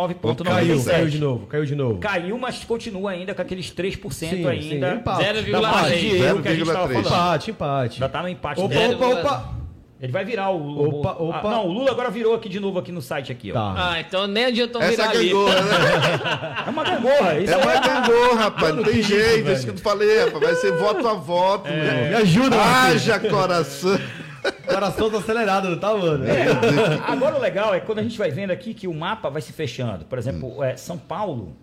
[SPEAKER 1] Caiu, caiu de
[SPEAKER 3] 49,97.
[SPEAKER 1] novo, caiu de novo.
[SPEAKER 3] Caiu, mas continua ainda com aqueles 3%
[SPEAKER 1] Sim, sim,
[SPEAKER 3] ainda.
[SPEAKER 1] empate.
[SPEAKER 3] da parte de
[SPEAKER 2] 0,3.
[SPEAKER 3] erro que a gente tava
[SPEAKER 4] 0,3.
[SPEAKER 3] falando.
[SPEAKER 1] Empate, empate.
[SPEAKER 3] Já tá no empate
[SPEAKER 1] Opa,
[SPEAKER 3] dele.
[SPEAKER 1] opa, opa.
[SPEAKER 3] Ele vai virar o.
[SPEAKER 1] Opa,
[SPEAKER 3] o-
[SPEAKER 1] opa.
[SPEAKER 3] Ah, não, o Lula agora virou aqui de novo aqui no site aqui, ó.
[SPEAKER 1] Tá.
[SPEAKER 2] Ah, então nem adiantou
[SPEAKER 4] Essa
[SPEAKER 2] virar ali.
[SPEAKER 4] gangorra, né?
[SPEAKER 3] É uma gangorra, isso
[SPEAKER 4] É
[SPEAKER 3] é.
[SPEAKER 4] uma gangorra, rapaz. Não tem
[SPEAKER 1] que
[SPEAKER 4] jeito,
[SPEAKER 1] isso,
[SPEAKER 4] isso que eu te falei, rapaz. Vai ser voto a voto, meu irmão.
[SPEAKER 1] Me ajuda,
[SPEAKER 4] Ah, Haja coração.
[SPEAKER 1] O coração tá acelerado, não tá, mano?
[SPEAKER 3] Agora o legal é quando a gente vai vendo aqui que o mapa vai se fechando. Por exemplo, é, São tá Paulo.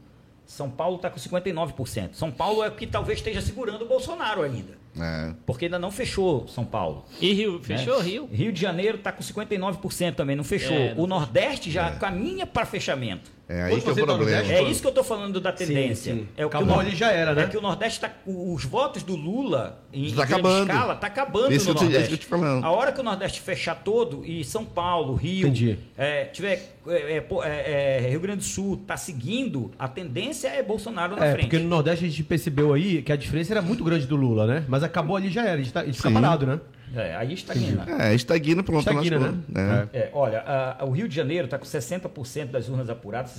[SPEAKER 3] São Paulo está com 59%. São Paulo é o que talvez esteja segurando o Bolsonaro ainda.
[SPEAKER 4] É.
[SPEAKER 3] Porque ainda não fechou São Paulo.
[SPEAKER 2] E Rio, fechou
[SPEAKER 3] né?
[SPEAKER 2] Rio?
[SPEAKER 3] Rio de Janeiro está com 59% também, não fechou.
[SPEAKER 2] É, não
[SPEAKER 3] o Nordeste já caminha para fechamento.
[SPEAKER 4] É aí
[SPEAKER 6] Quando
[SPEAKER 4] que é o
[SPEAKER 6] você tá no
[SPEAKER 4] problema.
[SPEAKER 6] dez,
[SPEAKER 3] É isso que eu estou falando da tendência.
[SPEAKER 1] sim.
[SPEAKER 3] É o que
[SPEAKER 1] Acabou
[SPEAKER 3] o Nor-
[SPEAKER 1] ali, já era, né?
[SPEAKER 3] É que o Nordeste tá, os votos do Lula em
[SPEAKER 4] Tá
[SPEAKER 3] grande
[SPEAKER 4] acabando.
[SPEAKER 3] escala tá acabando
[SPEAKER 4] Isso que eu
[SPEAKER 3] no
[SPEAKER 4] te-
[SPEAKER 3] Nordeste.
[SPEAKER 4] é isso que eu te falando.
[SPEAKER 3] A hora que o Nordeste fechar todo e São Paulo, Rio,
[SPEAKER 1] Entendi.
[SPEAKER 3] é, tiver é, é, pô, é, é, Rio Grande do Sul tá seguindo, a tendência é Bolsonaro na
[SPEAKER 1] É,
[SPEAKER 3] frente.
[SPEAKER 1] porque no Nordeste a gente percebeu aí que a diferença era muito grande do Lula, né? Mas acabou ali já era, a gente, tá, a gente fica
[SPEAKER 4] Sim.
[SPEAKER 1] parado, né?
[SPEAKER 3] É, aí está guindo.
[SPEAKER 4] É, estagna, pronto.
[SPEAKER 1] Estagna,
[SPEAKER 4] lascou,
[SPEAKER 1] né?
[SPEAKER 4] né?
[SPEAKER 3] É, olha, a- a- o Rio de Janeiro está com 60% das urnas apuradas,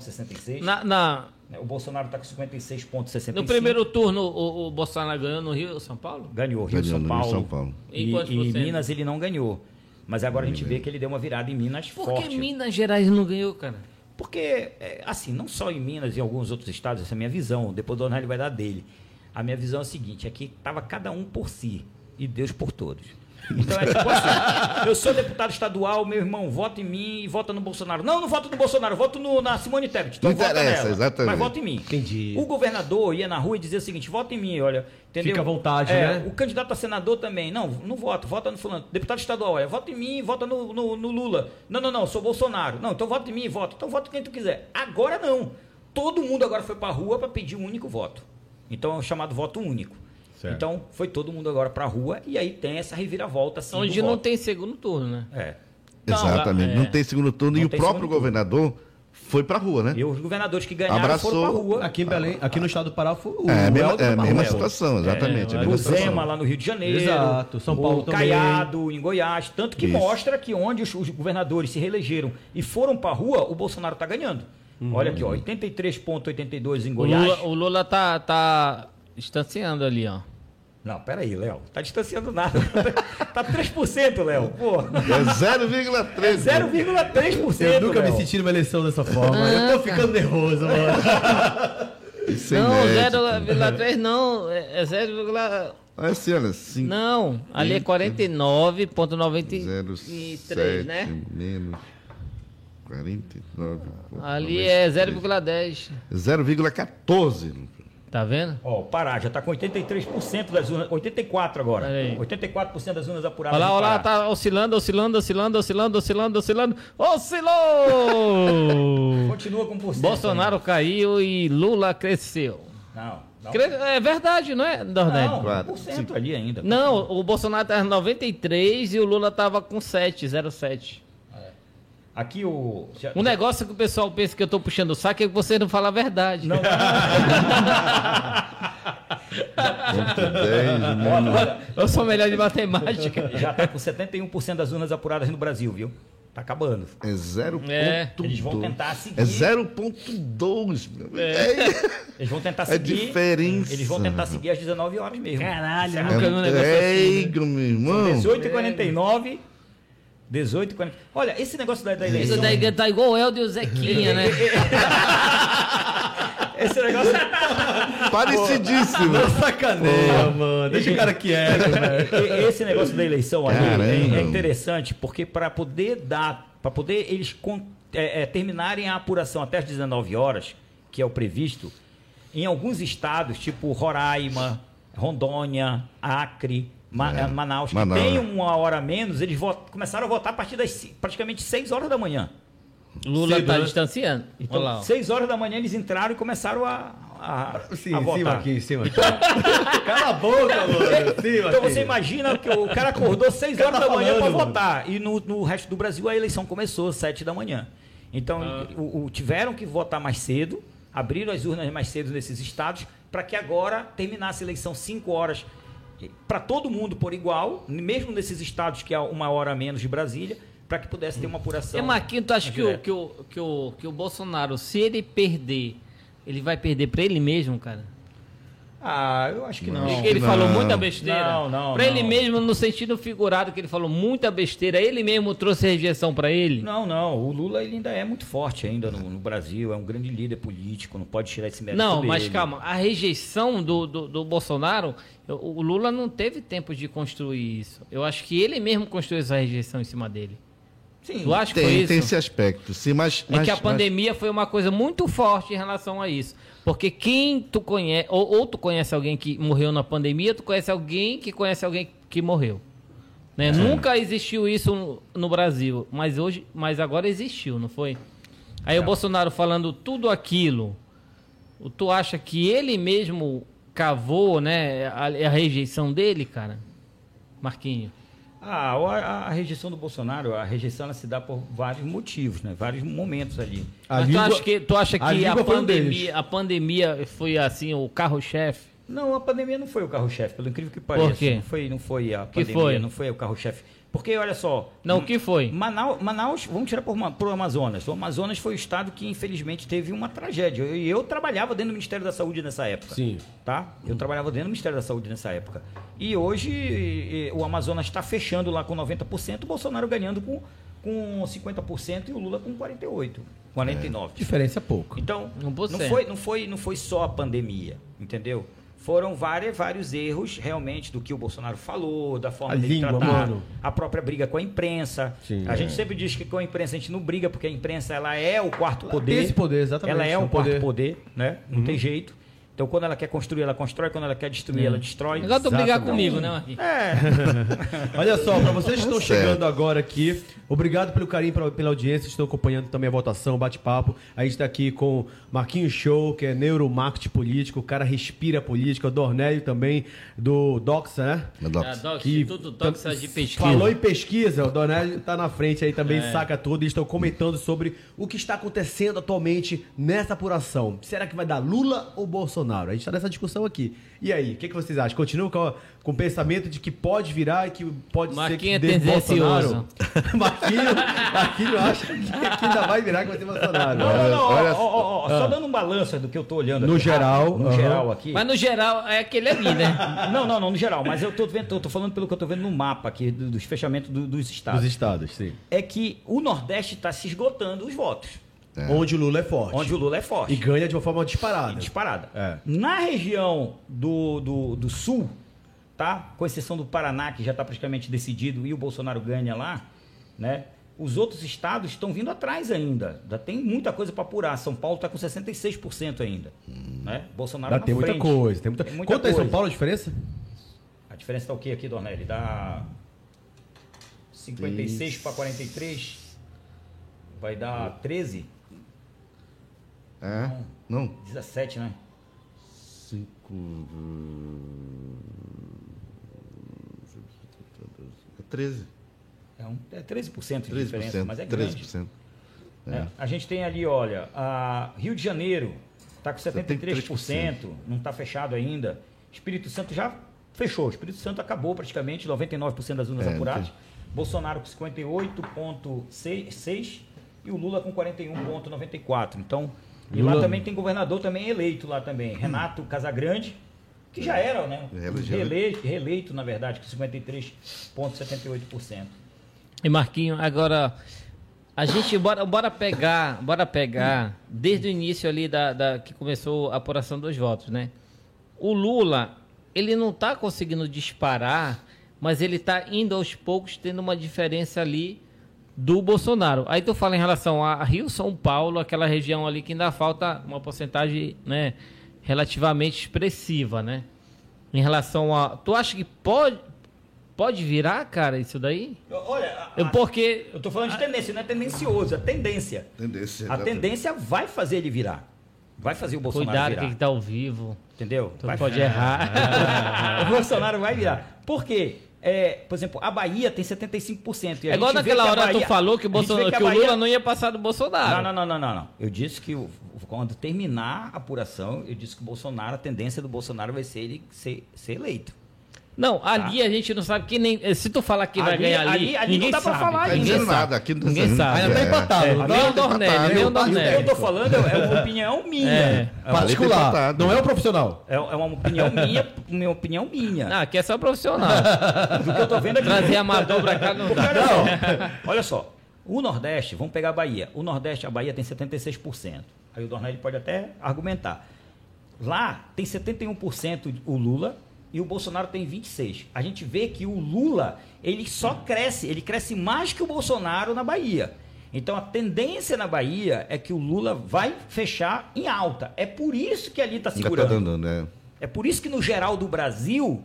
[SPEAKER 3] 60,66%.
[SPEAKER 2] Na, na-
[SPEAKER 3] né? O Bolsonaro está com 56,65%.
[SPEAKER 2] no primeiro turno, o, o Bolsonaro ganhou no Rio São Paulo?
[SPEAKER 3] Ganhou Rio
[SPEAKER 4] Ganhou
[SPEAKER 3] São
[SPEAKER 4] no Rio,
[SPEAKER 3] Paulo.
[SPEAKER 4] São Paulo.
[SPEAKER 2] E
[SPEAKER 3] E,
[SPEAKER 2] quantos
[SPEAKER 3] e
[SPEAKER 2] por
[SPEAKER 3] em
[SPEAKER 2] cento?
[SPEAKER 3] Minas ele não ganhou. Mas agora a gente vê que ele deu uma virada em Minas
[SPEAKER 2] Por
[SPEAKER 3] forte.
[SPEAKER 2] que Minas Gerais não ganhou, cara?
[SPEAKER 3] Porque, é, assim, não só em Minas, em alguns outros estados, essa é a minha visão. Depois o Donald vai dar dele. A minha visão é a seguinte: é que estava cada um por si e Deus por todos. Então é tipo assim: eu sou deputado estadual, meu irmão, vota em mim e vota no Bolsonaro. Não, não voto no Bolsonaro, voto no, na Simone Tebet. Então
[SPEAKER 4] Não
[SPEAKER 3] vota
[SPEAKER 4] interessa,
[SPEAKER 3] nela,
[SPEAKER 4] exatamente.
[SPEAKER 3] Mas vota em mim.
[SPEAKER 1] Entendi.
[SPEAKER 3] O governador ia na rua e dizia o seguinte: vota em mim, olha. Entendeu?
[SPEAKER 1] Fica à vontade,
[SPEAKER 3] É,
[SPEAKER 1] né?
[SPEAKER 3] O candidato a senador também. Não, não voto, vota no fulano. Deputado estadual, olha, vota em mim, vota no, no, no Lula. Não, não, não, sou Bolsonaro. Não, então vota em mim, vota. Então vota quem tu quiser. Agora não. Todo mundo agora foi pra rua pra pedir um único voto. Então é o chamado voto único.
[SPEAKER 1] Certo.
[SPEAKER 3] Então foi todo mundo agora pra rua e aí tem essa reviravolta assim.
[SPEAKER 2] Onde
[SPEAKER 3] do
[SPEAKER 2] não
[SPEAKER 3] voto.
[SPEAKER 2] tem segundo turno, né?
[SPEAKER 3] É.
[SPEAKER 2] Não,
[SPEAKER 4] Exatamente.
[SPEAKER 2] é.
[SPEAKER 4] Não tem segundo turno
[SPEAKER 3] Não
[SPEAKER 4] e o
[SPEAKER 3] tem
[SPEAKER 4] próprio
[SPEAKER 3] segundo turno.
[SPEAKER 4] governador foi pra rua, né?
[SPEAKER 3] E os governadores que ganharam foram pra
[SPEAKER 4] Abraçou.
[SPEAKER 3] rua.
[SPEAKER 1] É. Aqui em Belém, aqui no estado do Pará, foi o
[SPEAKER 4] É, a mesma,
[SPEAKER 1] Helder tá
[SPEAKER 4] é a
[SPEAKER 1] Barros.
[SPEAKER 4] mesma
[SPEAKER 3] Helder.
[SPEAKER 4] situação, exatamente.
[SPEAKER 2] É,
[SPEAKER 4] a
[SPEAKER 3] O
[SPEAKER 4] mesma situação.
[SPEAKER 3] Zema lá no Rio de Janeiro.
[SPEAKER 1] Exato, São Paulo
[SPEAKER 3] o
[SPEAKER 1] também.
[SPEAKER 3] Caiado em Goiás. Tanto que
[SPEAKER 4] Isso.
[SPEAKER 3] mostra que onde os, os governadores se reelegeram e foram pra rua, o Bolsonaro tá ganhando. Olha aqui, ó, 83,82 em
[SPEAKER 2] O
[SPEAKER 3] Goiás.
[SPEAKER 2] Lula, o Lula tá, tá distanciando ali, ó.
[SPEAKER 3] Não, peraí, Léo. Tá distanciando nada. tá 3%, Léo. Pô.
[SPEAKER 4] É 0,3.
[SPEAKER 3] É 0,3%.
[SPEAKER 1] Eu nunca
[SPEAKER 3] Léo.
[SPEAKER 1] me senti numa eleição dessa forma.
[SPEAKER 2] Ah,
[SPEAKER 1] Eu
[SPEAKER 2] tá.
[SPEAKER 1] tô ficando nervoso, mano.
[SPEAKER 4] Isso é
[SPEAKER 2] Não,
[SPEAKER 4] inédito.
[SPEAKER 2] 0,3 não, é é 0,3.
[SPEAKER 4] Olha assim, olha, 5.
[SPEAKER 2] Não, ali é 49,93,
[SPEAKER 4] 0,7
[SPEAKER 2] né?
[SPEAKER 4] menos 49.
[SPEAKER 2] Ali é 0,10.
[SPEAKER 4] 0,14.
[SPEAKER 2] Tá vendo?
[SPEAKER 3] Ó, o Pará já tá com 83% das urnas. 84 agora.
[SPEAKER 2] Peraí.
[SPEAKER 3] 84% das urnas
[SPEAKER 2] Olha
[SPEAKER 3] apuradas.
[SPEAKER 2] lá,
[SPEAKER 3] no
[SPEAKER 2] olha lá,
[SPEAKER 3] Pará.
[SPEAKER 2] tá oscilando, oscilando, oscilando, oscilando, oscilando, oscilando. Oscilou!
[SPEAKER 3] Continua com porcento.
[SPEAKER 2] tá. Bolsonaro caiu e Lula cresceu.
[SPEAKER 3] Não, não.
[SPEAKER 2] Cre- É verdade, não é, Dornelli?
[SPEAKER 3] Tá Não,
[SPEAKER 4] Quatro,
[SPEAKER 3] 1% ali ainda.
[SPEAKER 2] Não, o Bolsonaro tava em 93 e o Lula tava com 7, 07.
[SPEAKER 3] Aqui o. já-
[SPEAKER 2] Um negócio que o pessoal pensa que eu tô puxando o saco é que vocês não falam a verdade.
[SPEAKER 3] Não,
[SPEAKER 4] Ponto 10
[SPEAKER 2] É.
[SPEAKER 4] menos.
[SPEAKER 2] Eu sou melhor de matemática.
[SPEAKER 3] já tá com 71% das urnas apuradas no Brasil, viu? Tá acabando.
[SPEAKER 4] É 0,2.
[SPEAKER 2] É,
[SPEAKER 3] eles vão tentar seguir.
[SPEAKER 4] É 0,2. meu. É.
[SPEAKER 3] Eles vão tentar
[SPEAKER 4] É
[SPEAKER 3] seguir.
[SPEAKER 4] diferença.
[SPEAKER 3] Eles vão tentar seguir às 19 horas mesmo. é
[SPEAKER 2] Caralho,
[SPEAKER 3] Certo?
[SPEAKER 2] nunca vi um negócio assim,
[SPEAKER 4] É,
[SPEAKER 2] né?
[SPEAKER 4] meu irmão.
[SPEAKER 3] 18h49. 18 40 Olha, esse negócio da, da
[SPEAKER 2] Isso
[SPEAKER 3] eleição.
[SPEAKER 2] daí tá igual o Helder e o Zequinha, né?
[SPEAKER 3] Esse negócio.
[SPEAKER 4] Parecidíssimo.
[SPEAKER 1] Sacaneia, mano. Deixa o cara quieto, né? velho.
[SPEAKER 3] E- Esse negócio da eleição aí
[SPEAKER 4] Caramba.
[SPEAKER 3] é, é interessante, porque para poder dar, para poder eles con- é, é, terminarem a apuração até as 19 horas, que é o previsto, em alguns estados, tipo Roraima, Rondônia, Acre, Ma- eh, Manaus, que
[SPEAKER 4] É, Manaus.
[SPEAKER 3] tem uma hora a menos, eles vot- começaram a votar a partir das ci- praticamente 6 horas da manhã.
[SPEAKER 2] Lula
[SPEAKER 1] Cedo,
[SPEAKER 2] tá
[SPEAKER 1] né?
[SPEAKER 2] distanciando.
[SPEAKER 3] Então,
[SPEAKER 2] Olha lá, ó.
[SPEAKER 3] 6 horas da manhã eles entraram e começaram a, a,
[SPEAKER 1] Sim,
[SPEAKER 3] a
[SPEAKER 1] em cima
[SPEAKER 3] votar.
[SPEAKER 1] aqui, em cima aqui. Cala a boca, mano. Sim,
[SPEAKER 3] Então você imagina que o cara acordou 6 horas
[SPEAKER 1] tá
[SPEAKER 3] da manhã para
[SPEAKER 1] falando, mano.
[SPEAKER 3] votar. E no, no resto do Brasil a eleição começou às 7 da manhã. Então o- o- tiveram que votar mais cedo, abriram as urnas mais cedo nesses estados, para que agora terminasse a eleição 5 horas para todo mundo por igual, mesmo nesses estados que há uma hora a menos de Brasília, para que pudesse ter uma apuração.
[SPEAKER 2] E Marquinhos, tu acha que o,
[SPEAKER 3] direta.
[SPEAKER 2] que, o, que, o, que o Bolsonaro, se ele perder, ele vai perder pra ele mesmo, cara?
[SPEAKER 3] Ah, eu acho que não.
[SPEAKER 2] Porque ele
[SPEAKER 4] não.
[SPEAKER 2] falou muita besteira.
[SPEAKER 3] Não, não,
[SPEAKER 2] Pra ele
[SPEAKER 3] não.
[SPEAKER 2] mesmo, no sentido figurado, que ele falou muita besteira, ele mesmo trouxe rejeição pra ele.
[SPEAKER 3] Não, não. O Lula ele ainda é muito forte ainda no, no Brasil. É um grande líder político. Não pode tirar esse mérito
[SPEAKER 2] Não, mas
[SPEAKER 3] dele.
[SPEAKER 2] calma, a rejeição do, do, do Bolsonaro, o o Lula não teve tempo de construir isso. Eu acho que ele mesmo construiu essa rejeição em cima dele. Sim, tu acha que foi
[SPEAKER 4] Tem,
[SPEAKER 2] isso?
[SPEAKER 4] tem esse aspecto, sim, mas...
[SPEAKER 2] É que a pandemia foi uma coisa muito forte em relação a isso. Porque quem tu conhece, ou, ou tu conhece alguém que morreu na pandemia, tu conhece alguém que conhece alguém que morreu. Né?
[SPEAKER 1] É.
[SPEAKER 2] Nunca existiu isso no, no Brasil, mas hoje, mas agora existiu, não foi? Aí
[SPEAKER 1] É.
[SPEAKER 2] o Bolsonaro falando tudo aquilo, o- tu acha que ele mesmo cavou, né, a, a rejeição dele, cara? Marquinho.
[SPEAKER 3] Ah, o- a, a rejeição do Bolsonaro, a rejeição ela se dá por vários motivos, né? Vários momentos ali.
[SPEAKER 1] A
[SPEAKER 2] mas
[SPEAKER 1] língua-
[SPEAKER 2] tu acha que, tu acha
[SPEAKER 1] a
[SPEAKER 2] que a,
[SPEAKER 1] língua foi um deles.
[SPEAKER 2] pandemia, a pandemia foi assim o carro-chefe?
[SPEAKER 3] Não, a pandemia não foi o carro-chefe, pelo incrível que pareça.
[SPEAKER 2] quê?
[SPEAKER 3] Não foi, não foi a
[SPEAKER 2] Que
[SPEAKER 3] pandemia,
[SPEAKER 2] foi?
[SPEAKER 3] não foi o carro-chefe. Porque, olha só,
[SPEAKER 2] Não, o que foi?
[SPEAKER 3] Manaus, Manaus, vamos tirar por, Ma- pro Amazonas. O Amazonas foi o estado que, infelizmente, teve uma tragédia. E eu, trabalhava dentro do Ministério da Saúde nessa época.
[SPEAKER 1] Sim.
[SPEAKER 3] Tá? Eu trabalhava dentro do Ministério da Saúde nessa época. E hoje e- e o Amazonas está fechando lá com 90%, o Bolsonaro ganhando com, com 50% e o Lula com 48%, 49%.
[SPEAKER 1] Diferença é pouco.
[SPEAKER 3] Então,
[SPEAKER 2] Um
[SPEAKER 3] não
[SPEAKER 2] porcento.
[SPEAKER 3] foi, não, foi, não foi só a pandemia, entendeu? Foram vários, vários erros, realmente, do que o Bolsonaro falou, da forma
[SPEAKER 1] A
[SPEAKER 3] dele
[SPEAKER 1] língua,
[SPEAKER 3] tratar,
[SPEAKER 1] mano.
[SPEAKER 3] a própria briga com a imprensa.
[SPEAKER 1] Sim,
[SPEAKER 3] a
[SPEAKER 1] é.
[SPEAKER 3] gente sempre diz que com a imprensa a gente não briga, porque a imprensa ela é o quarto
[SPEAKER 1] Ela
[SPEAKER 3] poder.
[SPEAKER 1] tem esse poder, exatamente,
[SPEAKER 3] Ela é
[SPEAKER 1] é um
[SPEAKER 3] o quarto
[SPEAKER 1] poder. Uhum.
[SPEAKER 3] poder, né? Não tem jeito. Então, quando ela quer construir, ela constrói. Quando ela quer destruir, ela destrói.
[SPEAKER 2] Agora tu brigar
[SPEAKER 1] Exatamente. É.
[SPEAKER 2] comigo, né, Marquinhos?
[SPEAKER 1] Olha só, para vocês que estão
[SPEAKER 4] Certo.
[SPEAKER 1] chegando agora aqui, obrigado pelo carinho, pela, pela audiência, estão acompanhando também a votação, o bate-papo. A gente está aqui com Marquinhos Show, que é neuromarketing político, o cara respira política, o Dornélio também, do Doxa, né?
[SPEAKER 2] Ah,
[SPEAKER 4] pandemia...
[SPEAKER 2] Doc,
[SPEAKER 1] Que
[SPEAKER 2] Instituto Toxa de Pesquisa.
[SPEAKER 1] Falou em pesquisa, o Donelli tá na frente aí também,
[SPEAKER 3] É.
[SPEAKER 1] saca tudo, e estão comentando sobre o que está acontecendo atualmente nessa apuração. Será que vai dar Lula ou Bolsonaro? A gente tá nessa discussão aqui. E aí, o que, que vocês acham? Continuam com, a- com o pensamento de que pode virar e que pode
[SPEAKER 2] Marquinhos é
[SPEAKER 1] ser que dê
[SPEAKER 2] tendencioso.
[SPEAKER 1] Bolsonaro? Marquinhos, Marquinhos acha que, que ainda vai virar que vai ser Bolsonaro.
[SPEAKER 3] Não, não, não. ó,
[SPEAKER 4] Olha-
[SPEAKER 3] ó, ó, ó, só dando um balanço do que eu tô olhando
[SPEAKER 1] Ah. No
[SPEAKER 3] aqui,
[SPEAKER 1] geral,
[SPEAKER 3] rápido, No
[SPEAKER 1] aham.
[SPEAKER 3] geral aqui.
[SPEAKER 2] Mas no geral é aquele ali, né?
[SPEAKER 3] Não, não, não, no geral. Mas eu tô, vendo, eu tô falando pelo que eu tô vendo no mapa aqui, do- dos fechamentos do- dos estados.
[SPEAKER 1] Dos estados, sim.
[SPEAKER 3] é que o Nordeste está se esgotando os votos,
[SPEAKER 1] Onde o Lula é forte.
[SPEAKER 3] onde o Lula é forte
[SPEAKER 1] E ganha de uma forma
[SPEAKER 3] e
[SPEAKER 1] disparada.
[SPEAKER 3] disparada.
[SPEAKER 1] É.
[SPEAKER 3] Na região do, do, do Sul, tá? com exceção do Paraná, que já está praticamente decidido e o Bolsonaro ganha lá, né? os outros estados estão vindo atrás ainda. Já tem muita coisa para apurar. São Paulo está com 66% ainda. Né?
[SPEAKER 1] Hum.
[SPEAKER 3] Bolsonaro
[SPEAKER 1] Dá,
[SPEAKER 3] na
[SPEAKER 1] tem muita
[SPEAKER 3] frente.
[SPEAKER 1] coisa. Tem muita...
[SPEAKER 3] Tem
[SPEAKER 1] Quanto
[SPEAKER 3] muita
[SPEAKER 1] é São
[SPEAKER 3] coisa.
[SPEAKER 1] Paulo a diferença?
[SPEAKER 3] A diferença está o quê aqui, Dornelli? Dá 56 para 43? Vai dar 13?
[SPEAKER 2] Ah,
[SPEAKER 4] É, não,
[SPEAKER 3] 17, né?
[SPEAKER 4] cinco... É 13,
[SPEAKER 3] É, um, é 13% de diferença,
[SPEAKER 4] 13%,
[SPEAKER 3] mas é grande.
[SPEAKER 4] 13%. É.
[SPEAKER 3] né? A gente tem ali, olha, a Rio de Janeiro está com 73%,
[SPEAKER 4] 73%.
[SPEAKER 3] não está fechado ainda. Espírito Santo já fechou, Espírito Santo acabou praticamente, 99% das urnas
[SPEAKER 4] É,
[SPEAKER 3] apuradas. Bolsonaro com 58,6% e um o Lula com 41,94%. Então, e lá
[SPEAKER 1] Lula-
[SPEAKER 3] também tem governador também eleito lá também, Renato Casagrande, que já era, né?
[SPEAKER 4] É, ele já-
[SPEAKER 3] Reeleito, reeleito na verdade, com 53,78%.
[SPEAKER 2] E Marquinho, agora a gente bora, bora pegar, bora pegar desde o início ali da, da- que começou a apuração dos votos, né? O Lula, ele não tá conseguindo disparar, mas ele tá indo aos poucos tendo uma diferença ali do Bolsonaro. Aí tu fala em relação a Rio, São Paulo, aquela região ali que ainda falta uma porcentagem, né, relativamente expressiva, né? Em relação a, tu acha que pode pode virar, cara, isso daí?
[SPEAKER 3] Olha, a-
[SPEAKER 2] Eu, porque.
[SPEAKER 3] Eu tô falando de tendência, não é tendencioso, é tendência.
[SPEAKER 4] Tendência,
[SPEAKER 3] A
[SPEAKER 4] tá-
[SPEAKER 3] tendência vai fazer ele virar. Vai fazer o Bolsonaro
[SPEAKER 2] Cuidado que
[SPEAKER 3] virar.
[SPEAKER 2] ele tá ao vivo.
[SPEAKER 3] Entendeu?
[SPEAKER 2] Tu
[SPEAKER 3] Vai
[SPEAKER 2] pode
[SPEAKER 3] virar.
[SPEAKER 2] errar.
[SPEAKER 3] o Bolsonaro vai virar. Por quê? É, por exemplo, a Bahia tem 75%. E a
[SPEAKER 2] É igual
[SPEAKER 3] gente vê
[SPEAKER 2] naquela
[SPEAKER 3] que a
[SPEAKER 2] hora
[SPEAKER 3] Bahia-
[SPEAKER 2] tu falou que o,
[SPEAKER 3] a gente vê
[SPEAKER 2] Bolsonaro, que
[SPEAKER 3] a
[SPEAKER 2] o
[SPEAKER 3] Bahia-
[SPEAKER 2] Lula não ia passar do Bolsonaro.
[SPEAKER 3] não, não, não, não, não, não. Eu disse que o- quando terminar a apuração, eu disse que o Bolsonaro, a tendência do Bolsonaro vai ser ele ser, ser eleito.
[SPEAKER 2] Não, ali a gente não sabe que nem. Se tu falar que vai
[SPEAKER 3] Tá. Ali-
[SPEAKER 2] ganhar ali,
[SPEAKER 3] ali- ali
[SPEAKER 2] ninguém
[SPEAKER 3] não dá pra
[SPEAKER 2] sabe.
[SPEAKER 3] falar
[SPEAKER 4] Tá
[SPEAKER 3] ainda.
[SPEAKER 2] ninguém
[SPEAKER 4] dizendo
[SPEAKER 2] sabe.
[SPEAKER 4] nada, aqui não tá
[SPEAKER 2] ninguém
[SPEAKER 4] dizendo
[SPEAKER 2] sabe.
[SPEAKER 4] nada.
[SPEAKER 1] Ainda tá
[SPEAKER 4] É.
[SPEAKER 1] empatado.
[SPEAKER 2] É, nem o Dornelli, nem o
[SPEAKER 3] Eu
[SPEAKER 2] Dornelli.
[SPEAKER 3] tô falando, é uma opinião minha.
[SPEAKER 2] É.
[SPEAKER 3] É uma-
[SPEAKER 1] Particular,
[SPEAKER 4] empatado.
[SPEAKER 2] né?
[SPEAKER 1] não é um profissional.
[SPEAKER 3] É uma opinião minha, minha opinião minha.
[SPEAKER 2] Ah, aqui é só profissional.
[SPEAKER 3] Do que eu tô vendo aqui.
[SPEAKER 2] Trazer amador pra cá não
[SPEAKER 3] Porque
[SPEAKER 2] dá.
[SPEAKER 3] olha só, olha só. O Nordeste, vamos pegar a Bahia. O Nordeste, a Bahia tem 76%. Aí um o Dornelli pode até argumentar. Lá tem 71% o Lula e o Bolsonaro tem 26. A gente vê que o Lula, ele só cresce, ele cresce mais que o Bolsonaro na Bahia. Então a tendência na Bahia é que o Lula vai fechar em alta. É por isso que ali está
[SPEAKER 4] Ainda tá
[SPEAKER 3] segurando.
[SPEAKER 4] dando, né?
[SPEAKER 3] É por isso que no geral do Brasil,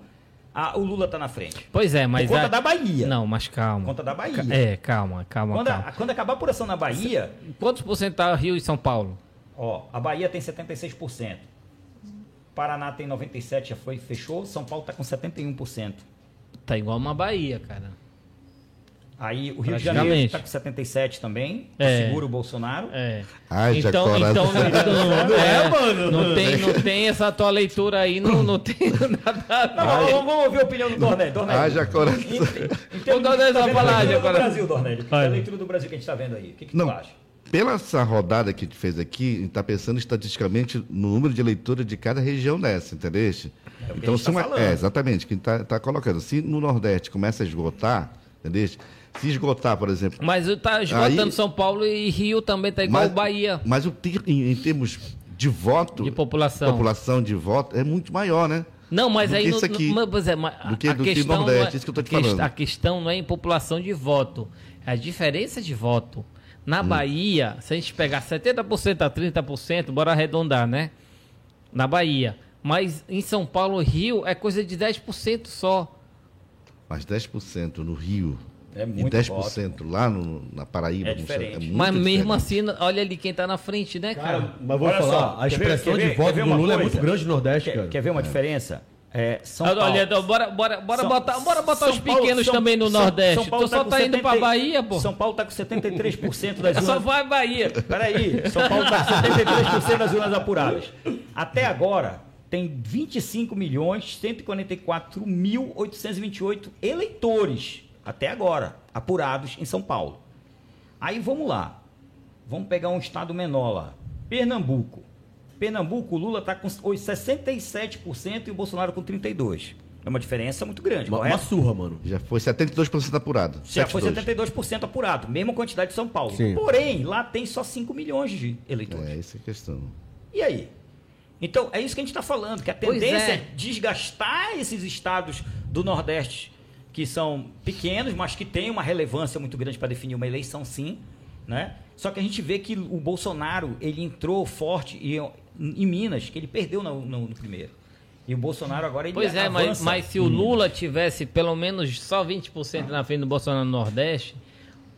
[SPEAKER 3] a- o Lula está na frente.
[SPEAKER 2] Pois é, mas.
[SPEAKER 3] Por conta da Bahia.
[SPEAKER 2] Não, mas calma.
[SPEAKER 3] Por conta da Bahia.
[SPEAKER 2] Ca- É, calma, calma,
[SPEAKER 3] Quando,
[SPEAKER 2] calma.
[SPEAKER 3] a- quando acabar a apuração na Bahia,
[SPEAKER 2] Quantos por cento tá Rio e São Paulo?
[SPEAKER 3] ó, a Bahia tem 76%. Paraná tem 97%, já foi, fechou. São Paulo está com 71%.
[SPEAKER 2] Tá igual uma Bahia, cara.
[SPEAKER 3] Aí o Rio de
[SPEAKER 2] Praticamente.
[SPEAKER 3] Janeiro está com 77 também,
[SPEAKER 2] É.
[SPEAKER 3] segura o Bolsonaro.
[SPEAKER 2] É.
[SPEAKER 4] Ai,
[SPEAKER 2] então,
[SPEAKER 4] Jacoré.
[SPEAKER 2] então não, não- é,
[SPEAKER 1] mano?
[SPEAKER 2] Não tem, não tem essa tua leitura aí, não, não tem nada. a ver.
[SPEAKER 3] Não, vamos, vamos ouvir a opinião do Dornelli. Dornelli.
[SPEAKER 4] Haja coração.
[SPEAKER 3] Em, em
[SPEAKER 2] Ô, Dornelli,
[SPEAKER 3] tá
[SPEAKER 2] vai
[SPEAKER 3] vendo
[SPEAKER 2] falar,
[SPEAKER 3] a leitura do
[SPEAKER 2] agora.
[SPEAKER 3] Brasil, Dornelli. Que é a
[SPEAKER 2] Olha.
[SPEAKER 3] leitura do Brasil que a gente está vendo aí. O que, que tu
[SPEAKER 4] Não,
[SPEAKER 3] acha?
[SPEAKER 4] pela essa rodada que a gente fez aqui, a gente está pensando estatisticamente no número de leitura de cada região dessa, entendeu?
[SPEAKER 3] o que a
[SPEAKER 4] então,
[SPEAKER 3] gente
[SPEAKER 4] se
[SPEAKER 3] tá
[SPEAKER 4] uma,
[SPEAKER 3] falando.
[SPEAKER 4] é, exatamente, que a gente está colocando. Se no Nordeste começa a esgotar, entendeu? Se esgotar, por exemplo.
[SPEAKER 2] Mas tá esgotando
[SPEAKER 4] Aí-
[SPEAKER 2] São Paulo e Rio também tá igual o Bahia
[SPEAKER 4] Mas o ter- em, em termos de voto,
[SPEAKER 2] de população.
[SPEAKER 4] população de voto, é muito maior, né?
[SPEAKER 2] Não, mas
[SPEAKER 4] do
[SPEAKER 2] aí
[SPEAKER 4] que
[SPEAKER 2] não-
[SPEAKER 4] isso aqui,
[SPEAKER 2] não- mas é, mas
[SPEAKER 4] do que-
[SPEAKER 2] a
[SPEAKER 4] do que
[SPEAKER 2] questão não é
[SPEAKER 4] Nordeste, isso que eu tô te
[SPEAKER 2] a ques-
[SPEAKER 4] falando.
[SPEAKER 2] A questão não é em população de voto, é a diferença de voto. Na
[SPEAKER 4] Hum.
[SPEAKER 2] Bahia, se a gente pegar 70% a 30%, bora arredondar, né? Na Bahia. Mas em São Paulo, Rio, é coisa de 10% só.
[SPEAKER 4] Mas 10% no Rio
[SPEAKER 3] É
[SPEAKER 4] e
[SPEAKER 3] muito
[SPEAKER 4] 10% lá no- na Paraíba,
[SPEAKER 3] É
[SPEAKER 4] vamos dizer,
[SPEAKER 3] diferente.
[SPEAKER 4] muito
[SPEAKER 2] Mas mesmo
[SPEAKER 4] diferente.
[SPEAKER 2] assim, olha ali quem tá na frente, né, cara?
[SPEAKER 1] Cara, mas vou
[SPEAKER 3] Olha
[SPEAKER 1] falar,
[SPEAKER 3] só,
[SPEAKER 1] a
[SPEAKER 3] quer ver-
[SPEAKER 1] expressão
[SPEAKER 3] quer
[SPEAKER 1] de
[SPEAKER 3] ver- quer
[SPEAKER 1] voto
[SPEAKER 3] ver
[SPEAKER 1] do
[SPEAKER 3] uma
[SPEAKER 1] Lula é
[SPEAKER 3] coisa?
[SPEAKER 1] muito grande no Nordeste,
[SPEAKER 3] Quer,
[SPEAKER 1] cara.
[SPEAKER 3] quer ver uma diferença? É, São
[SPEAKER 2] Olha,
[SPEAKER 3] Paulo.
[SPEAKER 2] olha, então, bora, bora, bora
[SPEAKER 3] São-
[SPEAKER 2] botar, bora botar
[SPEAKER 3] São
[SPEAKER 2] os
[SPEAKER 3] Paulo-
[SPEAKER 2] pequenos
[SPEAKER 3] São-
[SPEAKER 2] também no
[SPEAKER 3] São-
[SPEAKER 2] Nordeste.
[SPEAKER 3] São Paulo
[SPEAKER 2] tu só
[SPEAKER 3] com
[SPEAKER 2] tá indo pra
[SPEAKER 3] 70
[SPEAKER 2] Bahia, pô. É
[SPEAKER 3] São Paulo tá com 73% das
[SPEAKER 2] Só
[SPEAKER 3] urnas.
[SPEAKER 2] vai Bahia.
[SPEAKER 3] Peraí, São Paulo tá com 73% das urnas apuradas. Até agora, tem 25 milhões 144.828 eleitores, até agora, apurados em São Paulo. Aí vamos lá. Vamos pegar um estado menor lá. Pernambuco. Pernambuco, o Lula está com os 67% e o Bolsonaro com 32%. É uma diferença muito grande,
[SPEAKER 1] Uma, uma
[SPEAKER 3] correto?
[SPEAKER 1] surra, mano.
[SPEAKER 4] Já foi 72% apurado.
[SPEAKER 3] Já foi
[SPEAKER 4] 72.
[SPEAKER 3] 72% apurado, mesma quantidade de São Paulo.
[SPEAKER 5] Sim.
[SPEAKER 3] Porém, lá tem só 5 milhões de eleitores.
[SPEAKER 4] É, essa é a questão.
[SPEAKER 3] E aí? Então, é isso que a gente está falando, que a
[SPEAKER 2] Pois
[SPEAKER 3] tendência
[SPEAKER 2] é.
[SPEAKER 3] é. desgastar esses estados do Nordeste, que são pequenos, mas que têm uma relevância muito grande para definir uma eleição, sim. Né? Só que a gente vê que o Bolsonaro ele entrou forte e, em Minas, que ele perdeu no, no- no primeiro. E o Bolsonaro agora ele
[SPEAKER 2] Pois é, mas,
[SPEAKER 3] avança.
[SPEAKER 2] mas se o Lula tivesse pelo menos só 20% na frente do Bolsonaro no Nordeste,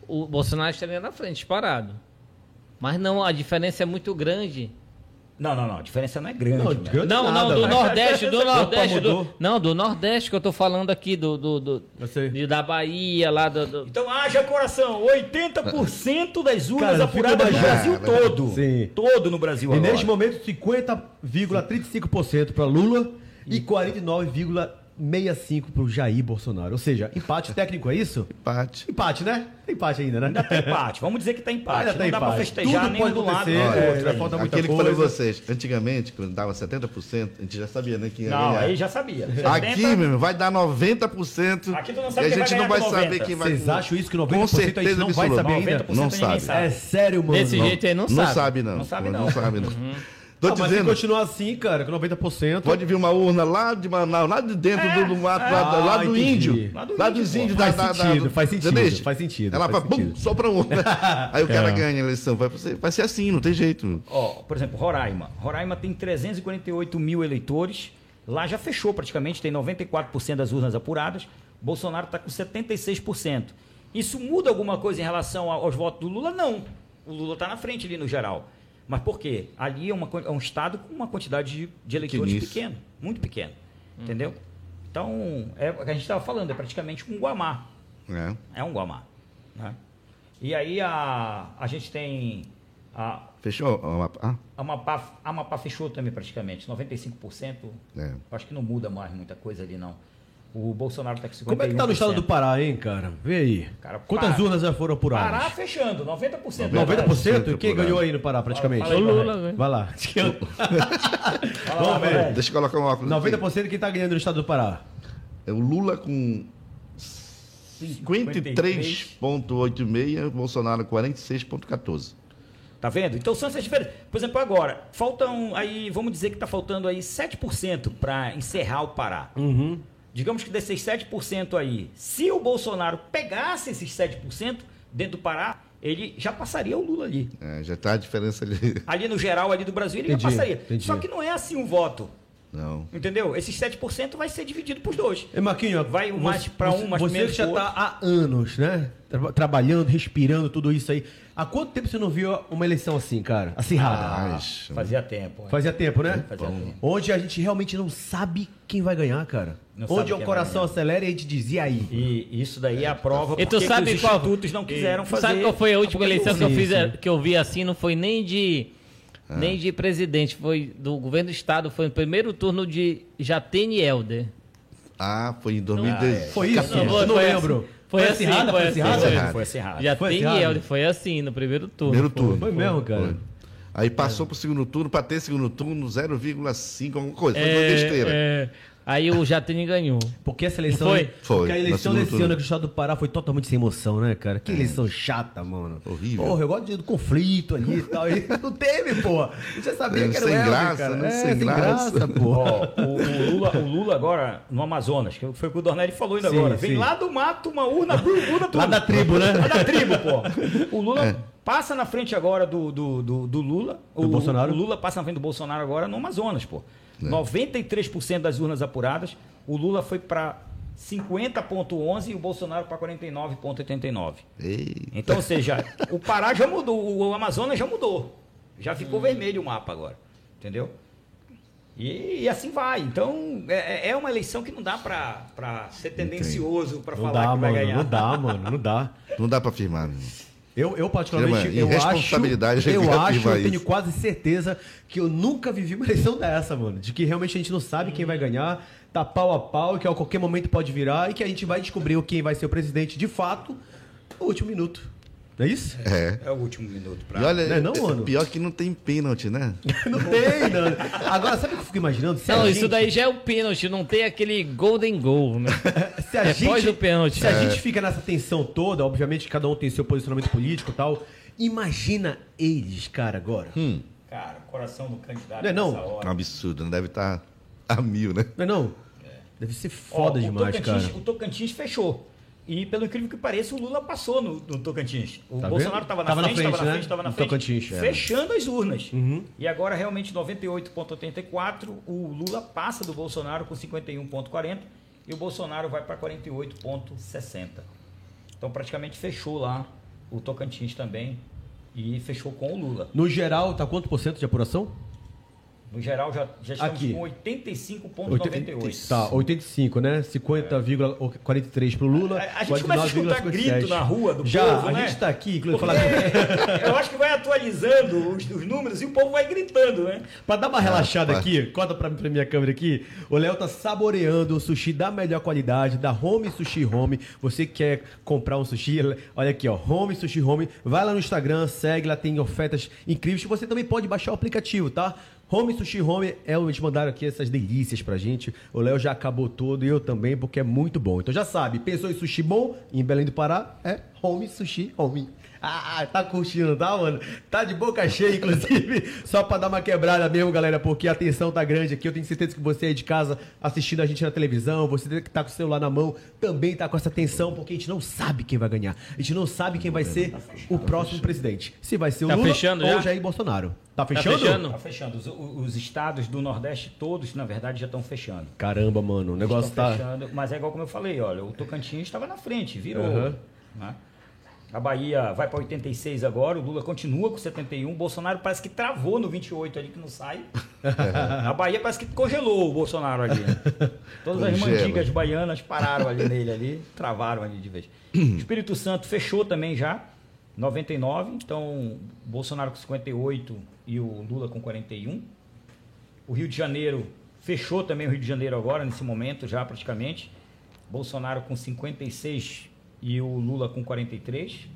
[SPEAKER 2] o Bolsonaro estaria na frente, parado. Mas não, a diferença é muito grande.
[SPEAKER 3] Não, não, não. A diferença não é grande.
[SPEAKER 1] Não,
[SPEAKER 3] né?
[SPEAKER 1] grande
[SPEAKER 2] Não, não,
[SPEAKER 1] nada,
[SPEAKER 2] do
[SPEAKER 1] velho.
[SPEAKER 2] Nordeste, do Nordeste. do-
[SPEAKER 1] mudou.
[SPEAKER 2] não, do Nordeste que eu tô falando aqui, do, do, do-
[SPEAKER 1] Eu sei.
[SPEAKER 2] de- da Bahia, lá do. do-
[SPEAKER 3] Então haja coração, 80% das urnas
[SPEAKER 1] Cara, eu fico
[SPEAKER 3] apuradas no Brasil
[SPEAKER 1] imaginando.
[SPEAKER 3] todo.
[SPEAKER 1] Sim.
[SPEAKER 3] Todo no Brasil
[SPEAKER 1] E
[SPEAKER 3] agora.
[SPEAKER 1] neste momento, 50,35% para Lula e 49,65% para o Jair Bolsonaro. Ou seja, empate técnico, é isso?
[SPEAKER 4] Empate.
[SPEAKER 1] Empate, né? Tem empate ainda, né?
[SPEAKER 3] Ainda tá empate. Vamos dizer que tá empate.
[SPEAKER 1] Ainda tá
[SPEAKER 3] Não dá pra
[SPEAKER 1] empate.
[SPEAKER 3] festejar
[SPEAKER 1] Tudo
[SPEAKER 3] nem
[SPEAKER 1] pode
[SPEAKER 3] do lado.
[SPEAKER 1] acontecer,
[SPEAKER 3] né? nem do
[SPEAKER 1] é.
[SPEAKER 3] outro.
[SPEAKER 1] já falta muita
[SPEAKER 4] Aquele que falei pra
[SPEAKER 1] coisa.
[SPEAKER 4] vocês, antigamente, quando dava 70%, a gente já sabia, né, que ia
[SPEAKER 3] Não,
[SPEAKER 1] É.
[SPEAKER 4] ganhar.
[SPEAKER 3] aí já sabia.
[SPEAKER 4] Aqui,
[SPEAKER 3] 70,
[SPEAKER 4] meu, irmão, vai dar 90%
[SPEAKER 3] Aqui tu não
[SPEAKER 4] e
[SPEAKER 3] sabe
[SPEAKER 4] a
[SPEAKER 3] quem vai
[SPEAKER 4] gente não
[SPEAKER 3] ganhar
[SPEAKER 4] vai
[SPEAKER 3] com
[SPEAKER 4] saber
[SPEAKER 3] 90.
[SPEAKER 4] quem vai...
[SPEAKER 1] Vocês acham isso que 90%
[SPEAKER 4] Com
[SPEAKER 1] a gente
[SPEAKER 4] certeza
[SPEAKER 1] não vai
[SPEAKER 4] absoluta.
[SPEAKER 1] saber ainda?
[SPEAKER 3] 90%
[SPEAKER 4] Não
[SPEAKER 3] ninguém
[SPEAKER 4] sabe.
[SPEAKER 3] sabe.
[SPEAKER 1] É sério, mano.
[SPEAKER 2] Desse jeito aí não,
[SPEAKER 4] Não
[SPEAKER 2] sabe.
[SPEAKER 4] sabe, não.
[SPEAKER 3] Não sabe, não. Uhum.
[SPEAKER 4] Não sabe, não. Tô
[SPEAKER 1] Ah, mas se
[SPEAKER 4] dizendo,
[SPEAKER 1] continuar assim, cara, com 90%.
[SPEAKER 4] pode vir uma urna lá de Manaus, lá de dentro
[SPEAKER 3] É,
[SPEAKER 4] do, do mato,
[SPEAKER 3] é.
[SPEAKER 4] lá, da- lá
[SPEAKER 1] Ah,
[SPEAKER 4] do
[SPEAKER 1] entendi.
[SPEAKER 4] índio.
[SPEAKER 3] Lá do
[SPEAKER 4] Lá
[SPEAKER 3] índio,
[SPEAKER 4] dos
[SPEAKER 3] pô.
[SPEAKER 4] índios.
[SPEAKER 1] Faz
[SPEAKER 4] da, da-
[SPEAKER 1] sentido,
[SPEAKER 4] da-
[SPEAKER 1] faz sentido,
[SPEAKER 4] Entendeu?
[SPEAKER 1] faz sentido,
[SPEAKER 4] Ela
[SPEAKER 1] faz
[SPEAKER 4] vai, bum,
[SPEAKER 1] sentido. É.
[SPEAKER 4] só pra urna. Aí o cara ganha a eleição. Vai ser, vai ser assim, não tem jeito. meu.
[SPEAKER 3] Ó, por exemplo, Roraima. Roraima tem 348 mil eleitores. Lá já fechou praticamente, tem 94% das urnas apuradas. Bolsonaro está com 76%. Isso muda alguma coisa em relação a- aos votos do Lula? Não. O Lula está na frente ali no geral. Mas por quê? Ali é, uma quan- é um estado com uma quantidade de, de eleitores
[SPEAKER 4] Pequenice.
[SPEAKER 3] pequeno, muito pequeno. Entendeu? Então, é o que a gente estava falando, é praticamente um Guamá.
[SPEAKER 4] É.
[SPEAKER 3] É um Guamá. né? E aí a, a gente tem a,
[SPEAKER 4] Fechou? ó, mapa? Ah,
[SPEAKER 3] Amapá, Amapá fechou também praticamente, 95%.
[SPEAKER 4] É.
[SPEAKER 3] Acho que não muda mais muita coisa ali, não. O Bolsonaro está com 51%.
[SPEAKER 1] Como é que tá no estado do Pará, hein, cara? Vê aí.
[SPEAKER 3] Cara,
[SPEAKER 1] Quantas
[SPEAKER 3] Pará.
[SPEAKER 1] urnas já foram
[SPEAKER 3] Pará
[SPEAKER 1] apuradas?
[SPEAKER 3] fechando, 90%.
[SPEAKER 1] 90%? Quem
[SPEAKER 4] Apurado.
[SPEAKER 1] ganhou aí no Pará, praticamente?
[SPEAKER 3] Fala aí,
[SPEAKER 2] O Lula, velho.
[SPEAKER 1] Vai lá.
[SPEAKER 3] Fala lá,
[SPEAKER 1] Vamos ver.
[SPEAKER 3] Valério.
[SPEAKER 4] Deixa eu colocar um óculos. aqui.
[SPEAKER 1] 90% quem tá ganhando no estado do Pará?
[SPEAKER 4] É o Lula com 53,86, Bolsonaro 46,14.
[SPEAKER 3] Tá vendo? Então são essas diferenças. Por exemplo, agora, faltam aí, vamos dizer que está faltando aí 7% para encerrar o Pará.
[SPEAKER 1] Uhum.
[SPEAKER 3] Digamos que desses 7% aí, se o Bolsonaro pegasse esses 7% dentro do Pará, ele já passaria o Lula ali.
[SPEAKER 4] É, já tá a diferença ali.
[SPEAKER 3] Ali no geral, ali do Brasil, ele
[SPEAKER 1] Entendi,
[SPEAKER 3] já passaria.
[SPEAKER 1] entendi.
[SPEAKER 3] Só que não é assim um voto.
[SPEAKER 4] Não.
[SPEAKER 3] Entendeu? Esses 7% vai ser dividido pros dois.
[SPEAKER 1] Ei, Marquinho,
[SPEAKER 3] Vai um
[SPEAKER 1] você-
[SPEAKER 3] mais pra um, mais
[SPEAKER 1] Você
[SPEAKER 3] menos
[SPEAKER 1] que já
[SPEAKER 3] pro
[SPEAKER 1] tá há anos, né? Tra- trabalhando, respirando, tudo isso aí. Há quanto tempo você não viu uma eleição assim, cara? Acirrada.
[SPEAKER 4] Mas,
[SPEAKER 3] Fazia tempo. é.
[SPEAKER 1] Fazia tempo, né?
[SPEAKER 3] Fazia tempo.
[SPEAKER 1] Onde a gente realmente não sabe quem vai ganhar, cara.
[SPEAKER 3] Não sabe
[SPEAKER 1] Onde o
[SPEAKER 3] quem
[SPEAKER 1] coração
[SPEAKER 3] vai
[SPEAKER 1] acelera e a gente dizia aí.
[SPEAKER 3] E isso daí é a prova
[SPEAKER 2] E tu
[SPEAKER 3] porque que
[SPEAKER 2] Então sabe
[SPEAKER 3] os
[SPEAKER 2] qual-
[SPEAKER 3] institutos não quiseram fazer.
[SPEAKER 2] Sabe qual foi a última eleição que eu
[SPEAKER 1] Sim,
[SPEAKER 2] fiz,
[SPEAKER 1] sim.
[SPEAKER 2] que eu vi assim, não foi nem de
[SPEAKER 4] Ah.
[SPEAKER 2] nem de presidente, foi do governo do estado, foi no primeiro turno de Jatene Helder.
[SPEAKER 4] ah, foi em 2010.
[SPEAKER 1] Foi isso?
[SPEAKER 2] Não,
[SPEAKER 1] Eu não
[SPEAKER 2] foi
[SPEAKER 1] lembro.
[SPEAKER 2] assim. Foi assim,
[SPEAKER 1] acirrada,
[SPEAKER 2] foi
[SPEAKER 1] foi
[SPEAKER 2] assim.
[SPEAKER 1] acirrada?
[SPEAKER 4] Foi
[SPEAKER 3] Foi, foi assim errado.
[SPEAKER 1] Foi
[SPEAKER 2] Jatene
[SPEAKER 1] errado.
[SPEAKER 2] Helder foi assim no primeiro turno.
[SPEAKER 4] Primeiro turno.
[SPEAKER 3] assim.
[SPEAKER 1] Foi mesmo, cara.
[SPEAKER 4] Aí passou pro segundo turno, pra ter segundo turno, 0,5, alguma coisa. Foi uma besteira.
[SPEAKER 2] É, é, aí o Jatene ganhou.
[SPEAKER 1] Porque essa eleição.
[SPEAKER 2] Foi.
[SPEAKER 1] Porque
[SPEAKER 4] Foi,
[SPEAKER 1] a
[SPEAKER 4] na
[SPEAKER 1] eleição
[SPEAKER 4] segunda
[SPEAKER 1] desse
[SPEAKER 4] turno.
[SPEAKER 1] ano que o estado do Pará foi totalmente sem emoção, né, cara? Que eleição chata, mano.
[SPEAKER 4] Horrível.
[SPEAKER 1] Porra, eu gosto de- do conflito ali e tal. E não teve, porra. Já sabia
[SPEAKER 4] É,
[SPEAKER 1] que era o
[SPEAKER 4] sem
[SPEAKER 1] Helder,
[SPEAKER 4] graça,
[SPEAKER 1] cara.
[SPEAKER 4] né?
[SPEAKER 1] É,
[SPEAKER 4] Sem
[SPEAKER 1] sem graça,
[SPEAKER 4] graça.
[SPEAKER 1] porra.
[SPEAKER 3] Ó, o, o Lula, o Lula agora no Amazonas, que foi o que o Dornelli falou ainda
[SPEAKER 1] Sim,
[SPEAKER 3] agora. Vem
[SPEAKER 1] sim.
[SPEAKER 3] lá do mato, uma urna, urna tudo.
[SPEAKER 1] Lá da tribo, né? É.
[SPEAKER 3] Lá da tribo, pô. O Lula passa na frente agora do, do, do, do Lula.
[SPEAKER 1] Do
[SPEAKER 3] o,
[SPEAKER 1] Bolsonaro? É.
[SPEAKER 3] O Lula passa na frente do Bolsonaro agora no Amazonas, pô. 93% das urnas apuradas, o Lula foi pra 50.11 e o Bolsonaro pra 49.89.
[SPEAKER 4] Ei,
[SPEAKER 3] Então, ou seja, o Pará já mudou, o- o Amazonas já mudou. Já ficou
[SPEAKER 1] Hum.
[SPEAKER 3] vermelho o mapa agora. Entendeu? E, e assim vai. Então, é, é- é uma eleição que não dá pra, pra ser tendencioso pra
[SPEAKER 1] Não
[SPEAKER 3] falar
[SPEAKER 1] dá,
[SPEAKER 3] que
[SPEAKER 1] mano.
[SPEAKER 3] vai ganhar.
[SPEAKER 1] Não dá, mano. Não dá.
[SPEAKER 4] não dá pra afirmar, meu irmão.
[SPEAKER 1] Eu, eu particularmente,
[SPEAKER 4] Chama
[SPEAKER 1] eu acho,
[SPEAKER 4] irresponsabilidade
[SPEAKER 1] eu
[SPEAKER 4] negativa
[SPEAKER 1] acho, eu
[SPEAKER 4] isso.
[SPEAKER 1] tenho quase certeza que eu nunca vivi uma eleição dessa, mano. De que realmente a gente não sabe quem vai ganhar, tá pau a pau, que a qualquer momento pode virar e que a gente vai descobrir quem vai ser o presidente de fato no último minuto. Não é isso?
[SPEAKER 4] É.
[SPEAKER 3] É o último minuto pra.
[SPEAKER 4] E olha,
[SPEAKER 1] Não é não,
[SPEAKER 4] é
[SPEAKER 1] mano?
[SPEAKER 4] pior que não tem pênalti, né?
[SPEAKER 1] Não tem, não. Agora, sabe o que eu fico imaginando? Se a
[SPEAKER 2] Não,
[SPEAKER 1] gente-
[SPEAKER 2] isso daí já é o pênalti, não tem aquele golden goal, né?
[SPEAKER 1] Se
[SPEAKER 3] é
[SPEAKER 1] a
[SPEAKER 2] Depois
[SPEAKER 1] gente,
[SPEAKER 2] do pênalti.
[SPEAKER 1] Se a gente fica nessa tensão toda, obviamente cada um tem seu posicionamento político e tal. Imagina eles, cara, agora.
[SPEAKER 3] Cara, o coração do candidato.
[SPEAKER 1] Não é não?
[SPEAKER 3] nessa hora.
[SPEAKER 4] É um absurdo, né? Deve estar a mil, né?
[SPEAKER 1] Não é não? Deve ser foda
[SPEAKER 3] Ó, o
[SPEAKER 1] demais,
[SPEAKER 3] Tocantins-
[SPEAKER 1] cara.
[SPEAKER 3] O Tocantins fechou. E pelo incrível que pareça, o Lula passou no, no Tocantins. O
[SPEAKER 1] Tá
[SPEAKER 3] Bolsonaro
[SPEAKER 1] vendo?
[SPEAKER 3] estava na,
[SPEAKER 1] Tava na
[SPEAKER 3] frente, estava
[SPEAKER 1] frente,
[SPEAKER 3] na
[SPEAKER 1] né?
[SPEAKER 3] frente, estava na
[SPEAKER 1] No
[SPEAKER 3] frente.
[SPEAKER 1] Tocantins, é. Uhum.
[SPEAKER 3] Fechando as urnas. E agora, realmente, 98,84, o Lula passa do Bolsonaro com 51,40 e o Bolsonaro vai para 48,60. Então, praticamente fechou lá o Tocantins também e fechou com o Lula.
[SPEAKER 1] No geral, tá quanto por cento de apuração?
[SPEAKER 3] No geral, já, já estamos
[SPEAKER 1] Aqui.
[SPEAKER 3] com 85,98.
[SPEAKER 1] Tá, 85, né? 50,43 pro Lula.
[SPEAKER 3] A- a gente começa a escutar
[SPEAKER 1] 49,57.
[SPEAKER 3] grito na rua do
[SPEAKER 1] Já,
[SPEAKER 3] povo,
[SPEAKER 1] a
[SPEAKER 3] né?
[SPEAKER 1] gente tá aqui, inclusive,
[SPEAKER 3] Porque é.
[SPEAKER 1] falar
[SPEAKER 3] eu acho que vai atualizando os, os números e o povo vai gritando, né?
[SPEAKER 1] Pra dar uma relaxada
[SPEAKER 4] pá.
[SPEAKER 1] aqui, corta pra, pra minha câmera aqui. O Léo tá saboreando o sushi da melhor qualidade, da Home Sushi Home. Você que quer comprar um sushi, olha aqui, ó, Home Sushi Home. Vai lá no Instagram, segue, lá tem ofertas incríveis. Você também pode baixar o aplicativo, tá? Home Sushi Home, é, eles mandaram aqui essas delícias pra gente. O Léo já acabou todo e eu também, porque é muito bom. Então já sabe, pensou em sushi bom, em Belém do Pará, é Home Sushi Home. Ah, tá curtindo, tá, mano? Tá de boca cheia, inclusive. Só pra dar uma quebrada mesmo, galera, porque a tensão tá grande aqui. Eu tenho certeza que você aí de casa assistindo a gente na televisão, você que tá com o celular na mão, também tá com essa tensão, porque a gente não sabe quem vai ganhar. A gente não tá sabe quem vai ser o próximo presidente. Se vai ser o
[SPEAKER 2] Tá
[SPEAKER 1] Lula
[SPEAKER 2] fechando
[SPEAKER 1] ou
[SPEAKER 2] já?
[SPEAKER 1] o Jair Bolsonaro. Tá
[SPEAKER 2] Tá
[SPEAKER 1] fechando?
[SPEAKER 2] fechando?
[SPEAKER 3] Tá fechando. Os, os estados do Nordeste todos, na verdade, já estão fechando.
[SPEAKER 1] Caramba, mano, o negócio
[SPEAKER 3] Estão
[SPEAKER 1] tá.
[SPEAKER 3] fechando, mas é igual como eu falei, olha, o Tocantins estava na frente, virou.
[SPEAKER 1] Aham.
[SPEAKER 3] né? A Bahia vai para 86 agora, o Lula continua com 71, o Bolsonaro parece que travou no 28 ali que não sai. a Bahia parece que congelou o Bolsonaro ali. né? Todas as
[SPEAKER 4] Congela.
[SPEAKER 3] mandigas baianas pararam ali nele ali, travaram ali de vez. Espírito Santo fechou também já, 99, então o Bolsonaro com 58 e um. o Lula com 41. O Rio de Janeiro fechou também o Rio de Janeiro agora, nesse momento já praticamente. Bolsonaro com 56 e o Lula com 43.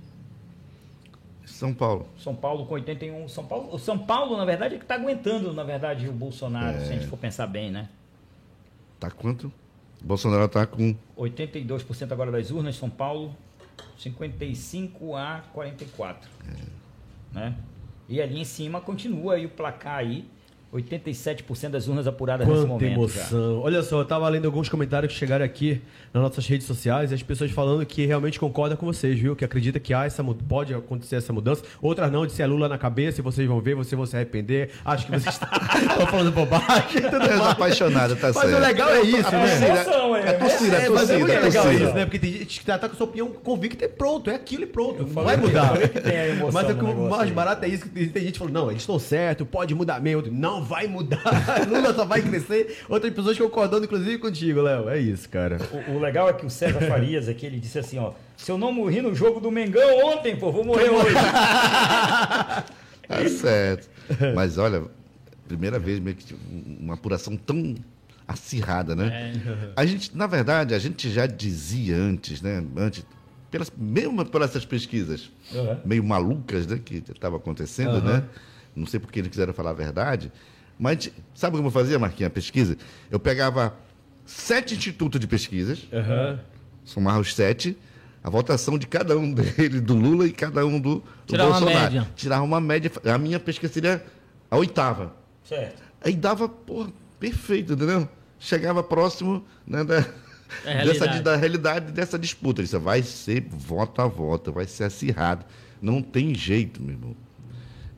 [SPEAKER 4] São Paulo.
[SPEAKER 3] São Paulo com 81. São Paulo, o São Paulo, na verdade, é que está aguentando, na verdade, o Bolsonaro, se a
[SPEAKER 1] É.
[SPEAKER 3] gente for pensar bem, né?
[SPEAKER 4] Tá quanto? Bolsonaro tá com
[SPEAKER 3] 82% agora das urnas,
[SPEAKER 1] É.
[SPEAKER 3] São Paulo, 55 a 44. Né? E ali em cima continua aí o placar aí. 87% das urnas apuradas Tá nesse
[SPEAKER 1] Quanta
[SPEAKER 3] momento. já.
[SPEAKER 1] emoção. Olha só, eu tava lendo alguns comentários que chegaram aqui nas nossas redes sociais e as pessoas falando que realmente concordam com vocês, viu? Que acredita que há essa, mu- pode acontecer essa mudança. Outras não, disse é Lula na cabeça e vocês vão ver, vocês vão se arrepender. Acho que vocês estão falando bobagem. Tudo
[SPEAKER 4] É
[SPEAKER 1] mais.
[SPEAKER 4] apaixonada, tá
[SPEAKER 1] Mas
[SPEAKER 4] certo.
[SPEAKER 1] o legal é isso,
[SPEAKER 4] A
[SPEAKER 1] né?
[SPEAKER 4] torcida- É torcida, é
[SPEAKER 1] É, mas é
[SPEAKER 4] torcida,
[SPEAKER 1] muito
[SPEAKER 4] é
[SPEAKER 1] legal isso,
[SPEAKER 4] torcida.
[SPEAKER 1] né? Porque tem gente que tá com sua opinião convicta e pronto, é aquilo e pronto. Não vai
[SPEAKER 3] falei que-
[SPEAKER 1] mudar.
[SPEAKER 3] eu falei que tem a emoção
[SPEAKER 1] Mas é
[SPEAKER 3] no
[SPEAKER 1] que o
[SPEAKER 3] negócio
[SPEAKER 1] mais
[SPEAKER 3] aí.
[SPEAKER 1] barato é isso. que Tem tem gente falando, não, eles estão certos, pode mudar mesmo. Outro, Não vai mudar, Lula só vai crescer. Outras pessoas concordando, inclusive, contigo, Léo. É isso, cara.
[SPEAKER 3] O, o legal é que o César Farias aqui, ele disse assim, ó. Se eu não morri no jogo do Mengão ontem, pô, vou morrer hoje.
[SPEAKER 1] é
[SPEAKER 4] Tá certo. Mas olha, primeira vez meio que uma apuração tão acirrada, né?
[SPEAKER 1] É.
[SPEAKER 4] A gente, na verdade, a gente já dizia antes, né? Antes, pelas, mesmo por essas pesquisas
[SPEAKER 1] É.
[SPEAKER 3] Uhum.
[SPEAKER 4] meio malucas, né? Que estava acontecendo, né? Não sei porque eles quiseram falar a verdade. Mas a gente- sabe como eu fazia, Marquinhos, a pesquisa? Eu pegava sete institutos de pesquisas, somava os sete, a votação de cada um dele, do Lula e cada um do, do
[SPEAKER 2] Tirar uma
[SPEAKER 4] Bolsonaro.
[SPEAKER 2] média.
[SPEAKER 4] Tirar uma média. A minha pesquisa seria a oitava.
[SPEAKER 3] Certo.
[SPEAKER 4] Aí dava, porra, perfeito, entendeu? Chegava próximo né, da, dessa,
[SPEAKER 2] realidade.
[SPEAKER 4] da realidade dessa disputa. Isso vai ser voto a voto, vai ser acirrado. Não tem jeito, meu irmão.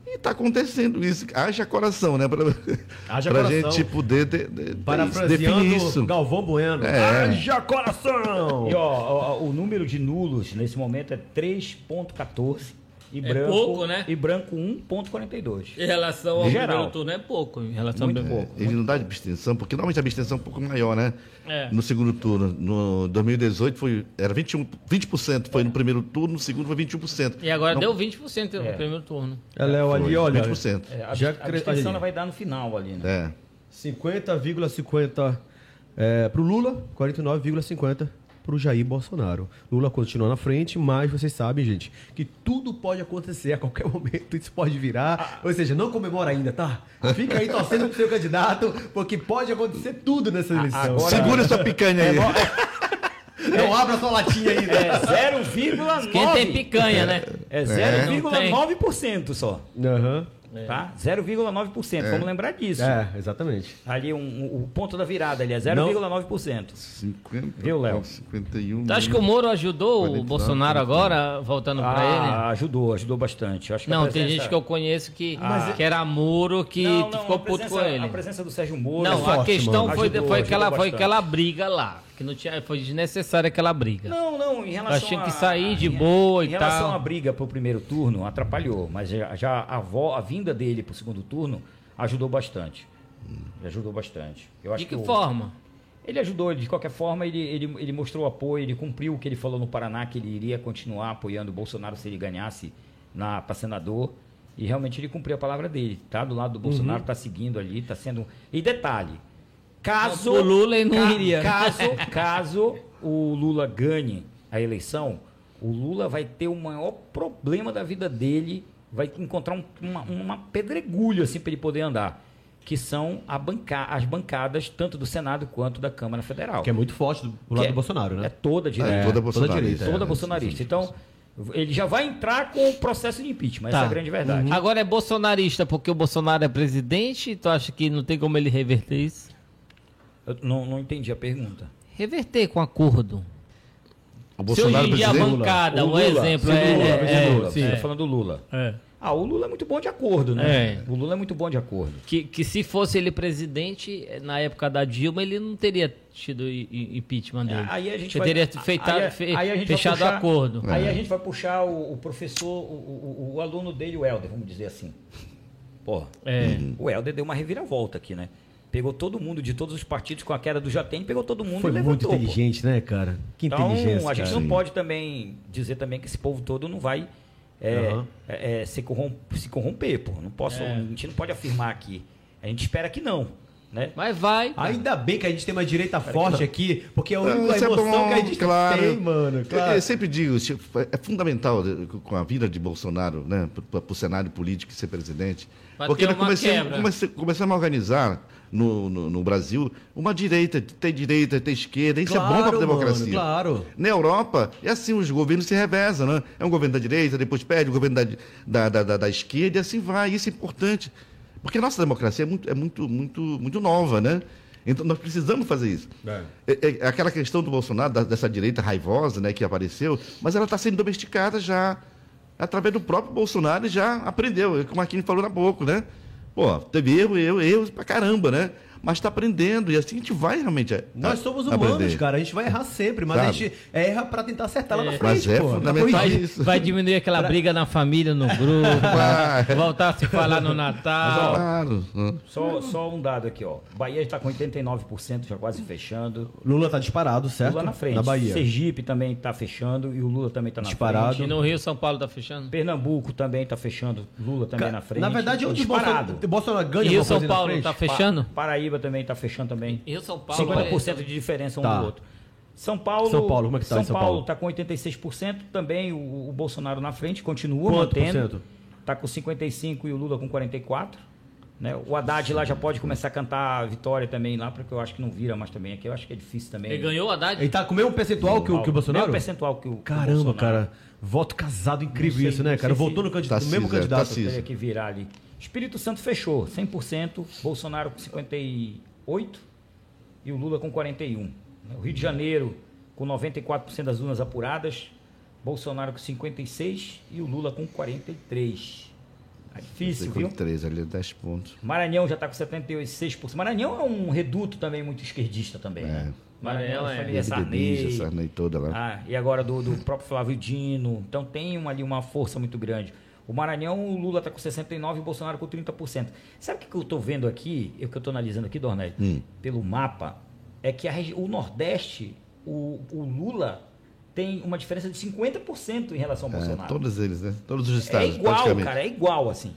[SPEAKER 4] E está acontecendo isso. Haja coração, né? Para
[SPEAKER 1] Haja
[SPEAKER 4] a
[SPEAKER 1] coração.
[SPEAKER 4] gente poder de, de- de- definir
[SPEAKER 1] Parafraseando
[SPEAKER 4] isso.
[SPEAKER 1] Galvão Bueno.
[SPEAKER 4] É.
[SPEAKER 1] Haja coração!
[SPEAKER 3] E ó, ó, ó, o número de nulos nesse momento é 3.14 e
[SPEAKER 2] É
[SPEAKER 3] branco
[SPEAKER 2] pouco, né?
[SPEAKER 3] e branco 1.42.
[SPEAKER 2] Em relação ao
[SPEAKER 3] Em geral.
[SPEAKER 2] primeiro turno, é pouco. Em relação
[SPEAKER 3] Muito
[SPEAKER 2] ao...
[SPEAKER 3] pouco.
[SPEAKER 4] Ele não dá de abstenção, porque normalmente a abstenção é um pouco maior, né?
[SPEAKER 2] É.
[SPEAKER 4] No segundo turno. No 2018 foi, era 21, 20%, foi no primeiro turno, no segundo foi 21%.
[SPEAKER 2] E agora
[SPEAKER 4] Não,
[SPEAKER 2] deu 20% no
[SPEAKER 3] É.
[SPEAKER 2] primeiro turno.
[SPEAKER 1] É, Léo,
[SPEAKER 4] foi
[SPEAKER 1] ali, olha.
[SPEAKER 4] 20%.
[SPEAKER 3] É, a
[SPEAKER 1] Já
[SPEAKER 3] abst- a
[SPEAKER 1] cre-
[SPEAKER 3] abstenção
[SPEAKER 1] olha aí.
[SPEAKER 3] ela vai dar no final ali, né?
[SPEAKER 4] É.
[SPEAKER 1] 50,50 é, pro Lula, 49,50 pro Jair Bolsonaro. Lula continua na frente, mas vocês sabem, gente, que tudo pode acontecer a qualquer momento, isso pode virar. Ou seja, não comemora ainda, tá? Fica aí torcendo pro seu candidato, porque pode acontecer tudo nessa eleição.
[SPEAKER 3] agora-
[SPEAKER 4] Segura essa picanha aí.
[SPEAKER 1] Não abra sua latinha né? ainda.
[SPEAKER 3] É
[SPEAKER 2] Quem tem
[SPEAKER 3] 0,9%.
[SPEAKER 2] picanha, né?
[SPEAKER 3] É
[SPEAKER 2] É.
[SPEAKER 3] 0,9% só,
[SPEAKER 1] Aham.
[SPEAKER 3] tá? 0,9%, vamos lembrar disso.
[SPEAKER 1] É, exatamente.
[SPEAKER 3] Ali um, um- o ponto da virada ali é 0,9%.
[SPEAKER 4] 50,
[SPEAKER 3] Viu, Léo?
[SPEAKER 4] 51.
[SPEAKER 2] Tu acha Tá, que o Moro ajudou o
[SPEAKER 4] 49,
[SPEAKER 2] Bolsonaro agora, voltando pra ele?
[SPEAKER 3] Ah, ajudou, ajudou bastante. Eu Acho que a
[SPEAKER 2] Não, tem
[SPEAKER 3] presença-
[SPEAKER 2] gente que eu conheço que,
[SPEAKER 3] Ah.
[SPEAKER 2] que era Moro, que
[SPEAKER 3] Não,
[SPEAKER 2] tu
[SPEAKER 3] não,
[SPEAKER 2] ficou
[SPEAKER 3] a
[SPEAKER 2] puto
[SPEAKER 3] presença-
[SPEAKER 2] com ele.
[SPEAKER 3] A presença do Sérgio Moro. é
[SPEAKER 2] Não, a
[SPEAKER 1] forte,
[SPEAKER 2] questão
[SPEAKER 1] mano.
[SPEAKER 2] foi,
[SPEAKER 3] Ajudou,
[SPEAKER 2] foi,
[SPEAKER 3] ajudou
[SPEAKER 2] aquela, foi
[SPEAKER 3] bastante.
[SPEAKER 2] aquela briga lá. Que não tinha, foi desnecessária aquela briga.
[SPEAKER 3] Não, não, em relação
[SPEAKER 2] Achei que
[SPEAKER 3] a-
[SPEAKER 2] sair de
[SPEAKER 3] em-
[SPEAKER 2] boa e
[SPEAKER 3] Em relação
[SPEAKER 2] tal.
[SPEAKER 3] à briga pro primeiro turno, atrapalhou, mas já, já a, vo- a vinda dele pro segundo turno ajudou bastante. Hum, Ajudou bastante. Eu
[SPEAKER 2] de
[SPEAKER 3] acho
[SPEAKER 2] que
[SPEAKER 3] o-
[SPEAKER 2] forma?
[SPEAKER 3] Ele ajudou, ele, de qualquer forma, ele, ele, ele mostrou apoio, ele cumpriu o que ele falou no Paraná, que ele iria continuar apoiando o Bolsonaro se ele ganhasse na, para senador. E realmente ele cumpriu a palavra dele, tá? Do lado do Bolsonaro,
[SPEAKER 2] Uhum.
[SPEAKER 3] tá seguindo ali, tá sendo. E detalhe: caso.
[SPEAKER 2] Não, pro Lula ele não
[SPEAKER 3] ca-
[SPEAKER 2] iria.
[SPEAKER 3] Caso, caso o Lula ganhe a eleição, o Lula vai ter o maior problema da vida dele, vai encontrar um- uma, uma pedregulho assim para ele poder andar, que são a banca- as bancadas tanto do Senado quanto da Câmara Federal.
[SPEAKER 1] Que é muito forte do, do
[SPEAKER 3] Que
[SPEAKER 1] lado
[SPEAKER 3] é-
[SPEAKER 1] do Bolsonaro, né?
[SPEAKER 3] É toda direita.
[SPEAKER 4] É,
[SPEAKER 3] É,
[SPEAKER 4] toda
[SPEAKER 1] toda
[SPEAKER 4] bolsonarista.
[SPEAKER 1] direita,
[SPEAKER 4] é,
[SPEAKER 3] toda
[SPEAKER 4] né?
[SPEAKER 3] bolsonarista. Então, ele já vai entrar com o processo de impeachment. Essa é a grande verdade.
[SPEAKER 2] Agora é bolsonarista porque o Bolsonaro é presidente? Tu acha que não tem como ele reverter isso?
[SPEAKER 3] Eu não, não entendi a pergunta.
[SPEAKER 2] Reverter com acordo.
[SPEAKER 4] O
[SPEAKER 2] Se hoje
[SPEAKER 4] Bolsonaro
[SPEAKER 2] em dia a
[SPEAKER 4] presidente.
[SPEAKER 2] bancada,
[SPEAKER 3] O
[SPEAKER 2] um
[SPEAKER 3] Lula.
[SPEAKER 2] exemplo,
[SPEAKER 3] Sim,
[SPEAKER 2] é,
[SPEAKER 3] do Lula,
[SPEAKER 2] é,
[SPEAKER 3] do
[SPEAKER 2] é,
[SPEAKER 3] Lula. Você
[SPEAKER 2] é,
[SPEAKER 3] tá falando do Lula.
[SPEAKER 2] é.
[SPEAKER 3] Ah, o Lula é muito bom de acordo, né?
[SPEAKER 2] É.
[SPEAKER 3] O Lula é muito bom de acordo.
[SPEAKER 2] Que, que se fosse ele presidente, eh, na época da Dilma, ele não teria tido i- i- impeachment dele.
[SPEAKER 3] É, Aí a
[SPEAKER 2] ele
[SPEAKER 3] gente vai,
[SPEAKER 2] teria feita-
[SPEAKER 3] aí a-
[SPEAKER 2] fe-
[SPEAKER 3] aí a gente vai
[SPEAKER 2] fechado
[SPEAKER 3] puxar-
[SPEAKER 2] acordo.
[SPEAKER 3] Aí a
[SPEAKER 1] É.
[SPEAKER 3] gente vai puxar o, o professor, o, o- o aluno dele, o Helder, vamos dizer assim. Porra.
[SPEAKER 2] É.
[SPEAKER 3] O Helder deu uma reviravolta aqui, né? Pegou todo mundo de todos os partidos com a queda do Jatem, pegou todo é um mundo
[SPEAKER 1] Foi
[SPEAKER 3] e
[SPEAKER 1] muito
[SPEAKER 3] levantou. pô.
[SPEAKER 1] inteligente, né, cara? Que
[SPEAKER 3] Então,
[SPEAKER 1] inteligência.
[SPEAKER 3] a gente
[SPEAKER 1] cara.
[SPEAKER 3] não pode também dizer também que esse povo todo não vai é,
[SPEAKER 1] Aham.
[SPEAKER 3] é, é, se, corrom- se corromper, pô. Não posso, A gente não pode afirmar aqui. A gente espera que não. né?
[SPEAKER 2] Mas vai.
[SPEAKER 1] Ainda bem que a gente tem uma direita forte aqui, porque é a única
[SPEAKER 4] isso é
[SPEAKER 1] emoção
[SPEAKER 4] bom,
[SPEAKER 1] que a gente
[SPEAKER 4] claro. é
[SPEAKER 1] tem, mano.
[SPEAKER 4] Eu,
[SPEAKER 1] Claro.
[SPEAKER 4] eu sempre digo, tipo, é é fundamental de- com a vida de Bolsonaro, né, para o cenário político e ser presidente,
[SPEAKER 2] Pra
[SPEAKER 4] porque
[SPEAKER 2] ter
[SPEAKER 4] nós
[SPEAKER 2] uma
[SPEAKER 4] comecei,
[SPEAKER 2] quebra.
[SPEAKER 4] comecei- começamos a organizar no, no, no Brasil uma direita, tem direita, tem esquerda, isso é bom para a
[SPEAKER 1] Claro,
[SPEAKER 4] democracia.
[SPEAKER 1] mano, claro.
[SPEAKER 4] Na Europa, é assim, os governos se revezam, né? É um governo da direita, depois pede o governo da, da, da, da- da esquerda, e assim vai. Isso é importante. Porque a nossa democracia é muito, é muito, muito, muito nova, né? Então nós precisamos fazer isso.
[SPEAKER 1] É.
[SPEAKER 4] É- é aquela questão do Bolsonaro, da- dessa direita raivosa né, que apareceu, mas ela está sendo domesticada já. Através do próprio Bolsonaro e já aprendeu, é como a Kine falou na pouco, né? Pô, teve erro, erro, erro pra caramba, né? Mas está aprendendo, e assim a gente vai realmente. a-
[SPEAKER 1] Nós
[SPEAKER 4] a-
[SPEAKER 1] somos
[SPEAKER 4] aprender.
[SPEAKER 1] humanos, cara. A gente vai errar sempre, mas a
[SPEAKER 4] Sabe?
[SPEAKER 1] gente erra pra tentar acertar lá na
[SPEAKER 2] É.
[SPEAKER 1] frente,
[SPEAKER 4] Mas é
[SPEAKER 1] pô. Tá
[SPEAKER 4] fundamental
[SPEAKER 2] Vai,
[SPEAKER 4] isso.
[SPEAKER 2] vai diminuir aquela briga na família, no
[SPEAKER 4] Vai.
[SPEAKER 2] grupo. voltar a se falar no Natal.
[SPEAKER 4] Claro. né?
[SPEAKER 3] Só, só um dado aqui, ó. Bahia está com 89%, já quase fechando.
[SPEAKER 1] Lula tá disparado, certo?
[SPEAKER 3] Lula na frente.
[SPEAKER 1] Na Bahia.
[SPEAKER 3] Sergipe também está fechando e o Lula também está na
[SPEAKER 1] Disparado.
[SPEAKER 2] E
[SPEAKER 3] frente.
[SPEAKER 2] no Rio, São Paulo tá fechando?
[SPEAKER 3] Pernambuco também está fechando, Lula também
[SPEAKER 1] Ca-
[SPEAKER 3] na frente.
[SPEAKER 1] Na verdade, onde
[SPEAKER 3] disparado.
[SPEAKER 1] Bolsonaro, Bolsonaro ganha
[SPEAKER 2] E Rio,
[SPEAKER 1] alguma
[SPEAKER 2] São
[SPEAKER 1] coisa na
[SPEAKER 2] Paulo
[SPEAKER 1] frente?
[SPEAKER 2] tá fechando?
[SPEAKER 3] Pa- Paraíba também está fechando também.
[SPEAKER 2] Rio, São
[SPEAKER 3] 50% de diferença um
[SPEAKER 1] Tá.
[SPEAKER 3] do outro. São Paulo,
[SPEAKER 1] São Paulo, como é que tá em
[SPEAKER 3] São,
[SPEAKER 1] São
[SPEAKER 3] Paulo
[SPEAKER 1] Paulo?
[SPEAKER 3] está com 86%, também o, o Bolsonaro na frente, continua
[SPEAKER 1] Quanto por
[SPEAKER 3] mantendo.
[SPEAKER 1] cento?
[SPEAKER 3] Está com 55% e o Lula com 44%. Né? O Haddad lá já pode começar a cantar a vitória também lá, porque eu acho que não vira mais também aqui. Eu acho que é difícil também.
[SPEAKER 2] Ele ganhou o Haddad?
[SPEAKER 1] Ele tá com o mesmo percentual que o, que o Bolsonaro?
[SPEAKER 3] Mesmo percentual que o que o
[SPEAKER 1] Caramba,
[SPEAKER 3] Bolsonaro.
[SPEAKER 1] cara. Voto casado, incrível
[SPEAKER 3] sei,
[SPEAKER 1] isso, né,
[SPEAKER 3] não
[SPEAKER 1] cara?
[SPEAKER 3] sei se-
[SPEAKER 1] Votou no, candidato, no
[SPEAKER 4] Tarcísio,
[SPEAKER 1] mesmo
[SPEAKER 4] é,
[SPEAKER 1] candidato.
[SPEAKER 4] Tarcísio.
[SPEAKER 3] Teria que virar ali. Espírito Santo fechou, 100%, Bolsonaro com 58 e um o Lula com 41. Né? O Rio de Janeiro com 94% das urnas apuradas, Bolsonaro com 56 e o Lula com 43. Tá difícil, viu?
[SPEAKER 4] 53, ali, 10 pontos.
[SPEAKER 3] Maranhão já está com 76%. Maranhão é um reduto também muito esquerdista também. né? Maranhão
[SPEAKER 2] Maranhão é.
[SPEAKER 3] é,
[SPEAKER 4] Teve
[SPEAKER 3] família Sarney,
[SPEAKER 4] Denise, essa Sarney toda lá.
[SPEAKER 3] ah, e agora do, do próprio Flávio Dino. Então tem uma- ali uma força muito grande. O Maranhão, o Lula está com 69% e o Bolsonaro com 30%. Sabe o que, que eu estou vendo aqui, o que eu estou analisando aqui, Dornelli,
[SPEAKER 4] Hum.
[SPEAKER 3] pelo mapa, é que a regi- o Nordeste, o, o Lula, tem uma diferença de 50% em relação ao
[SPEAKER 4] É,
[SPEAKER 3] Bolsonaro.
[SPEAKER 4] todos eles, né? Todos os
[SPEAKER 3] É
[SPEAKER 4] estados,
[SPEAKER 3] igual,
[SPEAKER 4] praticamente.
[SPEAKER 3] cara, é igual assim.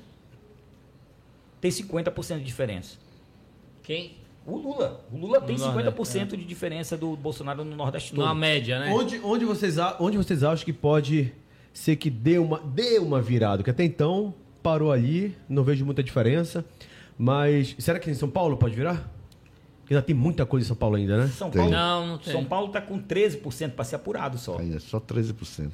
[SPEAKER 3] Tem 50% de diferença.
[SPEAKER 2] Quem?
[SPEAKER 3] O Lula. O Lula tem
[SPEAKER 2] No
[SPEAKER 3] 50% de diferença do Bolsonaro no Nordeste todo.
[SPEAKER 2] Numa média, né?
[SPEAKER 1] Onde, onde, vocês, a- onde vocês acham que pode ser que dê uma, dê uma virada? Que até então parou ali, não vejo muita diferença. Mas será que em São Paulo pode virar? Porque ainda tem muita coisa em São Paulo ainda, né?
[SPEAKER 3] São
[SPEAKER 4] Tem.
[SPEAKER 3] Paulo,
[SPEAKER 2] Não, não tem.
[SPEAKER 3] São Paulo tá com 13% para ser apurado só.
[SPEAKER 4] Aí é só 13%.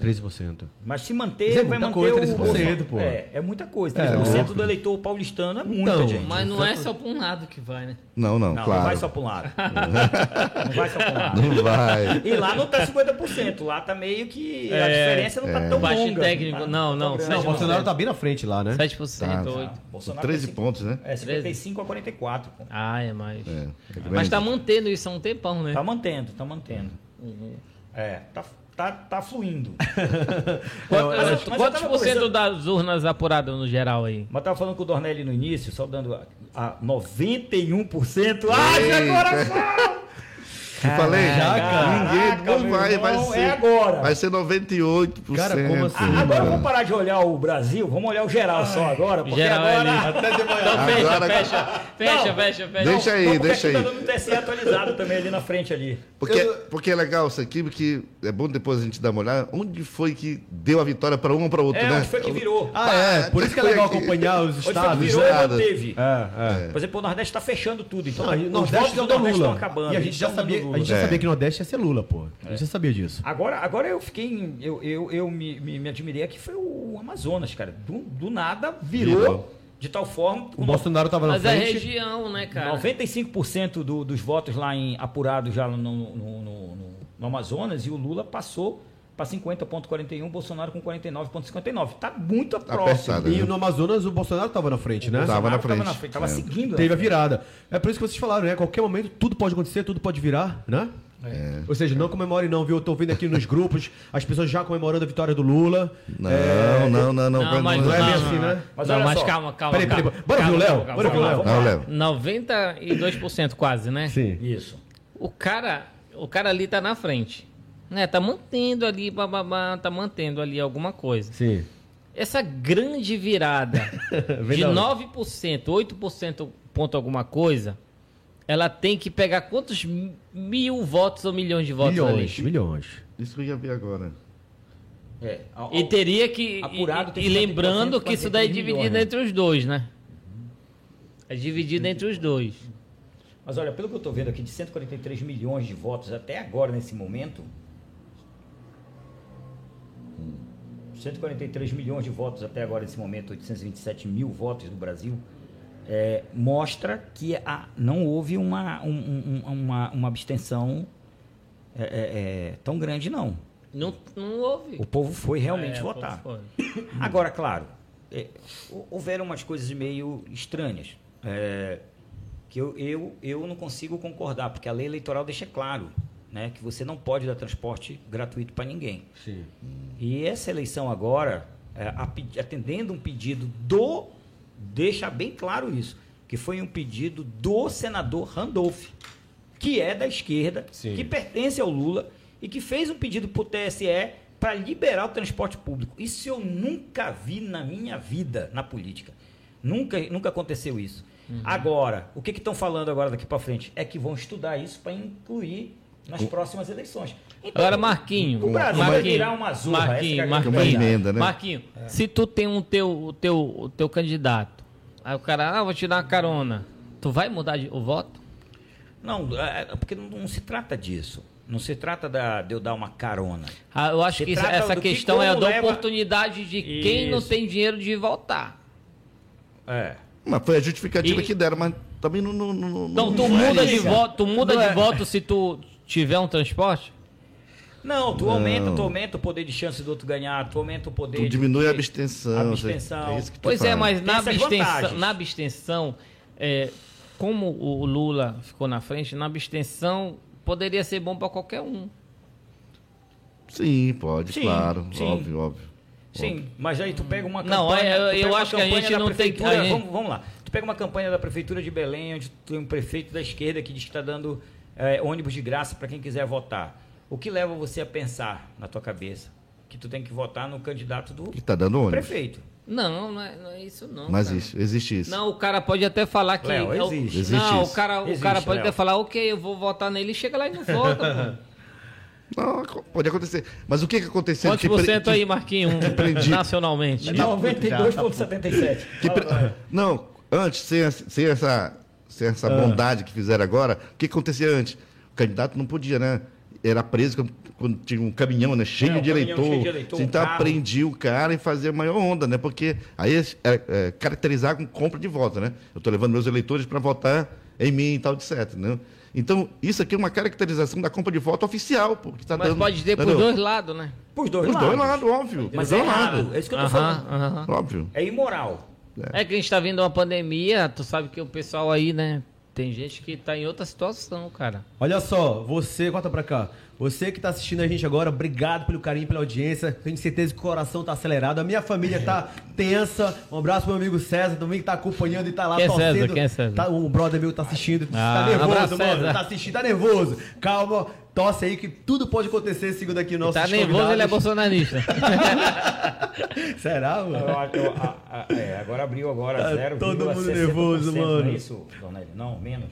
[SPEAKER 1] 13%.
[SPEAKER 3] Mas se manter,
[SPEAKER 1] Mas é
[SPEAKER 3] vai
[SPEAKER 1] muita
[SPEAKER 3] manter
[SPEAKER 1] coisa,
[SPEAKER 3] o
[SPEAKER 1] 13%, pô.
[SPEAKER 3] É, é muita coisa.
[SPEAKER 1] É,
[SPEAKER 3] 13% do eleitor paulistano é muita
[SPEAKER 1] Então,
[SPEAKER 3] gente.
[SPEAKER 2] Mas não é só pra um lado que vai, né?
[SPEAKER 4] Não, não,
[SPEAKER 3] Não,
[SPEAKER 4] claro.
[SPEAKER 3] não vai só para um lado. não vai só para um lado.
[SPEAKER 4] Não vai.
[SPEAKER 3] E lá não tá 50%. Lá tá meio que a diferença não tá
[SPEAKER 1] é.
[SPEAKER 3] tão
[SPEAKER 2] É, Baixo
[SPEAKER 3] longa.
[SPEAKER 2] técnico, não,
[SPEAKER 1] Não,
[SPEAKER 2] não,
[SPEAKER 3] Tá
[SPEAKER 1] o
[SPEAKER 2] Sete
[SPEAKER 1] Bolsonaro tá bem na frente lá, né?
[SPEAKER 2] 7%,
[SPEAKER 4] Tá.
[SPEAKER 2] 8%.
[SPEAKER 4] São
[SPEAKER 3] Bolsonaro
[SPEAKER 4] 13
[SPEAKER 3] tá
[SPEAKER 4] pontos, né?
[SPEAKER 3] É, 55 a 44. pô.
[SPEAKER 2] Ah, é mais.
[SPEAKER 4] É, é
[SPEAKER 2] Mas
[SPEAKER 4] grande.
[SPEAKER 2] tá mantendo isso há um tempão, né? Uhum.
[SPEAKER 3] Tá mantendo, tá mantendo. É, tá, tá, tá fluindo.
[SPEAKER 2] Quanto-
[SPEAKER 3] Mas eu- mas eu
[SPEAKER 2] Quantos
[SPEAKER 3] tava
[SPEAKER 2] por cento
[SPEAKER 3] conversando-
[SPEAKER 2] das urnas apuradas no geral aí?
[SPEAKER 3] Mas tava falando com o Dornelli no início, só dando a, a 91%. Haja coração!
[SPEAKER 4] Eu falei,
[SPEAKER 1] já, cara.
[SPEAKER 4] ninguém
[SPEAKER 3] Caraca,
[SPEAKER 4] não
[SPEAKER 3] meu
[SPEAKER 4] vai, vai
[SPEAKER 3] irmão,
[SPEAKER 4] ser.
[SPEAKER 3] é agora.
[SPEAKER 4] Vai ser 98%.
[SPEAKER 1] Cara, como assim,
[SPEAKER 3] Ah, Agora
[SPEAKER 4] mano?
[SPEAKER 3] vamos parar de olhar o Brasil, vamos olhar o geral só agora, porque
[SPEAKER 2] Geral é
[SPEAKER 3] agora.
[SPEAKER 2] ali.
[SPEAKER 1] Até de manhã.
[SPEAKER 2] Então fecha,
[SPEAKER 4] Agora-
[SPEAKER 2] fecha, fecha,
[SPEAKER 3] Não,
[SPEAKER 2] fecha, fecha.
[SPEAKER 4] deixa aí,
[SPEAKER 3] Não, porque
[SPEAKER 4] deixa
[SPEAKER 3] aqui
[SPEAKER 4] aí.
[SPEAKER 3] Tá dando um TSE atualizado também ali na frente ali.
[SPEAKER 4] Porque, porque é legal isso aqui, porque é bom depois a gente dar uma olhada. Onde foi que deu a vitória para um ou para outro,
[SPEAKER 3] É,
[SPEAKER 4] né?
[SPEAKER 3] onde foi que virou?
[SPEAKER 1] Ah, é. Por isso que é legal acompanhar os
[SPEAKER 3] onde foi que
[SPEAKER 1] estados.
[SPEAKER 3] virou
[SPEAKER 1] né?
[SPEAKER 3] e
[SPEAKER 4] estados.
[SPEAKER 3] manteve.
[SPEAKER 1] É, é.
[SPEAKER 3] Por exemplo, o Nordeste tá fechando tudo. Então,
[SPEAKER 1] Não, e o
[SPEAKER 3] os
[SPEAKER 1] Nordeste
[SPEAKER 3] votos
[SPEAKER 1] deu
[SPEAKER 3] do
[SPEAKER 1] Lula.
[SPEAKER 3] Nordeste estão acabando.
[SPEAKER 1] E a gente já
[SPEAKER 3] estão dando
[SPEAKER 1] sabia,
[SPEAKER 3] Lula.
[SPEAKER 1] a gente já
[SPEAKER 4] É.
[SPEAKER 1] sabia que o Nordeste ia ser Lula, pô. A gente já sabia disso.
[SPEAKER 3] Agora, agora eu fiquei. em- Eu, eu, eu me, me, me admirei que foi o Amazonas, cara. Do, do nada virou,
[SPEAKER 4] Virou.
[SPEAKER 3] de tal forma.
[SPEAKER 1] O
[SPEAKER 3] com
[SPEAKER 1] Bolsonaro tava na
[SPEAKER 2] Mas é
[SPEAKER 1] frente.
[SPEAKER 2] região, né, cara?
[SPEAKER 3] 95% do- dos votos lá em apurado já no, no- no- no- no Amazonas e o Lula passou para 50,41, Bolsonaro com 49,59. Tá muito próximo.
[SPEAKER 4] Apertado,
[SPEAKER 1] E no Amazonas o Bolsonaro tava na frente, né?
[SPEAKER 4] Tá. Tava na
[SPEAKER 3] Bolsonaro
[SPEAKER 4] frente.
[SPEAKER 3] Tava, na frente, tava
[SPEAKER 4] É.
[SPEAKER 3] seguindo. né?
[SPEAKER 1] Teve a virada. É por isso que vocês falaram, né? A qualquer momento tudo pode acontecer, tudo pode virar, né? Ou seja, não comemore não, viu? Eu tô vendo aqui nos grupos as pessoas já comemorando a vitória do Lula.
[SPEAKER 4] Não,
[SPEAKER 1] É,
[SPEAKER 4] não, não, não.
[SPEAKER 2] Não, mas
[SPEAKER 1] não é bem
[SPEAKER 2] não,
[SPEAKER 1] assim,
[SPEAKER 2] não.
[SPEAKER 1] né?
[SPEAKER 3] Mas
[SPEAKER 2] Não,
[SPEAKER 3] olha
[SPEAKER 2] mas
[SPEAKER 3] só.
[SPEAKER 2] calma, calma.
[SPEAKER 1] Peraí, peraí,
[SPEAKER 2] calma.
[SPEAKER 1] bora ouvir o
[SPEAKER 2] Calma,
[SPEAKER 1] Léo,
[SPEAKER 2] calma,
[SPEAKER 1] bora ouvir o
[SPEAKER 2] calma.
[SPEAKER 1] Léo.
[SPEAKER 4] Não, Léo.
[SPEAKER 2] 92% quase, né?
[SPEAKER 1] Sim.
[SPEAKER 3] Isso.
[SPEAKER 2] O cara, o cara ali tá na frente. Né? Tá mantendo ali, bababá, tá mantendo ali alguma coisa.
[SPEAKER 1] Sim.
[SPEAKER 2] Essa grande virada
[SPEAKER 1] Vem
[SPEAKER 2] de
[SPEAKER 1] da onde?
[SPEAKER 2] 9%, 8% ponto alguma coisa, ela tem que pegar quantos mi- mil votos ou milhões de votos
[SPEAKER 1] Milhões,
[SPEAKER 2] ali?
[SPEAKER 1] milhões.
[SPEAKER 4] Isso que eu ia ver agora.
[SPEAKER 3] É, ao-
[SPEAKER 2] E teria que.
[SPEAKER 3] Apurado
[SPEAKER 2] e-
[SPEAKER 3] tem
[SPEAKER 2] e, lembrando
[SPEAKER 3] 70%
[SPEAKER 2] que isso daí é
[SPEAKER 3] 43
[SPEAKER 2] dividido
[SPEAKER 3] milhões, né?
[SPEAKER 2] entre os dois, né? É dividido entre os dois.
[SPEAKER 3] Mas olha, pelo que eu estou vendo aqui, de 143 milhões de votos até agora, nesse momento. 143 milhões de votos até agora, nesse momento, 827 mil votos do Brasil, é, mostra que a- não houve uma, um- um- um- uma, uma abstenção é, é, é, tão grande, não.
[SPEAKER 2] Não, não houve.
[SPEAKER 3] O povo foi realmente
[SPEAKER 2] É,
[SPEAKER 3] votar.
[SPEAKER 2] foi.
[SPEAKER 3] Agora, claro, é, hou- houveram umas coisas meio estranhas é, que eu, eu, eu não consigo concordar, porque a lei eleitoral deixa claro né, que você não pode dar transporte gratuito para ninguém.
[SPEAKER 1] Sim.
[SPEAKER 3] E essa eleição agora, é, a pe- atendendo um pedido do, deixa bem claro isso, que foi um pedido do senador Randolph, que é da esquerda,
[SPEAKER 1] Sim.
[SPEAKER 3] que pertence ao Lula e que fez um pedido para o TSE para liberar o transporte público. Isso eu nunca vi na minha vida na política. Nunca, nunca aconteceu isso. Agora, o que estão falando agora daqui para frente? É que vão estudar isso para incluir nas próximas eleições. Então,
[SPEAKER 2] Agora, Marquinho.
[SPEAKER 3] o Brasil vai
[SPEAKER 2] Marquinho,
[SPEAKER 3] virar uma zurra, essa que é a
[SPEAKER 2] Marquinho, Marquinho,
[SPEAKER 3] grande
[SPEAKER 4] verdade. Uma emenda, né?
[SPEAKER 2] Marquinho, se tu tem um teu, o teu, o teu candidato, aí o cara, ah, vou te dar uma carona, tu vai mudar de- o voto?
[SPEAKER 3] Não, é, é porque não, não se trata disso. Não se trata da- de eu dar uma carona.
[SPEAKER 2] Ah, eu acho
[SPEAKER 3] Se
[SPEAKER 2] que isso-
[SPEAKER 3] trata
[SPEAKER 2] essa
[SPEAKER 3] do que
[SPEAKER 2] questão é
[SPEAKER 3] como
[SPEAKER 2] da
[SPEAKER 3] leva-
[SPEAKER 2] oportunidade de quem não
[SPEAKER 3] Isso.
[SPEAKER 2] tem dinheiro de votar.
[SPEAKER 3] É.
[SPEAKER 4] Mas foi a justificativa
[SPEAKER 2] E-
[SPEAKER 4] que deram, mas também não. não, não
[SPEAKER 2] Então,
[SPEAKER 4] não-
[SPEAKER 2] tu
[SPEAKER 4] não é
[SPEAKER 2] muda de
[SPEAKER 4] isso.
[SPEAKER 2] voto, tu muda
[SPEAKER 3] Não
[SPEAKER 2] de
[SPEAKER 3] é-
[SPEAKER 2] voto se tu tiver um transporte?
[SPEAKER 3] Não, tu
[SPEAKER 4] Não.
[SPEAKER 3] aumenta, tu aumenta o poder de chance do outro ganhar, tu aumenta o poder.
[SPEAKER 4] Tu
[SPEAKER 3] de-
[SPEAKER 4] diminui a abstenção.
[SPEAKER 3] Abstenção.
[SPEAKER 4] É isso que tu
[SPEAKER 2] Pois é,
[SPEAKER 4] fala.
[SPEAKER 2] mas na
[SPEAKER 3] essas
[SPEAKER 2] abstenção,
[SPEAKER 3] vantagens.
[SPEAKER 2] na abstenção é, como o Lula ficou na frente, na abstenção poderia ser bom para qualquer um.
[SPEAKER 4] Sim, pode,
[SPEAKER 3] Sim,
[SPEAKER 4] claro.
[SPEAKER 3] sim.
[SPEAKER 4] Óbvio, óbvio.
[SPEAKER 3] Sim, mas aí tu pega uma campanha.
[SPEAKER 2] Não, é, eu- eu
[SPEAKER 3] tu pega uma
[SPEAKER 2] acho que a
[SPEAKER 3] campanha
[SPEAKER 2] gente
[SPEAKER 3] da
[SPEAKER 2] não tem que-
[SPEAKER 3] prefeitura-
[SPEAKER 2] a gente-
[SPEAKER 3] Vamos, vamos lá. Tu pega uma campanha da Prefeitura de Belém, onde tu tem um prefeito da esquerda que diz que está dando é, ônibus de graça para quem quiser votar. O que leva você a pensar na tua cabeça que tu tem que votar no candidato do
[SPEAKER 4] Que tá dando ônibus.
[SPEAKER 3] prefeito?
[SPEAKER 2] Não, não é, não é isso não.
[SPEAKER 4] Mas
[SPEAKER 2] cara.
[SPEAKER 4] isso, existe isso.
[SPEAKER 2] Não, o cara pode até falar que.
[SPEAKER 3] Léo,
[SPEAKER 2] é o-
[SPEAKER 3] existe.
[SPEAKER 4] Existe
[SPEAKER 2] Não,
[SPEAKER 4] isso.
[SPEAKER 2] o cara, o
[SPEAKER 3] Existe,
[SPEAKER 2] cara pode
[SPEAKER 3] Léo.
[SPEAKER 2] até falar, ok, eu vou votar nele e chega lá e não vota,
[SPEAKER 4] Não, ac- pode acontecer. Mas o que, que
[SPEAKER 2] pô.
[SPEAKER 4] aconteceu?
[SPEAKER 2] Quantos
[SPEAKER 4] Que
[SPEAKER 2] por
[SPEAKER 4] pre-
[SPEAKER 2] cento
[SPEAKER 4] que-
[SPEAKER 2] aí, Marquinho,
[SPEAKER 4] prendi- É
[SPEAKER 3] Tá
[SPEAKER 4] Tá
[SPEAKER 2] nacionalmente?
[SPEAKER 3] 92,77.
[SPEAKER 4] que pre- Não, antes, sem, essa- sem essa, sem essa
[SPEAKER 3] Ah.
[SPEAKER 4] bondade que fizeram agora, o que acontecia antes? O candidato não podia, né? Era preso quando, quando tinha um caminhão, né? Cheio,
[SPEAKER 3] É, um
[SPEAKER 4] de,
[SPEAKER 3] caminhão
[SPEAKER 4] eleitor.
[SPEAKER 3] cheio de eleitor, um
[SPEAKER 4] Então
[SPEAKER 3] carro.
[SPEAKER 4] prendia o cara e fazia a maior onda, né? Porque aí é, é, caracterizar com compra de voto, né? Eu estou levando meus eleitores para votar em mim e tal, etc. Né? Então, isso aqui é uma caracterização da compra de voto oficial, porque está
[SPEAKER 2] Mas
[SPEAKER 4] dando.
[SPEAKER 2] pode ter por
[SPEAKER 4] entendeu?
[SPEAKER 2] dois lados, né?
[SPEAKER 3] Os dois
[SPEAKER 4] Os
[SPEAKER 3] lados.
[SPEAKER 4] dois lados, óbvio.
[SPEAKER 3] Mas
[SPEAKER 4] Os
[SPEAKER 3] é
[SPEAKER 4] dois lados,
[SPEAKER 3] errado. É isso que eu tô
[SPEAKER 2] Aham,
[SPEAKER 3] falando.
[SPEAKER 2] aham.
[SPEAKER 4] Óbvio.
[SPEAKER 3] É imoral.
[SPEAKER 2] É que a gente tá vindo uma pandemia, tu sabe que o pessoal aí, né? Tem gente que tá em outra situação, cara.
[SPEAKER 1] Olha só, você, corta pra cá. Você que tá assistindo a gente agora, obrigado pelo carinho, pela audiência. Tenho certeza que o coração tá acelerado. A minha família tá tensa. Um abraço pro meu amigo César também que tá acompanhando e tá lá
[SPEAKER 2] Quem é
[SPEAKER 1] torcendo.
[SPEAKER 2] César? Quem é César?
[SPEAKER 1] Tá, um brother meu tá assistindo.
[SPEAKER 2] Ah,
[SPEAKER 1] tá nervoso,
[SPEAKER 2] abraço,
[SPEAKER 1] mano.
[SPEAKER 2] César.
[SPEAKER 1] Tá assistindo, tá nervoso. Calma, tosse aí que tudo pode acontecer, segundo aqui o nosso
[SPEAKER 2] tá nervoso, ele é bolsonarista.
[SPEAKER 1] Será, mano?
[SPEAKER 3] Eu acho- eu- a- a- é, agora abriu agora
[SPEAKER 1] Tá
[SPEAKER 3] 0,60%.
[SPEAKER 1] todo mundo nervoso,
[SPEAKER 3] Não
[SPEAKER 1] mano.
[SPEAKER 3] é isso, Dona Elia? Não, menos.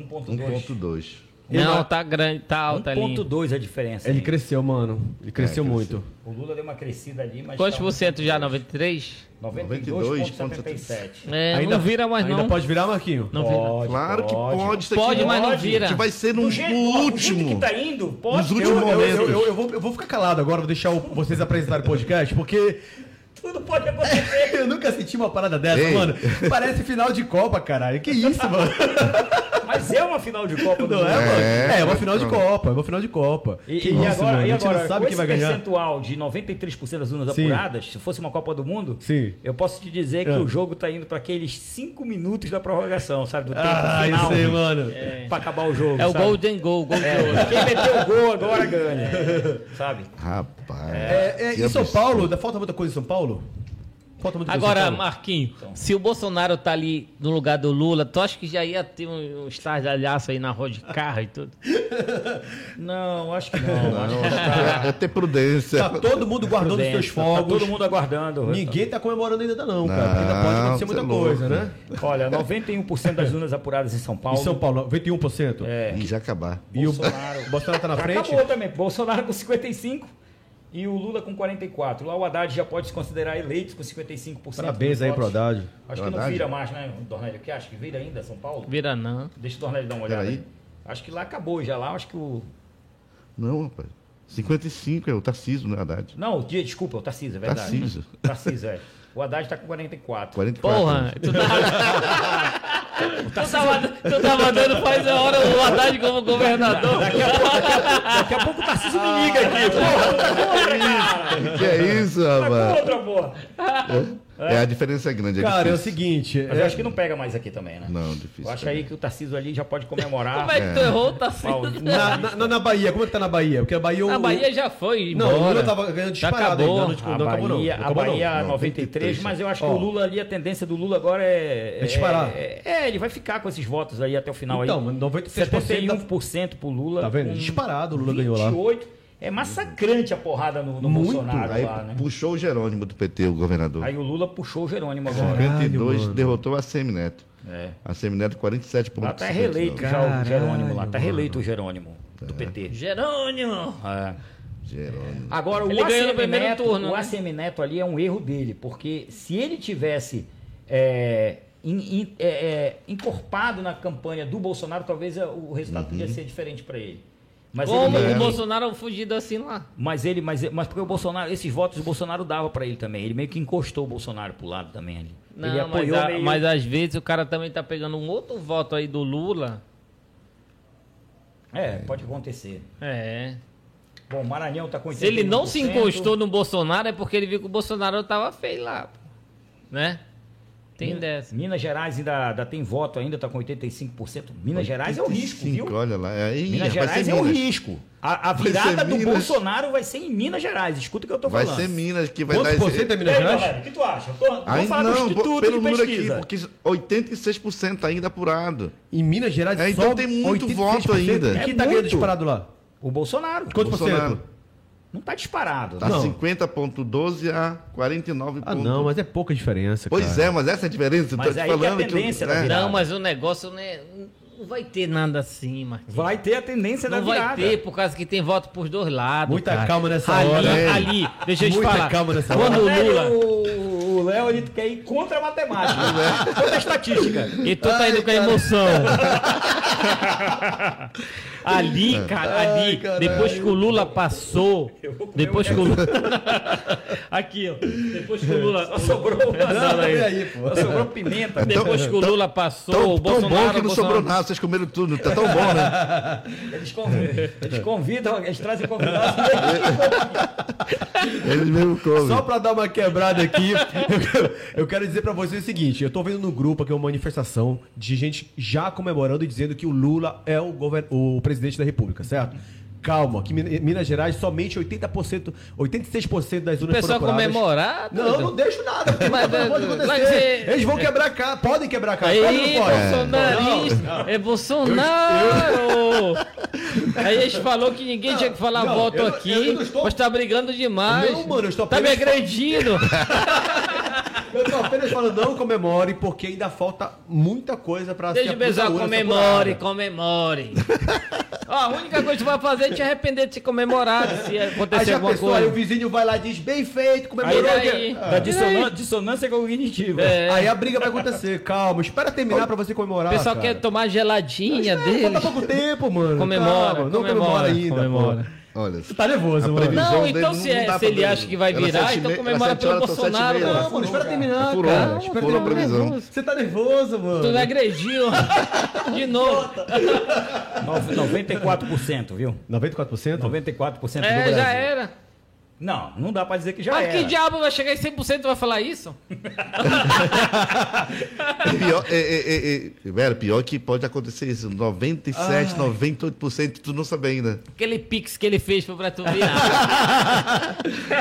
[SPEAKER 2] É
[SPEAKER 3] 1,2.
[SPEAKER 4] 1.2.
[SPEAKER 2] não, tá grande, tá alta ali.
[SPEAKER 3] 1,2 é a diferença.
[SPEAKER 1] Ele
[SPEAKER 3] hein?
[SPEAKER 1] cresceu, mano. Ele cresceu
[SPEAKER 4] É, cresceu.
[SPEAKER 1] muito.
[SPEAKER 3] O Lula deu uma crescida ali, mas.
[SPEAKER 2] Quantos
[SPEAKER 3] tá
[SPEAKER 2] por cento já?
[SPEAKER 3] 92,77.
[SPEAKER 2] 93?
[SPEAKER 3] 92,77.
[SPEAKER 2] É, não vira mais
[SPEAKER 1] ainda
[SPEAKER 2] não.
[SPEAKER 1] pode virar, Marquinho?
[SPEAKER 2] Não vira.
[SPEAKER 4] Claro que pode. isso
[SPEAKER 2] Pode,
[SPEAKER 4] aqui
[SPEAKER 2] mas não vira.
[SPEAKER 4] Que vai ser no,
[SPEAKER 3] Do jeito,
[SPEAKER 4] no
[SPEAKER 3] ó, do jeito
[SPEAKER 4] último.
[SPEAKER 3] que tá indo, pode.
[SPEAKER 4] Nos últimos
[SPEAKER 1] Eu, eu,
[SPEAKER 4] momentos.
[SPEAKER 1] eu, eu- eu vou, eu vou ficar calado agora, vou deixar o- vocês apresentarem o podcast, porque
[SPEAKER 3] Tudo pode acontecer.
[SPEAKER 1] eu nunca senti uma parada dessa,
[SPEAKER 4] Ei.
[SPEAKER 1] mano. Parece final de Copa, caralho. Que isso, mano?
[SPEAKER 3] Mas é uma final de Copa do
[SPEAKER 1] Não é,
[SPEAKER 3] Mundo.
[SPEAKER 1] mano? É,
[SPEAKER 4] É.
[SPEAKER 1] é uma final de Copa, é uma final de Copa.
[SPEAKER 3] E,
[SPEAKER 1] Que
[SPEAKER 3] e
[SPEAKER 1] isso,
[SPEAKER 3] agora,
[SPEAKER 1] mano?
[SPEAKER 3] e
[SPEAKER 1] A gente
[SPEAKER 3] agora
[SPEAKER 1] não sabe
[SPEAKER 3] com
[SPEAKER 1] quem vai
[SPEAKER 3] esse
[SPEAKER 1] ganhar.
[SPEAKER 3] percentual de 93% das urnas
[SPEAKER 1] Sim.
[SPEAKER 3] apuradas, se fosse uma Copa do Mundo,
[SPEAKER 1] Sim.
[SPEAKER 3] eu posso te dizer
[SPEAKER 1] Ah.
[SPEAKER 3] que o jogo tá indo para aqueles 5 minutos da prorrogação, sabe? Do tempo
[SPEAKER 1] Ah,
[SPEAKER 3] final. É.
[SPEAKER 1] isso aí, mano.
[SPEAKER 3] Pra acabar o jogo.
[SPEAKER 2] É o
[SPEAKER 3] sabe?
[SPEAKER 2] Golden Goal, Gol de
[SPEAKER 3] É,
[SPEAKER 2] ouro.
[SPEAKER 3] Quem meteu o gol agora ganha. Sabe?
[SPEAKER 4] Rapaz.
[SPEAKER 1] É, é,
[SPEAKER 4] que
[SPEAKER 1] em É, São
[SPEAKER 4] absurdo.
[SPEAKER 3] É,
[SPEAKER 1] Paulo, ainda falta muita coisa em São Paulo? falta muito coisa,
[SPEAKER 2] Agora,
[SPEAKER 1] Paulo.
[SPEAKER 2] Marquinho, se o Bolsonaro tá ali no lugar do Lula, tu acha que já ia ter um, um estardalhaço aí na rua de carro e tudo?
[SPEAKER 3] Não, acho que não. Tá acho que-
[SPEAKER 4] É, é ter prudência.
[SPEAKER 1] Tá todo mundo guardando os
[SPEAKER 2] Prudência,
[SPEAKER 1] seus
[SPEAKER 2] tá
[SPEAKER 3] Tá
[SPEAKER 1] fogos.
[SPEAKER 3] todo mundo aguardando.
[SPEAKER 1] Ninguém tá comemorando ainda não, cara. Porque ainda pode acontecer
[SPEAKER 4] Não,
[SPEAKER 1] muita
[SPEAKER 4] você é louco.
[SPEAKER 1] coisa, né?
[SPEAKER 3] Olha, 91% das urnas apuradas em São Paulo.
[SPEAKER 1] Em São Paulo, 21%.
[SPEAKER 3] É,
[SPEAKER 4] E já acabar.
[SPEAKER 1] E o
[SPEAKER 3] Bolsonaro.
[SPEAKER 1] o Bolsonaro tá na
[SPEAKER 3] Já
[SPEAKER 1] frente?
[SPEAKER 3] Acabou também. Bolsonaro com 55 e o Lula com 44. Lá o Haddad já pode se considerar eleito com 55%. dos
[SPEAKER 1] Parabéns aí pro
[SPEAKER 3] votos.
[SPEAKER 1] Haddad.
[SPEAKER 3] Acho que não
[SPEAKER 4] Haddad?
[SPEAKER 3] vira mais, né, Dornélio? Que acha que vira ainda São Paulo?
[SPEAKER 2] Vira não.
[SPEAKER 3] Deixa o Dornélio dar uma olhada.
[SPEAKER 4] Peraí.
[SPEAKER 3] aí. Acho que lá acabou já lá. Acho que o.
[SPEAKER 4] Não, rapaz. 55 é o Tarcísio, na verdade.
[SPEAKER 3] Não, o dia, desculpa, o Tarcísio, é verdade.
[SPEAKER 4] Tarcísio.
[SPEAKER 3] Tarcísio, é. O Haddad tá com 44.
[SPEAKER 4] 44.
[SPEAKER 2] Porra, tu tava, tu tava, tu tava dando faz a hora o Haddad como governador. Ah,
[SPEAKER 3] Daqui a pouco o Tarcísio me liga aqui. Porra,
[SPEAKER 4] Que é isso,
[SPEAKER 3] tá contra,
[SPEAKER 4] rapaz?
[SPEAKER 3] tá contra, porra.
[SPEAKER 4] É, a diferença é grande. É
[SPEAKER 1] Cara, é o
[SPEAKER 4] difícil.
[SPEAKER 1] seguinte.
[SPEAKER 3] Mas eu acho
[SPEAKER 1] É...
[SPEAKER 3] que não pega mais aqui também, né?
[SPEAKER 4] Não,
[SPEAKER 3] Eu
[SPEAKER 4] difícil.
[SPEAKER 3] acho aí que o Tarcísio ali já pode comemorar.
[SPEAKER 2] Como é que tu errou, tá assim?
[SPEAKER 3] Paulo.
[SPEAKER 1] Na, na- na- na Bahia, como é que tá na Bahia? Porque a Bahia.
[SPEAKER 2] A
[SPEAKER 1] o-
[SPEAKER 2] Bahia já foi.
[SPEAKER 1] Não, o
[SPEAKER 2] embora.
[SPEAKER 1] Lula tava ganhando
[SPEAKER 2] Já
[SPEAKER 1] disparado ainda.
[SPEAKER 2] acabou.
[SPEAKER 1] Não, não,
[SPEAKER 3] A
[SPEAKER 1] não acabou não.
[SPEAKER 3] Bahia,
[SPEAKER 1] Não
[SPEAKER 3] a
[SPEAKER 1] acabou não.
[SPEAKER 3] Bahia é
[SPEAKER 4] Não,
[SPEAKER 3] 93,
[SPEAKER 4] 93,
[SPEAKER 3] mas eu acho
[SPEAKER 1] ó.
[SPEAKER 3] que o Lula ali, a tendência do Lula agora é.
[SPEAKER 1] É disparar.
[SPEAKER 3] É, é, ele vai ficar com esses votos aí até o final
[SPEAKER 1] Então,
[SPEAKER 3] aí.
[SPEAKER 1] mas 93% da-
[SPEAKER 3] 71% pro Lula.
[SPEAKER 1] Tá vendo?
[SPEAKER 3] com
[SPEAKER 1] Disparado, o Lula ganhou lá.
[SPEAKER 3] 28. É massacrante a porrada no, no
[SPEAKER 1] Muito.
[SPEAKER 3] Bolsonaro
[SPEAKER 4] Aí
[SPEAKER 3] lá, né?
[SPEAKER 4] puxou o Jerônimo do PT, o governador.
[SPEAKER 3] Aí o Lula puxou o
[SPEAKER 1] É.
[SPEAKER 3] Jerônimo agora.
[SPEAKER 4] 52
[SPEAKER 1] mano.
[SPEAKER 4] derrotou a Semineto.
[SPEAKER 3] É.
[SPEAKER 4] A Semineto 47
[SPEAKER 3] Lá tá reeleito já o
[SPEAKER 1] Caralho, É.
[SPEAKER 3] Jerônimo lá. Tá reeleito o Jerônimo do PT.
[SPEAKER 2] Jerônimo.
[SPEAKER 3] É.
[SPEAKER 4] Jerônimo.
[SPEAKER 3] Agora,
[SPEAKER 2] Ele
[SPEAKER 3] o
[SPEAKER 2] ganhou no
[SPEAKER 3] ACM
[SPEAKER 2] primeiro
[SPEAKER 3] Neto,
[SPEAKER 2] turno,
[SPEAKER 3] o
[SPEAKER 2] né?
[SPEAKER 3] ACM Neto ali é um erro dele, porque se ele tivesse é, in- in- é, é, encorpado na campanha do Bolsonaro, talvez é, o resultado podia ser diferente para ele. Mas
[SPEAKER 2] Como
[SPEAKER 3] ele, é.
[SPEAKER 2] o Bolsonaro fugido assim lá.
[SPEAKER 3] mas ele, mas, mas porque o Bolsonaro, esses votos o Bolsonaro dava para ele também. Ele meio que encostou o Bolsonaro pro lado também ali.
[SPEAKER 2] Não,
[SPEAKER 3] ele
[SPEAKER 2] mas,
[SPEAKER 3] apoiou
[SPEAKER 2] a-
[SPEAKER 3] meio-
[SPEAKER 2] mas às vezes o cara também tá pegando um outro voto aí do Lula.
[SPEAKER 3] É, pode acontecer.
[SPEAKER 2] É.
[SPEAKER 3] Bom, o Maranhão tá com
[SPEAKER 2] Se ele não se
[SPEAKER 3] 81%.
[SPEAKER 2] encostou no Bolsonaro é porque ele viu que o Bolsonaro tava feio lá. pô. Né? Tem
[SPEAKER 1] Hum.
[SPEAKER 3] Min-
[SPEAKER 2] dessa.
[SPEAKER 3] Minas Gerais ainda, ainda tem voto ainda, tá com 85%. Minas Gerais é o risco,
[SPEAKER 4] 85,
[SPEAKER 3] viu?
[SPEAKER 4] Olha lá. É, ih,
[SPEAKER 3] Minas
[SPEAKER 4] vai
[SPEAKER 3] Gerais
[SPEAKER 4] ser
[SPEAKER 3] é o
[SPEAKER 4] Minas.
[SPEAKER 3] risco. A, a
[SPEAKER 4] Vai ser
[SPEAKER 3] virada do
[SPEAKER 4] Minas.
[SPEAKER 3] Bolsonaro vai ser em Minas Gerais. Escuta o que eu tô
[SPEAKER 4] Vai
[SPEAKER 3] falando.
[SPEAKER 4] ser Minas que vai
[SPEAKER 1] Quantos
[SPEAKER 4] dar
[SPEAKER 1] por
[SPEAKER 4] esse...
[SPEAKER 1] cento é
[SPEAKER 3] E
[SPEAKER 1] Minas
[SPEAKER 3] aí,
[SPEAKER 1] Gerais?
[SPEAKER 3] Galera, o que tu acha? Eu tô, vamos
[SPEAKER 4] Ainda
[SPEAKER 3] falar do
[SPEAKER 4] não,
[SPEAKER 3] Instituto
[SPEAKER 4] pô, pelo
[SPEAKER 3] de
[SPEAKER 4] número aqui,
[SPEAKER 3] Pesquisa.
[SPEAKER 4] porque 86% tá ainda apurado.
[SPEAKER 1] Em Minas Gerais
[SPEAKER 4] É, então tem muito
[SPEAKER 1] 86%.
[SPEAKER 4] voto ainda.
[SPEAKER 1] E quem
[SPEAKER 3] É
[SPEAKER 1] tá ganhando
[SPEAKER 3] muito.
[SPEAKER 1] disparado lá?
[SPEAKER 3] O Bolsonaro
[SPEAKER 1] Quanto por
[SPEAKER 4] Bolsonaro.
[SPEAKER 1] cento?
[SPEAKER 3] não tá disparado.
[SPEAKER 4] Tá
[SPEAKER 3] né?
[SPEAKER 1] Não.
[SPEAKER 4] 50.12 a 49.
[SPEAKER 1] Ah, não, mas é pouca diferença.
[SPEAKER 4] Pois
[SPEAKER 1] cara.
[SPEAKER 4] é, mas essa é a diferença. eu
[SPEAKER 3] Mas
[SPEAKER 4] tô te
[SPEAKER 3] aí que é a
[SPEAKER 4] falando o-
[SPEAKER 3] tendência da
[SPEAKER 4] né?
[SPEAKER 3] virada.
[SPEAKER 2] Não, mas o negócio não, é- não vai ter nada assim, Marquinhos.
[SPEAKER 3] Vai ter a tendência da
[SPEAKER 2] Não vai
[SPEAKER 3] virada.
[SPEAKER 2] ter, por causa que tem voto pros dois lados.
[SPEAKER 1] Muita
[SPEAKER 2] cara.
[SPEAKER 1] calma nessa
[SPEAKER 2] ali,
[SPEAKER 1] hora. né?
[SPEAKER 2] Ali, deixa eu te
[SPEAKER 1] Muita
[SPEAKER 2] falar.
[SPEAKER 1] calma nessa
[SPEAKER 2] Quando o
[SPEAKER 3] Até
[SPEAKER 2] Lula.
[SPEAKER 3] O o Léo ele quer ir contra a matemática,
[SPEAKER 4] É.
[SPEAKER 3] contra a estatística.
[SPEAKER 2] E tu tá indo com a emoção. ali, cara, ali, depois que o Lula passou, depois que o Lula... Aqui, ó, depois que o Lula...
[SPEAKER 3] Sobrou
[SPEAKER 1] Não,
[SPEAKER 3] uma
[SPEAKER 1] e aí, pô.
[SPEAKER 3] Sobrou pimenta.
[SPEAKER 2] Depois que o Lula passou, o
[SPEAKER 4] Tão, tão
[SPEAKER 2] Bolsonaro...
[SPEAKER 4] bom que não
[SPEAKER 2] Bolsonaro-
[SPEAKER 4] sobrou nada, vocês comeram tudo, tá tão bom, né?
[SPEAKER 3] Eles convidam, eles convidam, eles trazem convidados.
[SPEAKER 4] Eles mesmo comem.
[SPEAKER 1] Só pra dar uma quebrada aqui, eu quero- eu quero dizer pra vocês o seguinte: eu tô vendo no grupo aqui uma manifestação de gente já comemorando e dizendo que o Lula é o, govern- o presidente da República, certo? Calma, que Min- Minas Gerais somente 80%, 86% das urnas
[SPEAKER 2] pessoal né?
[SPEAKER 1] foram apuradas.
[SPEAKER 2] comemorar,
[SPEAKER 1] Não,
[SPEAKER 2] doido.
[SPEAKER 1] não deixo nada. porque
[SPEAKER 2] Mas,
[SPEAKER 1] não pode
[SPEAKER 2] mas,
[SPEAKER 1] acontecer.
[SPEAKER 2] mas,
[SPEAKER 1] Eles vão quebrar cá, podem quebrar cá, pode,
[SPEAKER 2] Aí,
[SPEAKER 1] não pode.
[SPEAKER 2] bolsonarista, é Bolsonaro! Aí eles falou que ninguém tinha que falar
[SPEAKER 1] não,
[SPEAKER 2] voto
[SPEAKER 1] eu não-
[SPEAKER 2] aqui,
[SPEAKER 1] eu não estou-
[SPEAKER 2] mas tá brigando demais.
[SPEAKER 1] Não, mano, eu estou
[SPEAKER 2] Tá me
[SPEAKER 1] apenas-
[SPEAKER 2] agredindo.
[SPEAKER 1] Eu tô apenas falando, não comemore, porque ainda falta muita coisa pra
[SPEAKER 2] Deixa o
[SPEAKER 1] pra
[SPEAKER 2] pessoal,
[SPEAKER 1] urna ser
[SPEAKER 2] comemore,
[SPEAKER 1] apurada.
[SPEAKER 2] comemore. Ó, a única coisa que tu vai fazer é te arrepender de se comemorar se
[SPEAKER 1] Aí
[SPEAKER 2] acontecer
[SPEAKER 1] já
[SPEAKER 2] alguma
[SPEAKER 1] pensou, aí o
[SPEAKER 2] coisa.
[SPEAKER 1] vizinho vai lá e diz, bem feito, comemorou.
[SPEAKER 2] Aí,
[SPEAKER 1] que-
[SPEAKER 2] aí.
[SPEAKER 1] Ah.
[SPEAKER 3] Da dissonan- dissonância cognitiva.
[SPEAKER 2] É,
[SPEAKER 1] Aí a briga vai acontecer, calma, espera terminar pra você
[SPEAKER 2] o
[SPEAKER 1] comemorar.
[SPEAKER 2] pessoal
[SPEAKER 1] cara.
[SPEAKER 2] quer tomar geladinha
[SPEAKER 1] Falta
[SPEAKER 2] deles.
[SPEAKER 1] pouco tempo, mano.
[SPEAKER 2] Comemora,
[SPEAKER 1] calma,
[SPEAKER 2] comemora, comemora.
[SPEAKER 1] pô.
[SPEAKER 4] Olha,
[SPEAKER 1] Você tá nervoso, mano.
[SPEAKER 4] previsão
[SPEAKER 2] Não,
[SPEAKER 4] dele
[SPEAKER 2] então se é-
[SPEAKER 4] dá
[SPEAKER 2] se
[SPEAKER 4] pra
[SPEAKER 2] ele
[SPEAKER 4] prever.
[SPEAKER 2] acha que vai
[SPEAKER 4] Era
[SPEAKER 2] virar,
[SPEAKER 4] sete e
[SPEAKER 2] então
[SPEAKER 4] meia- era
[SPEAKER 2] comemora
[SPEAKER 4] sete
[SPEAKER 2] pelo
[SPEAKER 4] horas, são sete e
[SPEAKER 2] Bolsonaro,
[SPEAKER 4] meia.
[SPEAKER 2] não,
[SPEAKER 1] Não, mano, espera terminar,
[SPEAKER 4] Furou,
[SPEAKER 1] cara.
[SPEAKER 4] né?
[SPEAKER 1] Espera
[SPEAKER 4] Furou a
[SPEAKER 1] terminar.
[SPEAKER 4] previsão.
[SPEAKER 1] Você tá nervoso,
[SPEAKER 2] Tu me
[SPEAKER 1] mano.
[SPEAKER 2] agrediu. De novo.
[SPEAKER 3] Nove- 94%, viu?
[SPEAKER 1] 94%?
[SPEAKER 3] 94% do
[SPEAKER 2] É,
[SPEAKER 3] Brasil.
[SPEAKER 2] já era.
[SPEAKER 3] Não, não dá pra dizer que já
[SPEAKER 2] Mas
[SPEAKER 3] era.
[SPEAKER 2] que diabo vai chegar em 100% e vai falar isso?
[SPEAKER 4] Pior, é, é, é, é, Vera, pior que pode acontecer isso. 97, 98% tu não sabe ainda.
[SPEAKER 2] Aquele pix que ele fez pra tu virar.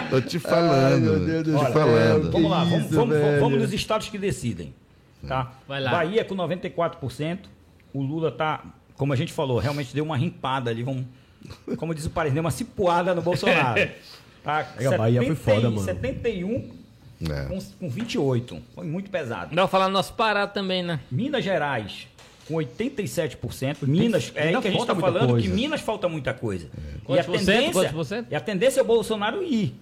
[SPEAKER 4] Tô te falando.
[SPEAKER 1] meu Deus do
[SPEAKER 4] tô
[SPEAKER 1] céu.
[SPEAKER 4] te falando.
[SPEAKER 1] Que
[SPEAKER 3] Vamos lá, vamos,
[SPEAKER 1] isso,
[SPEAKER 3] vamos,
[SPEAKER 1] velho.
[SPEAKER 3] vamos nos estados que decidem. Tá?
[SPEAKER 2] Vai lá.
[SPEAKER 3] Bahia com 94%. O Lula tá, como a gente falou, realmente deu uma rimpada ali. Vamos, como diz o Paris, deu uma cipuada no Bolsonaro. Tá?
[SPEAKER 1] É, a Bahia foi foda, mano.
[SPEAKER 3] 71
[SPEAKER 4] É.
[SPEAKER 3] com, com 28. Foi muito pesado.
[SPEAKER 2] Não vai falar nosso Pará também, né?
[SPEAKER 3] Minas Gerais com 87%. Minas, é aí
[SPEAKER 1] ainda
[SPEAKER 3] que a gente
[SPEAKER 1] falta
[SPEAKER 3] está
[SPEAKER 1] muita
[SPEAKER 3] falando que
[SPEAKER 1] coisa.
[SPEAKER 3] Minas falta muita coisa. E, a
[SPEAKER 2] Quantos por cento? Quantos por
[SPEAKER 3] tendência,
[SPEAKER 2] cento?
[SPEAKER 3] e a tendência é o Bolsonaro ir.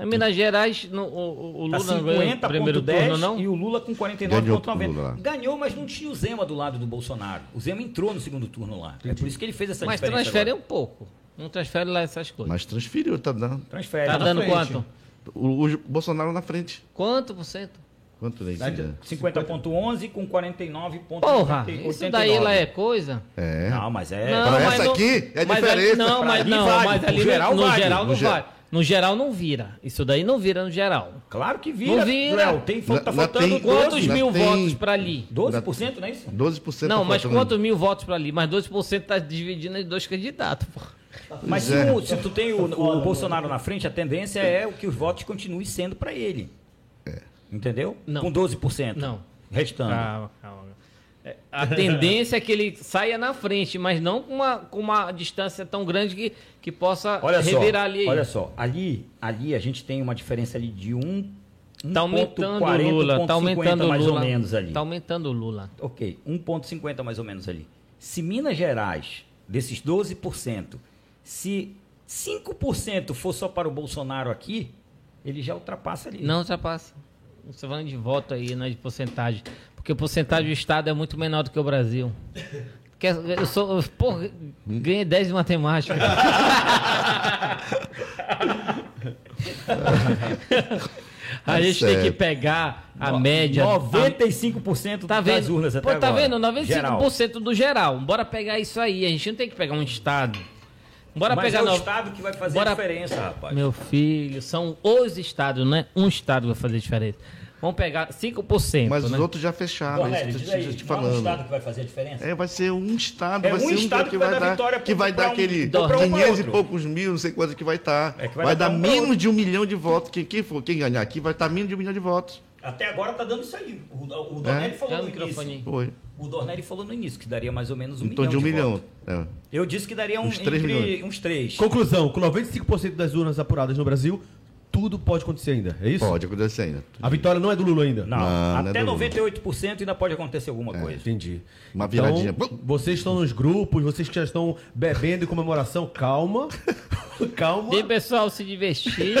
[SPEAKER 2] Em Minas Gerais, no- o, o
[SPEAKER 3] Tá
[SPEAKER 2] Lula não ganhou o primeiro turno,
[SPEAKER 3] 50.10
[SPEAKER 2] não?
[SPEAKER 3] e o Lula com
[SPEAKER 4] Ganhou pro Lula.
[SPEAKER 3] 49,90. Ganhou, mas não tinha o Zema do lado do Bolsonaro. O Zema entrou no segundo turno lá. É por isso que ele fez essa
[SPEAKER 2] Mas
[SPEAKER 3] diferença.
[SPEAKER 2] transfere
[SPEAKER 3] agora.
[SPEAKER 2] um pouco. Não transfere lá essas coisas.
[SPEAKER 4] É, Mas transferiu, tá dando.
[SPEAKER 3] Transfere.
[SPEAKER 2] tá dando
[SPEAKER 1] frente.
[SPEAKER 2] quanto?
[SPEAKER 4] O, o Bolsonaro na frente.
[SPEAKER 2] Quanto por cento?
[SPEAKER 4] Quanto nem
[SPEAKER 3] Tá
[SPEAKER 4] né?
[SPEAKER 3] 50.11 com 49,89.
[SPEAKER 2] Porra, isso daí lá é coisa.
[SPEAKER 4] É.
[SPEAKER 3] Não, mas é...
[SPEAKER 2] Não,
[SPEAKER 4] Pra
[SPEAKER 2] mas
[SPEAKER 4] essa
[SPEAKER 2] no-
[SPEAKER 4] aqui é
[SPEAKER 2] mas
[SPEAKER 4] diferença.
[SPEAKER 2] ali- não,
[SPEAKER 4] Pra
[SPEAKER 2] mas,
[SPEAKER 3] ali
[SPEAKER 2] não,
[SPEAKER 3] vale,
[SPEAKER 2] mas
[SPEAKER 3] no
[SPEAKER 2] ali
[SPEAKER 3] geral
[SPEAKER 2] no,
[SPEAKER 3] vale.
[SPEAKER 2] geral
[SPEAKER 4] No
[SPEAKER 2] não
[SPEAKER 4] ge-
[SPEAKER 2] vale. No geral não vira. Isso daí não vira no geral.
[SPEAKER 3] Claro que vira,
[SPEAKER 2] Não vira.
[SPEAKER 3] Léo, tem,
[SPEAKER 4] Lá-
[SPEAKER 3] tá
[SPEAKER 4] lá
[SPEAKER 3] faltando
[SPEAKER 4] tem-
[SPEAKER 2] Quantos
[SPEAKER 3] 12,
[SPEAKER 4] Já
[SPEAKER 2] mil
[SPEAKER 4] tem-
[SPEAKER 2] votos pra ali?
[SPEAKER 3] 12%, não é isso?
[SPEAKER 4] 12%
[SPEAKER 2] Não,
[SPEAKER 4] tá
[SPEAKER 2] mas
[SPEAKER 4] faltando.
[SPEAKER 2] quantos mil votos pra ali? Mas 12% tá dividindo em dois candidatos, pô.
[SPEAKER 3] Mas se,
[SPEAKER 4] é.
[SPEAKER 3] o- se tu tem o, o Bolsonaro na frente, a tendência é o que os votos continuem sendo para ele.
[SPEAKER 4] É.
[SPEAKER 3] Entendeu?
[SPEAKER 2] Não.
[SPEAKER 3] Com 12%.
[SPEAKER 2] Não. Ah,
[SPEAKER 3] Restando.
[SPEAKER 2] Calma, calma. É, A tendência é que ele saia na frente, mas não com uma, com uma distância tão grande que, que possa
[SPEAKER 3] Olha só,
[SPEAKER 2] revirar ali.
[SPEAKER 3] olha só, ali, ali a gente tem uma diferença ali de um,
[SPEAKER 2] Tá aumentando o Lula, tá aumentando o
[SPEAKER 3] mais
[SPEAKER 2] Lula.
[SPEAKER 3] ou menos ali.
[SPEAKER 2] Tá aumentando o Lula.
[SPEAKER 3] Ok, 1.50 mais ou menos ali. Se Minas Gerais, desses 12%, se 5% for só para o Bolsonaro aqui, ele já ultrapassa ali.
[SPEAKER 2] Não ultrapassa. Você falando de voto aí, não é de porcentagem. Porque a porcentagem do Estado é muito menor do que o Brasil. Porque eu sou. eu, Porra, ganhei 10 de matemática. a gente tem que
[SPEAKER 4] certo.
[SPEAKER 2] pegar a média.
[SPEAKER 3] 95%
[SPEAKER 2] Tá
[SPEAKER 3] das
[SPEAKER 2] vendo?
[SPEAKER 3] urnas até
[SPEAKER 2] Pô, tá
[SPEAKER 3] agora.
[SPEAKER 2] vendo? 95%
[SPEAKER 3] Geral.
[SPEAKER 2] do geral. Bora pegar isso aí. A gente não tem que pegar um Estado. Bora
[SPEAKER 3] Mas
[SPEAKER 2] pegar
[SPEAKER 3] é o
[SPEAKER 2] no-
[SPEAKER 3] Estado que vai fazer
[SPEAKER 2] Bora-
[SPEAKER 3] a diferença, rapaz.
[SPEAKER 2] Meu filho, são os estados, não é um estado que vai fazer diferença. Vamos pegar 5%.
[SPEAKER 4] Mas
[SPEAKER 2] né?
[SPEAKER 4] os outros já fecharam,
[SPEAKER 3] Cornélio,
[SPEAKER 4] isso
[SPEAKER 3] diz
[SPEAKER 4] que eu
[SPEAKER 3] aí,
[SPEAKER 4] tô te
[SPEAKER 3] qual é o
[SPEAKER 4] falando.
[SPEAKER 3] estado que vai fazer a diferença?
[SPEAKER 4] É, vai ser um estado,
[SPEAKER 3] É
[SPEAKER 4] vai
[SPEAKER 3] um
[SPEAKER 4] ser um
[SPEAKER 3] estado
[SPEAKER 4] que, vai dar,
[SPEAKER 3] vitória
[SPEAKER 4] que vai
[SPEAKER 3] pra
[SPEAKER 4] dar
[SPEAKER 3] um-
[SPEAKER 4] aquele
[SPEAKER 3] pra um pra
[SPEAKER 4] 500 e
[SPEAKER 3] outro.
[SPEAKER 4] poucos mil, não sei quanto que vai estar.
[SPEAKER 3] É que vai
[SPEAKER 4] vai,
[SPEAKER 3] dar
[SPEAKER 4] dar
[SPEAKER 3] pra um pra
[SPEAKER 4] menos
[SPEAKER 3] outro.
[SPEAKER 4] de um milhão de votos. Quem, quem, for, quem ganhar aqui vai estar menos de um milhão de votos.
[SPEAKER 3] Até agora tá dando isso aí. O,
[SPEAKER 4] É?
[SPEAKER 3] o Dornelli
[SPEAKER 2] Dá
[SPEAKER 3] falou
[SPEAKER 2] o
[SPEAKER 3] no
[SPEAKER 2] microfone
[SPEAKER 3] início.
[SPEAKER 2] aí.
[SPEAKER 4] Foi.
[SPEAKER 3] O Dornelli falou no início que daria mais ou menos um
[SPEAKER 4] Em torno
[SPEAKER 3] milhão.
[SPEAKER 4] de um milhão.
[SPEAKER 3] votos.
[SPEAKER 4] É.
[SPEAKER 3] Eu disse que daria um,
[SPEAKER 4] Uns três
[SPEAKER 3] entre
[SPEAKER 4] milhões.
[SPEAKER 3] uns três.
[SPEAKER 1] Conclusão, com 95% das urnas apuradas no Brasil, tudo pode acontecer ainda, é isso?
[SPEAKER 4] Pode acontecer ainda.
[SPEAKER 1] A vitória não é do Lula ainda?
[SPEAKER 3] Não,
[SPEAKER 4] Não, não é
[SPEAKER 3] até
[SPEAKER 4] do- É.
[SPEAKER 3] 98% ainda pode acontecer alguma coisa.
[SPEAKER 1] Entendi.
[SPEAKER 4] Uma viradinha.
[SPEAKER 1] Então, vocês estão nos grupos, vocês que já estão bebendo em comemoração, calma. calma.
[SPEAKER 2] Tem pessoal se divertir.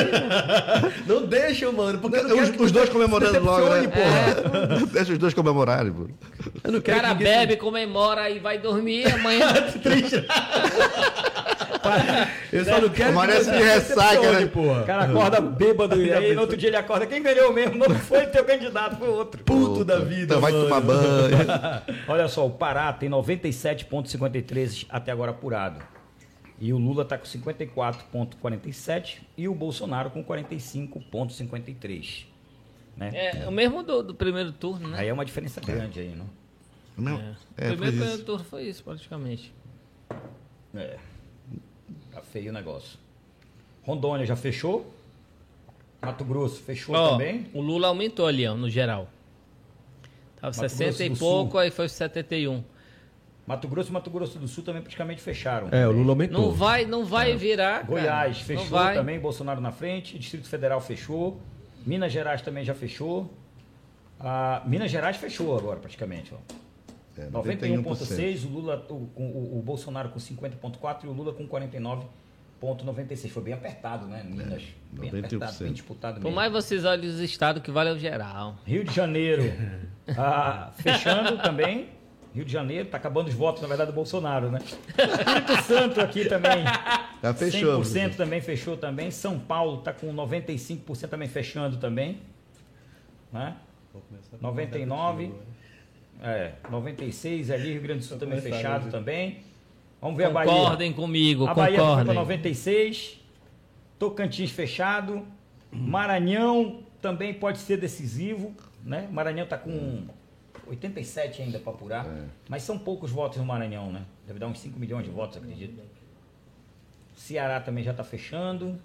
[SPEAKER 1] Não deixa, mano, porque eu não
[SPEAKER 4] Os,
[SPEAKER 1] quero que
[SPEAKER 4] os dois comemorando
[SPEAKER 1] você
[SPEAKER 4] logo, né?
[SPEAKER 1] decepcione, porra.
[SPEAKER 4] Deixa os dois comemorarem, pô.
[SPEAKER 1] Eu não
[SPEAKER 2] O
[SPEAKER 1] quero
[SPEAKER 2] cara
[SPEAKER 1] que ninguém-
[SPEAKER 2] bebe, comemora e vai dormir. Amanhã.
[SPEAKER 1] Eu só
[SPEAKER 2] né?
[SPEAKER 1] não quero
[SPEAKER 4] Amanhece de ressaca,
[SPEAKER 1] decepcione,
[SPEAKER 4] né?
[SPEAKER 1] porra. É.
[SPEAKER 3] O cara acorda bêbado e aí no outro dia ele acorda. Quem ganhou mesmo não foi teu candidato, foi outro.
[SPEAKER 1] puto da vida,
[SPEAKER 4] Então vai
[SPEAKER 1] mano.
[SPEAKER 4] tomar banho.
[SPEAKER 3] Olha só, o Pará tem 97,53 até agora apurado. E o Lula está com 54,47 e o Bolsonaro com 45,53. Né?
[SPEAKER 2] É o mesmo do, do primeiro turno, né?
[SPEAKER 3] Aí é uma diferença grande aí, não?
[SPEAKER 4] Não,
[SPEAKER 2] o
[SPEAKER 4] é, foi
[SPEAKER 2] primeiro, primeiro
[SPEAKER 4] isso.
[SPEAKER 2] turno foi isso, praticamente.
[SPEAKER 3] É. Tá feio o negócio. Rondônia já fechou. Mato Grosso fechou
[SPEAKER 2] Ó,
[SPEAKER 3] também.
[SPEAKER 2] O Lula aumentou ali, ó, no geral. Tava
[SPEAKER 3] Mato
[SPEAKER 2] 60 e
[SPEAKER 3] Grosso do
[SPEAKER 2] pouco, aí foi 71.
[SPEAKER 3] Mato Grosso e Mato Grosso do Sul também praticamente fecharam.
[SPEAKER 1] É, o Lula aumentou.
[SPEAKER 2] Não vai, não
[SPEAKER 4] É.
[SPEAKER 2] vai virar. cara.
[SPEAKER 3] Goiás
[SPEAKER 2] Não
[SPEAKER 3] fechou
[SPEAKER 2] vai.
[SPEAKER 3] também, Bolsonaro na frente. Distrito Federal fechou. Minas Gerais também já fechou. Ah, Minas Gerais fechou agora praticamente. ó.
[SPEAKER 4] É,
[SPEAKER 3] 91,6, o Lula, o, o, o Bolsonaro com 50,4 e o Lula com 49,96. Foi bem apertado, né? Minas. bem
[SPEAKER 4] 91%.
[SPEAKER 3] apertado, bem disputado
[SPEAKER 2] Por
[SPEAKER 3] mesmo.
[SPEAKER 2] mais vocês olhem os estados, que vale é o geral.
[SPEAKER 3] Rio de Janeiro. ah, fechando também. Rio de Janeiro, tá acabando os votos, na verdade, do Bolsonaro, né? Espírito Santo aqui também.
[SPEAKER 4] Já Tá, fechou.
[SPEAKER 3] 100% também fechou também. São Paulo tá com 95% também fechando também. Né? 99. É, 96 ali, Rio Grande do Sul também fechado também. Vamos ver a Bahia.
[SPEAKER 2] Concordem comigo,
[SPEAKER 3] A Bahia foi
[SPEAKER 2] concordem.
[SPEAKER 3] para 96. Tocantins fechado. Maranhão também pode ser decisivo, né? Maranhão está com 87 ainda para apurar, mas são poucos votos no Maranhão, né? Deve dar uns 5 milhões de votos, acredito. Ceará também já está fechando.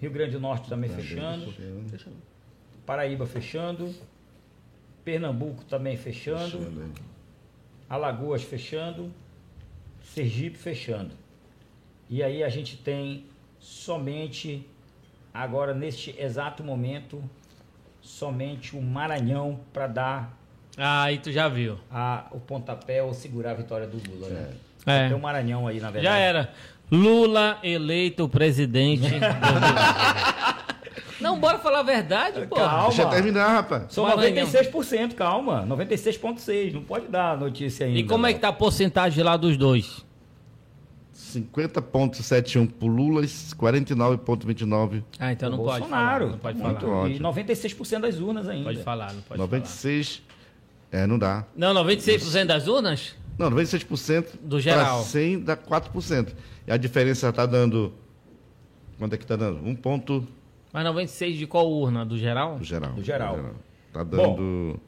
[SPEAKER 3] Rio Grande do Norte também fechando. Paraíba fechando. Pernambuco também fechando. Alagoas fechando. Sergipe fechando. E aí a gente tem somente, agora neste exato momento, somente o Maranhão para dar
[SPEAKER 2] Ah, aí tu já viu.
[SPEAKER 3] a- o pontapé ou segurar a vitória do Lula. Né?
[SPEAKER 2] É.
[SPEAKER 3] Tem o Maranhão aí, na verdade.
[SPEAKER 2] Já era. Lula eleito presidente. Não, bora falar a verdade, pô.
[SPEAKER 3] Calma.
[SPEAKER 4] Deixa eu terminar, rapaz.
[SPEAKER 3] São
[SPEAKER 2] Maranhão.
[SPEAKER 3] 96%, calma. 96,6%. Não pode dar notícia ainda.
[SPEAKER 2] E como é que tá a porcentagem lá dos dois?
[SPEAKER 4] 50,71 pro Lula e 49,29.
[SPEAKER 2] Ah, então não pode falar.
[SPEAKER 3] Bolsonaro.
[SPEAKER 2] Não pode
[SPEAKER 3] Muito.
[SPEAKER 2] falar.
[SPEAKER 4] falar.
[SPEAKER 3] E 96% das urnas ainda.
[SPEAKER 2] Pode falar, não pode falar.
[SPEAKER 4] 96. É, não dá.
[SPEAKER 2] Não, 96% das urnas?
[SPEAKER 4] Não, 96%
[SPEAKER 2] Do geral.
[SPEAKER 4] Para 100 dá 4%. E a diferença está dando. Quanto é que está dando? Um ponto
[SPEAKER 2] Mas 96% de qual urna? Do geral?
[SPEAKER 4] no geral.
[SPEAKER 3] Do geral.
[SPEAKER 4] Está
[SPEAKER 3] Bom,
[SPEAKER 4] dando.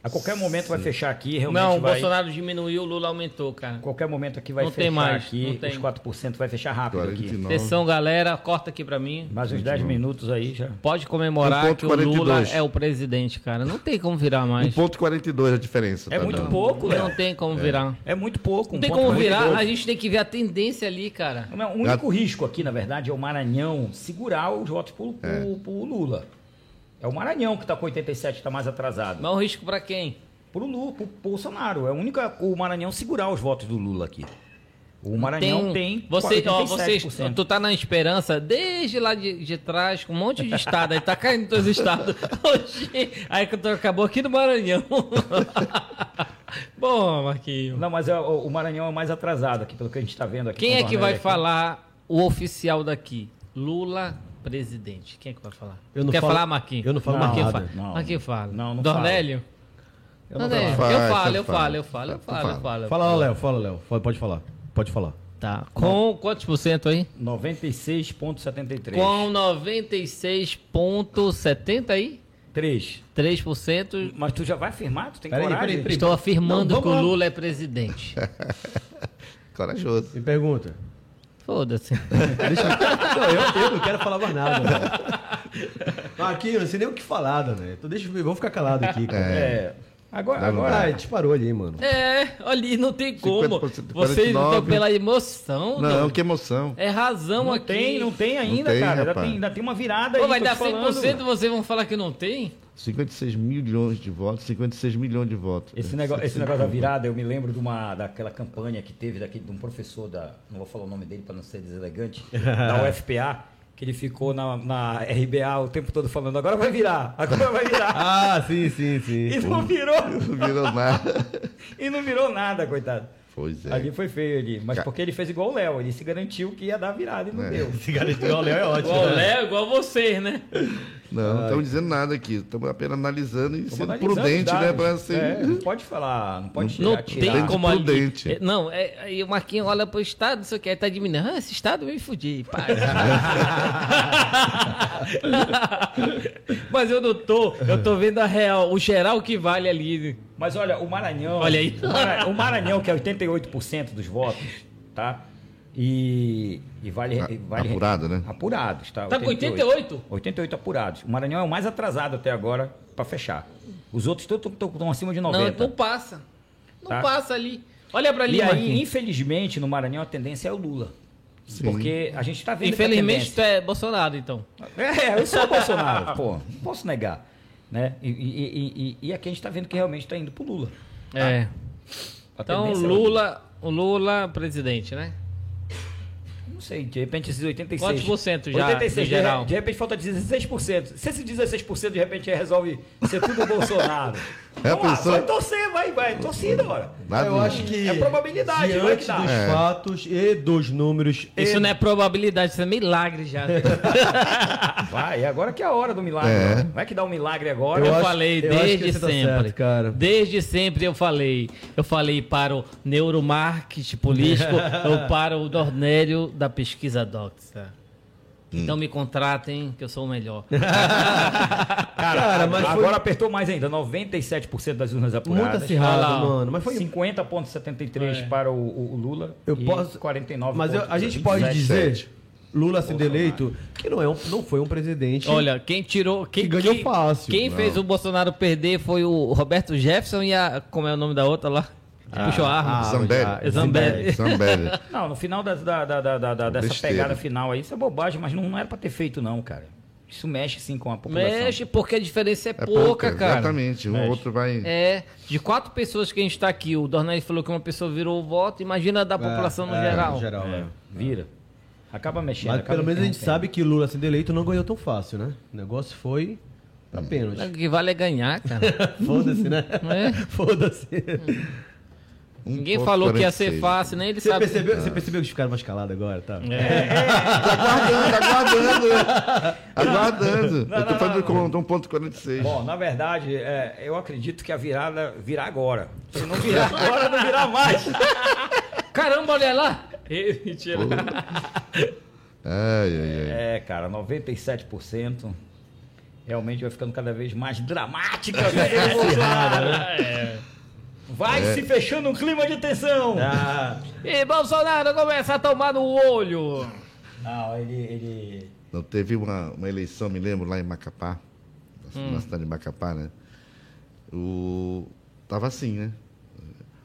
[SPEAKER 3] A qualquer momento vai fechar aqui, realmente
[SPEAKER 2] Não, o
[SPEAKER 3] vai...
[SPEAKER 2] Bolsonaro diminuiu, o Lula aumentou, cara.
[SPEAKER 3] A qualquer momento aqui vai
[SPEAKER 2] Não tem
[SPEAKER 3] fechar
[SPEAKER 2] mais, não
[SPEAKER 3] aqui.
[SPEAKER 2] tem.
[SPEAKER 3] Os 4% vai fechar rápido aqui.
[SPEAKER 4] 49.
[SPEAKER 2] Atenção, galera, corta aqui pra mim.
[SPEAKER 3] Mais uns 10 minutos aí já.
[SPEAKER 2] Pode comemorar que o
[SPEAKER 4] 1,42.
[SPEAKER 2] Lula é o presidente, cara. Não tem como virar mais.
[SPEAKER 4] 1,42 a diferença.
[SPEAKER 3] É
[SPEAKER 4] tá
[SPEAKER 3] muito
[SPEAKER 4] dando.
[SPEAKER 3] Um pouco,
[SPEAKER 2] Não
[SPEAKER 3] Léo.
[SPEAKER 2] tem como virar.
[SPEAKER 3] É muito pouco.
[SPEAKER 2] Não
[SPEAKER 3] um
[SPEAKER 2] tem
[SPEAKER 3] ponto
[SPEAKER 2] como
[SPEAKER 3] muito
[SPEAKER 2] virar,
[SPEAKER 3] pouco.
[SPEAKER 2] a gente tem que ver a tendência ali, cara.
[SPEAKER 3] O único risco aqui, na verdade, é o Maranhão segurar os votos pro, pro- pro Lula. É o Maranhão que tá com 87, tá mais atrasado.
[SPEAKER 2] Mas é um risco pra quem?
[SPEAKER 3] Pro Lula, pro Bolsonaro. É o único o Maranhão segurar os votos do Lula aqui. O Maranhão tem.
[SPEAKER 2] um- você, ó, vocês,
[SPEAKER 3] 47%.
[SPEAKER 2] tu tá na esperança desde lá de, de trás, com um monte de estado, aí tá caindo teus estados. Oxi, aí que tu acabou aqui no Maranhão. Bom, Marquinhos.
[SPEAKER 3] Não, mas é, o o Maranhão é o mais atrasado aqui, pelo que a gente tá vendo aqui.
[SPEAKER 2] Quem é que
[SPEAKER 3] concorrendo
[SPEAKER 2] vai
[SPEAKER 3] aqui.
[SPEAKER 2] falar o oficial daqui? Lula presidente. Quem é que vai falar?
[SPEAKER 1] Eu não
[SPEAKER 2] Quer
[SPEAKER 1] falo-
[SPEAKER 2] falar, Marquinhos?
[SPEAKER 1] eu não falo
[SPEAKER 2] Marquinhos
[SPEAKER 1] nada.
[SPEAKER 2] fala.
[SPEAKER 3] Não.
[SPEAKER 2] Marquinhos fala.
[SPEAKER 3] Não, não
[SPEAKER 2] Dornélio? Eu,
[SPEAKER 4] falo.
[SPEAKER 2] eu,
[SPEAKER 1] Ah,
[SPEAKER 2] falo, eu
[SPEAKER 4] Fala, então
[SPEAKER 2] falo,
[SPEAKER 4] fala.
[SPEAKER 2] eu falo, eu
[SPEAKER 4] Então
[SPEAKER 2] falo, eu
[SPEAKER 4] fala.
[SPEAKER 2] falo.
[SPEAKER 1] Fala, Léo, fala, Léo. Fala, Pode falar. Pode falar.
[SPEAKER 2] Tá. Com quantos por cento aí?
[SPEAKER 3] 96,73.
[SPEAKER 2] Com 96,70 aí?
[SPEAKER 3] 3.
[SPEAKER 2] 3%.
[SPEAKER 3] Mas tu já vai afirmar? Tu tem
[SPEAKER 1] Peraí,
[SPEAKER 3] coragem?
[SPEAKER 1] peraí, peraí.
[SPEAKER 2] Estou afirmando
[SPEAKER 1] Não,
[SPEAKER 2] que o
[SPEAKER 1] vamos lá.
[SPEAKER 2] Lula é presidente.
[SPEAKER 4] Corajoso.
[SPEAKER 1] Me pergunta.
[SPEAKER 2] Foda-se.
[SPEAKER 1] Não, eu, eu não quero falar mais nada. velho. Ah, Aqui, eu não sei nem o que falar, né? Então deixa eu vou ficar calado aqui, cara.
[SPEAKER 3] É. Agora,
[SPEAKER 4] Dá
[SPEAKER 3] agora.
[SPEAKER 4] vontade.
[SPEAKER 1] Ah, disparou ali, hein, mano.
[SPEAKER 2] É, ali não tem como.
[SPEAKER 4] 50%,
[SPEAKER 2] Vocês estão
[SPEAKER 4] 49.
[SPEAKER 2] pela emoção.
[SPEAKER 4] Não,
[SPEAKER 2] do-
[SPEAKER 4] que emoção.
[SPEAKER 2] É razão
[SPEAKER 3] Não
[SPEAKER 2] aqui.
[SPEAKER 3] tem, não tem ainda,
[SPEAKER 4] tem,
[SPEAKER 3] cara. Ainda
[SPEAKER 4] rapaz.
[SPEAKER 3] tem, ainda tem uma virada
[SPEAKER 2] Pô,
[SPEAKER 3] aí.
[SPEAKER 2] vai
[SPEAKER 3] tô
[SPEAKER 2] dar
[SPEAKER 3] te falando.
[SPEAKER 2] 100%, vocês vão falar que não tem?
[SPEAKER 4] 56 milhões de votos, 56 milhões de votos.
[SPEAKER 3] Esse negócio, esse negócio da virada, eu me lembro de uma, daquela campanha que teve daquele, de um professor da. Não vou falar o nome dele para não ser deselegante, da UFPA, que ele ficou na, na RBA o tempo todo falando, agora vai virar, agora vai virar.
[SPEAKER 1] Ah, sim, sim, sim.
[SPEAKER 3] e não virou,
[SPEAKER 4] Não virou nada.
[SPEAKER 3] e não virou nada, coitado.
[SPEAKER 4] Pois é.
[SPEAKER 3] Ali foi feio ali. Mas
[SPEAKER 4] Ca-
[SPEAKER 3] porque ele fez igual o Léo, ele se garantiu que ia dar virada e não
[SPEAKER 4] É.
[SPEAKER 3] deu.
[SPEAKER 1] Esse cara de Léo é ótimo.
[SPEAKER 2] Igual o
[SPEAKER 1] né?
[SPEAKER 2] Léo, igual vocês, né?
[SPEAKER 4] Não, não estamos dizendo nada aqui. Estamos apenas analisando e
[SPEAKER 3] Vamos
[SPEAKER 4] sendo
[SPEAKER 3] analisar os
[SPEAKER 4] prudente, né?
[SPEAKER 3] dados.
[SPEAKER 4] Para ser.
[SPEAKER 3] É, não pode falar, não pode
[SPEAKER 2] Não
[SPEAKER 3] tirar,
[SPEAKER 2] tem
[SPEAKER 3] tirar.
[SPEAKER 2] como ali.
[SPEAKER 4] prudente.
[SPEAKER 2] É, Não, é, aí o Marquinhos olha pro Estado, não sei o que, aí tá diminuindo. Ah, esse Estado eu me fudi, pá. Mas eu não tô, eu tô vendo a real, o geral que vale ali.
[SPEAKER 3] Mas olha, o Maranhão.
[SPEAKER 2] Olha aí.
[SPEAKER 3] O Mara- o Maranhão, que é 88% dos votos, tá? E, e vale,
[SPEAKER 4] A-
[SPEAKER 3] e vale.
[SPEAKER 4] apurado, né?
[SPEAKER 3] Apurados, tá?
[SPEAKER 2] Tá com 88?
[SPEAKER 3] 88 apurados. O Maranhão é o mais atrasado até agora pra fechar. Os outros todos estão acima de
[SPEAKER 2] Não,
[SPEAKER 3] 90.
[SPEAKER 2] não passa. Não
[SPEAKER 3] Tá.
[SPEAKER 2] passa ali. Olha pra ali,
[SPEAKER 3] e aí,
[SPEAKER 2] Marquinhos.
[SPEAKER 3] infelizmente, no Maranhão a tendência é o Lula. Porque a gente tá vendo. que a
[SPEAKER 2] Infelizmente, tu
[SPEAKER 3] tendência-
[SPEAKER 2] é Bolsonaro, então.
[SPEAKER 3] É, eu sou o Bolsonaro, pô. Não posso negar. Né? E, e, e, e- e aqui a gente tá vendo que realmente tá indo pro Lula.
[SPEAKER 2] É.
[SPEAKER 3] A
[SPEAKER 2] Então,
[SPEAKER 3] tendência é o
[SPEAKER 2] Lula, o Lula presidente, né?
[SPEAKER 3] Não sei, de repente esses 86.
[SPEAKER 2] Quantos por cento já,
[SPEAKER 3] 86,
[SPEAKER 2] no geral?
[SPEAKER 3] De, de repente falta 16%. Se esse 16% de repente resolve ser tudo Bolsonaro.
[SPEAKER 4] É,
[SPEAKER 3] Vamos lá,
[SPEAKER 4] pessoal.
[SPEAKER 3] vai torcer, vai, vai. Torcida, bora.
[SPEAKER 4] Nada-
[SPEAKER 1] Eu acho que.
[SPEAKER 3] É probabilidade, vai
[SPEAKER 1] diante
[SPEAKER 3] que dá.
[SPEAKER 1] dos
[SPEAKER 4] É.
[SPEAKER 1] fatos e dos números. e-
[SPEAKER 2] Isso não é probabilidade, isso é milagre já.
[SPEAKER 3] Vai, agora que é a hora do milagre.
[SPEAKER 4] É.
[SPEAKER 3] Vai que dá um milagre agora.
[SPEAKER 2] Eu,
[SPEAKER 1] acho-
[SPEAKER 2] falei
[SPEAKER 1] eu acho que
[SPEAKER 2] desde
[SPEAKER 1] você tá
[SPEAKER 2] sempre.
[SPEAKER 1] certo, cara.
[SPEAKER 2] Desde sempre eu falei. Eu falei para o neuromarketing político, eu para o Dornélio da pesquisa Doxa. tá? Então me contratem, que eu sou o melhor.
[SPEAKER 3] Cara,
[SPEAKER 1] Cara, mas
[SPEAKER 3] mas
[SPEAKER 1] foi-
[SPEAKER 3] agora apertou mais ainda, 97% das urnas
[SPEAKER 1] Muito
[SPEAKER 3] apuradas.
[SPEAKER 1] acirrado,
[SPEAKER 2] Olha lá, ó.
[SPEAKER 1] mano. Mas foi
[SPEAKER 3] 50,73 para o, o- o Lula
[SPEAKER 1] Eu
[SPEAKER 3] e
[SPEAKER 1] posso-
[SPEAKER 3] 49.
[SPEAKER 1] Mas eu- a gente pode
[SPEAKER 4] 27.
[SPEAKER 1] dizer, Lula sendo eleito, que não, é um, não foi um presidente.
[SPEAKER 2] Olha, quem tirou. Quem
[SPEAKER 1] Que ganhou
[SPEAKER 2] quem-
[SPEAKER 1] fácil.
[SPEAKER 2] Quem fez o Bolsonaro perder foi o Roberto Jefferson e a. Como é o nome da outra lá? Que puxou a arma.
[SPEAKER 1] ah,
[SPEAKER 4] Zambelli. É,
[SPEAKER 2] já, É, Zambelli.
[SPEAKER 4] Zambelli.
[SPEAKER 3] Não, no final da, da- da- da- da- da- dessa
[SPEAKER 4] Besteira.
[SPEAKER 3] pegada final aí, isso é bobagem, mas não, não era pra ter feito, não, cara. Isso mexe sim com a população.
[SPEAKER 2] Mexe, porque a diferença é,
[SPEAKER 4] É
[SPEAKER 2] pouca, cara.
[SPEAKER 4] Exatamente. Um ou outro vai.
[SPEAKER 2] É, de quatro pessoas que a gente está aqui, o Dornelli falou que uma pessoa virou o voto, imagina da população no
[SPEAKER 1] É,
[SPEAKER 2] geral.
[SPEAKER 1] no geral, é.
[SPEAKER 3] É, vira. Acaba mexendo.
[SPEAKER 1] Mas
[SPEAKER 3] acaba
[SPEAKER 1] pelo menos a gente
[SPEAKER 3] interrompendo.
[SPEAKER 1] sabe que Lula sendo eleito não ganhou tão fácil, né? O negócio foi
[SPEAKER 4] Hum.
[SPEAKER 1] pra
[SPEAKER 2] O
[SPEAKER 1] pênalti.
[SPEAKER 2] que vale é ganhar, cara.
[SPEAKER 1] Foda-se, né?
[SPEAKER 2] É.
[SPEAKER 1] Foda-se.
[SPEAKER 4] Hum. um
[SPEAKER 2] Ninguém
[SPEAKER 4] ponto
[SPEAKER 2] falou que ia
[SPEAKER 4] 46.
[SPEAKER 2] ser fácil, nem ele
[SPEAKER 1] Você
[SPEAKER 2] sabe.
[SPEAKER 1] percebeu,
[SPEAKER 4] Ah.
[SPEAKER 1] você percebeu que eles ficaram mais calados agora, tá?
[SPEAKER 4] É. Tô aguardando, aguardando. aguardando. Eu tô falando com um ponto 46.
[SPEAKER 3] Bom, na verdade, é, eu acredito que a virada virá agora. Se não virar agora, não virá mais.
[SPEAKER 2] Caramba, olha lá! Ê, Mentira.
[SPEAKER 4] Ai, ai, ai.
[SPEAKER 3] É, cara, 97%. Realmente vai ficando cada vez mais dramática a vida do Bolsonaro. né? Vai se fechando um clima de tensão.
[SPEAKER 2] E Bolsonaro começa a tomar no olho.
[SPEAKER 3] Não, ele, ele.
[SPEAKER 4] Não, teve uma, uma eleição, me lembro, lá em Macapá, na-
[SPEAKER 2] Hum.
[SPEAKER 4] na cidade de Macapá, né? O... Tava assim, né?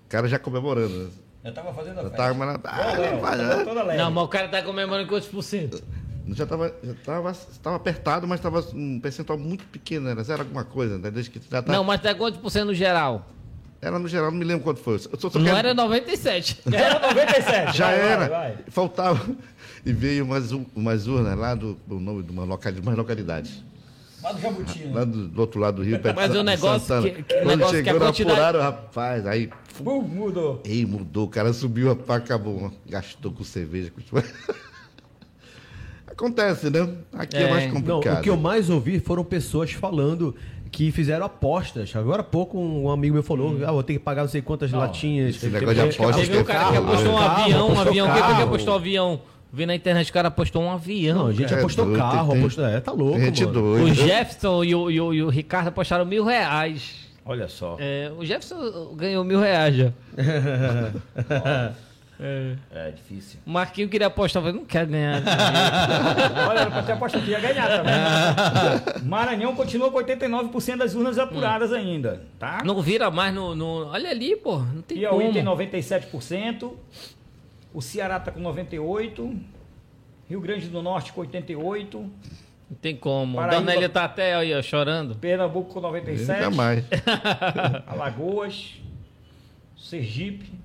[SPEAKER 4] O cara já comemorando. Né?
[SPEAKER 3] Eu tava fazendo a
[SPEAKER 4] Já
[SPEAKER 3] festa.
[SPEAKER 4] tava mas nada- Ah,
[SPEAKER 3] Léo,
[SPEAKER 4] vai,
[SPEAKER 3] tava
[SPEAKER 4] né?
[SPEAKER 3] toda
[SPEAKER 1] É.
[SPEAKER 3] leve.
[SPEAKER 2] Não, mas o cara tá comemorando quantos por cento?
[SPEAKER 1] Tá.
[SPEAKER 4] já tava, já tava, tava apertado, mas tava um percentual muito pequeno, era zero alguma coisa, né? Desde que já tá-
[SPEAKER 2] Não, mas tá quantos por cento no geral?
[SPEAKER 4] Era no geral, não me lembro quanto foi. Eu só- só
[SPEAKER 2] Não
[SPEAKER 4] quero-
[SPEAKER 2] era 97.
[SPEAKER 3] Era 97.
[SPEAKER 4] Já
[SPEAKER 3] vai, vai,
[SPEAKER 4] era.
[SPEAKER 3] vai.
[SPEAKER 4] Faltava. E veio umas, u- umas urnas lá do o nome de uma localidade, umas localidades.
[SPEAKER 3] Lá do Jabuti. né?
[SPEAKER 4] Lá do, do outro lado do Rio, perto
[SPEAKER 2] Mas
[SPEAKER 4] de
[SPEAKER 2] o
[SPEAKER 4] Sa-
[SPEAKER 2] negócio
[SPEAKER 4] Santana.
[SPEAKER 2] que- que- o
[SPEAKER 4] Quando
[SPEAKER 2] negócio que a
[SPEAKER 4] chegou,
[SPEAKER 2] quantidade-
[SPEAKER 4] apuraram, rapaz. Aí, fu-
[SPEAKER 3] Pum, mudou.
[SPEAKER 4] ei, mudou. O cara subiu, rapaz, acabou. Gastou com cerveja. com- Acontece, né? Aqui é,
[SPEAKER 2] É.
[SPEAKER 4] mais
[SPEAKER 1] Não,
[SPEAKER 4] complicado.
[SPEAKER 1] o que eu mais ouvi foram pessoas falando que fizeram apostas. Agora há pouco um amigo meu falou, ah, vou ter que pagar não sei quantas latinhas.
[SPEAKER 4] Hum. esse negócio de
[SPEAKER 1] Teve gente que
[SPEAKER 4] aposta é
[SPEAKER 2] Teve um
[SPEAKER 4] Apostou
[SPEAKER 2] cara que
[SPEAKER 4] carro,
[SPEAKER 2] apostou um
[SPEAKER 1] apostou
[SPEAKER 2] avião, um
[SPEAKER 1] né? carro,
[SPEAKER 2] avião. Quem foi que
[SPEAKER 1] apostou
[SPEAKER 2] apostou um avião? Vi na internet, o cara apostou um avião.
[SPEAKER 1] Não, a gente
[SPEAKER 4] É
[SPEAKER 1] apostou
[SPEAKER 4] doido,
[SPEAKER 1] carro,
[SPEAKER 4] tem-
[SPEAKER 1] apostou. É, tá louco.
[SPEAKER 4] Gente né?
[SPEAKER 1] mano.
[SPEAKER 4] doida.
[SPEAKER 2] O Jefferson e o, e o- e o Ricardo apostaram mil reais.
[SPEAKER 3] Olha só.
[SPEAKER 2] É, o Jefferson ganhou mil reais já.
[SPEAKER 3] É difícil.
[SPEAKER 2] O Marquinho queria apostar, eu falei, não quero ganhar. dinheiro.
[SPEAKER 3] Olha, era pra ter aposta que ia ganhar, tá vendo? Maranhão continua com 89% das urnas apuradas ainda, tá?
[SPEAKER 2] não vira mais no, no- Olha ali, pô. Não tem
[SPEAKER 3] Piauí
[SPEAKER 2] como.
[SPEAKER 3] tem 97%, o Ceará tá com 98%, Rio Grande do Norte com 88%,
[SPEAKER 2] Não tem como.
[SPEAKER 3] Paraíba-
[SPEAKER 2] O Dornelli tá até aí, ó, chorando.
[SPEAKER 3] Pernambuco com 97%,
[SPEAKER 4] Nunca mais.
[SPEAKER 3] Alagoas, Sergipe,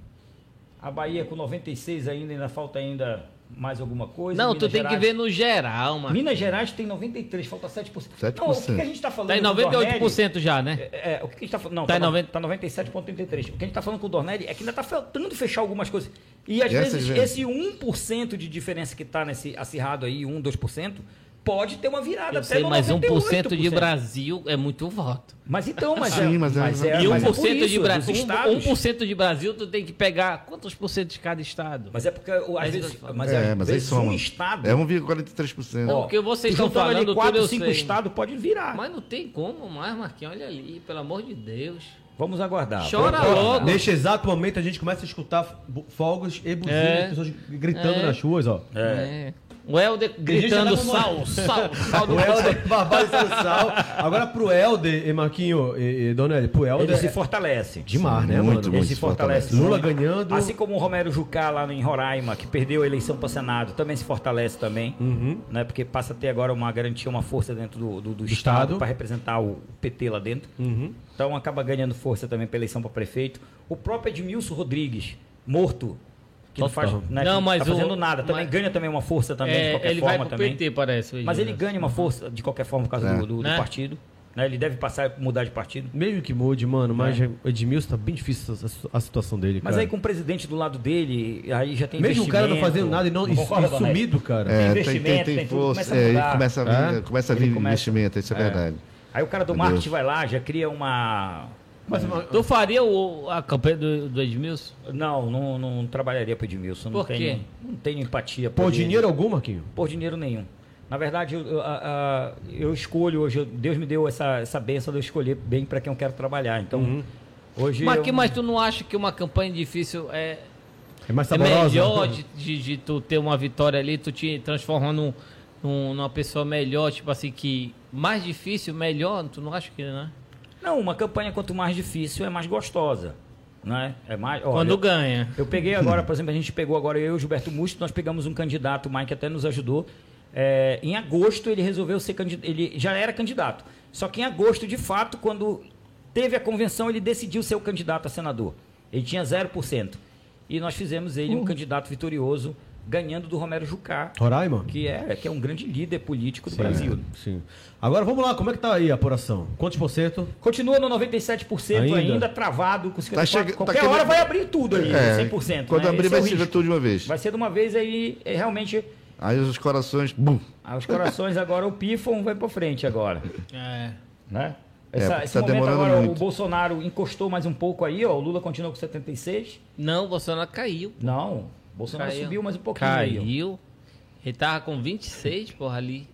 [SPEAKER 3] a Bahia com 96% ainda, ainda falta ainda mais alguma coisa.
[SPEAKER 2] não,
[SPEAKER 3] Minas
[SPEAKER 2] tu tem
[SPEAKER 3] Gerais-
[SPEAKER 2] que ver no geral, mano.
[SPEAKER 3] Minas Gerais tem 93%, falta 7%.
[SPEAKER 4] 7%.
[SPEAKER 3] Não, o que, que a gente tá falando?
[SPEAKER 2] Tá em
[SPEAKER 3] do Dornelli?
[SPEAKER 2] 98% já, né?
[SPEAKER 3] É, é, o que a gente tá falando. Não,
[SPEAKER 2] Tá
[SPEAKER 3] tá,
[SPEAKER 2] em 90.
[SPEAKER 3] tá 97,33. O que a gente tá falando com o Dornelli é que ainda tá faltando fechar algumas coisas. E às
[SPEAKER 4] E essas
[SPEAKER 3] vezes
[SPEAKER 4] vezes?
[SPEAKER 3] esse 1% de diferença que tá nesse acirrado aí, 1, 2%, pode ter uma virada
[SPEAKER 2] Eu
[SPEAKER 3] até
[SPEAKER 2] sei,
[SPEAKER 3] no
[SPEAKER 2] mas 1% de
[SPEAKER 3] 98%.
[SPEAKER 2] Brasil é muito voto.
[SPEAKER 3] Mas então, mas
[SPEAKER 4] Sim,
[SPEAKER 3] é.
[SPEAKER 4] mas é-
[SPEAKER 2] E 1%
[SPEAKER 4] É,
[SPEAKER 3] mas é por
[SPEAKER 2] de um-
[SPEAKER 3] isso,
[SPEAKER 2] Brasil,
[SPEAKER 3] dos estados.
[SPEAKER 2] 1% de Brasil, tu tem que pegar quantos por cento de cada estado?
[SPEAKER 3] Mas é porque o- às
[SPEAKER 2] Mas
[SPEAKER 3] vezes.
[SPEAKER 2] então,
[SPEAKER 3] Mas
[SPEAKER 4] É,
[SPEAKER 3] às
[SPEAKER 4] mas aí
[SPEAKER 3] vezes
[SPEAKER 4] soma.
[SPEAKER 3] um estado.
[SPEAKER 4] É 1,43%.
[SPEAKER 2] Não, porque vocês estão
[SPEAKER 3] juntando
[SPEAKER 2] falando
[SPEAKER 3] ali
[SPEAKER 2] tudo,
[SPEAKER 3] 4,
[SPEAKER 2] eu
[SPEAKER 3] 5
[SPEAKER 2] sei.
[SPEAKER 3] estados pode virar.
[SPEAKER 2] Mas não tem como mais, Marquinhos. Olha ali, pelo amor de Deus.
[SPEAKER 3] Vamos aguardar.
[SPEAKER 2] Chora
[SPEAKER 4] Tá
[SPEAKER 2] logo.
[SPEAKER 1] Neste exato momento a gente começa a escutar bu- fogos e buzinas,
[SPEAKER 2] É.
[SPEAKER 1] pessoas gritando
[SPEAKER 2] É.
[SPEAKER 1] nas ruas, ó.
[SPEAKER 2] É. O Helder
[SPEAKER 1] Tem
[SPEAKER 2] gritando
[SPEAKER 1] gente que tá com
[SPEAKER 2] sal, sal, sal do
[SPEAKER 1] O Helder babado e sal. Agora pro Helder, e Marquinho e, e Donelli, pro
[SPEAKER 3] Ele
[SPEAKER 1] Helder
[SPEAKER 3] se
[SPEAKER 1] é
[SPEAKER 3] fortalece.
[SPEAKER 1] demais, né,
[SPEAKER 4] Muito,
[SPEAKER 1] mano?
[SPEAKER 4] muito.
[SPEAKER 3] Ele se fortalece.
[SPEAKER 1] Lula ganhando.
[SPEAKER 3] Assim como o Romero Jucá lá em Roraima, que perdeu a eleição para Senado, também se fortalece também, né? Porque passa a ter agora uma garantia, uma força dentro do, do, do
[SPEAKER 1] Estado.
[SPEAKER 3] Estado para representar o PT lá dentro. Então acaba ganhando força também para eleição para prefeito. O próprio Edmilson Rodrigues, morto, que não faz, né,
[SPEAKER 2] Não,
[SPEAKER 3] que
[SPEAKER 2] mas
[SPEAKER 3] tá fazendo
[SPEAKER 2] o-
[SPEAKER 3] nada, também
[SPEAKER 2] mas-
[SPEAKER 3] ganha também uma força também de
[SPEAKER 2] É,
[SPEAKER 3] qualquer
[SPEAKER 2] ele vai
[SPEAKER 3] forma
[SPEAKER 2] pro
[SPEAKER 3] também.
[SPEAKER 2] PT, parece. o
[SPEAKER 3] Mas ele
[SPEAKER 2] Edilson.
[SPEAKER 3] ganha uma força de qualquer forma por causa do, do- do
[SPEAKER 2] Uhum. Né?
[SPEAKER 3] partido. né? Ele deve passar mudar de partido.
[SPEAKER 1] Mesmo que mude, mano, mas o Edmilson tá bem difícil a, a- a situação dele,
[SPEAKER 3] É. Mas
[SPEAKER 1] cara.
[SPEAKER 3] aí com o presidente do lado dele, aí já tem
[SPEAKER 1] É. Mesmo o cara não fazendo nada e, não, e,
[SPEAKER 3] Concorda,
[SPEAKER 1] e
[SPEAKER 3] Donelli?
[SPEAKER 1] sumido, cara.
[SPEAKER 4] É, tem, tem,
[SPEAKER 3] investimento,
[SPEAKER 4] tem,
[SPEAKER 3] tem tudo,
[SPEAKER 4] força.
[SPEAKER 3] começa a
[SPEAKER 4] é, ele
[SPEAKER 3] mudar.
[SPEAKER 4] começa a vir,
[SPEAKER 1] É?
[SPEAKER 4] começa a
[SPEAKER 3] Ele
[SPEAKER 4] vir
[SPEAKER 3] começa-
[SPEAKER 4] investimento, isso é, verdade.
[SPEAKER 3] Aí o cara do
[SPEAKER 4] Entendeu?
[SPEAKER 3] marketing vai lá, já cria uma.
[SPEAKER 1] Mas, mas-
[SPEAKER 2] Tu faria o, a campanha do, do Edmilson?
[SPEAKER 3] Não, não, não trabalharia pro Edmilson. Não
[SPEAKER 2] Por quê?
[SPEAKER 3] tenho, não tenho empatia
[SPEAKER 1] pô,
[SPEAKER 3] ele.
[SPEAKER 1] dinheiro algum, Marquinho?
[SPEAKER 3] Por dinheiro nenhum. Na verdade, eu, eu- a- a- eu escolho hoje, eu- Deus me deu essa, essa benção de eu escolher bem para quem eu quero trabalhar. Então,
[SPEAKER 1] Uhum.
[SPEAKER 3] hoje.
[SPEAKER 2] Mas,
[SPEAKER 3] eu-
[SPEAKER 2] que, mas tu não acha que uma campanha difícil é,
[SPEAKER 1] É mais
[SPEAKER 2] é
[SPEAKER 1] saborosa.
[SPEAKER 2] melhor de, de, de tu ter uma vitória ali, tu te transformar num, num- numa pessoa melhor, tipo assim, que mais difícil, melhor, tu não acha que, né?
[SPEAKER 3] Não, uma campanha quanto mais difícil é mais gostosa. Né? É mais, olha,
[SPEAKER 2] Quando ganha.
[SPEAKER 3] Eu peguei agora, por exemplo, a gente pegou agora eu e o Gilberto Musto, nós pegamos um candidato, o Mike até nos ajudou. É, em agosto ele resolveu ser candidato, ele já era candidato. Só que em agosto, de fato, quando teve a convenção, ele decidiu ser o candidato a senador. Ele tinha 0%. E nós fizemos ele um candidato vitorioso, ganhando do Romero Jucá,
[SPEAKER 1] Roraima?
[SPEAKER 3] que é, que é um grande líder político do
[SPEAKER 1] Sim,
[SPEAKER 3] Brasil.
[SPEAKER 1] Sim. Agora vamos lá, como é que tá aí a apuração? Quantos por cento?
[SPEAKER 3] Continua no 97% ainda,
[SPEAKER 1] Ainda
[SPEAKER 3] travado com 54%.
[SPEAKER 4] Tá chega- tá
[SPEAKER 3] Qualquer
[SPEAKER 4] querendo- É,
[SPEAKER 3] hora vai abrir tudo aí, 100%.
[SPEAKER 4] Quando
[SPEAKER 3] né?
[SPEAKER 4] abrir,
[SPEAKER 3] Esse é
[SPEAKER 4] vai
[SPEAKER 3] o
[SPEAKER 4] ser
[SPEAKER 3] risco.
[SPEAKER 4] tudo de uma vez.
[SPEAKER 3] Vai ser de uma vez aí, é, realmente,
[SPEAKER 4] Aí os corações. Bum.
[SPEAKER 3] ah, os corações agora, o pifam vai pra frente agora,
[SPEAKER 2] É.
[SPEAKER 3] né?
[SPEAKER 4] É,
[SPEAKER 3] Essa-
[SPEAKER 4] tá
[SPEAKER 3] esse momento
[SPEAKER 4] demorando
[SPEAKER 3] agora, o
[SPEAKER 4] muito.
[SPEAKER 3] Bolsonaro encostou mais um pouco aí, ó, o Lula continua com 76.
[SPEAKER 2] Não, o Bolsonaro caiu.
[SPEAKER 3] Não, o Bolsonaro
[SPEAKER 2] Caiu.
[SPEAKER 3] subiu mais um pouquinho aí, ó.
[SPEAKER 2] Caiu. Ele tava com 26, porra, ali.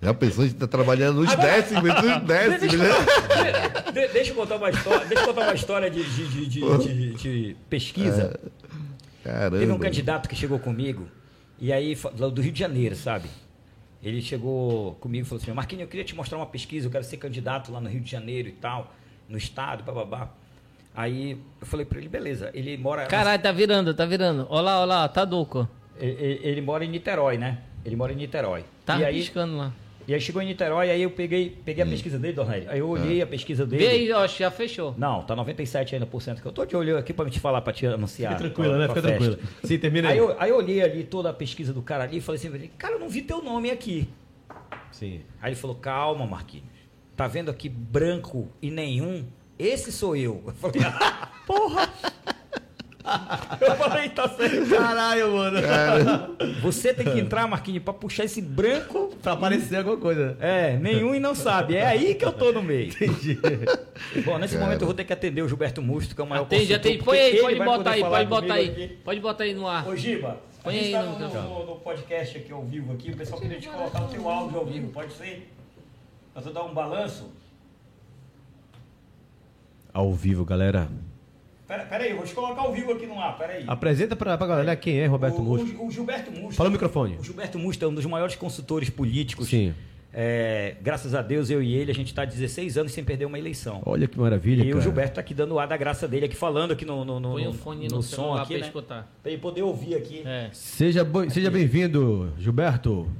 [SPEAKER 4] Já pensou em estar trabalhando nos décimos, nos décimos,
[SPEAKER 3] Deixa,
[SPEAKER 4] né?
[SPEAKER 3] eu contar- de- deixa eu contar uma história, deixa eu contar uma história de, de- de- de- de- de pesquisa.
[SPEAKER 4] É. Caramba.
[SPEAKER 3] Teve um candidato que chegou comigo, e aí, fa- lá do Rio de Janeiro, sabe? Ele chegou comigo e falou assim: Marquinhos, eu queria te mostrar uma pesquisa, eu quero ser candidato lá no Rio de Janeiro e tal, no estado, bababá. Aí eu falei pra ele: beleza, ele mora.
[SPEAKER 2] Caralho, tá virando, tá virando. Olha lá, olha lá, tá doco.
[SPEAKER 3] Ele, ele- ele mora em Niterói, né? Ele mora em Niterói.
[SPEAKER 2] Tá
[SPEAKER 3] e, aí,
[SPEAKER 2] piscando lá.
[SPEAKER 3] e aí chegou em Niterói, aí eu peguei, peguei a pesquisa dele, Dona Aí eu olhei a pesquisa dele.
[SPEAKER 2] Vê aí, ó, já fechou.
[SPEAKER 3] Não, tá 97 ainda por cento. Que eu tô de olho aqui pra te falar, pra te anunciar.
[SPEAKER 1] Fica tranquila, né?
[SPEAKER 3] pra-
[SPEAKER 1] Fica
[SPEAKER 3] pra festa.
[SPEAKER 1] tranquila. Sim, termina
[SPEAKER 3] Aí
[SPEAKER 1] aí.
[SPEAKER 3] eu, aí eu olhei ali toda a pesquisa do cara ali e falei assim, cara, eu não vi teu nome aqui.
[SPEAKER 1] Sim.
[SPEAKER 3] Aí ele falou, calma, Marquinhos. Tá vendo aqui branco e nenhum? Esse sou eu. Eu falei, ah, porra! Eu falei, tá certo.
[SPEAKER 1] Caralho, mano.
[SPEAKER 3] Você tem que entrar, Marquinhos, pra puxar esse branco.
[SPEAKER 1] Pra aparecer alguma coisa. né?
[SPEAKER 3] É, nenhum e não sabe. É aí que eu tô no meio.
[SPEAKER 1] Entendi.
[SPEAKER 3] Bom, nesse momento eu vou ter que atender o Gilberto Musto, que é o maior
[SPEAKER 2] Tem, já
[SPEAKER 3] consultor,
[SPEAKER 2] tem.
[SPEAKER 3] porque
[SPEAKER 2] Põe aí,
[SPEAKER 3] ele
[SPEAKER 2] pode
[SPEAKER 3] vai
[SPEAKER 2] botar
[SPEAKER 3] poder
[SPEAKER 2] aí,
[SPEAKER 3] falar
[SPEAKER 2] pode botar
[SPEAKER 3] comigo
[SPEAKER 2] aí.
[SPEAKER 3] aqui.
[SPEAKER 2] Pode botar aí no ar.
[SPEAKER 3] Ô, Giba, a
[SPEAKER 2] Põe
[SPEAKER 3] gente
[SPEAKER 2] aí
[SPEAKER 3] tá
[SPEAKER 2] no
[SPEAKER 3] no,
[SPEAKER 2] microfone.
[SPEAKER 3] no- no podcast aqui ao vivo aqui, o pessoal queria te colocar o teu áudio ao vivo, pode ser? Pra tu dar um balanço?
[SPEAKER 1] Ao vivo, galera.
[SPEAKER 3] Pera, pera aí, eu vou te colocar ao vivo aqui no ar, pera aí.
[SPEAKER 1] Apresenta pra, pra galera quem é Roberto
[SPEAKER 3] o,
[SPEAKER 1] Musto.
[SPEAKER 3] o- o Gilberto Musto.
[SPEAKER 1] Fala no microfone.
[SPEAKER 3] O Gilberto Musto é um dos maiores consultores políticos.
[SPEAKER 1] Sim.
[SPEAKER 3] É, graças a Deus, eu e ele, a gente está 16 anos sem perder uma eleição.
[SPEAKER 1] Olha que maravilha,
[SPEAKER 3] e
[SPEAKER 1] cara.
[SPEAKER 3] o Gilberto tá aqui dando o ar da graça dele, aqui falando aqui no, no, no,
[SPEAKER 2] Põe o
[SPEAKER 3] no-
[SPEAKER 2] fone
[SPEAKER 3] no
[SPEAKER 2] no
[SPEAKER 3] som
[SPEAKER 2] celular
[SPEAKER 3] aqui,
[SPEAKER 2] pra
[SPEAKER 3] né?
[SPEAKER 2] escutar.
[SPEAKER 3] Pra ele poder ouvir aqui.
[SPEAKER 2] É.
[SPEAKER 1] Seja, bo- seja bem-vindo, Gilberto.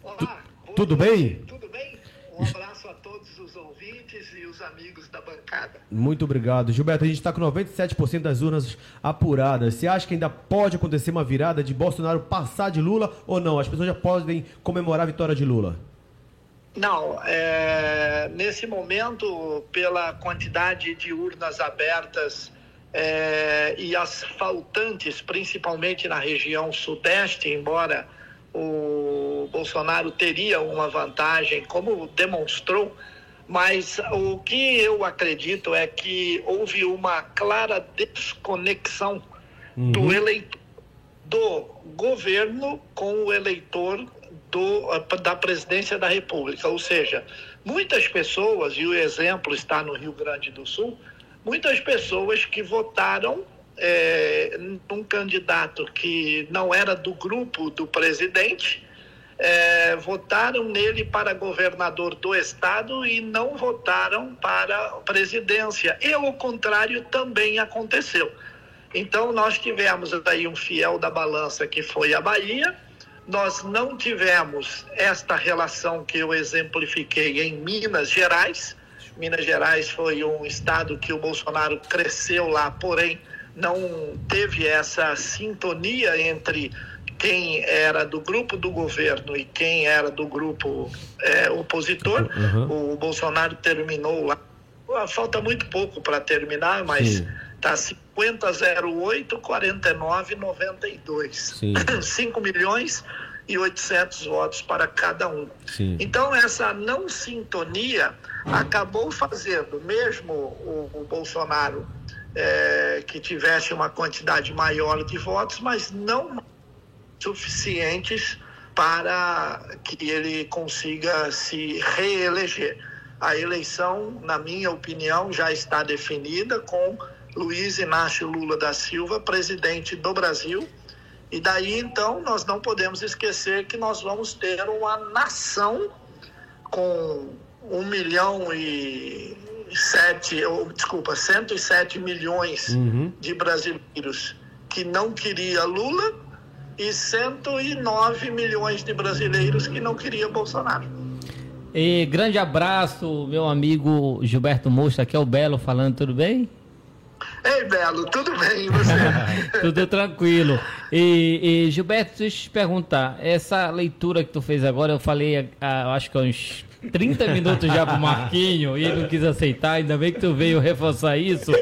[SPEAKER 6] Olá, boa
[SPEAKER 1] tudo
[SPEAKER 6] noite,
[SPEAKER 1] bem?
[SPEAKER 6] Tudo bem? Um abraço a todos os ouvintes e os amigos da bancada.
[SPEAKER 1] Muito obrigado. Gilberto, a gente está com 97% das urnas apuradas. Você acha que ainda pode acontecer uma virada de Bolsonaro passar de Lula ou não? As pessoas já podem comemorar a vitória de Lula.
[SPEAKER 6] Não, é, nesse momento, pela quantidade de urnas abertas é, e as faltantes, principalmente na região sudeste, embora o Bolsonaro teria uma vantagem, como demonstrou, mas o que eu acredito é que houve uma clara desconexão do eleitor do governo com o eleitor do, eh, da presidência da República. Ou seja, muitas pessoas, e o exemplo está no Rio Grande do Sul, muitas pessoas que votaram eh, num candidato que não era do grupo do presidente. eh, votaram nele para governador do estado e não votaram para presidência. E o contrário também aconteceu. Então, nós tivemos aí um fiel da balança que foi a Bahia. Nós não tivemos esta relação que eu exemplifiquei em Minas Gerais. Minas Gerais foi um estado que o Bolsonaro cresceu lá, porém não teve essa sintonia entre quem era do grupo do governo e quem era do grupo eh, opositor. O Bolsonaro terminou lá. Ah, Falta muito pouco para terminar, mas
[SPEAKER 1] Sim.
[SPEAKER 6] está 5008, 49, 92.
[SPEAKER 1] Sim.
[SPEAKER 6] 5 milhões e 800 votos para cada um.
[SPEAKER 1] Sim.
[SPEAKER 6] Então, essa não sintonia acabou fazendo, mesmo o, o é, Bolsonaro eh, que tivesse uma quantidade maior de votos, mas não suficientes para que ele consiga se reeleger. A eleição, na minha opinião, já está definida com Luiz Inácio Lula da Silva, presidente do Brasil. E daí então nós não podemos esquecer que nós vamos ter uma nação com 1 milhão e 7, ou, desculpa, 107 milhões de brasileiros que não queria Lula e 109 milhões de brasileiros que não queria Bolsonaro.
[SPEAKER 2] E grande abraço, meu amigo Gilberto Mosta, aqui é o Belo falando, tudo bem?
[SPEAKER 6] Ei, Belo, tudo bem? E você?
[SPEAKER 2] Tudo tranquilo. E, e, Gilberto, deixa eu te perguntar, essa leitura que tu fez agora, eu falei, ah, acho que há uns 30 minutos já pro Marquinho e ele não quis aceitar, ainda bem que tu veio reforçar isso,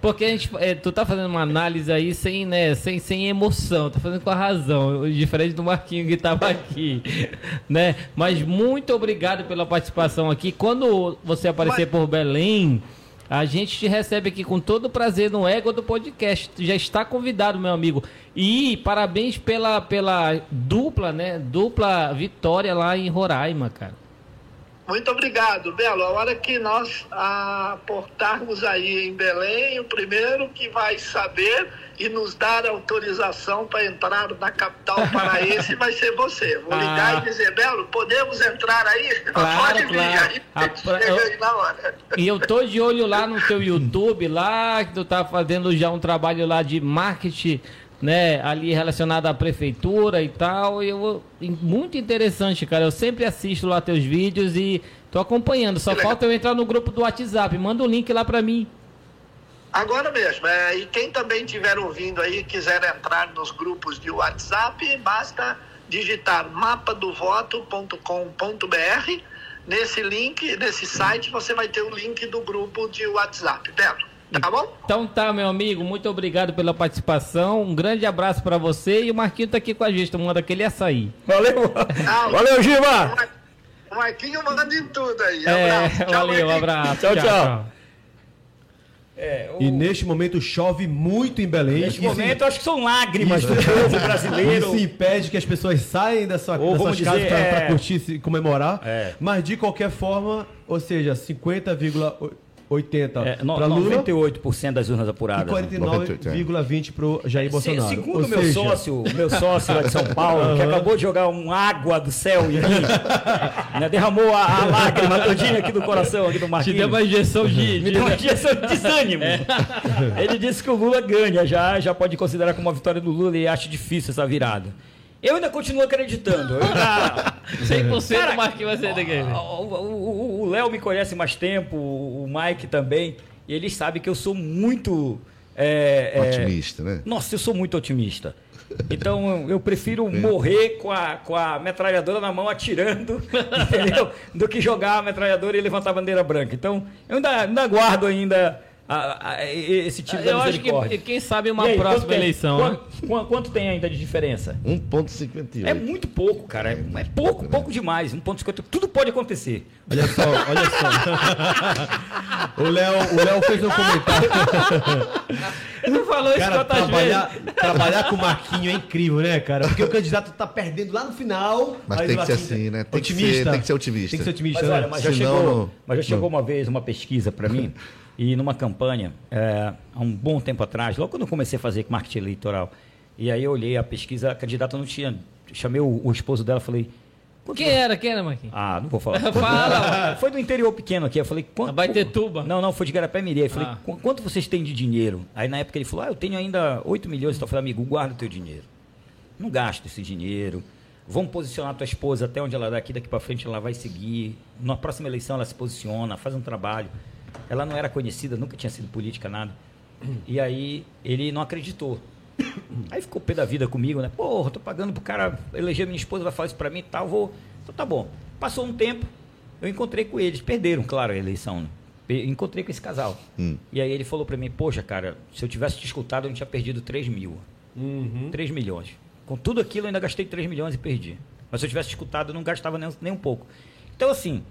[SPEAKER 2] porque a gente, eh, tu tá fazendo uma análise aí sem, né, sem, sem emoção, tá fazendo com a razão, diferente do Marquinho que tava aqui, né? Mas muito obrigado pela participação aqui. Quando você aparecer por Belém, a gente te recebe aqui com todo o prazer no Ego do Podcast. Tu Já está convidado, meu amigo. E parabéns pela, pela dupla, né? Dupla vitória lá em Roraima, cara.
[SPEAKER 6] Muito obrigado, Belo. A hora que nós aportarmos aí em Belém, o primeiro que vai saber e nos dar autorização para entrar na capital paraense vai ser você. Vou ligar
[SPEAKER 2] Ah.
[SPEAKER 6] e dizer, Belo, podemos entrar aí?
[SPEAKER 2] Claro,
[SPEAKER 6] Pode
[SPEAKER 2] claro.
[SPEAKER 6] vir
[SPEAKER 2] A
[SPEAKER 6] aí.
[SPEAKER 2] pra-
[SPEAKER 6] Chega aí na hora.
[SPEAKER 2] E eu tô de olho lá no teu YouTube, lá que tu tá fazendo já um trabalho lá de marketing, né, ali relacionado à prefeitura e tal. E eu, e muito interessante, cara. Eu sempre assisto lá teus vídeos e tô acompanhando. Só
[SPEAKER 6] legal.
[SPEAKER 2] falta eu entrar no grupo do WhatsApp. Manda o link lá pra mim.
[SPEAKER 6] Agora mesmo. é, e quem também estiver ouvindo aí e quiser entrar nos grupos de WhatsApp, basta digitar mapadovoto.com.br. Nesse link, nesse site, você vai ter o link do grupo de WhatsApp, Belo. Tá bom?
[SPEAKER 2] Então tá, meu amigo, muito obrigado pela participação. Um grande abraço pra você e o Marquinho tá aqui com a gente, tu manda aquele açaí.
[SPEAKER 5] Valeu!
[SPEAKER 6] Ah,
[SPEAKER 5] Valeu, Giba!
[SPEAKER 6] Mar- O Marquinho manda em tudo aí.
[SPEAKER 2] Hum. É, valeu,
[SPEAKER 6] Marquinho.
[SPEAKER 2] abraço.
[SPEAKER 5] Tchau, tchau.
[SPEAKER 1] E neste momento chove muito em Belém.
[SPEAKER 3] Neste
[SPEAKER 1] Isso-
[SPEAKER 3] É, momento, acho que são lágrimas do povo brasileiro.
[SPEAKER 1] Isso impede que as pessoas saiam da sua,
[SPEAKER 3] Ou
[SPEAKER 1] das
[SPEAKER 3] vamos
[SPEAKER 1] suas casas
[SPEAKER 3] dizer,
[SPEAKER 1] para
[SPEAKER 3] é-
[SPEAKER 1] curtir e comemorar.
[SPEAKER 3] É.
[SPEAKER 1] Mas de qualquer forma, ou seja, 50,80
[SPEAKER 3] É,
[SPEAKER 1] para
[SPEAKER 3] no-
[SPEAKER 1] Lula
[SPEAKER 3] 98% das urnas
[SPEAKER 1] e
[SPEAKER 3] apuradas. né?
[SPEAKER 1] 49,20 para o Jair
[SPEAKER 3] Se-
[SPEAKER 1] Bolsonaro.
[SPEAKER 3] Segundo
[SPEAKER 1] Ou
[SPEAKER 3] meu
[SPEAKER 1] seja,
[SPEAKER 3] sócio, meu sócio lá de São Paulo, que acabou de jogar um água do céu em mim, né, derramou a, a lágrima todinha aqui do coração, aqui do
[SPEAKER 2] Te
[SPEAKER 3] Marquinhos.
[SPEAKER 2] deu uma injeção de.
[SPEAKER 3] Me deu uma injeção de desânimo. Ele disse que o Lula ganha, já, já pode considerar como uma vitória do Lula e acho difícil essa virada. Eu ainda continuo acreditando. Eu já-
[SPEAKER 2] 100% do Marquinho vai sair daqui.
[SPEAKER 3] o- o o- o Léo me conhece mais tempo, o o Mike também, e eles sabem que eu sou muito. é, é,
[SPEAKER 4] Otimista, né?
[SPEAKER 3] nossa, eu sou muito otimista. Então eu
[SPEAKER 4] É.
[SPEAKER 3] prefiro morrer com a, com a metralhadora na mão atirando, entendeu? Do que jogar a metralhadora e levantar a bandeira branca. Então eu ainda, ainda guardo ainda a- a- e- esse tipo de
[SPEAKER 2] Eu acho que, quem sabe, uma próxima eleição. né?
[SPEAKER 3] é? Quanto, quan- quanto tem ainda de diferença?
[SPEAKER 4] 1,58.
[SPEAKER 3] É muito pouco, cara. É, é pouco, pouco demais. 1,50. Tudo pode acontecer.
[SPEAKER 1] Olha só, olha só. o Léo o Léo fez um comentário.
[SPEAKER 2] Tu falou isso
[SPEAKER 1] Cara,
[SPEAKER 2] quantas vezes?
[SPEAKER 1] trabalhar, trabalhar com o Marquinho é incrível, né, cara? Porque o candidato tá perdendo lá no final.
[SPEAKER 4] Mas
[SPEAKER 1] aí
[SPEAKER 4] tem
[SPEAKER 1] o
[SPEAKER 4] que ser
[SPEAKER 1] Marquinho- tá
[SPEAKER 4] assim, né? Tem que ser-
[SPEAKER 1] otimista.
[SPEAKER 4] tem que ser otimista.
[SPEAKER 1] Tem que ser otimista,
[SPEAKER 3] Mas
[SPEAKER 1] né?
[SPEAKER 3] olha, mas já,
[SPEAKER 4] Se
[SPEAKER 3] chegou,
[SPEAKER 4] não,
[SPEAKER 3] mas já chegou
[SPEAKER 4] não.
[SPEAKER 3] uma vez uma pesquisa para mim, e numa campanha, é, há um bom tempo atrás, logo quando eu comecei a fazer marketing eleitoral, e aí eu olhei a pesquisa, a candidata não tinha. Chamei o, o esposo dela e falei. "Quanto
[SPEAKER 2] Quem
[SPEAKER 3] vai-"
[SPEAKER 2] era? Quem era, Marquinhos?
[SPEAKER 3] Ah, não vou falar.
[SPEAKER 2] Fala,
[SPEAKER 3] Foi do interior pequeno aqui. Eu falei, quanto.
[SPEAKER 2] Abaitetuba.
[SPEAKER 3] Não, não, foi de Garapé Mirei. Eu Falei,
[SPEAKER 2] Ah.
[SPEAKER 3] "Qu- quanto vocês têm de dinheiro? Aí na época ele falou, ah, eu tenho ainda 8 milhões. Então eu falei, amigo, guarda o teu dinheiro. Não gasta esse dinheiro. Vamos posicionar tua esposa até onde ela daqui, daqui para frente ela vai seguir. Na próxima eleição ela se posiciona, faz um trabalho. Ela não era conhecida, nunca tinha sido política, nada. E aí ele não acreditou. Aí ficou pé da vida comigo, né? Porra, tô pagando pro cara eleger minha esposa, vai falar isso pra mim e tal, vou. Então tá bom. Passou um tempo, eu encontrei com eles. Perderam, claro, a eleição, né? E- Encontrei com esse casal. E aí ele falou pra mim, poxa, cara, se eu tivesse te escutado, eu não tinha perdido 3 mil. 3 milhões. Com tudo aquilo, eu ainda gastei 3 milhões e perdi. Mas se eu tivesse escutado, eu não gastava nem, nem um pouco. Então, assim,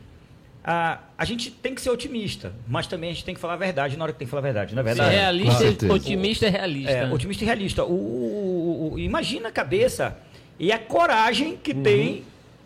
[SPEAKER 3] a, a gente tem que ser otimista, mas também a gente tem que falar a verdade na hora que tem que falar a verdade, não é verdade?
[SPEAKER 4] Com
[SPEAKER 2] Realista,
[SPEAKER 4] certeza.
[SPEAKER 2] otimista e realista.
[SPEAKER 3] É, otimista e realista. O, o- o- o- imagina a cabeça e a coragem que tem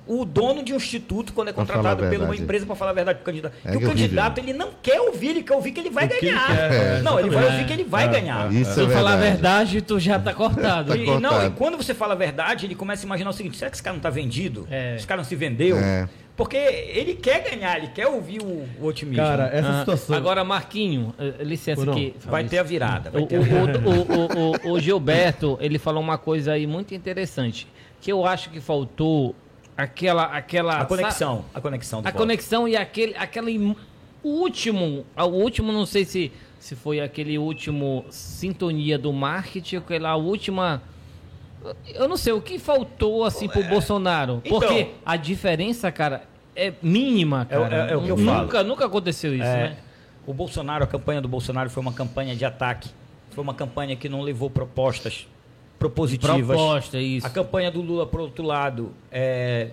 [SPEAKER 3] o dono de um instituto quando é
[SPEAKER 4] Uhum. Pra falar a
[SPEAKER 3] contratado pela uma
[SPEAKER 4] verdade.
[SPEAKER 3] empresa para falar a verdade pro candidato.
[SPEAKER 4] É
[SPEAKER 3] que o
[SPEAKER 4] horrível.
[SPEAKER 3] candidato ele não quer ouvir, ele quer ouvir que ele vai
[SPEAKER 1] que ele
[SPEAKER 3] ganhar.
[SPEAKER 1] quer, é,
[SPEAKER 3] não, ele vai
[SPEAKER 2] exatamente.
[SPEAKER 3] ouvir que ele vai ganhar.
[SPEAKER 4] Isso
[SPEAKER 2] Se
[SPEAKER 4] é
[SPEAKER 2] eu falar a
[SPEAKER 4] verdade.
[SPEAKER 2] verdade, tu já tá cortado.
[SPEAKER 4] Tá
[SPEAKER 3] E,
[SPEAKER 4] cortado.
[SPEAKER 3] não, e quando você fala a verdade, ele começa a imaginar o seguinte: será que esse cara não está vendido?
[SPEAKER 2] É.
[SPEAKER 3] Esse cara não se vendeu?
[SPEAKER 4] É.
[SPEAKER 3] Porque ele quer ganhar, ele quer ouvir o, o otimismo.
[SPEAKER 1] Cara, essa
[SPEAKER 2] Ah,
[SPEAKER 1] situação.
[SPEAKER 2] Agora, Marquinho, eh, licença
[SPEAKER 1] Ou não?
[SPEAKER 2] aqui.
[SPEAKER 3] vai ter a virada.
[SPEAKER 2] O,
[SPEAKER 3] Vai ter a virada.
[SPEAKER 2] o- o- o- o- o Gilberto, ele falou uma coisa aí muito interessante, que eu acho que faltou aquela... aquela
[SPEAKER 3] A conexão. A conexão do
[SPEAKER 2] A
[SPEAKER 3] voto.
[SPEAKER 2] conexão e aquele, aquele im- o último, o último, não sei se, se foi aquele último sintonia do marketing, aquela última. Eu não sei, o que faltou assim pro Bolsonaro?
[SPEAKER 3] Então.
[SPEAKER 2] Porque a diferença, cara, é mínima,
[SPEAKER 3] É o-
[SPEAKER 2] cara.
[SPEAKER 3] é- é o que eu
[SPEAKER 2] nunca,
[SPEAKER 3] falo.
[SPEAKER 2] nunca aconteceu isso,
[SPEAKER 3] É,
[SPEAKER 2] né?
[SPEAKER 3] O Bolsonaro, a campanha do Bolsonaro foi uma campanha de ataque. Foi uma campanha que não levou propostas propositivas.
[SPEAKER 2] Proposta, isso.
[SPEAKER 3] A campanha do Lula, por outro lado, é,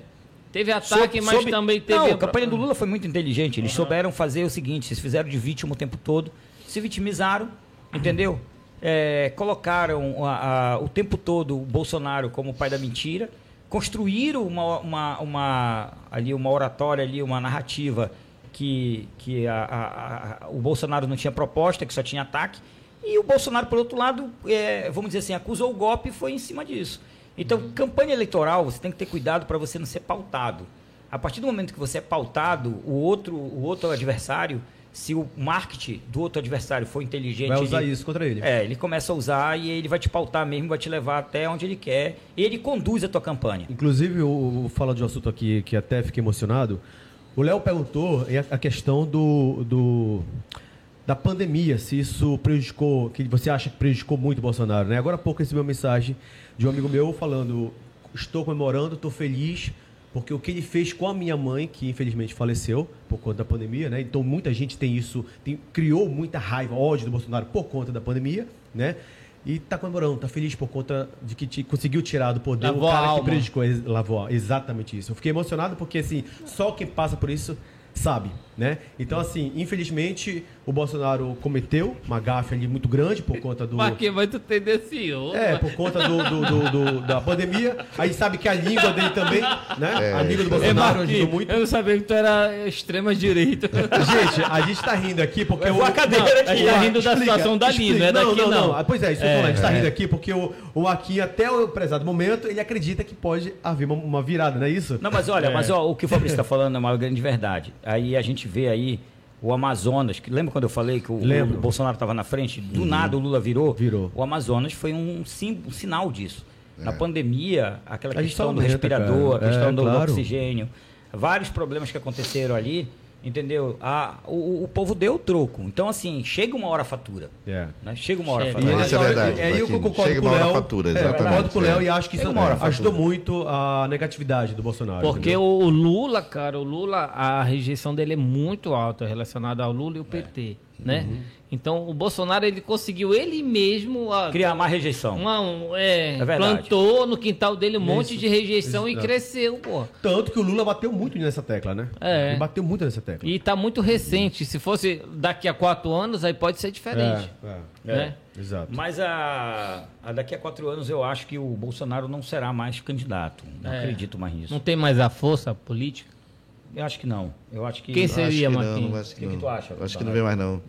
[SPEAKER 2] Teve ataque,
[SPEAKER 3] Sob-
[SPEAKER 2] mas
[SPEAKER 3] sob-
[SPEAKER 2] também teve.
[SPEAKER 3] Não, a campanha do Lula foi muito inteligente. Eles souberam fazer o seguinte: eles fizeram de vítima o tempo todo, se vitimizaram, entendeu? É, colocaram a- a- o tempo todo o Bolsonaro como o pai da mentira, construíram uma, uma- uma- ali, uma oratória, ali, uma narrativa que, que a- a- a- o Bolsonaro não tinha proposta, que só tinha ataque. E o Bolsonaro, por outro lado, é, vamos dizer assim, acusou o golpe e foi em cima disso. Então, campanha eleitoral, você tem que ter cuidado para você não ser pautado. A partir do momento que você é pautado, o outro, o outro adversário, se o marketing do outro adversário for inteligente.
[SPEAKER 1] Vai usar
[SPEAKER 3] ele-
[SPEAKER 1] isso contra ele.
[SPEAKER 3] É, ele começa a usar e ele vai te pautar mesmo, vai te levar até onde ele quer. E ele conduz a tua campanha.
[SPEAKER 1] Inclusive, eu vou falar de um assunto aqui que até fiquei emocionado. O Léo perguntou em a- a questão do, do- da pandemia, se isso prejudicou, que você acha que prejudicou muito o Bolsonaro, né? Agora há pouco recebi uma mensagem de um amigo meu falando: estou comemorando, estou feliz, porque o que ele fez com a minha mãe, que infelizmente faleceu por conta da pandemia, né? Então muita gente tem isso, tem- criou muita raiva, ódio do Bolsonaro por conta da pandemia, né? E tá comemorando, tá feliz por conta de que ti- conseguiu tirar do poder
[SPEAKER 2] Lavou
[SPEAKER 1] o
[SPEAKER 2] a
[SPEAKER 1] cara que
[SPEAKER 2] alma.
[SPEAKER 1] prejudicou. Coisa- Lavó, exatamente isso. Eu fiquei emocionado porque, assim, só quem passa por isso sabe, né? Então, assim, infelizmente, o Bolsonaro cometeu uma gafe ali muito grande por conta do...
[SPEAKER 2] Marquinhos, mas tu tem desse outro.
[SPEAKER 1] É, por conta do, do- do- do- da pandemia. Aí sabe que a língua dele também, né? a língua do
[SPEAKER 2] É,
[SPEAKER 1] Bolsonaro ajudou
[SPEAKER 2] Marquinhos,
[SPEAKER 1] muito.
[SPEAKER 2] eu não sabia que tu era extrema direita.
[SPEAKER 1] Gente, a gente tá rindo aqui porque o...
[SPEAKER 2] a cadeira
[SPEAKER 1] Não,
[SPEAKER 2] aqui. A gente tá rindo da situação dali, não é daqui, não.
[SPEAKER 1] Ah, Pois é, isso que eu tô falando. A gente tá rindo aqui porque o, o Akin, até o prezado momento, ele acredita que pode haver uma, uma virada, não é isso?
[SPEAKER 3] Não, mas olha, mas ó, o que o Fabrício está falando é uma grande verdade. Aí a gente vê aí o Amazonas, que lembra quando eu falei que o,
[SPEAKER 1] Lembro. Uhum.
[SPEAKER 3] o Bolsonaro estava na frente, do nada o Lula virou?
[SPEAKER 1] Virou.
[SPEAKER 3] O Amazonas foi um, sim- um sinal disso.
[SPEAKER 4] É.
[SPEAKER 3] Na pandemia, aquela
[SPEAKER 1] A gente
[SPEAKER 3] questão
[SPEAKER 1] tá
[SPEAKER 3] do
[SPEAKER 1] lenta,
[SPEAKER 3] respirador,
[SPEAKER 1] cara.
[SPEAKER 3] a questão
[SPEAKER 1] É,
[SPEAKER 3] do
[SPEAKER 1] claro.
[SPEAKER 3] oxigênio, vários problemas que aconteceram ali, entendeu? A, o, o povo deu o troco. Então, assim, chega uma hora a fatura.
[SPEAKER 1] É.
[SPEAKER 3] né? Chega uma hora a
[SPEAKER 2] Chega.
[SPEAKER 3] fatura. Então,
[SPEAKER 4] Isso é verdade,
[SPEAKER 1] E aí eu
[SPEAKER 4] Joaquim.
[SPEAKER 1] concordo
[SPEAKER 4] Chega
[SPEAKER 1] com o
[SPEAKER 4] uma hora
[SPEAKER 1] Léo.
[SPEAKER 4] a fatura,
[SPEAKER 1] É,
[SPEAKER 4] exatamente,
[SPEAKER 1] eu concordo com o Léo
[SPEAKER 4] é.
[SPEAKER 1] e acho que isso
[SPEAKER 3] Chega uma hora a
[SPEAKER 1] ajudou
[SPEAKER 4] fatura.
[SPEAKER 1] muito a negatividade do Bolsonaro.
[SPEAKER 2] Porque
[SPEAKER 1] entendeu?
[SPEAKER 2] o, o Lula, cara, o Lula, a rejeição dele é muito alta relacionada ao
[SPEAKER 3] É.
[SPEAKER 2] Lula e o PT,
[SPEAKER 3] Uhum.
[SPEAKER 2] né? Então o Bolsonaro ele conseguiu ele mesmo a,
[SPEAKER 3] Criar mais rejeição.
[SPEAKER 2] uma, um, é,
[SPEAKER 3] É verdade.
[SPEAKER 2] plantou no quintal dele um monte
[SPEAKER 1] Isso.
[SPEAKER 2] de rejeição e
[SPEAKER 1] Isso.
[SPEAKER 2] cresceu, pô.
[SPEAKER 1] Tanto que o Lula bateu muito nessa tecla, né?
[SPEAKER 2] É.
[SPEAKER 1] Ele bateu muito nessa tecla.
[SPEAKER 2] E tá muito recente. Se fosse daqui a quatro anos, aí pode ser diferente.
[SPEAKER 3] É.
[SPEAKER 2] Né?
[SPEAKER 1] Exato.
[SPEAKER 3] Mas a, a daqui a quatro anos eu acho que o Bolsonaro não será mais candidato. Não
[SPEAKER 2] É.
[SPEAKER 3] acredito mais
[SPEAKER 2] Não
[SPEAKER 3] nisso.
[SPEAKER 2] tem mais a força política.
[SPEAKER 3] Eu acho que não. Eu acho que.
[SPEAKER 2] Quem
[SPEAKER 4] Acho que
[SPEAKER 2] seria,
[SPEAKER 4] não,
[SPEAKER 2] Marquinhos?
[SPEAKER 4] não acho que
[SPEAKER 3] O que que
[SPEAKER 4] não.
[SPEAKER 3] tu acha,
[SPEAKER 4] Acho que
[SPEAKER 3] Bolsonaro?
[SPEAKER 4] não vem mais, não.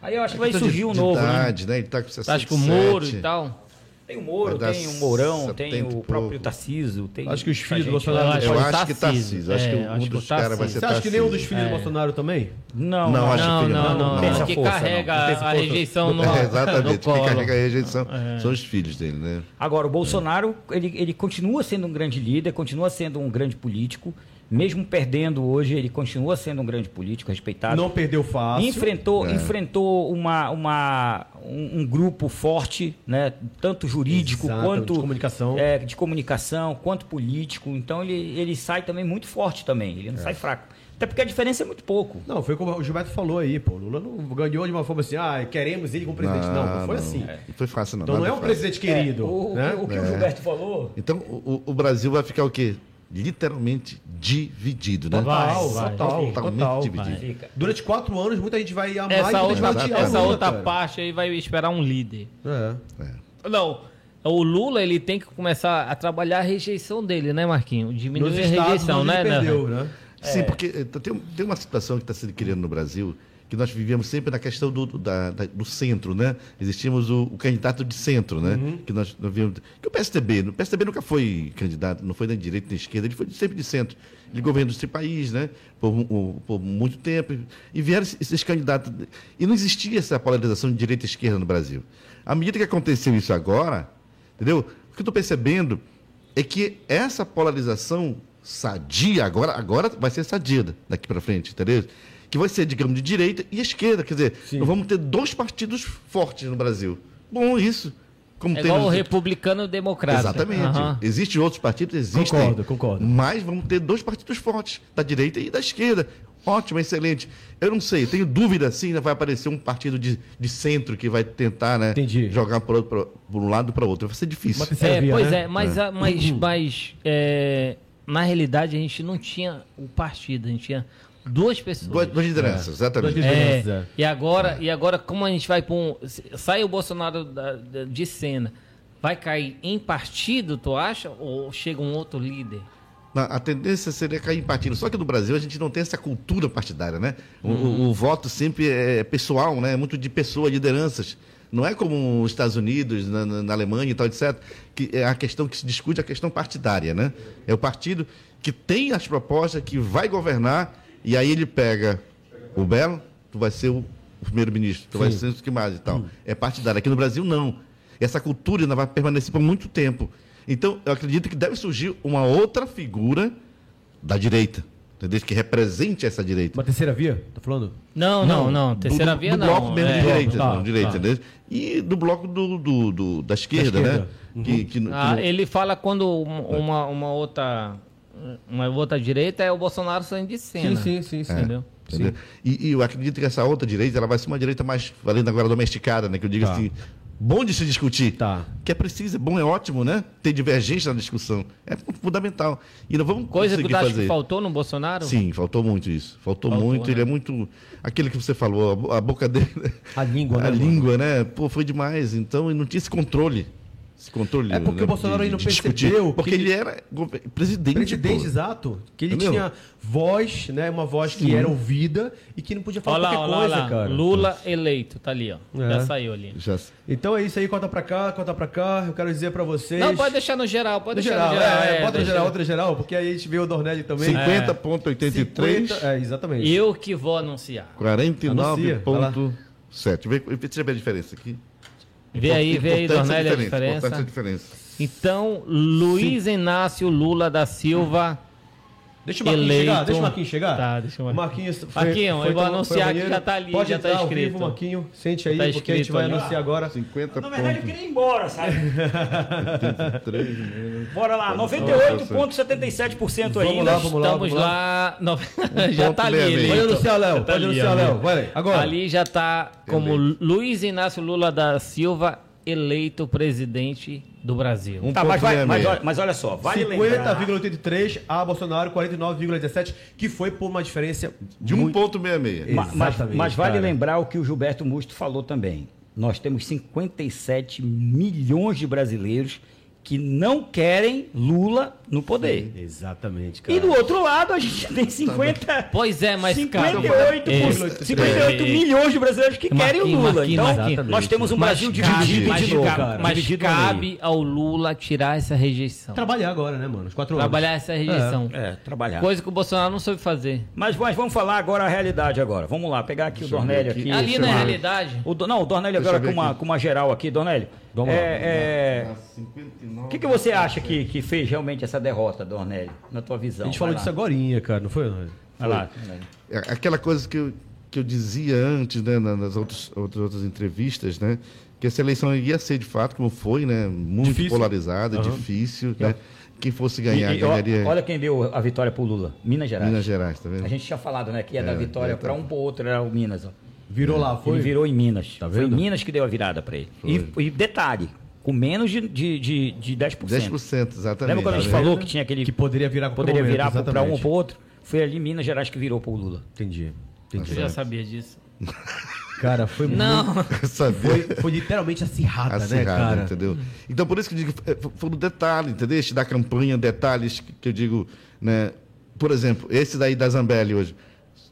[SPEAKER 3] Aí eu acho que vai
[SPEAKER 4] Questão de-
[SPEAKER 3] surgir um
[SPEAKER 4] de
[SPEAKER 3] novo. né?
[SPEAKER 4] idade, né? Ele tá com 67.
[SPEAKER 2] Acho que o Moro e tal.
[SPEAKER 3] Tem o Moro,
[SPEAKER 4] Vai dar
[SPEAKER 3] tem o Mourão, tem
[SPEAKER 4] 70 e
[SPEAKER 3] o
[SPEAKER 4] pouco.
[SPEAKER 3] próprio Tarcísio. Tem
[SPEAKER 1] Acho que os
[SPEAKER 3] essa
[SPEAKER 1] filhos do
[SPEAKER 3] gente. né?
[SPEAKER 1] Bolsonaro.
[SPEAKER 4] Eu
[SPEAKER 2] o
[SPEAKER 4] acho que tá
[SPEAKER 2] Tarcísio.
[SPEAKER 4] Tarcísio, acho que um
[SPEAKER 2] o
[SPEAKER 4] dos caras vai
[SPEAKER 2] Tarcísio.
[SPEAKER 1] Você acha que
[SPEAKER 4] assim,
[SPEAKER 1] nenhum dos filhos
[SPEAKER 2] É.
[SPEAKER 1] do Bolsonaro também?
[SPEAKER 3] Não,
[SPEAKER 4] Não,
[SPEAKER 3] não,
[SPEAKER 4] acho
[SPEAKER 2] Não,
[SPEAKER 4] que
[SPEAKER 2] não, não.
[SPEAKER 4] não
[SPEAKER 2] não,
[SPEAKER 4] tem essa
[SPEAKER 2] que
[SPEAKER 3] força,
[SPEAKER 2] carrega
[SPEAKER 3] não. Não tem essa
[SPEAKER 2] a
[SPEAKER 3] força.
[SPEAKER 2] rejeição no,
[SPEAKER 4] É,
[SPEAKER 2] no
[SPEAKER 4] exatamente. Quem
[SPEAKER 2] colo.
[SPEAKER 4] carrega a rejeição são os filhos dele, né?
[SPEAKER 3] Agora, o Bolsonaro, ele, ele continua sendo um grande líder, continua sendo um grande político. Mesmo perdendo hoje, ele continua sendo um grande político,
[SPEAKER 2] Tá.
[SPEAKER 3] respeitado.
[SPEAKER 1] Não perdeu fácil.
[SPEAKER 3] Enfrentou, enfrentou uma, uma, um, um grupo forte, né? tanto jurídico
[SPEAKER 1] Exato,
[SPEAKER 3] quanto
[SPEAKER 1] de comunicação.
[SPEAKER 3] é, de comunicação, quanto político. Então ele, ele sai também muito forte também, ele não sai fraco. Até porque a diferença é muito pouco.
[SPEAKER 1] Não, foi como o Gilberto falou aí, pô. O Lula não ganhou de uma forma assim, ah, queremos ele como presidente. Não, não foi assim.
[SPEAKER 4] Ah, Não foi fácil, não.
[SPEAKER 1] Então não
[SPEAKER 4] nada
[SPEAKER 1] é um
[SPEAKER 4] fácil.
[SPEAKER 1] presidente querido.
[SPEAKER 3] o, o
[SPEAKER 1] né?
[SPEAKER 3] que- o que o Gilberto falou.
[SPEAKER 4] Então o, o- o Brasil vai ficar o quê? Literalmente dividido, né?
[SPEAKER 1] Total,
[SPEAKER 2] Vai,
[SPEAKER 1] total,
[SPEAKER 4] vai.
[SPEAKER 1] total.
[SPEAKER 4] Totalmente dividido.
[SPEAKER 3] Fica.
[SPEAKER 1] Durante quatro anos, muita gente vai amar
[SPEAKER 2] Essa
[SPEAKER 1] e muita gente
[SPEAKER 2] outra,
[SPEAKER 1] vai odiar o É.
[SPEAKER 2] essa
[SPEAKER 1] Lula,
[SPEAKER 2] outra
[SPEAKER 1] cara.
[SPEAKER 2] parte aí vai esperar um líder.
[SPEAKER 1] É.
[SPEAKER 2] Não, o Lula ele tem que começar a trabalhar a rejeição dele, né, Marquinho?
[SPEAKER 1] Nos
[SPEAKER 2] Diminuir a
[SPEAKER 1] estados
[SPEAKER 2] rejeição,
[SPEAKER 1] onde
[SPEAKER 2] né,
[SPEAKER 1] ele perdeu,
[SPEAKER 2] né?
[SPEAKER 1] né?
[SPEAKER 4] Sim, porque eh, tem, tem uma situação que está se criando no Brasil que nós vivíamos sempre na questão do, do- da- da- do centro, né? Existíamos o, o candidato de centro, né? Que nós nós vimos- que o PSDB, o PSDB nunca foi candidato, não foi nem direita nem esquerda, ele foi sempre de centro. Ele governou esse país, né? Por, mu- o- por muito tempo e vieram esses- esses candidatos e não existia essa polarização de direita e esquerda no Brasil. À medida que aconteceu isso agora, entendeu? O que eu estou percebendo é que essa polarização sadia, agora, agora vai ser sadia daqui para frente, entendeu? Que vai ser, digamos, de direita e esquerda. Quer dizer, nós vamos ter dois partidos fortes no Brasil. Bom, isso. Como
[SPEAKER 2] É
[SPEAKER 4] tem
[SPEAKER 2] igual o
[SPEAKER 4] nos-
[SPEAKER 2] republicano democrata.
[SPEAKER 4] Exatamente.
[SPEAKER 2] Aham.
[SPEAKER 4] Existem outros partidos, existem.
[SPEAKER 1] Concordo, concordo.
[SPEAKER 4] Mas vamos ter dois partidos fortes, da direita e da esquerda. Ótimo, excelente. Eu não sei, tenho dúvida se ainda vai aparecer um partido de, de centro que vai tentar né,
[SPEAKER 1] Entendi.
[SPEAKER 4] jogar por, outro- por um lado para o outro. Vai ser difícil.
[SPEAKER 1] Uma terceira
[SPEAKER 2] É,
[SPEAKER 1] via,
[SPEAKER 2] pois
[SPEAKER 1] né?
[SPEAKER 2] é, mas, a- mas, mas é, na realidade a gente não tinha o partido, a gente tinha duas pessoas.
[SPEAKER 4] Duas, duas lideranças, exatamente.
[SPEAKER 1] Duas
[SPEAKER 2] É,
[SPEAKER 1] lideranças, é.
[SPEAKER 2] e agora, e agora como a gente vai para um sai o Bolsonaro da- da- de cena, vai cair em partido, tu acha, ou chega um outro líder?
[SPEAKER 4] Na- a tendência seria cair em partido. Só que no Brasil a gente não tem essa cultura partidária, né? O, o- o voto sempre é pessoal, né? É Muito de pessoa, lideranças. Não é como os Estados Unidos, na, na- na Alemanha e tal, etc. Que é a questão que se discute é a questão partidária, né? É o partido que tem as propostas, que vai governar, e aí ele pega o Belo, tu vai ser o o primeiro-ministro, tu vai ser o que mais e tal. É partidário. Aqui no Brasil, não. Essa cultura ainda vai permanecer por muito tempo. Então, eu acredito que deve surgir uma outra figura da direita, entendeu? Que represente essa direita.
[SPEAKER 1] Uma terceira via? Tá falando?
[SPEAKER 2] Não, não, não.
[SPEAKER 4] Do-
[SPEAKER 2] terceira
[SPEAKER 4] do,
[SPEAKER 2] via
[SPEAKER 4] do
[SPEAKER 2] não.
[SPEAKER 4] bloco mesmo
[SPEAKER 2] é.
[SPEAKER 4] de direita,
[SPEAKER 1] Tá,
[SPEAKER 4] não, direita,
[SPEAKER 1] tá.
[SPEAKER 4] entendeu? E do bloco do, do- do- da, esquerda,
[SPEAKER 1] esquerda. Uhum.
[SPEAKER 4] né? Que, que não- que
[SPEAKER 2] Ah,
[SPEAKER 4] não-
[SPEAKER 2] ele fala quando um- uma, uma outra uma outra direita é o Bolsonaro saindo de cena. É.
[SPEAKER 1] sim, sim.
[SPEAKER 2] Entendeu?
[SPEAKER 4] Entendeu? E, e eu acredito que essa outra direita ela vai ser uma direita mais valendo agora domesticada, né? Que eu digo
[SPEAKER 1] Tá.
[SPEAKER 4] assim, bom de se discutir.
[SPEAKER 1] Tá.
[SPEAKER 4] Que é preciso, é bom, é ótimo, né? Ter divergência na discussão. É fundamental. E nós vamos
[SPEAKER 2] Coisa que
[SPEAKER 4] conseguir
[SPEAKER 2] tu acha
[SPEAKER 4] fazer.
[SPEAKER 2] que faltou no Bolsonaro?
[SPEAKER 4] Sim, faltou muito isso. Faltou,
[SPEAKER 2] Faltou,
[SPEAKER 4] muito.
[SPEAKER 2] né?
[SPEAKER 4] Ele é muito. Aquele que você falou, a bo- a boca dele.
[SPEAKER 1] A língua, né,
[SPEAKER 4] A
[SPEAKER 1] mano?
[SPEAKER 4] língua, né? Pô, foi demais. Então, ele não tinha esse controle. Esse controle.
[SPEAKER 1] É porque
[SPEAKER 4] né,
[SPEAKER 1] o Bolsonaro aí não
[SPEAKER 4] discutir.
[SPEAKER 1] percebeu
[SPEAKER 4] Porque
[SPEAKER 1] que
[SPEAKER 4] ele, era gover- presidente.
[SPEAKER 1] Presidente,
[SPEAKER 4] pô.
[SPEAKER 1] exato. Que ele
[SPEAKER 4] Entendeu?
[SPEAKER 1] tinha voz, né? Uma voz que era ouvida e que não podia falar
[SPEAKER 2] Olha lá,
[SPEAKER 1] qualquer
[SPEAKER 2] olha lá,
[SPEAKER 1] coisa,
[SPEAKER 2] olha lá.
[SPEAKER 1] cara.
[SPEAKER 2] Lula eleito, tá ali, ó. Já
[SPEAKER 1] É.
[SPEAKER 2] saiu ali.
[SPEAKER 4] Já-
[SPEAKER 1] Então é isso aí, corta pra cá, corta pra cá. Eu quero dizer pra vocês.
[SPEAKER 2] Não, pode deixar no geral, pode
[SPEAKER 1] No
[SPEAKER 2] deixar
[SPEAKER 1] geral,
[SPEAKER 2] no geral.
[SPEAKER 1] é,
[SPEAKER 2] é,
[SPEAKER 1] bota no
[SPEAKER 2] deixa-
[SPEAKER 1] geral, outra geral, porque aí a gente vê o Dornelli também.
[SPEAKER 4] 50,83.
[SPEAKER 1] 50, é, exatamente.
[SPEAKER 2] Eu que vou anunciar.
[SPEAKER 1] Anuncia, vai lá.
[SPEAKER 4] 49,7. Vê- Você vê a diferença aqui?
[SPEAKER 2] Vê aí, vê aí,
[SPEAKER 4] Então, Importante é
[SPEAKER 2] Dornelli, a
[SPEAKER 4] Importante
[SPEAKER 2] diferença.
[SPEAKER 4] a diferença.
[SPEAKER 2] Então, Luiz Inácio Lula da Silva.
[SPEAKER 1] Deixa o Marquinhos
[SPEAKER 2] Eleito.
[SPEAKER 1] chegar, deixa o Marquinhos chegar.
[SPEAKER 2] Tá, deixa o Marquinhos.
[SPEAKER 1] Marquinhos.
[SPEAKER 2] Marquinho, eu vou
[SPEAKER 1] tomar-
[SPEAKER 2] anunciar
[SPEAKER 1] ao
[SPEAKER 2] que
[SPEAKER 1] banheiro.
[SPEAKER 2] já tá ali,
[SPEAKER 1] Pode
[SPEAKER 2] já tá
[SPEAKER 1] entrar ao
[SPEAKER 2] escrito.
[SPEAKER 1] Vivo, Marquinho, sente aí,
[SPEAKER 2] Tá
[SPEAKER 1] porque a gente
[SPEAKER 2] escrito
[SPEAKER 1] vai
[SPEAKER 2] ali. Tá
[SPEAKER 1] anunciar agora.
[SPEAKER 4] 50
[SPEAKER 3] Na verdade, eu
[SPEAKER 4] pontos.
[SPEAKER 3] queria ir embora, sabe?
[SPEAKER 4] 83 menos.
[SPEAKER 3] Bora lá, 98,77%
[SPEAKER 1] Vamos
[SPEAKER 3] ainda.
[SPEAKER 1] lá, vamos lá,
[SPEAKER 2] Estamos
[SPEAKER 1] vamos lá.
[SPEAKER 2] lá. no-
[SPEAKER 3] Um
[SPEAKER 2] já tá ali.
[SPEAKER 4] meia
[SPEAKER 2] ele.
[SPEAKER 4] meia.
[SPEAKER 3] então.
[SPEAKER 1] Pode anunciar, Léo.
[SPEAKER 2] Já tá
[SPEAKER 1] Pode
[SPEAKER 2] ali,
[SPEAKER 1] anunciar,
[SPEAKER 2] ó.
[SPEAKER 1] Léo. Vai, aí, agora.
[SPEAKER 2] Ali já tá como Luiz Inácio Lula da Silva eleito presidente do Brasil.
[SPEAKER 4] Um
[SPEAKER 3] Tá, mas,
[SPEAKER 4] ponto
[SPEAKER 3] vai-
[SPEAKER 4] meia
[SPEAKER 3] mas
[SPEAKER 4] meia.
[SPEAKER 3] olha, mas olha só, vale lembrar.
[SPEAKER 1] 50,83 a Bolsonaro, 49,17, que foi por uma diferença um
[SPEAKER 4] De 1,66.
[SPEAKER 3] Ma- Mas,
[SPEAKER 1] Exatamente,
[SPEAKER 3] mas vale
[SPEAKER 1] cara.
[SPEAKER 3] lembrar o que o Gilberto Musto falou também. Nós temos 57 milhões de brasileiros que não querem Lula no poder.
[SPEAKER 1] Exatamente, cara. Tá
[SPEAKER 3] E do outro lado, a gente tem 50.
[SPEAKER 2] Pois é, mas cara,
[SPEAKER 3] 58,
[SPEAKER 2] é,
[SPEAKER 3] por- 58 milhões de brasileiros que querem o
[SPEAKER 2] Marquinhos,
[SPEAKER 3] Lula.
[SPEAKER 2] Marquinhos,
[SPEAKER 3] Então,
[SPEAKER 2] Marquinhos.
[SPEAKER 3] nós temos um Brasil dividido
[SPEAKER 2] mas
[SPEAKER 3] de novo.
[SPEAKER 2] cabe, mas
[SPEAKER 3] Dividido no meio.
[SPEAKER 2] cabe ao Lula tirar essa rejeição.
[SPEAKER 1] Trabalhar agora, né, mano? Os quatro
[SPEAKER 2] Trabalhar essa rejeição.
[SPEAKER 3] É, trabalhar.
[SPEAKER 2] Coisa que o Bolsonaro não soube fazer.
[SPEAKER 3] Mas, mas vamos falar agora a realidade agora. Vamos lá, pegar aqui o Dornélio
[SPEAKER 4] aqui.
[SPEAKER 3] aqui.
[SPEAKER 2] Ali
[SPEAKER 4] Isso,
[SPEAKER 2] na
[SPEAKER 4] mano.
[SPEAKER 2] realidade,
[SPEAKER 3] O, Do- não, o Dornélio
[SPEAKER 4] Deixa
[SPEAKER 3] agora
[SPEAKER 4] eu ver
[SPEAKER 3] com uma,
[SPEAKER 4] aqui.
[SPEAKER 3] com uma geral aqui, Dornélio.
[SPEAKER 1] Vamos lá,
[SPEAKER 3] É,
[SPEAKER 4] Ah,
[SPEAKER 3] é, o
[SPEAKER 4] 59.
[SPEAKER 3] que, que você acha que, que fez realmente essa derrota, Dornélio, na tua visão?
[SPEAKER 1] A gente falou
[SPEAKER 3] Vai
[SPEAKER 1] disso
[SPEAKER 3] lá.
[SPEAKER 1] agorinha, cara, não foi?
[SPEAKER 3] Vai lá.
[SPEAKER 4] É Aquela coisa que eu, que eu dizia antes, né, na- nas outras, outras, outras entrevistas, né? Que essa eleição ia ser, de fato, como foi, né? Muito
[SPEAKER 1] Difícil.
[SPEAKER 4] polarizada, difícil, né? Quem fosse ganhar,
[SPEAKER 3] E- e ó-
[SPEAKER 4] ganharia
[SPEAKER 3] olha quem deu a vitória pro Lula, Minas Gerais.
[SPEAKER 4] Minas Gerais, tá vendo?
[SPEAKER 3] A gente tinha falado, né, que ia dar vitória
[SPEAKER 4] é, tá.
[SPEAKER 3] para um pro outro, era o Minas. ó.
[SPEAKER 1] Virou lá, foi? Tá
[SPEAKER 3] Ele virou em Minas. Foi
[SPEAKER 1] vendo?
[SPEAKER 3] Minas que deu a virada para ele. E, e detalhe, com menos de, de, de, de 10%.
[SPEAKER 4] 10%, exatamente.
[SPEAKER 3] Lembra quando a gente
[SPEAKER 4] tá vendo?
[SPEAKER 3] falou que tinha aquele...
[SPEAKER 1] Que poderia virar a qualquer
[SPEAKER 3] poderia
[SPEAKER 1] momento,
[SPEAKER 3] virar para um
[SPEAKER 1] exatamente.
[SPEAKER 3] ou para outro? Foi ali Minas Gerais que virou pro Lula.
[SPEAKER 1] Entendi.
[SPEAKER 2] eu
[SPEAKER 1] Entendi.
[SPEAKER 2] já sabia disso.
[SPEAKER 1] Cara, foi muito.
[SPEAKER 2] Não,
[SPEAKER 4] Sabia?
[SPEAKER 1] Foi, foi literalmente acirrada, né,
[SPEAKER 4] acirrada,
[SPEAKER 1] cara?
[SPEAKER 4] entendeu? Então, por isso que eu digo, é, f- foi no detalhe, entendeu? Este da campanha, detalhes que, que eu digo, né? Por exemplo, esse daí da Zambelli hoje.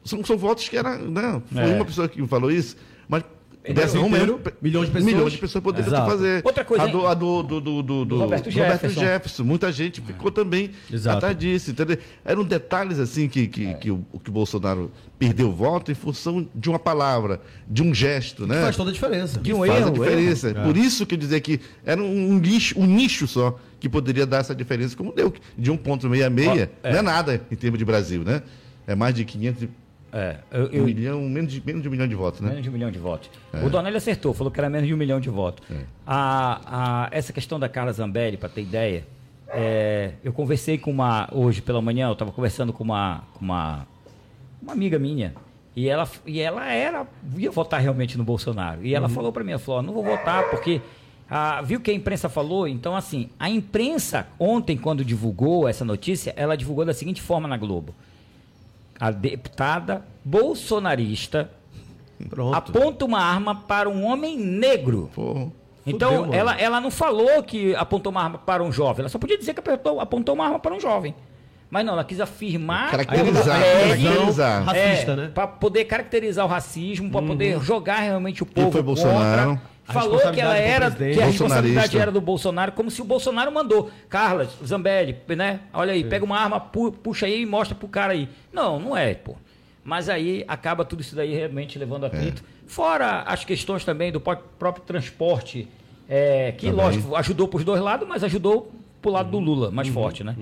[SPEAKER 4] São, são votos que era, né? Foi
[SPEAKER 3] É.
[SPEAKER 4] uma pessoa que falou isso, mas...
[SPEAKER 1] Ele
[SPEAKER 4] Dessa
[SPEAKER 1] é
[SPEAKER 4] uma,
[SPEAKER 1] inteiro,
[SPEAKER 4] pe-
[SPEAKER 1] milhões de pessoas.
[SPEAKER 4] Milhões de pessoas poderiam
[SPEAKER 1] Exato.
[SPEAKER 4] fazer.
[SPEAKER 3] Outra coisa,
[SPEAKER 4] A do, a do, do, do, do- do-
[SPEAKER 3] Roberto Jefferson.
[SPEAKER 4] Jefferson. Muita gente ficou também
[SPEAKER 1] Exato. É.
[SPEAKER 4] atrás disso, entendeu? Eram detalhes assim que, que, que, o, que o Bolsonaro perdeu voto em função de uma palavra, de um gesto, né?
[SPEAKER 1] Faz toda a diferença. É,
[SPEAKER 3] De um
[SPEAKER 4] faz
[SPEAKER 3] erro,
[SPEAKER 4] a diferença. Por isso que dizer que era um, um nicho, um nicho só que poderia dar essa diferença, como deu, de 1,66 não é nada em termos de Brasil, né? É mais de 500, e-
[SPEAKER 3] É, eu,
[SPEAKER 4] um
[SPEAKER 3] eu-
[SPEAKER 4] milhão, menos de, menos de um milhão de votos, né? É.
[SPEAKER 3] Menos de um milhão de votos. O Donelli acertou, falou que era menos de um milhão de votos. A, a- essa questão da Carla Zambelli, para ter ideia, é, eu conversei com uma. Hoje pela manhã, eu estava conversando com uma, com uma, uma amiga minha. E ela, e ela era, ia votar realmente no Bolsonaro. E
[SPEAKER 4] Uhum.
[SPEAKER 3] ela falou para mim, ela falou, "Ó, não vou votar porque ah, viu o que a imprensa falou? Então, assim, a imprensa ontem, quando divulgou essa notícia, ela divulgou da seguinte forma na Globo. A deputada bolsonarista
[SPEAKER 1] Pronto.
[SPEAKER 3] aponta uma arma para um homem negro.
[SPEAKER 4] Pô,
[SPEAKER 1] Fudeu,
[SPEAKER 3] Então,
[SPEAKER 1] mano.
[SPEAKER 3] ela, ela não falou que apontou uma arma para um jovem. Ela só podia dizer que apontou, apontou uma arma para um jovem. Mas não, ela quis afirmar.
[SPEAKER 4] Caracterizar,
[SPEAKER 3] a ideologia,
[SPEAKER 4] caracterizar.
[SPEAKER 1] Racista,
[SPEAKER 3] é,
[SPEAKER 1] né? Uhum.
[SPEAKER 3] Para poder caracterizar o racismo, para poder jogar realmente o povo
[SPEAKER 4] foi Bolsonaro.
[SPEAKER 3] contra.
[SPEAKER 1] A
[SPEAKER 3] Falou que ela
[SPEAKER 1] responsabilidade do
[SPEAKER 3] era
[SPEAKER 1] presidente.
[SPEAKER 3] que a responsabilidade
[SPEAKER 4] Bolsonarista.
[SPEAKER 3] era do Bolsonaro, como se o Bolsonaro mandou. Carla Zambelli, né? Olha
[SPEAKER 1] É.
[SPEAKER 3] aí, pega uma arma, pu- puxa aí e mostra pro cara aí. Não, não é, pô. Mas aí acaba tudo isso daí realmente levando
[SPEAKER 4] É.
[SPEAKER 3] atrito. Fora as questões também do pró- próprio transporte, é, que
[SPEAKER 4] Também.
[SPEAKER 3] lógico ajudou pros dois lados, mas ajudou pro lado
[SPEAKER 4] Uhum.
[SPEAKER 3] do Lula, mais forte, né?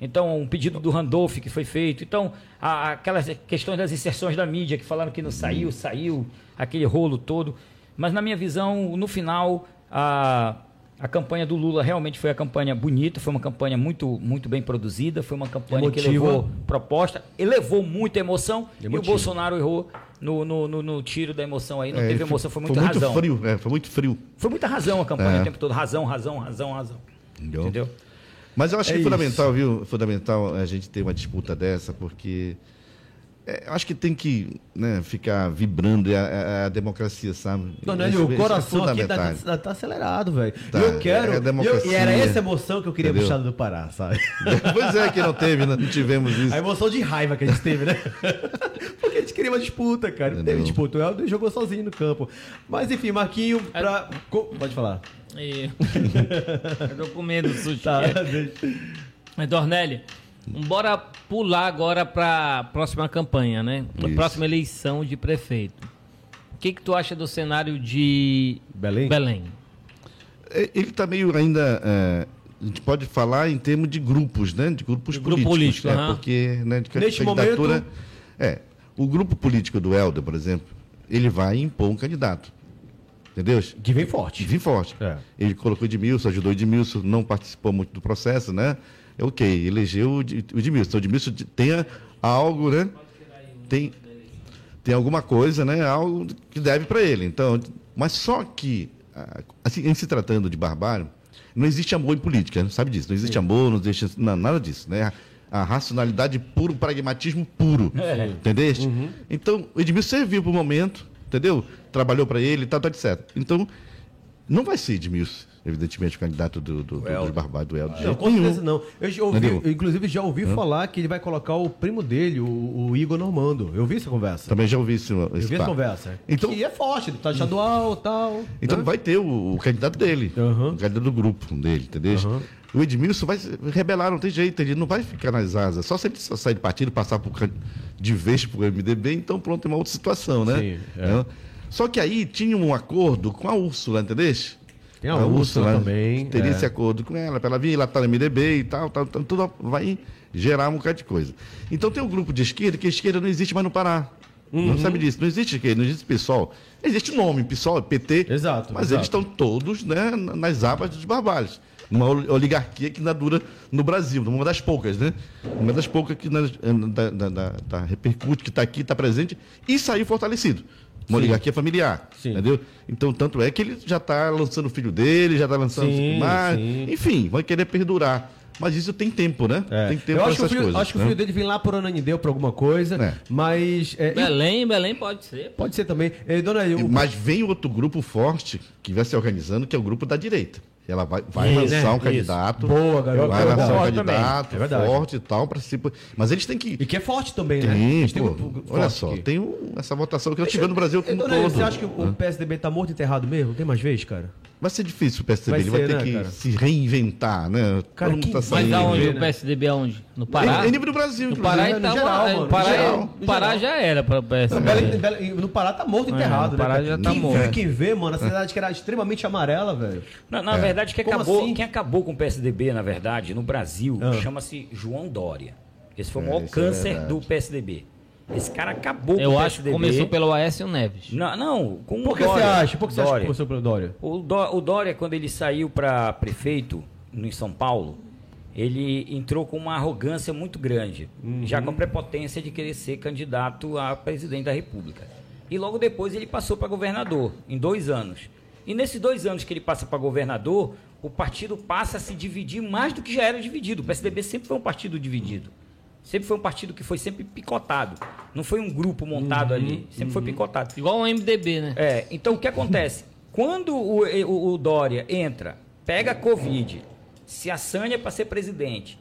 [SPEAKER 3] Então, um pedido do Randolph que foi feito. Então, a- aquelas questões das inserções da mídia que falaram que não saiu, saiu, aquele rolo todo. Mas, na minha visão, no final, a, a campanha do Lula realmente foi a campanha bonita, foi uma campanha muito, muito bem produzida, foi uma campanha que
[SPEAKER 1] Emotiva.
[SPEAKER 3] levou proposta, elevou muita emoção e o
[SPEAKER 1] Emotiva.
[SPEAKER 3] Bolsonaro errou no, no, no- no tiro da emoção aí. Não
[SPEAKER 4] é,
[SPEAKER 3] teve
[SPEAKER 4] foi-
[SPEAKER 3] emoção, foi muita
[SPEAKER 4] foi muito
[SPEAKER 3] razão.
[SPEAKER 4] frio, é, foi muito frio.
[SPEAKER 3] Foi muita razão a campanha
[SPEAKER 4] É. Então.
[SPEAKER 3] o tempo todo. Razão, razão, razão, razão.
[SPEAKER 4] Entendeu?
[SPEAKER 3] Entendeu?
[SPEAKER 4] Mas eu acho que é fundamental, viu? Fundamental a gente ter uma disputa dessa, porque é, eu acho que tem que né, ficar vibrando é a, é a democracia, sabe?
[SPEAKER 1] Dona
[SPEAKER 4] Isso-
[SPEAKER 1] Hélio, o
[SPEAKER 4] isso é
[SPEAKER 1] coração aqui tá,
[SPEAKER 4] fundamental.
[SPEAKER 1] tá- tá acelerado, velho.
[SPEAKER 4] Tá,
[SPEAKER 1] E eu quero.
[SPEAKER 4] é a
[SPEAKER 1] e eu- e
[SPEAKER 4] democracia.
[SPEAKER 1] era essa emoção que eu queria
[SPEAKER 4] Entendeu?
[SPEAKER 1] puxar do Pará, sabe?
[SPEAKER 4] pois é, que não teve, não tivemos isso.
[SPEAKER 1] A emoção de raiva que a gente teve, né? Porque a gente queria uma disputa, cara. Não teve
[SPEAKER 4] Entendeu?
[SPEAKER 1] disputa. O Helder jogou sozinho no campo. Mas enfim, Marquinho, pra. co- Pode falar.
[SPEAKER 2] E- eu tô com medo do sushi.
[SPEAKER 1] Tá.
[SPEAKER 2] Mas, Dornelli, bora pular agora pra próxima campanha, né? Pra
[SPEAKER 4] Isso.
[SPEAKER 2] próxima eleição de prefeito. O que que tu acha do cenário de
[SPEAKER 1] Belém?
[SPEAKER 2] Belém?
[SPEAKER 4] É, Ele está meio ainda. é, a gente pode falar em termos de grupos, né? De grupos
[SPEAKER 2] De grupo
[SPEAKER 4] políticos.
[SPEAKER 2] político,
[SPEAKER 4] né?
[SPEAKER 2] aham.
[SPEAKER 4] Porque né, de
[SPEAKER 1] Neste
[SPEAKER 4] candidatura.
[SPEAKER 1] momento-
[SPEAKER 4] É. O grupo político do Helder, por exemplo, ele vai impor um candidato. Entendeu?
[SPEAKER 1] Que vem forte.
[SPEAKER 4] E vim forte.
[SPEAKER 1] É.
[SPEAKER 4] Ele colocou Edmilson, ajudou Edmilson, não participou muito do processo, né? É Ok, elegeu o Ed- o Edmilson. Então, O Edmilson tem algo, né? Tem, tem alguma coisa, né? Algo que deve para ele. Então, mas só que, ah, assim, em se tratando de barbário, não existe amor em política, né? sabe disso? Não existe amor, não existe não, nada disso, né? A racionalidade puro, pragmatismo puro, entendeste? Então, o Edmilson serviu para o momento, entendeu? Trabalhou para ele, tá, tá, etc. Então, não vai ser Edmilson, evidentemente, o candidato do, do, do, dos barbários, do Helder. de
[SPEAKER 1] É, Não,
[SPEAKER 4] jeito
[SPEAKER 1] com
[SPEAKER 4] nenhum.
[SPEAKER 1] certeza não. Eu, já ouvi-
[SPEAKER 4] Entendeu?
[SPEAKER 1] eu, inclusive, já ouvi falar que ele vai colocar o primo dele, o, o Igor Normando. Eu vi essa conversa.
[SPEAKER 4] Também já ouvi esse,
[SPEAKER 1] Eu
[SPEAKER 4] esse
[SPEAKER 1] vi essa
[SPEAKER 4] papo.
[SPEAKER 1] conversa.
[SPEAKER 4] Então-
[SPEAKER 1] que é forte, deputado estadual e tal.
[SPEAKER 4] Então
[SPEAKER 1] né?
[SPEAKER 4] vai ter o, o candidato dele,
[SPEAKER 1] Aham.
[SPEAKER 4] o candidato do grupo dele, entendeu? O Edmilson vai se rebelar, não tem jeito, ele não vai ficar nas asas. Só se ele só sair de partido, passar por can- de vez pro MDB, então pronto, é uma outra situação, né?
[SPEAKER 1] Sim, é.
[SPEAKER 4] Né? Só que aí tinha um acordo com a Úrsula, entendeu?
[SPEAKER 1] Tem a Úrsula também,
[SPEAKER 4] Teria
[SPEAKER 1] é.
[SPEAKER 4] esse acordo com ela, para ela vir, ela tá no MDB e tal, tal, tal, tudo vai gerar um bocado de coisa. Então tem um grupo de esquerda, que a esquerda não existe mais no Pará. Não
[SPEAKER 1] Uhum.
[SPEAKER 4] sabe disso. Não existe esquerda, não existe PSOL. Existe nome, PSOL, PT.
[SPEAKER 1] Exato,
[SPEAKER 4] Mas
[SPEAKER 1] exato.
[SPEAKER 4] eles estão todos né, na- nas abas dos barbalhos. Uma oli- oligarquia que ainda dura no Brasil, uma das poucas, né? Uma das poucas que nas- eh, da, da- da- da repercute, que está aqui, está presente e saiu fortalecido. Uma oligarquia familiar,
[SPEAKER 1] Sim.
[SPEAKER 4] entendeu? Então, tanto tá é que ele já está lançando o filho dele, já está lançando
[SPEAKER 1] Sim,
[SPEAKER 4] mais.
[SPEAKER 1] sim.
[SPEAKER 4] Enfim, vai querer perdurar Mas isso tem tempo, né?
[SPEAKER 1] É.
[SPEAKER 4] Tem tempo
[SPEAKER 1] eu
[SPEAKER 4] para
[SPEAKER 1] acho que, o
[SPEAKER 4] essas
[SPEAKER 1] filho,
[SPEAKER 4] coisas.
[SPEAKER 1] acho que
[SPEAKER 4] né?
[SPEAKER 1] o filho dele vem lá por Ananindeu pra alguma coisa,
[SPEAKER 4] É.
[SPEAKER 1] mas. é, e-
[SPEAKER 2] Belém, Belém pode ser.
[SPEAKER 1] pode ser também. Eh, dona
[SPEAKER 4] E-
[SPEAKER 1] Yu,
[SPEAKER 4] Mas vem outro grupo forte que vai se organizando, que é o grupo da direita. Ela vai, vai
[SPEAKER 1] Isso, né?
[SPEAKER 4] lançar um
[SPEAKER 1] isso.
[SPEAKER 4] candidato.
[SPEAKER 1] Boa, garoto.
[SPEAKER 4] Vai
[SPEAKER 1] Eu
[SPEAKER 4] lançar um
[SPEAKER 1] concordo também.
[SPEAKER 4] candidato
[SPEAKER 1] É verdade.
[SPEAKER 4] forte e tal. Pra se... Mas eles têm que.
[SPEAKER 1] e que é forte também, né? A
[SPEAKER 4] Tem,
[SPEAKER 1] gente tem
[SPEAKER 4] pô,
[SPEAKER 1] um grupo
[SPEAKER 4] olha
[SPEAKER 1] forte
[SPEAKER 4] só,
[SPEAKER 1] aqui.
[SPEAKER 4] tem um- essa votação que eu tive no Brasil
[SPEAKER 1] Eh,
[SPEAKER 4] como um
[SPEAKER 1] Dona Yu,
[SPEAKER 4] todo.
[SPEAKER 1] você acha que o PSDB tá morto e enterrado mesmo? Não tem mais vez, cara?
[SPEAKER 4] Vai ser difícil o PSDB,
[SPEAKER 1] Vai
[SPEAKER 4] ele
[SPEAKER 1] ser,
[SPEAKER 4] vai ter
[SPEAKER 1] né,
[SPEAKER 4] que
[SPEAKER 1] cara?
[SPEAKER 4] se reinventar, né?
[SPEAKER 1] Cara,
[SPEAKER 4] Todo mundo
[SPEAKER 1] que-
[SPEAKER 4] tá
[SPEAKER 1] mas
[SPEAKER 2] Mas
[SPEAKER 4] saindo.
[SPEAKER 2] aonde?
[SPEAKER 1] né?
[SPEAKER 2] O PSDB aonde? No Pará?
[SPEAKER 4] Em, em nível do Brasil,
[SPEAKER 2] No
[SPEAKER 4] inclusive.
[SPEAKER 2] Pará
[SPEAKER 1] no
[SPEAKER 2] então.
[SPEAKER 1] geral,
[SPEAKER 2] é,
[SPEAKER 1] mano, no
[SPEAKER 2] Pará,
[SPEAKER 1] geral,
[SPEAKER 2] o
[SPEAKER 1] no
[SPEAKER 2] Pará
[SPEAKER 1] geral.
[SPEAKER 2] já era para o
[SPEAKER 1] Não,
[SPEAKER 2] PSDB.
[SPEAKER 1] Belém- Belém- no Pará tá morto e
[SPEAKER 2] É,
[SPEAKER 1] enterrado,
[SPEAKER 2] no
[SPEAKER 1] né?
[SPEAKER 2] Pará
[SPEAKER 1] cara?
[SPEAKER 2] já tá
[SPEAKER 1] quem
[SPEAKER 2] morto.
[SPEAKER 1] vê, quem vê, mano, a cidade que era extremamente amarela, velho.
[SPEAKER 3] Na, na verdade, quem
[SPEAKER 1] Como
[SPEAKER 3] acabou,
[SPEAKER 1] assim?
[SPEAKER 3] quem acabou com o PSDB, na verdade, no Brasil,
[SPEAKER 1] Ah.
[SPEAKER 3] chama-se João Dória. Esse foi o maior
[SPEAKER 4] isso é
[SPEAKER 3] câncer
[SPEAKER 4] verdade.
[SPEAKER 3] do PSDB. Esse cara acabou
[SPEAKER 2] Eu
[SPEAKER 3] com o
[SPEAKER 2] acho que
[SPEAKER 3] PSDB.
[SPEAKER 2] começou pelo Aécio Neves.
[SPEAKER 3] Não, não, com
[SPEAKER 1] Por
[SPEAKER 3] o
[SPEAKER 1] que você
[SPEAKER 3] Dória.
[SPEAKER 1] acha? Por que você acha que
[SPEAKER 3] Dória.
[SPEAKER 1] começou pelo Dória?
[SPEAKER 3] O, Dó- o Dória, quando ele saiu para prefeito no- em São Paulo, ele entrou com uma arrogância muito grande, já com a prepotência de querer ser candidato a presidente da República. E logo depois ele passou para governador, em dois anos. E nesses dois anos que ele passa para governador, o partido passa a se dividir mais do que já era dividido. O PSDB sempre foi um partido dividido. Sempre foi um partido que foi sempre picotado. Não foi um grupo montado ali. Sempre foi picotado.
[SPEAKER 2] Igual o MDB, né?
[SPEAKER 3] É, então o que acontece? Quando o, o- o Dória entra, pega a Covid, se assanha para ser presidente,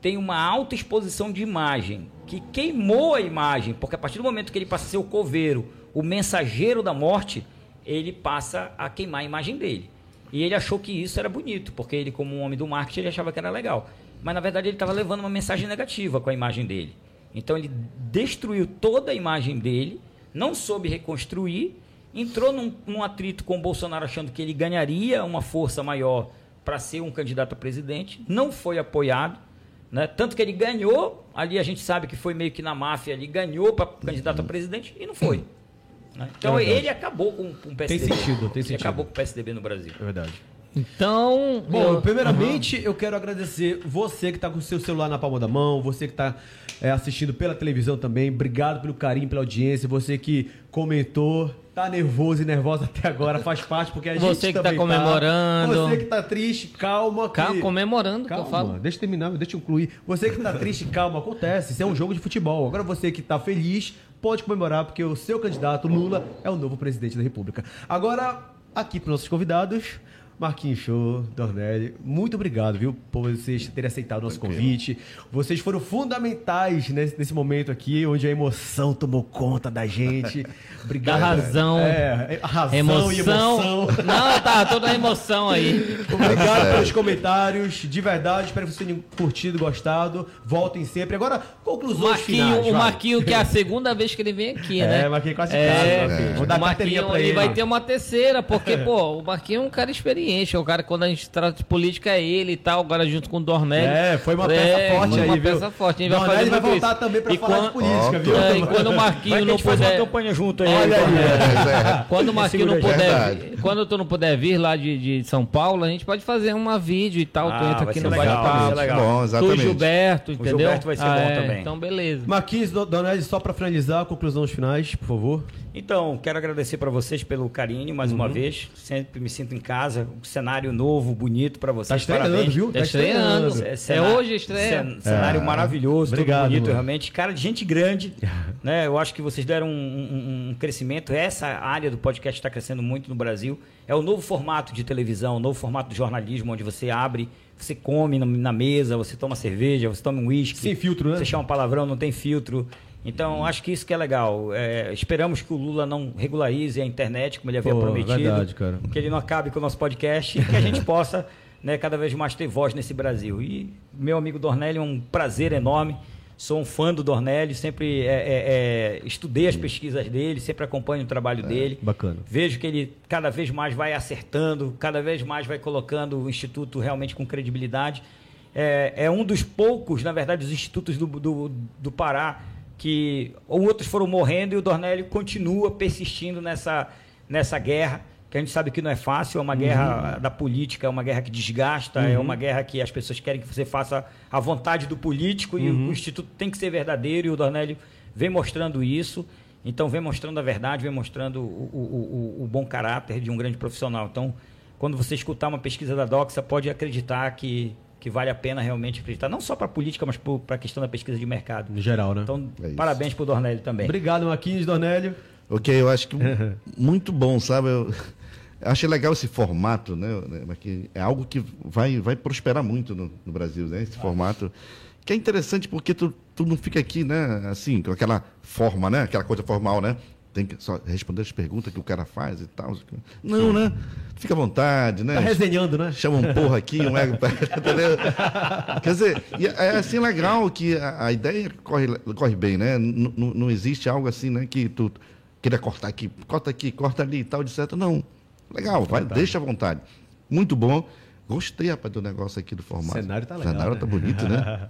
[SPEAKER 3] tem uma alta exposição de imagem, que queimou a imagem, porque a partir do momento que ele passa a ser o coveiro, o mensageiro da morte, ele passa a queimar a imagem dele. E ele achou que isso era bonito, porque ele, como um homem do marketing, ele achava que era legal. Mas na verdade ele estava levando uma mensagem negativa com a imagem dele. Então ele destruiu toda a imagem dele, não soube reconstruir, entrou num, num atrito com o Bolsonaro achando que ele ganharia uma força maior para ser um candidato a presidente, não foi apoiado, né? tanto que ele ganhou, ali a gente sabe que foi meio que na máfia, ele ganhou para candidato a presidente e não foi. né?
[SPEAKER 1] É
[SPEAKER 3] Então
[SPEAKER 1] verdade.
[SPEAKER 3] ele acabou com, com o PSDB.
[SPEAKER 1] sentido, tem
[SPEAKER 3] Ele
[SPEAKER 1] sentido.
[SPEAKER 3] acabou com o PSDB no Brasil.
[SPEAKER 1] É verdade.
[SPEAKER 2] Então.
[SPEAKER 1] Bom,
[SPEAKER 2] eu-
[SPEAKER 1] primeiramente eu quero agradecer você que tá com o seu celular na palma da mão, você que tá é, assistindo pela televisão também. Obrigado pelo carinho, pela audiência, você que comentou. Tá nervoso e nervosa até agora, faz parte, porque a gente
[SPEAKER 2] Você que tá
[SPEAKER 1] também
[SPEAKER 2] comemorando.
[SPEAKER 1] Você que tá triste, calma. que-
[SPEAKER 2] Calma, comemorando que eu
[SPEAKER 1] Calma,
[SPEAKER 2] falo.
[SPEAKER 1] deixa eu terminar, deixa eu incluir. Você que tá triste, calma, acontece. Isso é um jogo de futebol. Agora você que tá feliz, pode comemorar, porque o seu candidato, Lula, é o novo presidente da República. Agora, aqui para nossos convidados. Marquinhos Show, Dornelli, muito obrigado, viu, por vocês terem aceitado o nosso convite. Vocês foram fundamentais nesse, nesse momento aqui, onde a emoção tomou conta da gente. Obrigado.
[SPEAKER 2] Da razão.
[SPEAKER 1] É, a razão
[SPEAKER 2] Emoção.
[SPEAKER 1] e emoção.
[SPEAKER 2] Não, tá toda a emoção aí.
[SPEAKER 1] Obrigado pelos comentários, de verdade. Espero que vocês tenham curtido, gostado. Voltem sempre. Agora, conclusões
[SPEAKER 2] Marquinho,
[SPEAKER 1] finais.
[SPEAKER 2] o
[SPEAKER 1] vai.
[SPEAKER 2] Marquinho, que é a segunda vez que ele vem aqui,
[SPEAKER 1] É,
[SPEAKER 2] né?
[SPEAKER 1] Marquinho quase
[SPEAKER 2] é,
[SPEAKER 1] casa, filho.
[SPEAKER 2] Vou
[SPEAKER 1] Vou
[SPEAKER 2] dar
[SPEAKER 1] dar
[SPEAKER 2] o
[SPEAKER 1] carteirinha
[SPEAKER 2] Marquinho
[SPEAKER 1] pra
[SPEAKER 2] ele,
[SPEAKER 1] ele.
[SPEAKER 2] vai ter um- uma terceira, porque, pô, o Marquinho é um cara experiente, é um cara que quando a gente trata de política é ele e tal, agora junto com o Dornelli.
[SPEAKER 1] É, foi uma peça forte
[SPEAKER 2] foi
[SPEAKER 1] aí,
[SPEAKER 2] uma
[SPEAKER 1] viu?
[SPEAKER 2] peça forte. Ele vai,
[SPEAKER 1] Leonardo
[SPEAKER 2] fazer
[SPEAKER 1] vai
[SPEAKER 2] muito
[SPEAKER 1] voltar
[SPEAKER 2] isso.
[SPEAKER 1] também pra
[SPEAKER 2] E
[SPEAKER 1] falar de
[SPEAKER 2] quando-
[SPEAKER 1] política,
[SPEAKER 4] Ó,
[SPEAKER 1] viu?
[SPEAKER 2] É, e quando o Marquinho não
[SPEAKER 3] fazer
[SPEAKER 2] puder...
[SPEAKER 3] uma campanha junto aí.
[SPEAKER 2] Olha aí,
[SPEAKER 1] tá-
[SPEAKER 3] Eduardo.
[SPEAKER 4] É,
[SPEAKER 2] Quando o Marquinho não
[SPEAKER 4] Segura aí.
[SPEAKER 2] puder,
[SPEAKER 4] Verdade.
[SPEAKER 2] vir- quando tu não puder vir lá de, de São Paulo, a gente pode fazer uma vídeo e tal, tu
[SPEAKER 3] Ah,
[SPEAKER 2] entra
[SPEAKER 3] vai
[SPEAKER 2] aqui
[SPEAKER 3] ser
[SPEAKER 2] no
[SPEAKER 3] legal, vai ser
[SPEAKER 1] Tá
[SPEAKER 2] bate-papo.
[SPEAKER 4] é,
[SPEAKER 3] legal.
[SPEAKER 4] Bom,
[SPEAKER 2] Tu e
[SPEAKER 4] exatamente.
[SPEAKER 2] Gilberto, entendeu?
[SPEAKER 3] Gilberto vai ser bom também.
[SPEAKER 2] Então, beleza.
[SPEAKER 1] Marquinhos, do- Donelli, só pra finalizar, conclusões finais, por favor.
[SPEAKER 3] Então, quero agradecer para vocês pelo carinho mais
[SPEAKER 2] Uhum.
[SPEAKER 3] uma vez. Sempre me sinto em casa. Um cenário novo, bonito para vocês.
[SPEAKER 1] Tá estreando,
[SPEAKER 3] Parabéns.
[SPEAKER 1] viu?
[SPEAKER 2] Tá
[SPEAKER 1] Tá estreando.
[SPEAKER 2] estreando. É
[SPEAKER 3] cena-
[SPEAKER 2] hoje a estreia.
[SPEAKER 3] cen- Cenário maravilhoso,
[SPEAKER 1] É. Obrigado,
[SPEAKER 3] tudo bonito,
[SPEAKER 1] mano.
[SPEAKER 3] realmente. Cara de gente grande, né? Eu acho que vocês deram um, um- um crescimento. Essa área do podcast está crescendo muito no Brasil. É o novo formato de televisão, o novo formato de jornalismo, onde você abre, você come na, na mesa, você toma cerveja, você toma um uísque.
[SPEAKER 1] Sem filtro, né? Hum.
[SPEAKER 3] Você chama um palavrão, não tem filtro. Então, acho que isso que é legal. É, esperamos que o Lula não regularize a internet, como ele havia
[SPEAKER 1] Pô,
[SPEAKER 3] prometido.
[SPEAKER 1] verdade, cara.
[SPEAKER 3] Que ele não acabe com o nosso podcast e que a gente possa né, cada vez mais ter voz nesse Brasil. E meu amigo Dornelli, é um prazer enorme. Sou um fã do Dornelli, sempre é, é, é, estudei as pesquisas dele, sempre acompanho o trabalho dele.
[SPEAKER 1] bacana.
[SPEAKER 3] Vejo que ele cada vez mais vai acertando, cada vez mais vai colocando o Instituto realmente com credibilidade. É, é um dos poucos, na verdade, dos institutos do, do, do Pará que outros foram morrendo e o Dornélio continua persistindo nessa, nessa guerra, que a gente sabe que não é fácil, é uma guerra
[SPEAKER 4] Uhum.
[SPEAKER 3] da política, é uma guerra que desgasta, é uma guerra que as pessoas querem que você faça a vontade do político e
[SPEAKER 4] Uhum.
[SPEAKER 3] o Instituto tem que ser verdadeiro e o Dornélio vem mostrando isso. Então vem mostrando a verdade, vem mostrando o, o- o- o bom caráter de um grande profissional. Então, quando você escutar uma pesquisa da Doxa, pode acreditar que que vale a pena realmente acreditar, não só para a política, mas para a questão da pesquisa de mercado.
[SPEAKER 1] No geral, né?
[SPEAKER 3] Então,
[SPEAKER 4] É isso.
[SPEAKER 3] parabéns para o Dornelli também.
[SPEAKER 1] Obrigado, Marquinhos, Dornélio.
[SPEAKER 4] Ok, eu acho que muito bom, sabe? Eu achei legal esse formato, né? Mas que É algo que vai, vai prosperar muito no, no Brasil, né? Esse formato. Que é interessante porque tu, tu não fica aqui, né? Assim, com aquela forma, né? Aquela coisa formal, né? Tem que só responder as perguntas que o cara faz e tal. Não, né? Fica à vontade, né?
[SPEAKER 1] Tá resenhando, né?
[SPEAKER 4] chama um porra aqui, um ego. entendeu? Quer dizer, e é assim legal que a, a ideia corre, corre bem, né? N- n- Não existe algo assim, né? Que tu queira cortar aqui, corta aqui, corta ali e tal, etc. Não. Legal, vai, deixa à vontade. Muito bom. Gostei, rapaz, do negócio aqui do formato.
[SPEAKER 1] O cenário tá legal,
[SPEAKER 4] O cenário
[SPEAKER 1] né?
[SPEAKER 4] tá bonito, né?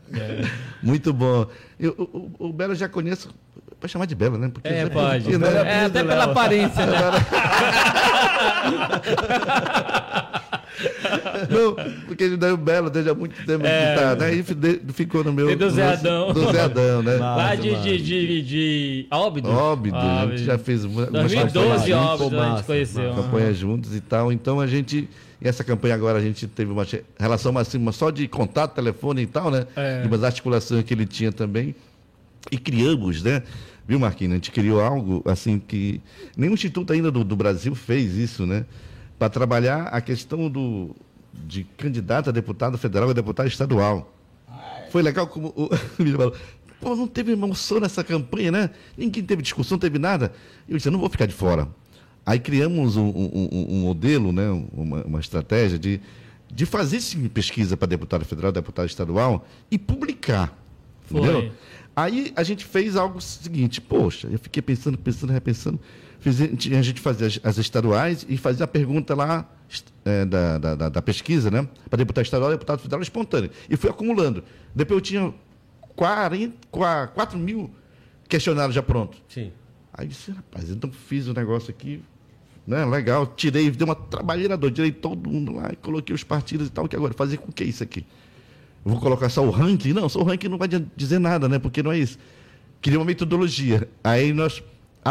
[SPEAKER 4] Muito bom. Eu, o, o- o Belo eu já conheço. Pode chamar de Belo, né? Porque
[SPEAKER 2] É,
[SPEAKER 4] né?
[SPEAKER 2] pode.
[SPEAKER 4] E, né?
[SPEAKER 2] É, até pela aparência, né?
[SPEAKER 4] Não, porque ele deu belo desde há muito tempo. que tá, né? E fi- de- ficou no meu.
[SPEAKER 2] E É. do Zé
[SPEAKER 4] no-
[SPEAKER 2] Adão.
[SPEAKER 4] Do Zé Adão, né?
[SPEAKER 2] Lá de, de, de, de Óbido.
[SPEAKER 4] Óbvio, a
[SPEAKER 2] Óbido.
[SPEAKER 4] gente já fez mu- umas Ah,
[SPEAKER 2] 2012,
[SPEAKER 4] campanhas,
[SPEAKER 2] Óbido, a
[SPEAKER 1] massa,
[SPEAKER 2] gente conheceu.
[SPEAKER 4] campanhas juntos e tal. Então a gente. E essa campanha agora a gente teve uma che- relação mais assim, uma só de contato, telefone e tal, né?
[SPEAKER 2] É.
[SPEAKER 4] E umas articulações que ele tinha também. E criamos, né? Viu, Marquinhos? A gente criou algo assim que. Nenhum instituto ainda do, do Brasil fez isso, né? Para trabalhar a questão do, de candidato a deputado federal e deputado estadual. Foi legal como o Emílio falou. Pô, não teve emoção nessa campanha, né? Ninguém teve discussão, não teve nada. Eu disse, eu não vou ficar de fora. Aí criamos um, um- um- um modelo, né? uma, uma estratégia de, de fazer sim pesquisa para deputado federal, deputado estadual e publicar.
[SPEAKER 2] Foi.
[SPEAKER 4] Entendeu? Aí a gente fez algo seguinte, poxa, eu fiquei pensando, pensando, repensando. Fiz- a gente fazia as, as estaduais e fazia a pergunta lá est- eh, da, da- da- da pesquisa, né? Para deputado estadual, deputado federal espontâneo. E fui acumulando. Depois eu tinha 40, 4 mil questionários já prontos.
[SPEAKER 1] Sim.
[SPEAKER 4] Aí eu disse, rapaz, então fiz o negócio aqui, né? Legal, tirei, dei uma trabalheira doida, tirei todo mundo lá e coloquei os partidos e tal, que agora fazer com o que isso aqui? Eu vou colocar só o ranking? Não, só o ranking não vai di- dizer nada, né? Porque não é isso. Queria uma metodologia. Aí nós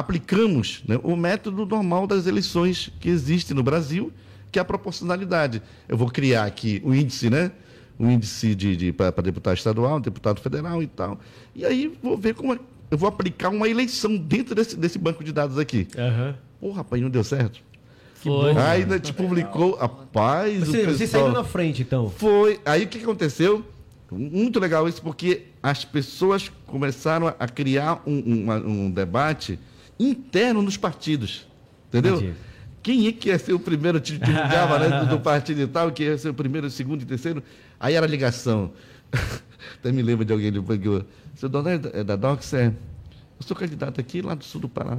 [SPEAKER 4] aplicamos né, o método normal das eleições que existe no Brasil, que é a proporcionalidade. Eu vou criar aqui o índice, né? O índice de, para deputado estadual, deputado federal e tal. E aí vou ver como é. Eu vou aplicar uma eleição dentro desse, desse banco de dados aqui. Porra, rapaz, não deu certo.
[SPEAKER 2] Foi.
[SPEAKER 4] Aí né, te publicou, rapaz.
[SPEAKER 1] Você,
[SPEAKER 4] o
[SPEAKER 1] você
[SPEAKER 4] pessoal-
[SPEAKER 1] saiu na frente, então.
[SPEAKER 4] foi. Aí o que aconteceu? Muito legal isso, porque as pessoas começaram a criar um, um- uma- um debate interno nos partidos. Entendeu?
[SPEAKER 1] Entendi.
[SPEAKER 4] Quem é que ia ser o primeiro que divulgava né, do, do partido e tal, quem ia ser o primeiro, o segundo e terceiro? Aí era ligação. Até me lembro de alguém do banco. Seu dono é da é da Docs, é. Eu sou candidato aqui lá do sul do Pará.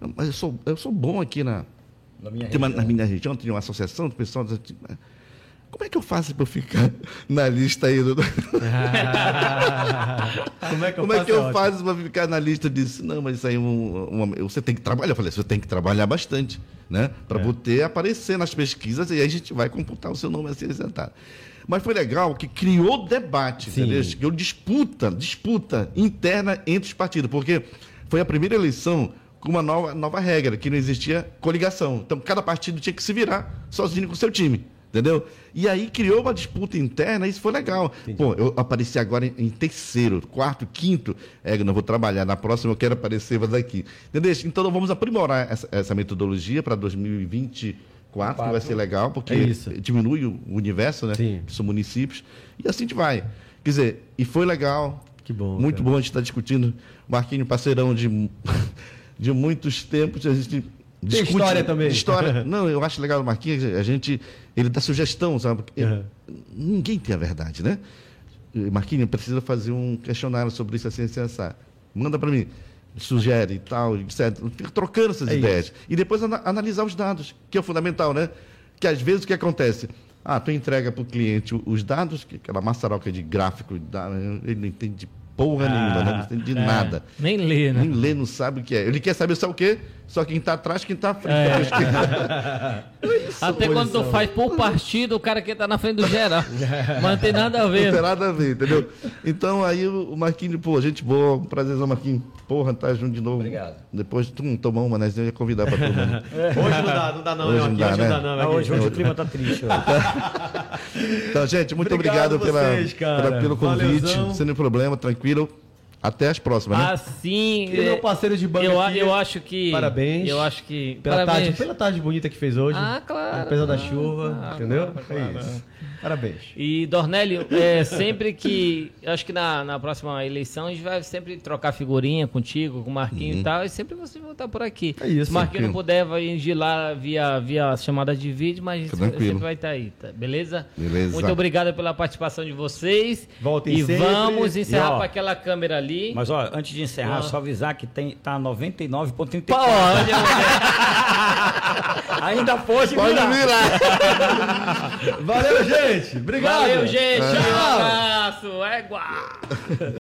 [SPEAKER 4] Não, Mas eu sou, eu sou bom aqui na,
[SPEAKER 3] Na minha
[SPEAKER 4] tem uma- na minha região, tem uma associação do pessoal. da- Como é que eu faço para eu ficar na lista aí? do-
[SPEAKER 1] Como é que
[SPEAKER 4] Como é que eu faço para ficar na lista disso? Não, mas isso aí é um- uma- você tem que trabalhar. Eu falei, você tem que trabalhar bastante, né? Para poder aparecer nas pesquisas e aí a gente vai computar o seu nome a ser apresentado. Mas foi legal que criou debate,
[SPEAKER 1] Sim.
[SPEAKER 4] entendeu? Criou disputa, disputa interna entre os partidos, porque foi a primeira eleição com uma nova, nova regra, que não existia coligação. Então, cada partido tinha que se virar sozinho com o seu time. Entendeu? E aí criou uma disputa interna, e isso foi legal. Pô, eu apareci agora em, em terceiro, quarto, quinto. É, eu não vou trabalhar. Na próxima eu quero aparecer mais aqui. Entendeu? Então nós vamos aprimorar essa, essa metodologia para 2024, que vai ser legal, porque
[SPEAKER 1] É isso.
[SPEAKER 4] diminui o universo, né?
[SPEAKER 1] Sim.
[SPEAKER 4] Que são municípios. E assim a gente vai. Quer dizer, e foi legal.
[SPEAKER 1] Que bom,
[SPEAKER 4] Muito
[SPEAKER 1] cara.
[SPEAKER 4] bom a gente estar discutindo. Marquinhos, parceirão de, de muitos tempos. A gente discute.
[SPEAKER 1] história também.
[SPEAKER 4] História. Não, eu acho legal o Marquinhos. A gente. Ele dá sugestão, sabe? Porque
[SPEAKER 1] Uhum.
[SPEAKER 4] Ninguém tem a verdade, né? Marquinhos, precisa fazer um questionário sobre isso, assim, assim, assim. Manda para mim. Sugere e tal, etc. Fica trocando essas
[SPEAKER 1] É
[SPEAKER 4] ideias. E depois ana- analisar os dados, que é fundamental, né? Que às vezes o que acontece? Ah, tu entrega para o cliente os dados, que aquela maçaroca de gráfico, da- ele não entende porra nenhuma, né? não entende de nada.
[SPEAKER 2] Nem lê, né?
[SPEAKER 4] Nem lê, não sabe o que é. Ele quer saber só o quê? Só quem tá atrás, quem tá à frente.
[SPEAKER 2] Até quando tu faz por partido, o cara que tá na frente do geral. Mas não tem nada a
[SPEAKER 4] Não tem
[SPEAKER 2] ver.
[SPEAKER 4] nada a ver, né? entendeu? Então aí o o Marquinhos, pô, gente boa, um prazerzão, Marquinhos. Porra, tá junto de novo.
[SPEAKER 1] Obrigado.
[SPEAKER 4] Depois tu não tomar uma, né? Senão eu ia convidar pra todo mundo.
[SPEAKER 1] Hoje não dá, não dá não,
[SPEAKER 4] Hoje
[SPEAKER 1] eu
[SPEAKER 4] não
[SPEAKER 1] aqui,
[SPEAKER 4] dá,
[SPEAKER 1] hoje
[SPEAKER 4] né?
[SPEAKER 1] não dá não.
[SPEAKER 3] Ah,
[SPEAKER 1] eu aqui.
[SPEAKER 3] hoje, hoje o clima tá triste. hoje.
[SPEAKER 4] Então, gente, muito
[SPEAKER 1] Obrigado
[SPEAKER 4] obrigado, pela-
[SPEAKER 1] vocês,
[SPEAKER 4] pela,
[SPEAKER 1] cara.
[SPEAKER 4] pelo convite.
[SPEAKER 1] Valeuzão.
[SPEAKER 4] Sem nenhum problema, tranquilo. Até as próximas, né?
[SPEAKER 2] Assim.
[SPEAKER 1] E meu parceiro de banco
[SPEAKER 2] eu, a-
[SPEAKER 1] aqui,
[SPEAKER 2] eu acho que.
[SPEAKER 1] parabéns.
[SPEAKER 2] Eu acho que.
[SPEAKER 1] Pela tarde,
[SPEAKER 2] parabéns.
[SPEAKER 1] pela tarde bonita que fez hoje.
[SPEAKER 2] Ah, claro.
[SPEAKER 1] Apesar da
[SPEAKER 2] Ah,
[SPEAKER 1] chuva,
[SPEAKER 2] claro,
[SPEAKER 1] entendeu?
[SPEAKER 2] claro,
[SPEAKER 1] É
[SPEAKER 2] claro.
[SPEAKER 1] isso. Parabéns.
[SPEAKER 2] E Dornélio, é, sempre que. eu Acho que na, na próxima eleição a gente vai sempre trocar figurinha contigo, com o Marquinho
[SPEAKER 4] Uhum.
[SPEAKER 2] e tal. E sempre vocês vão estar por aqui.
[SPEAKER 1] É isso,
[SPEAKER 2] Se o Marquinho não puder, vai ir lá via, via chamada de vídeo, mas
[SPEAKER 4] Fica tranquilo.
[SPEAKER 2] sempre vai estar aí, tá? Beleza?
[SPEAKER 4] Beleza.
[SPEAKER 2] Muito obrigado pela participação de vocês.
[SPEAKER 1] Voltem
[SPEAKER 2] e
[SPEAKER 1] sempre.
[SPEAKER 2] vamos encerrar
[SPEAKER 3] E, ó,
[SPEAKER 2] com aquela câmera ali.
[SPEAKER 3] Mas, ó, antes de encerrar,
[SPEAKER 2] Ah.
[SPEAKER 3] só avisar que tem, tá 99,34.
[SPEAKER 2] Pô, olha,
[SPEAKER 3] Ainda pode,
[SPEAKER 4] Pode
[SPEAKER 3] virar.
[SPEAKER 4] virar!
[SPEAKER 1] Valeu, gente. Obrigado.
[SPEAKER 2] é Valeu, gente. Um abraço. Égua.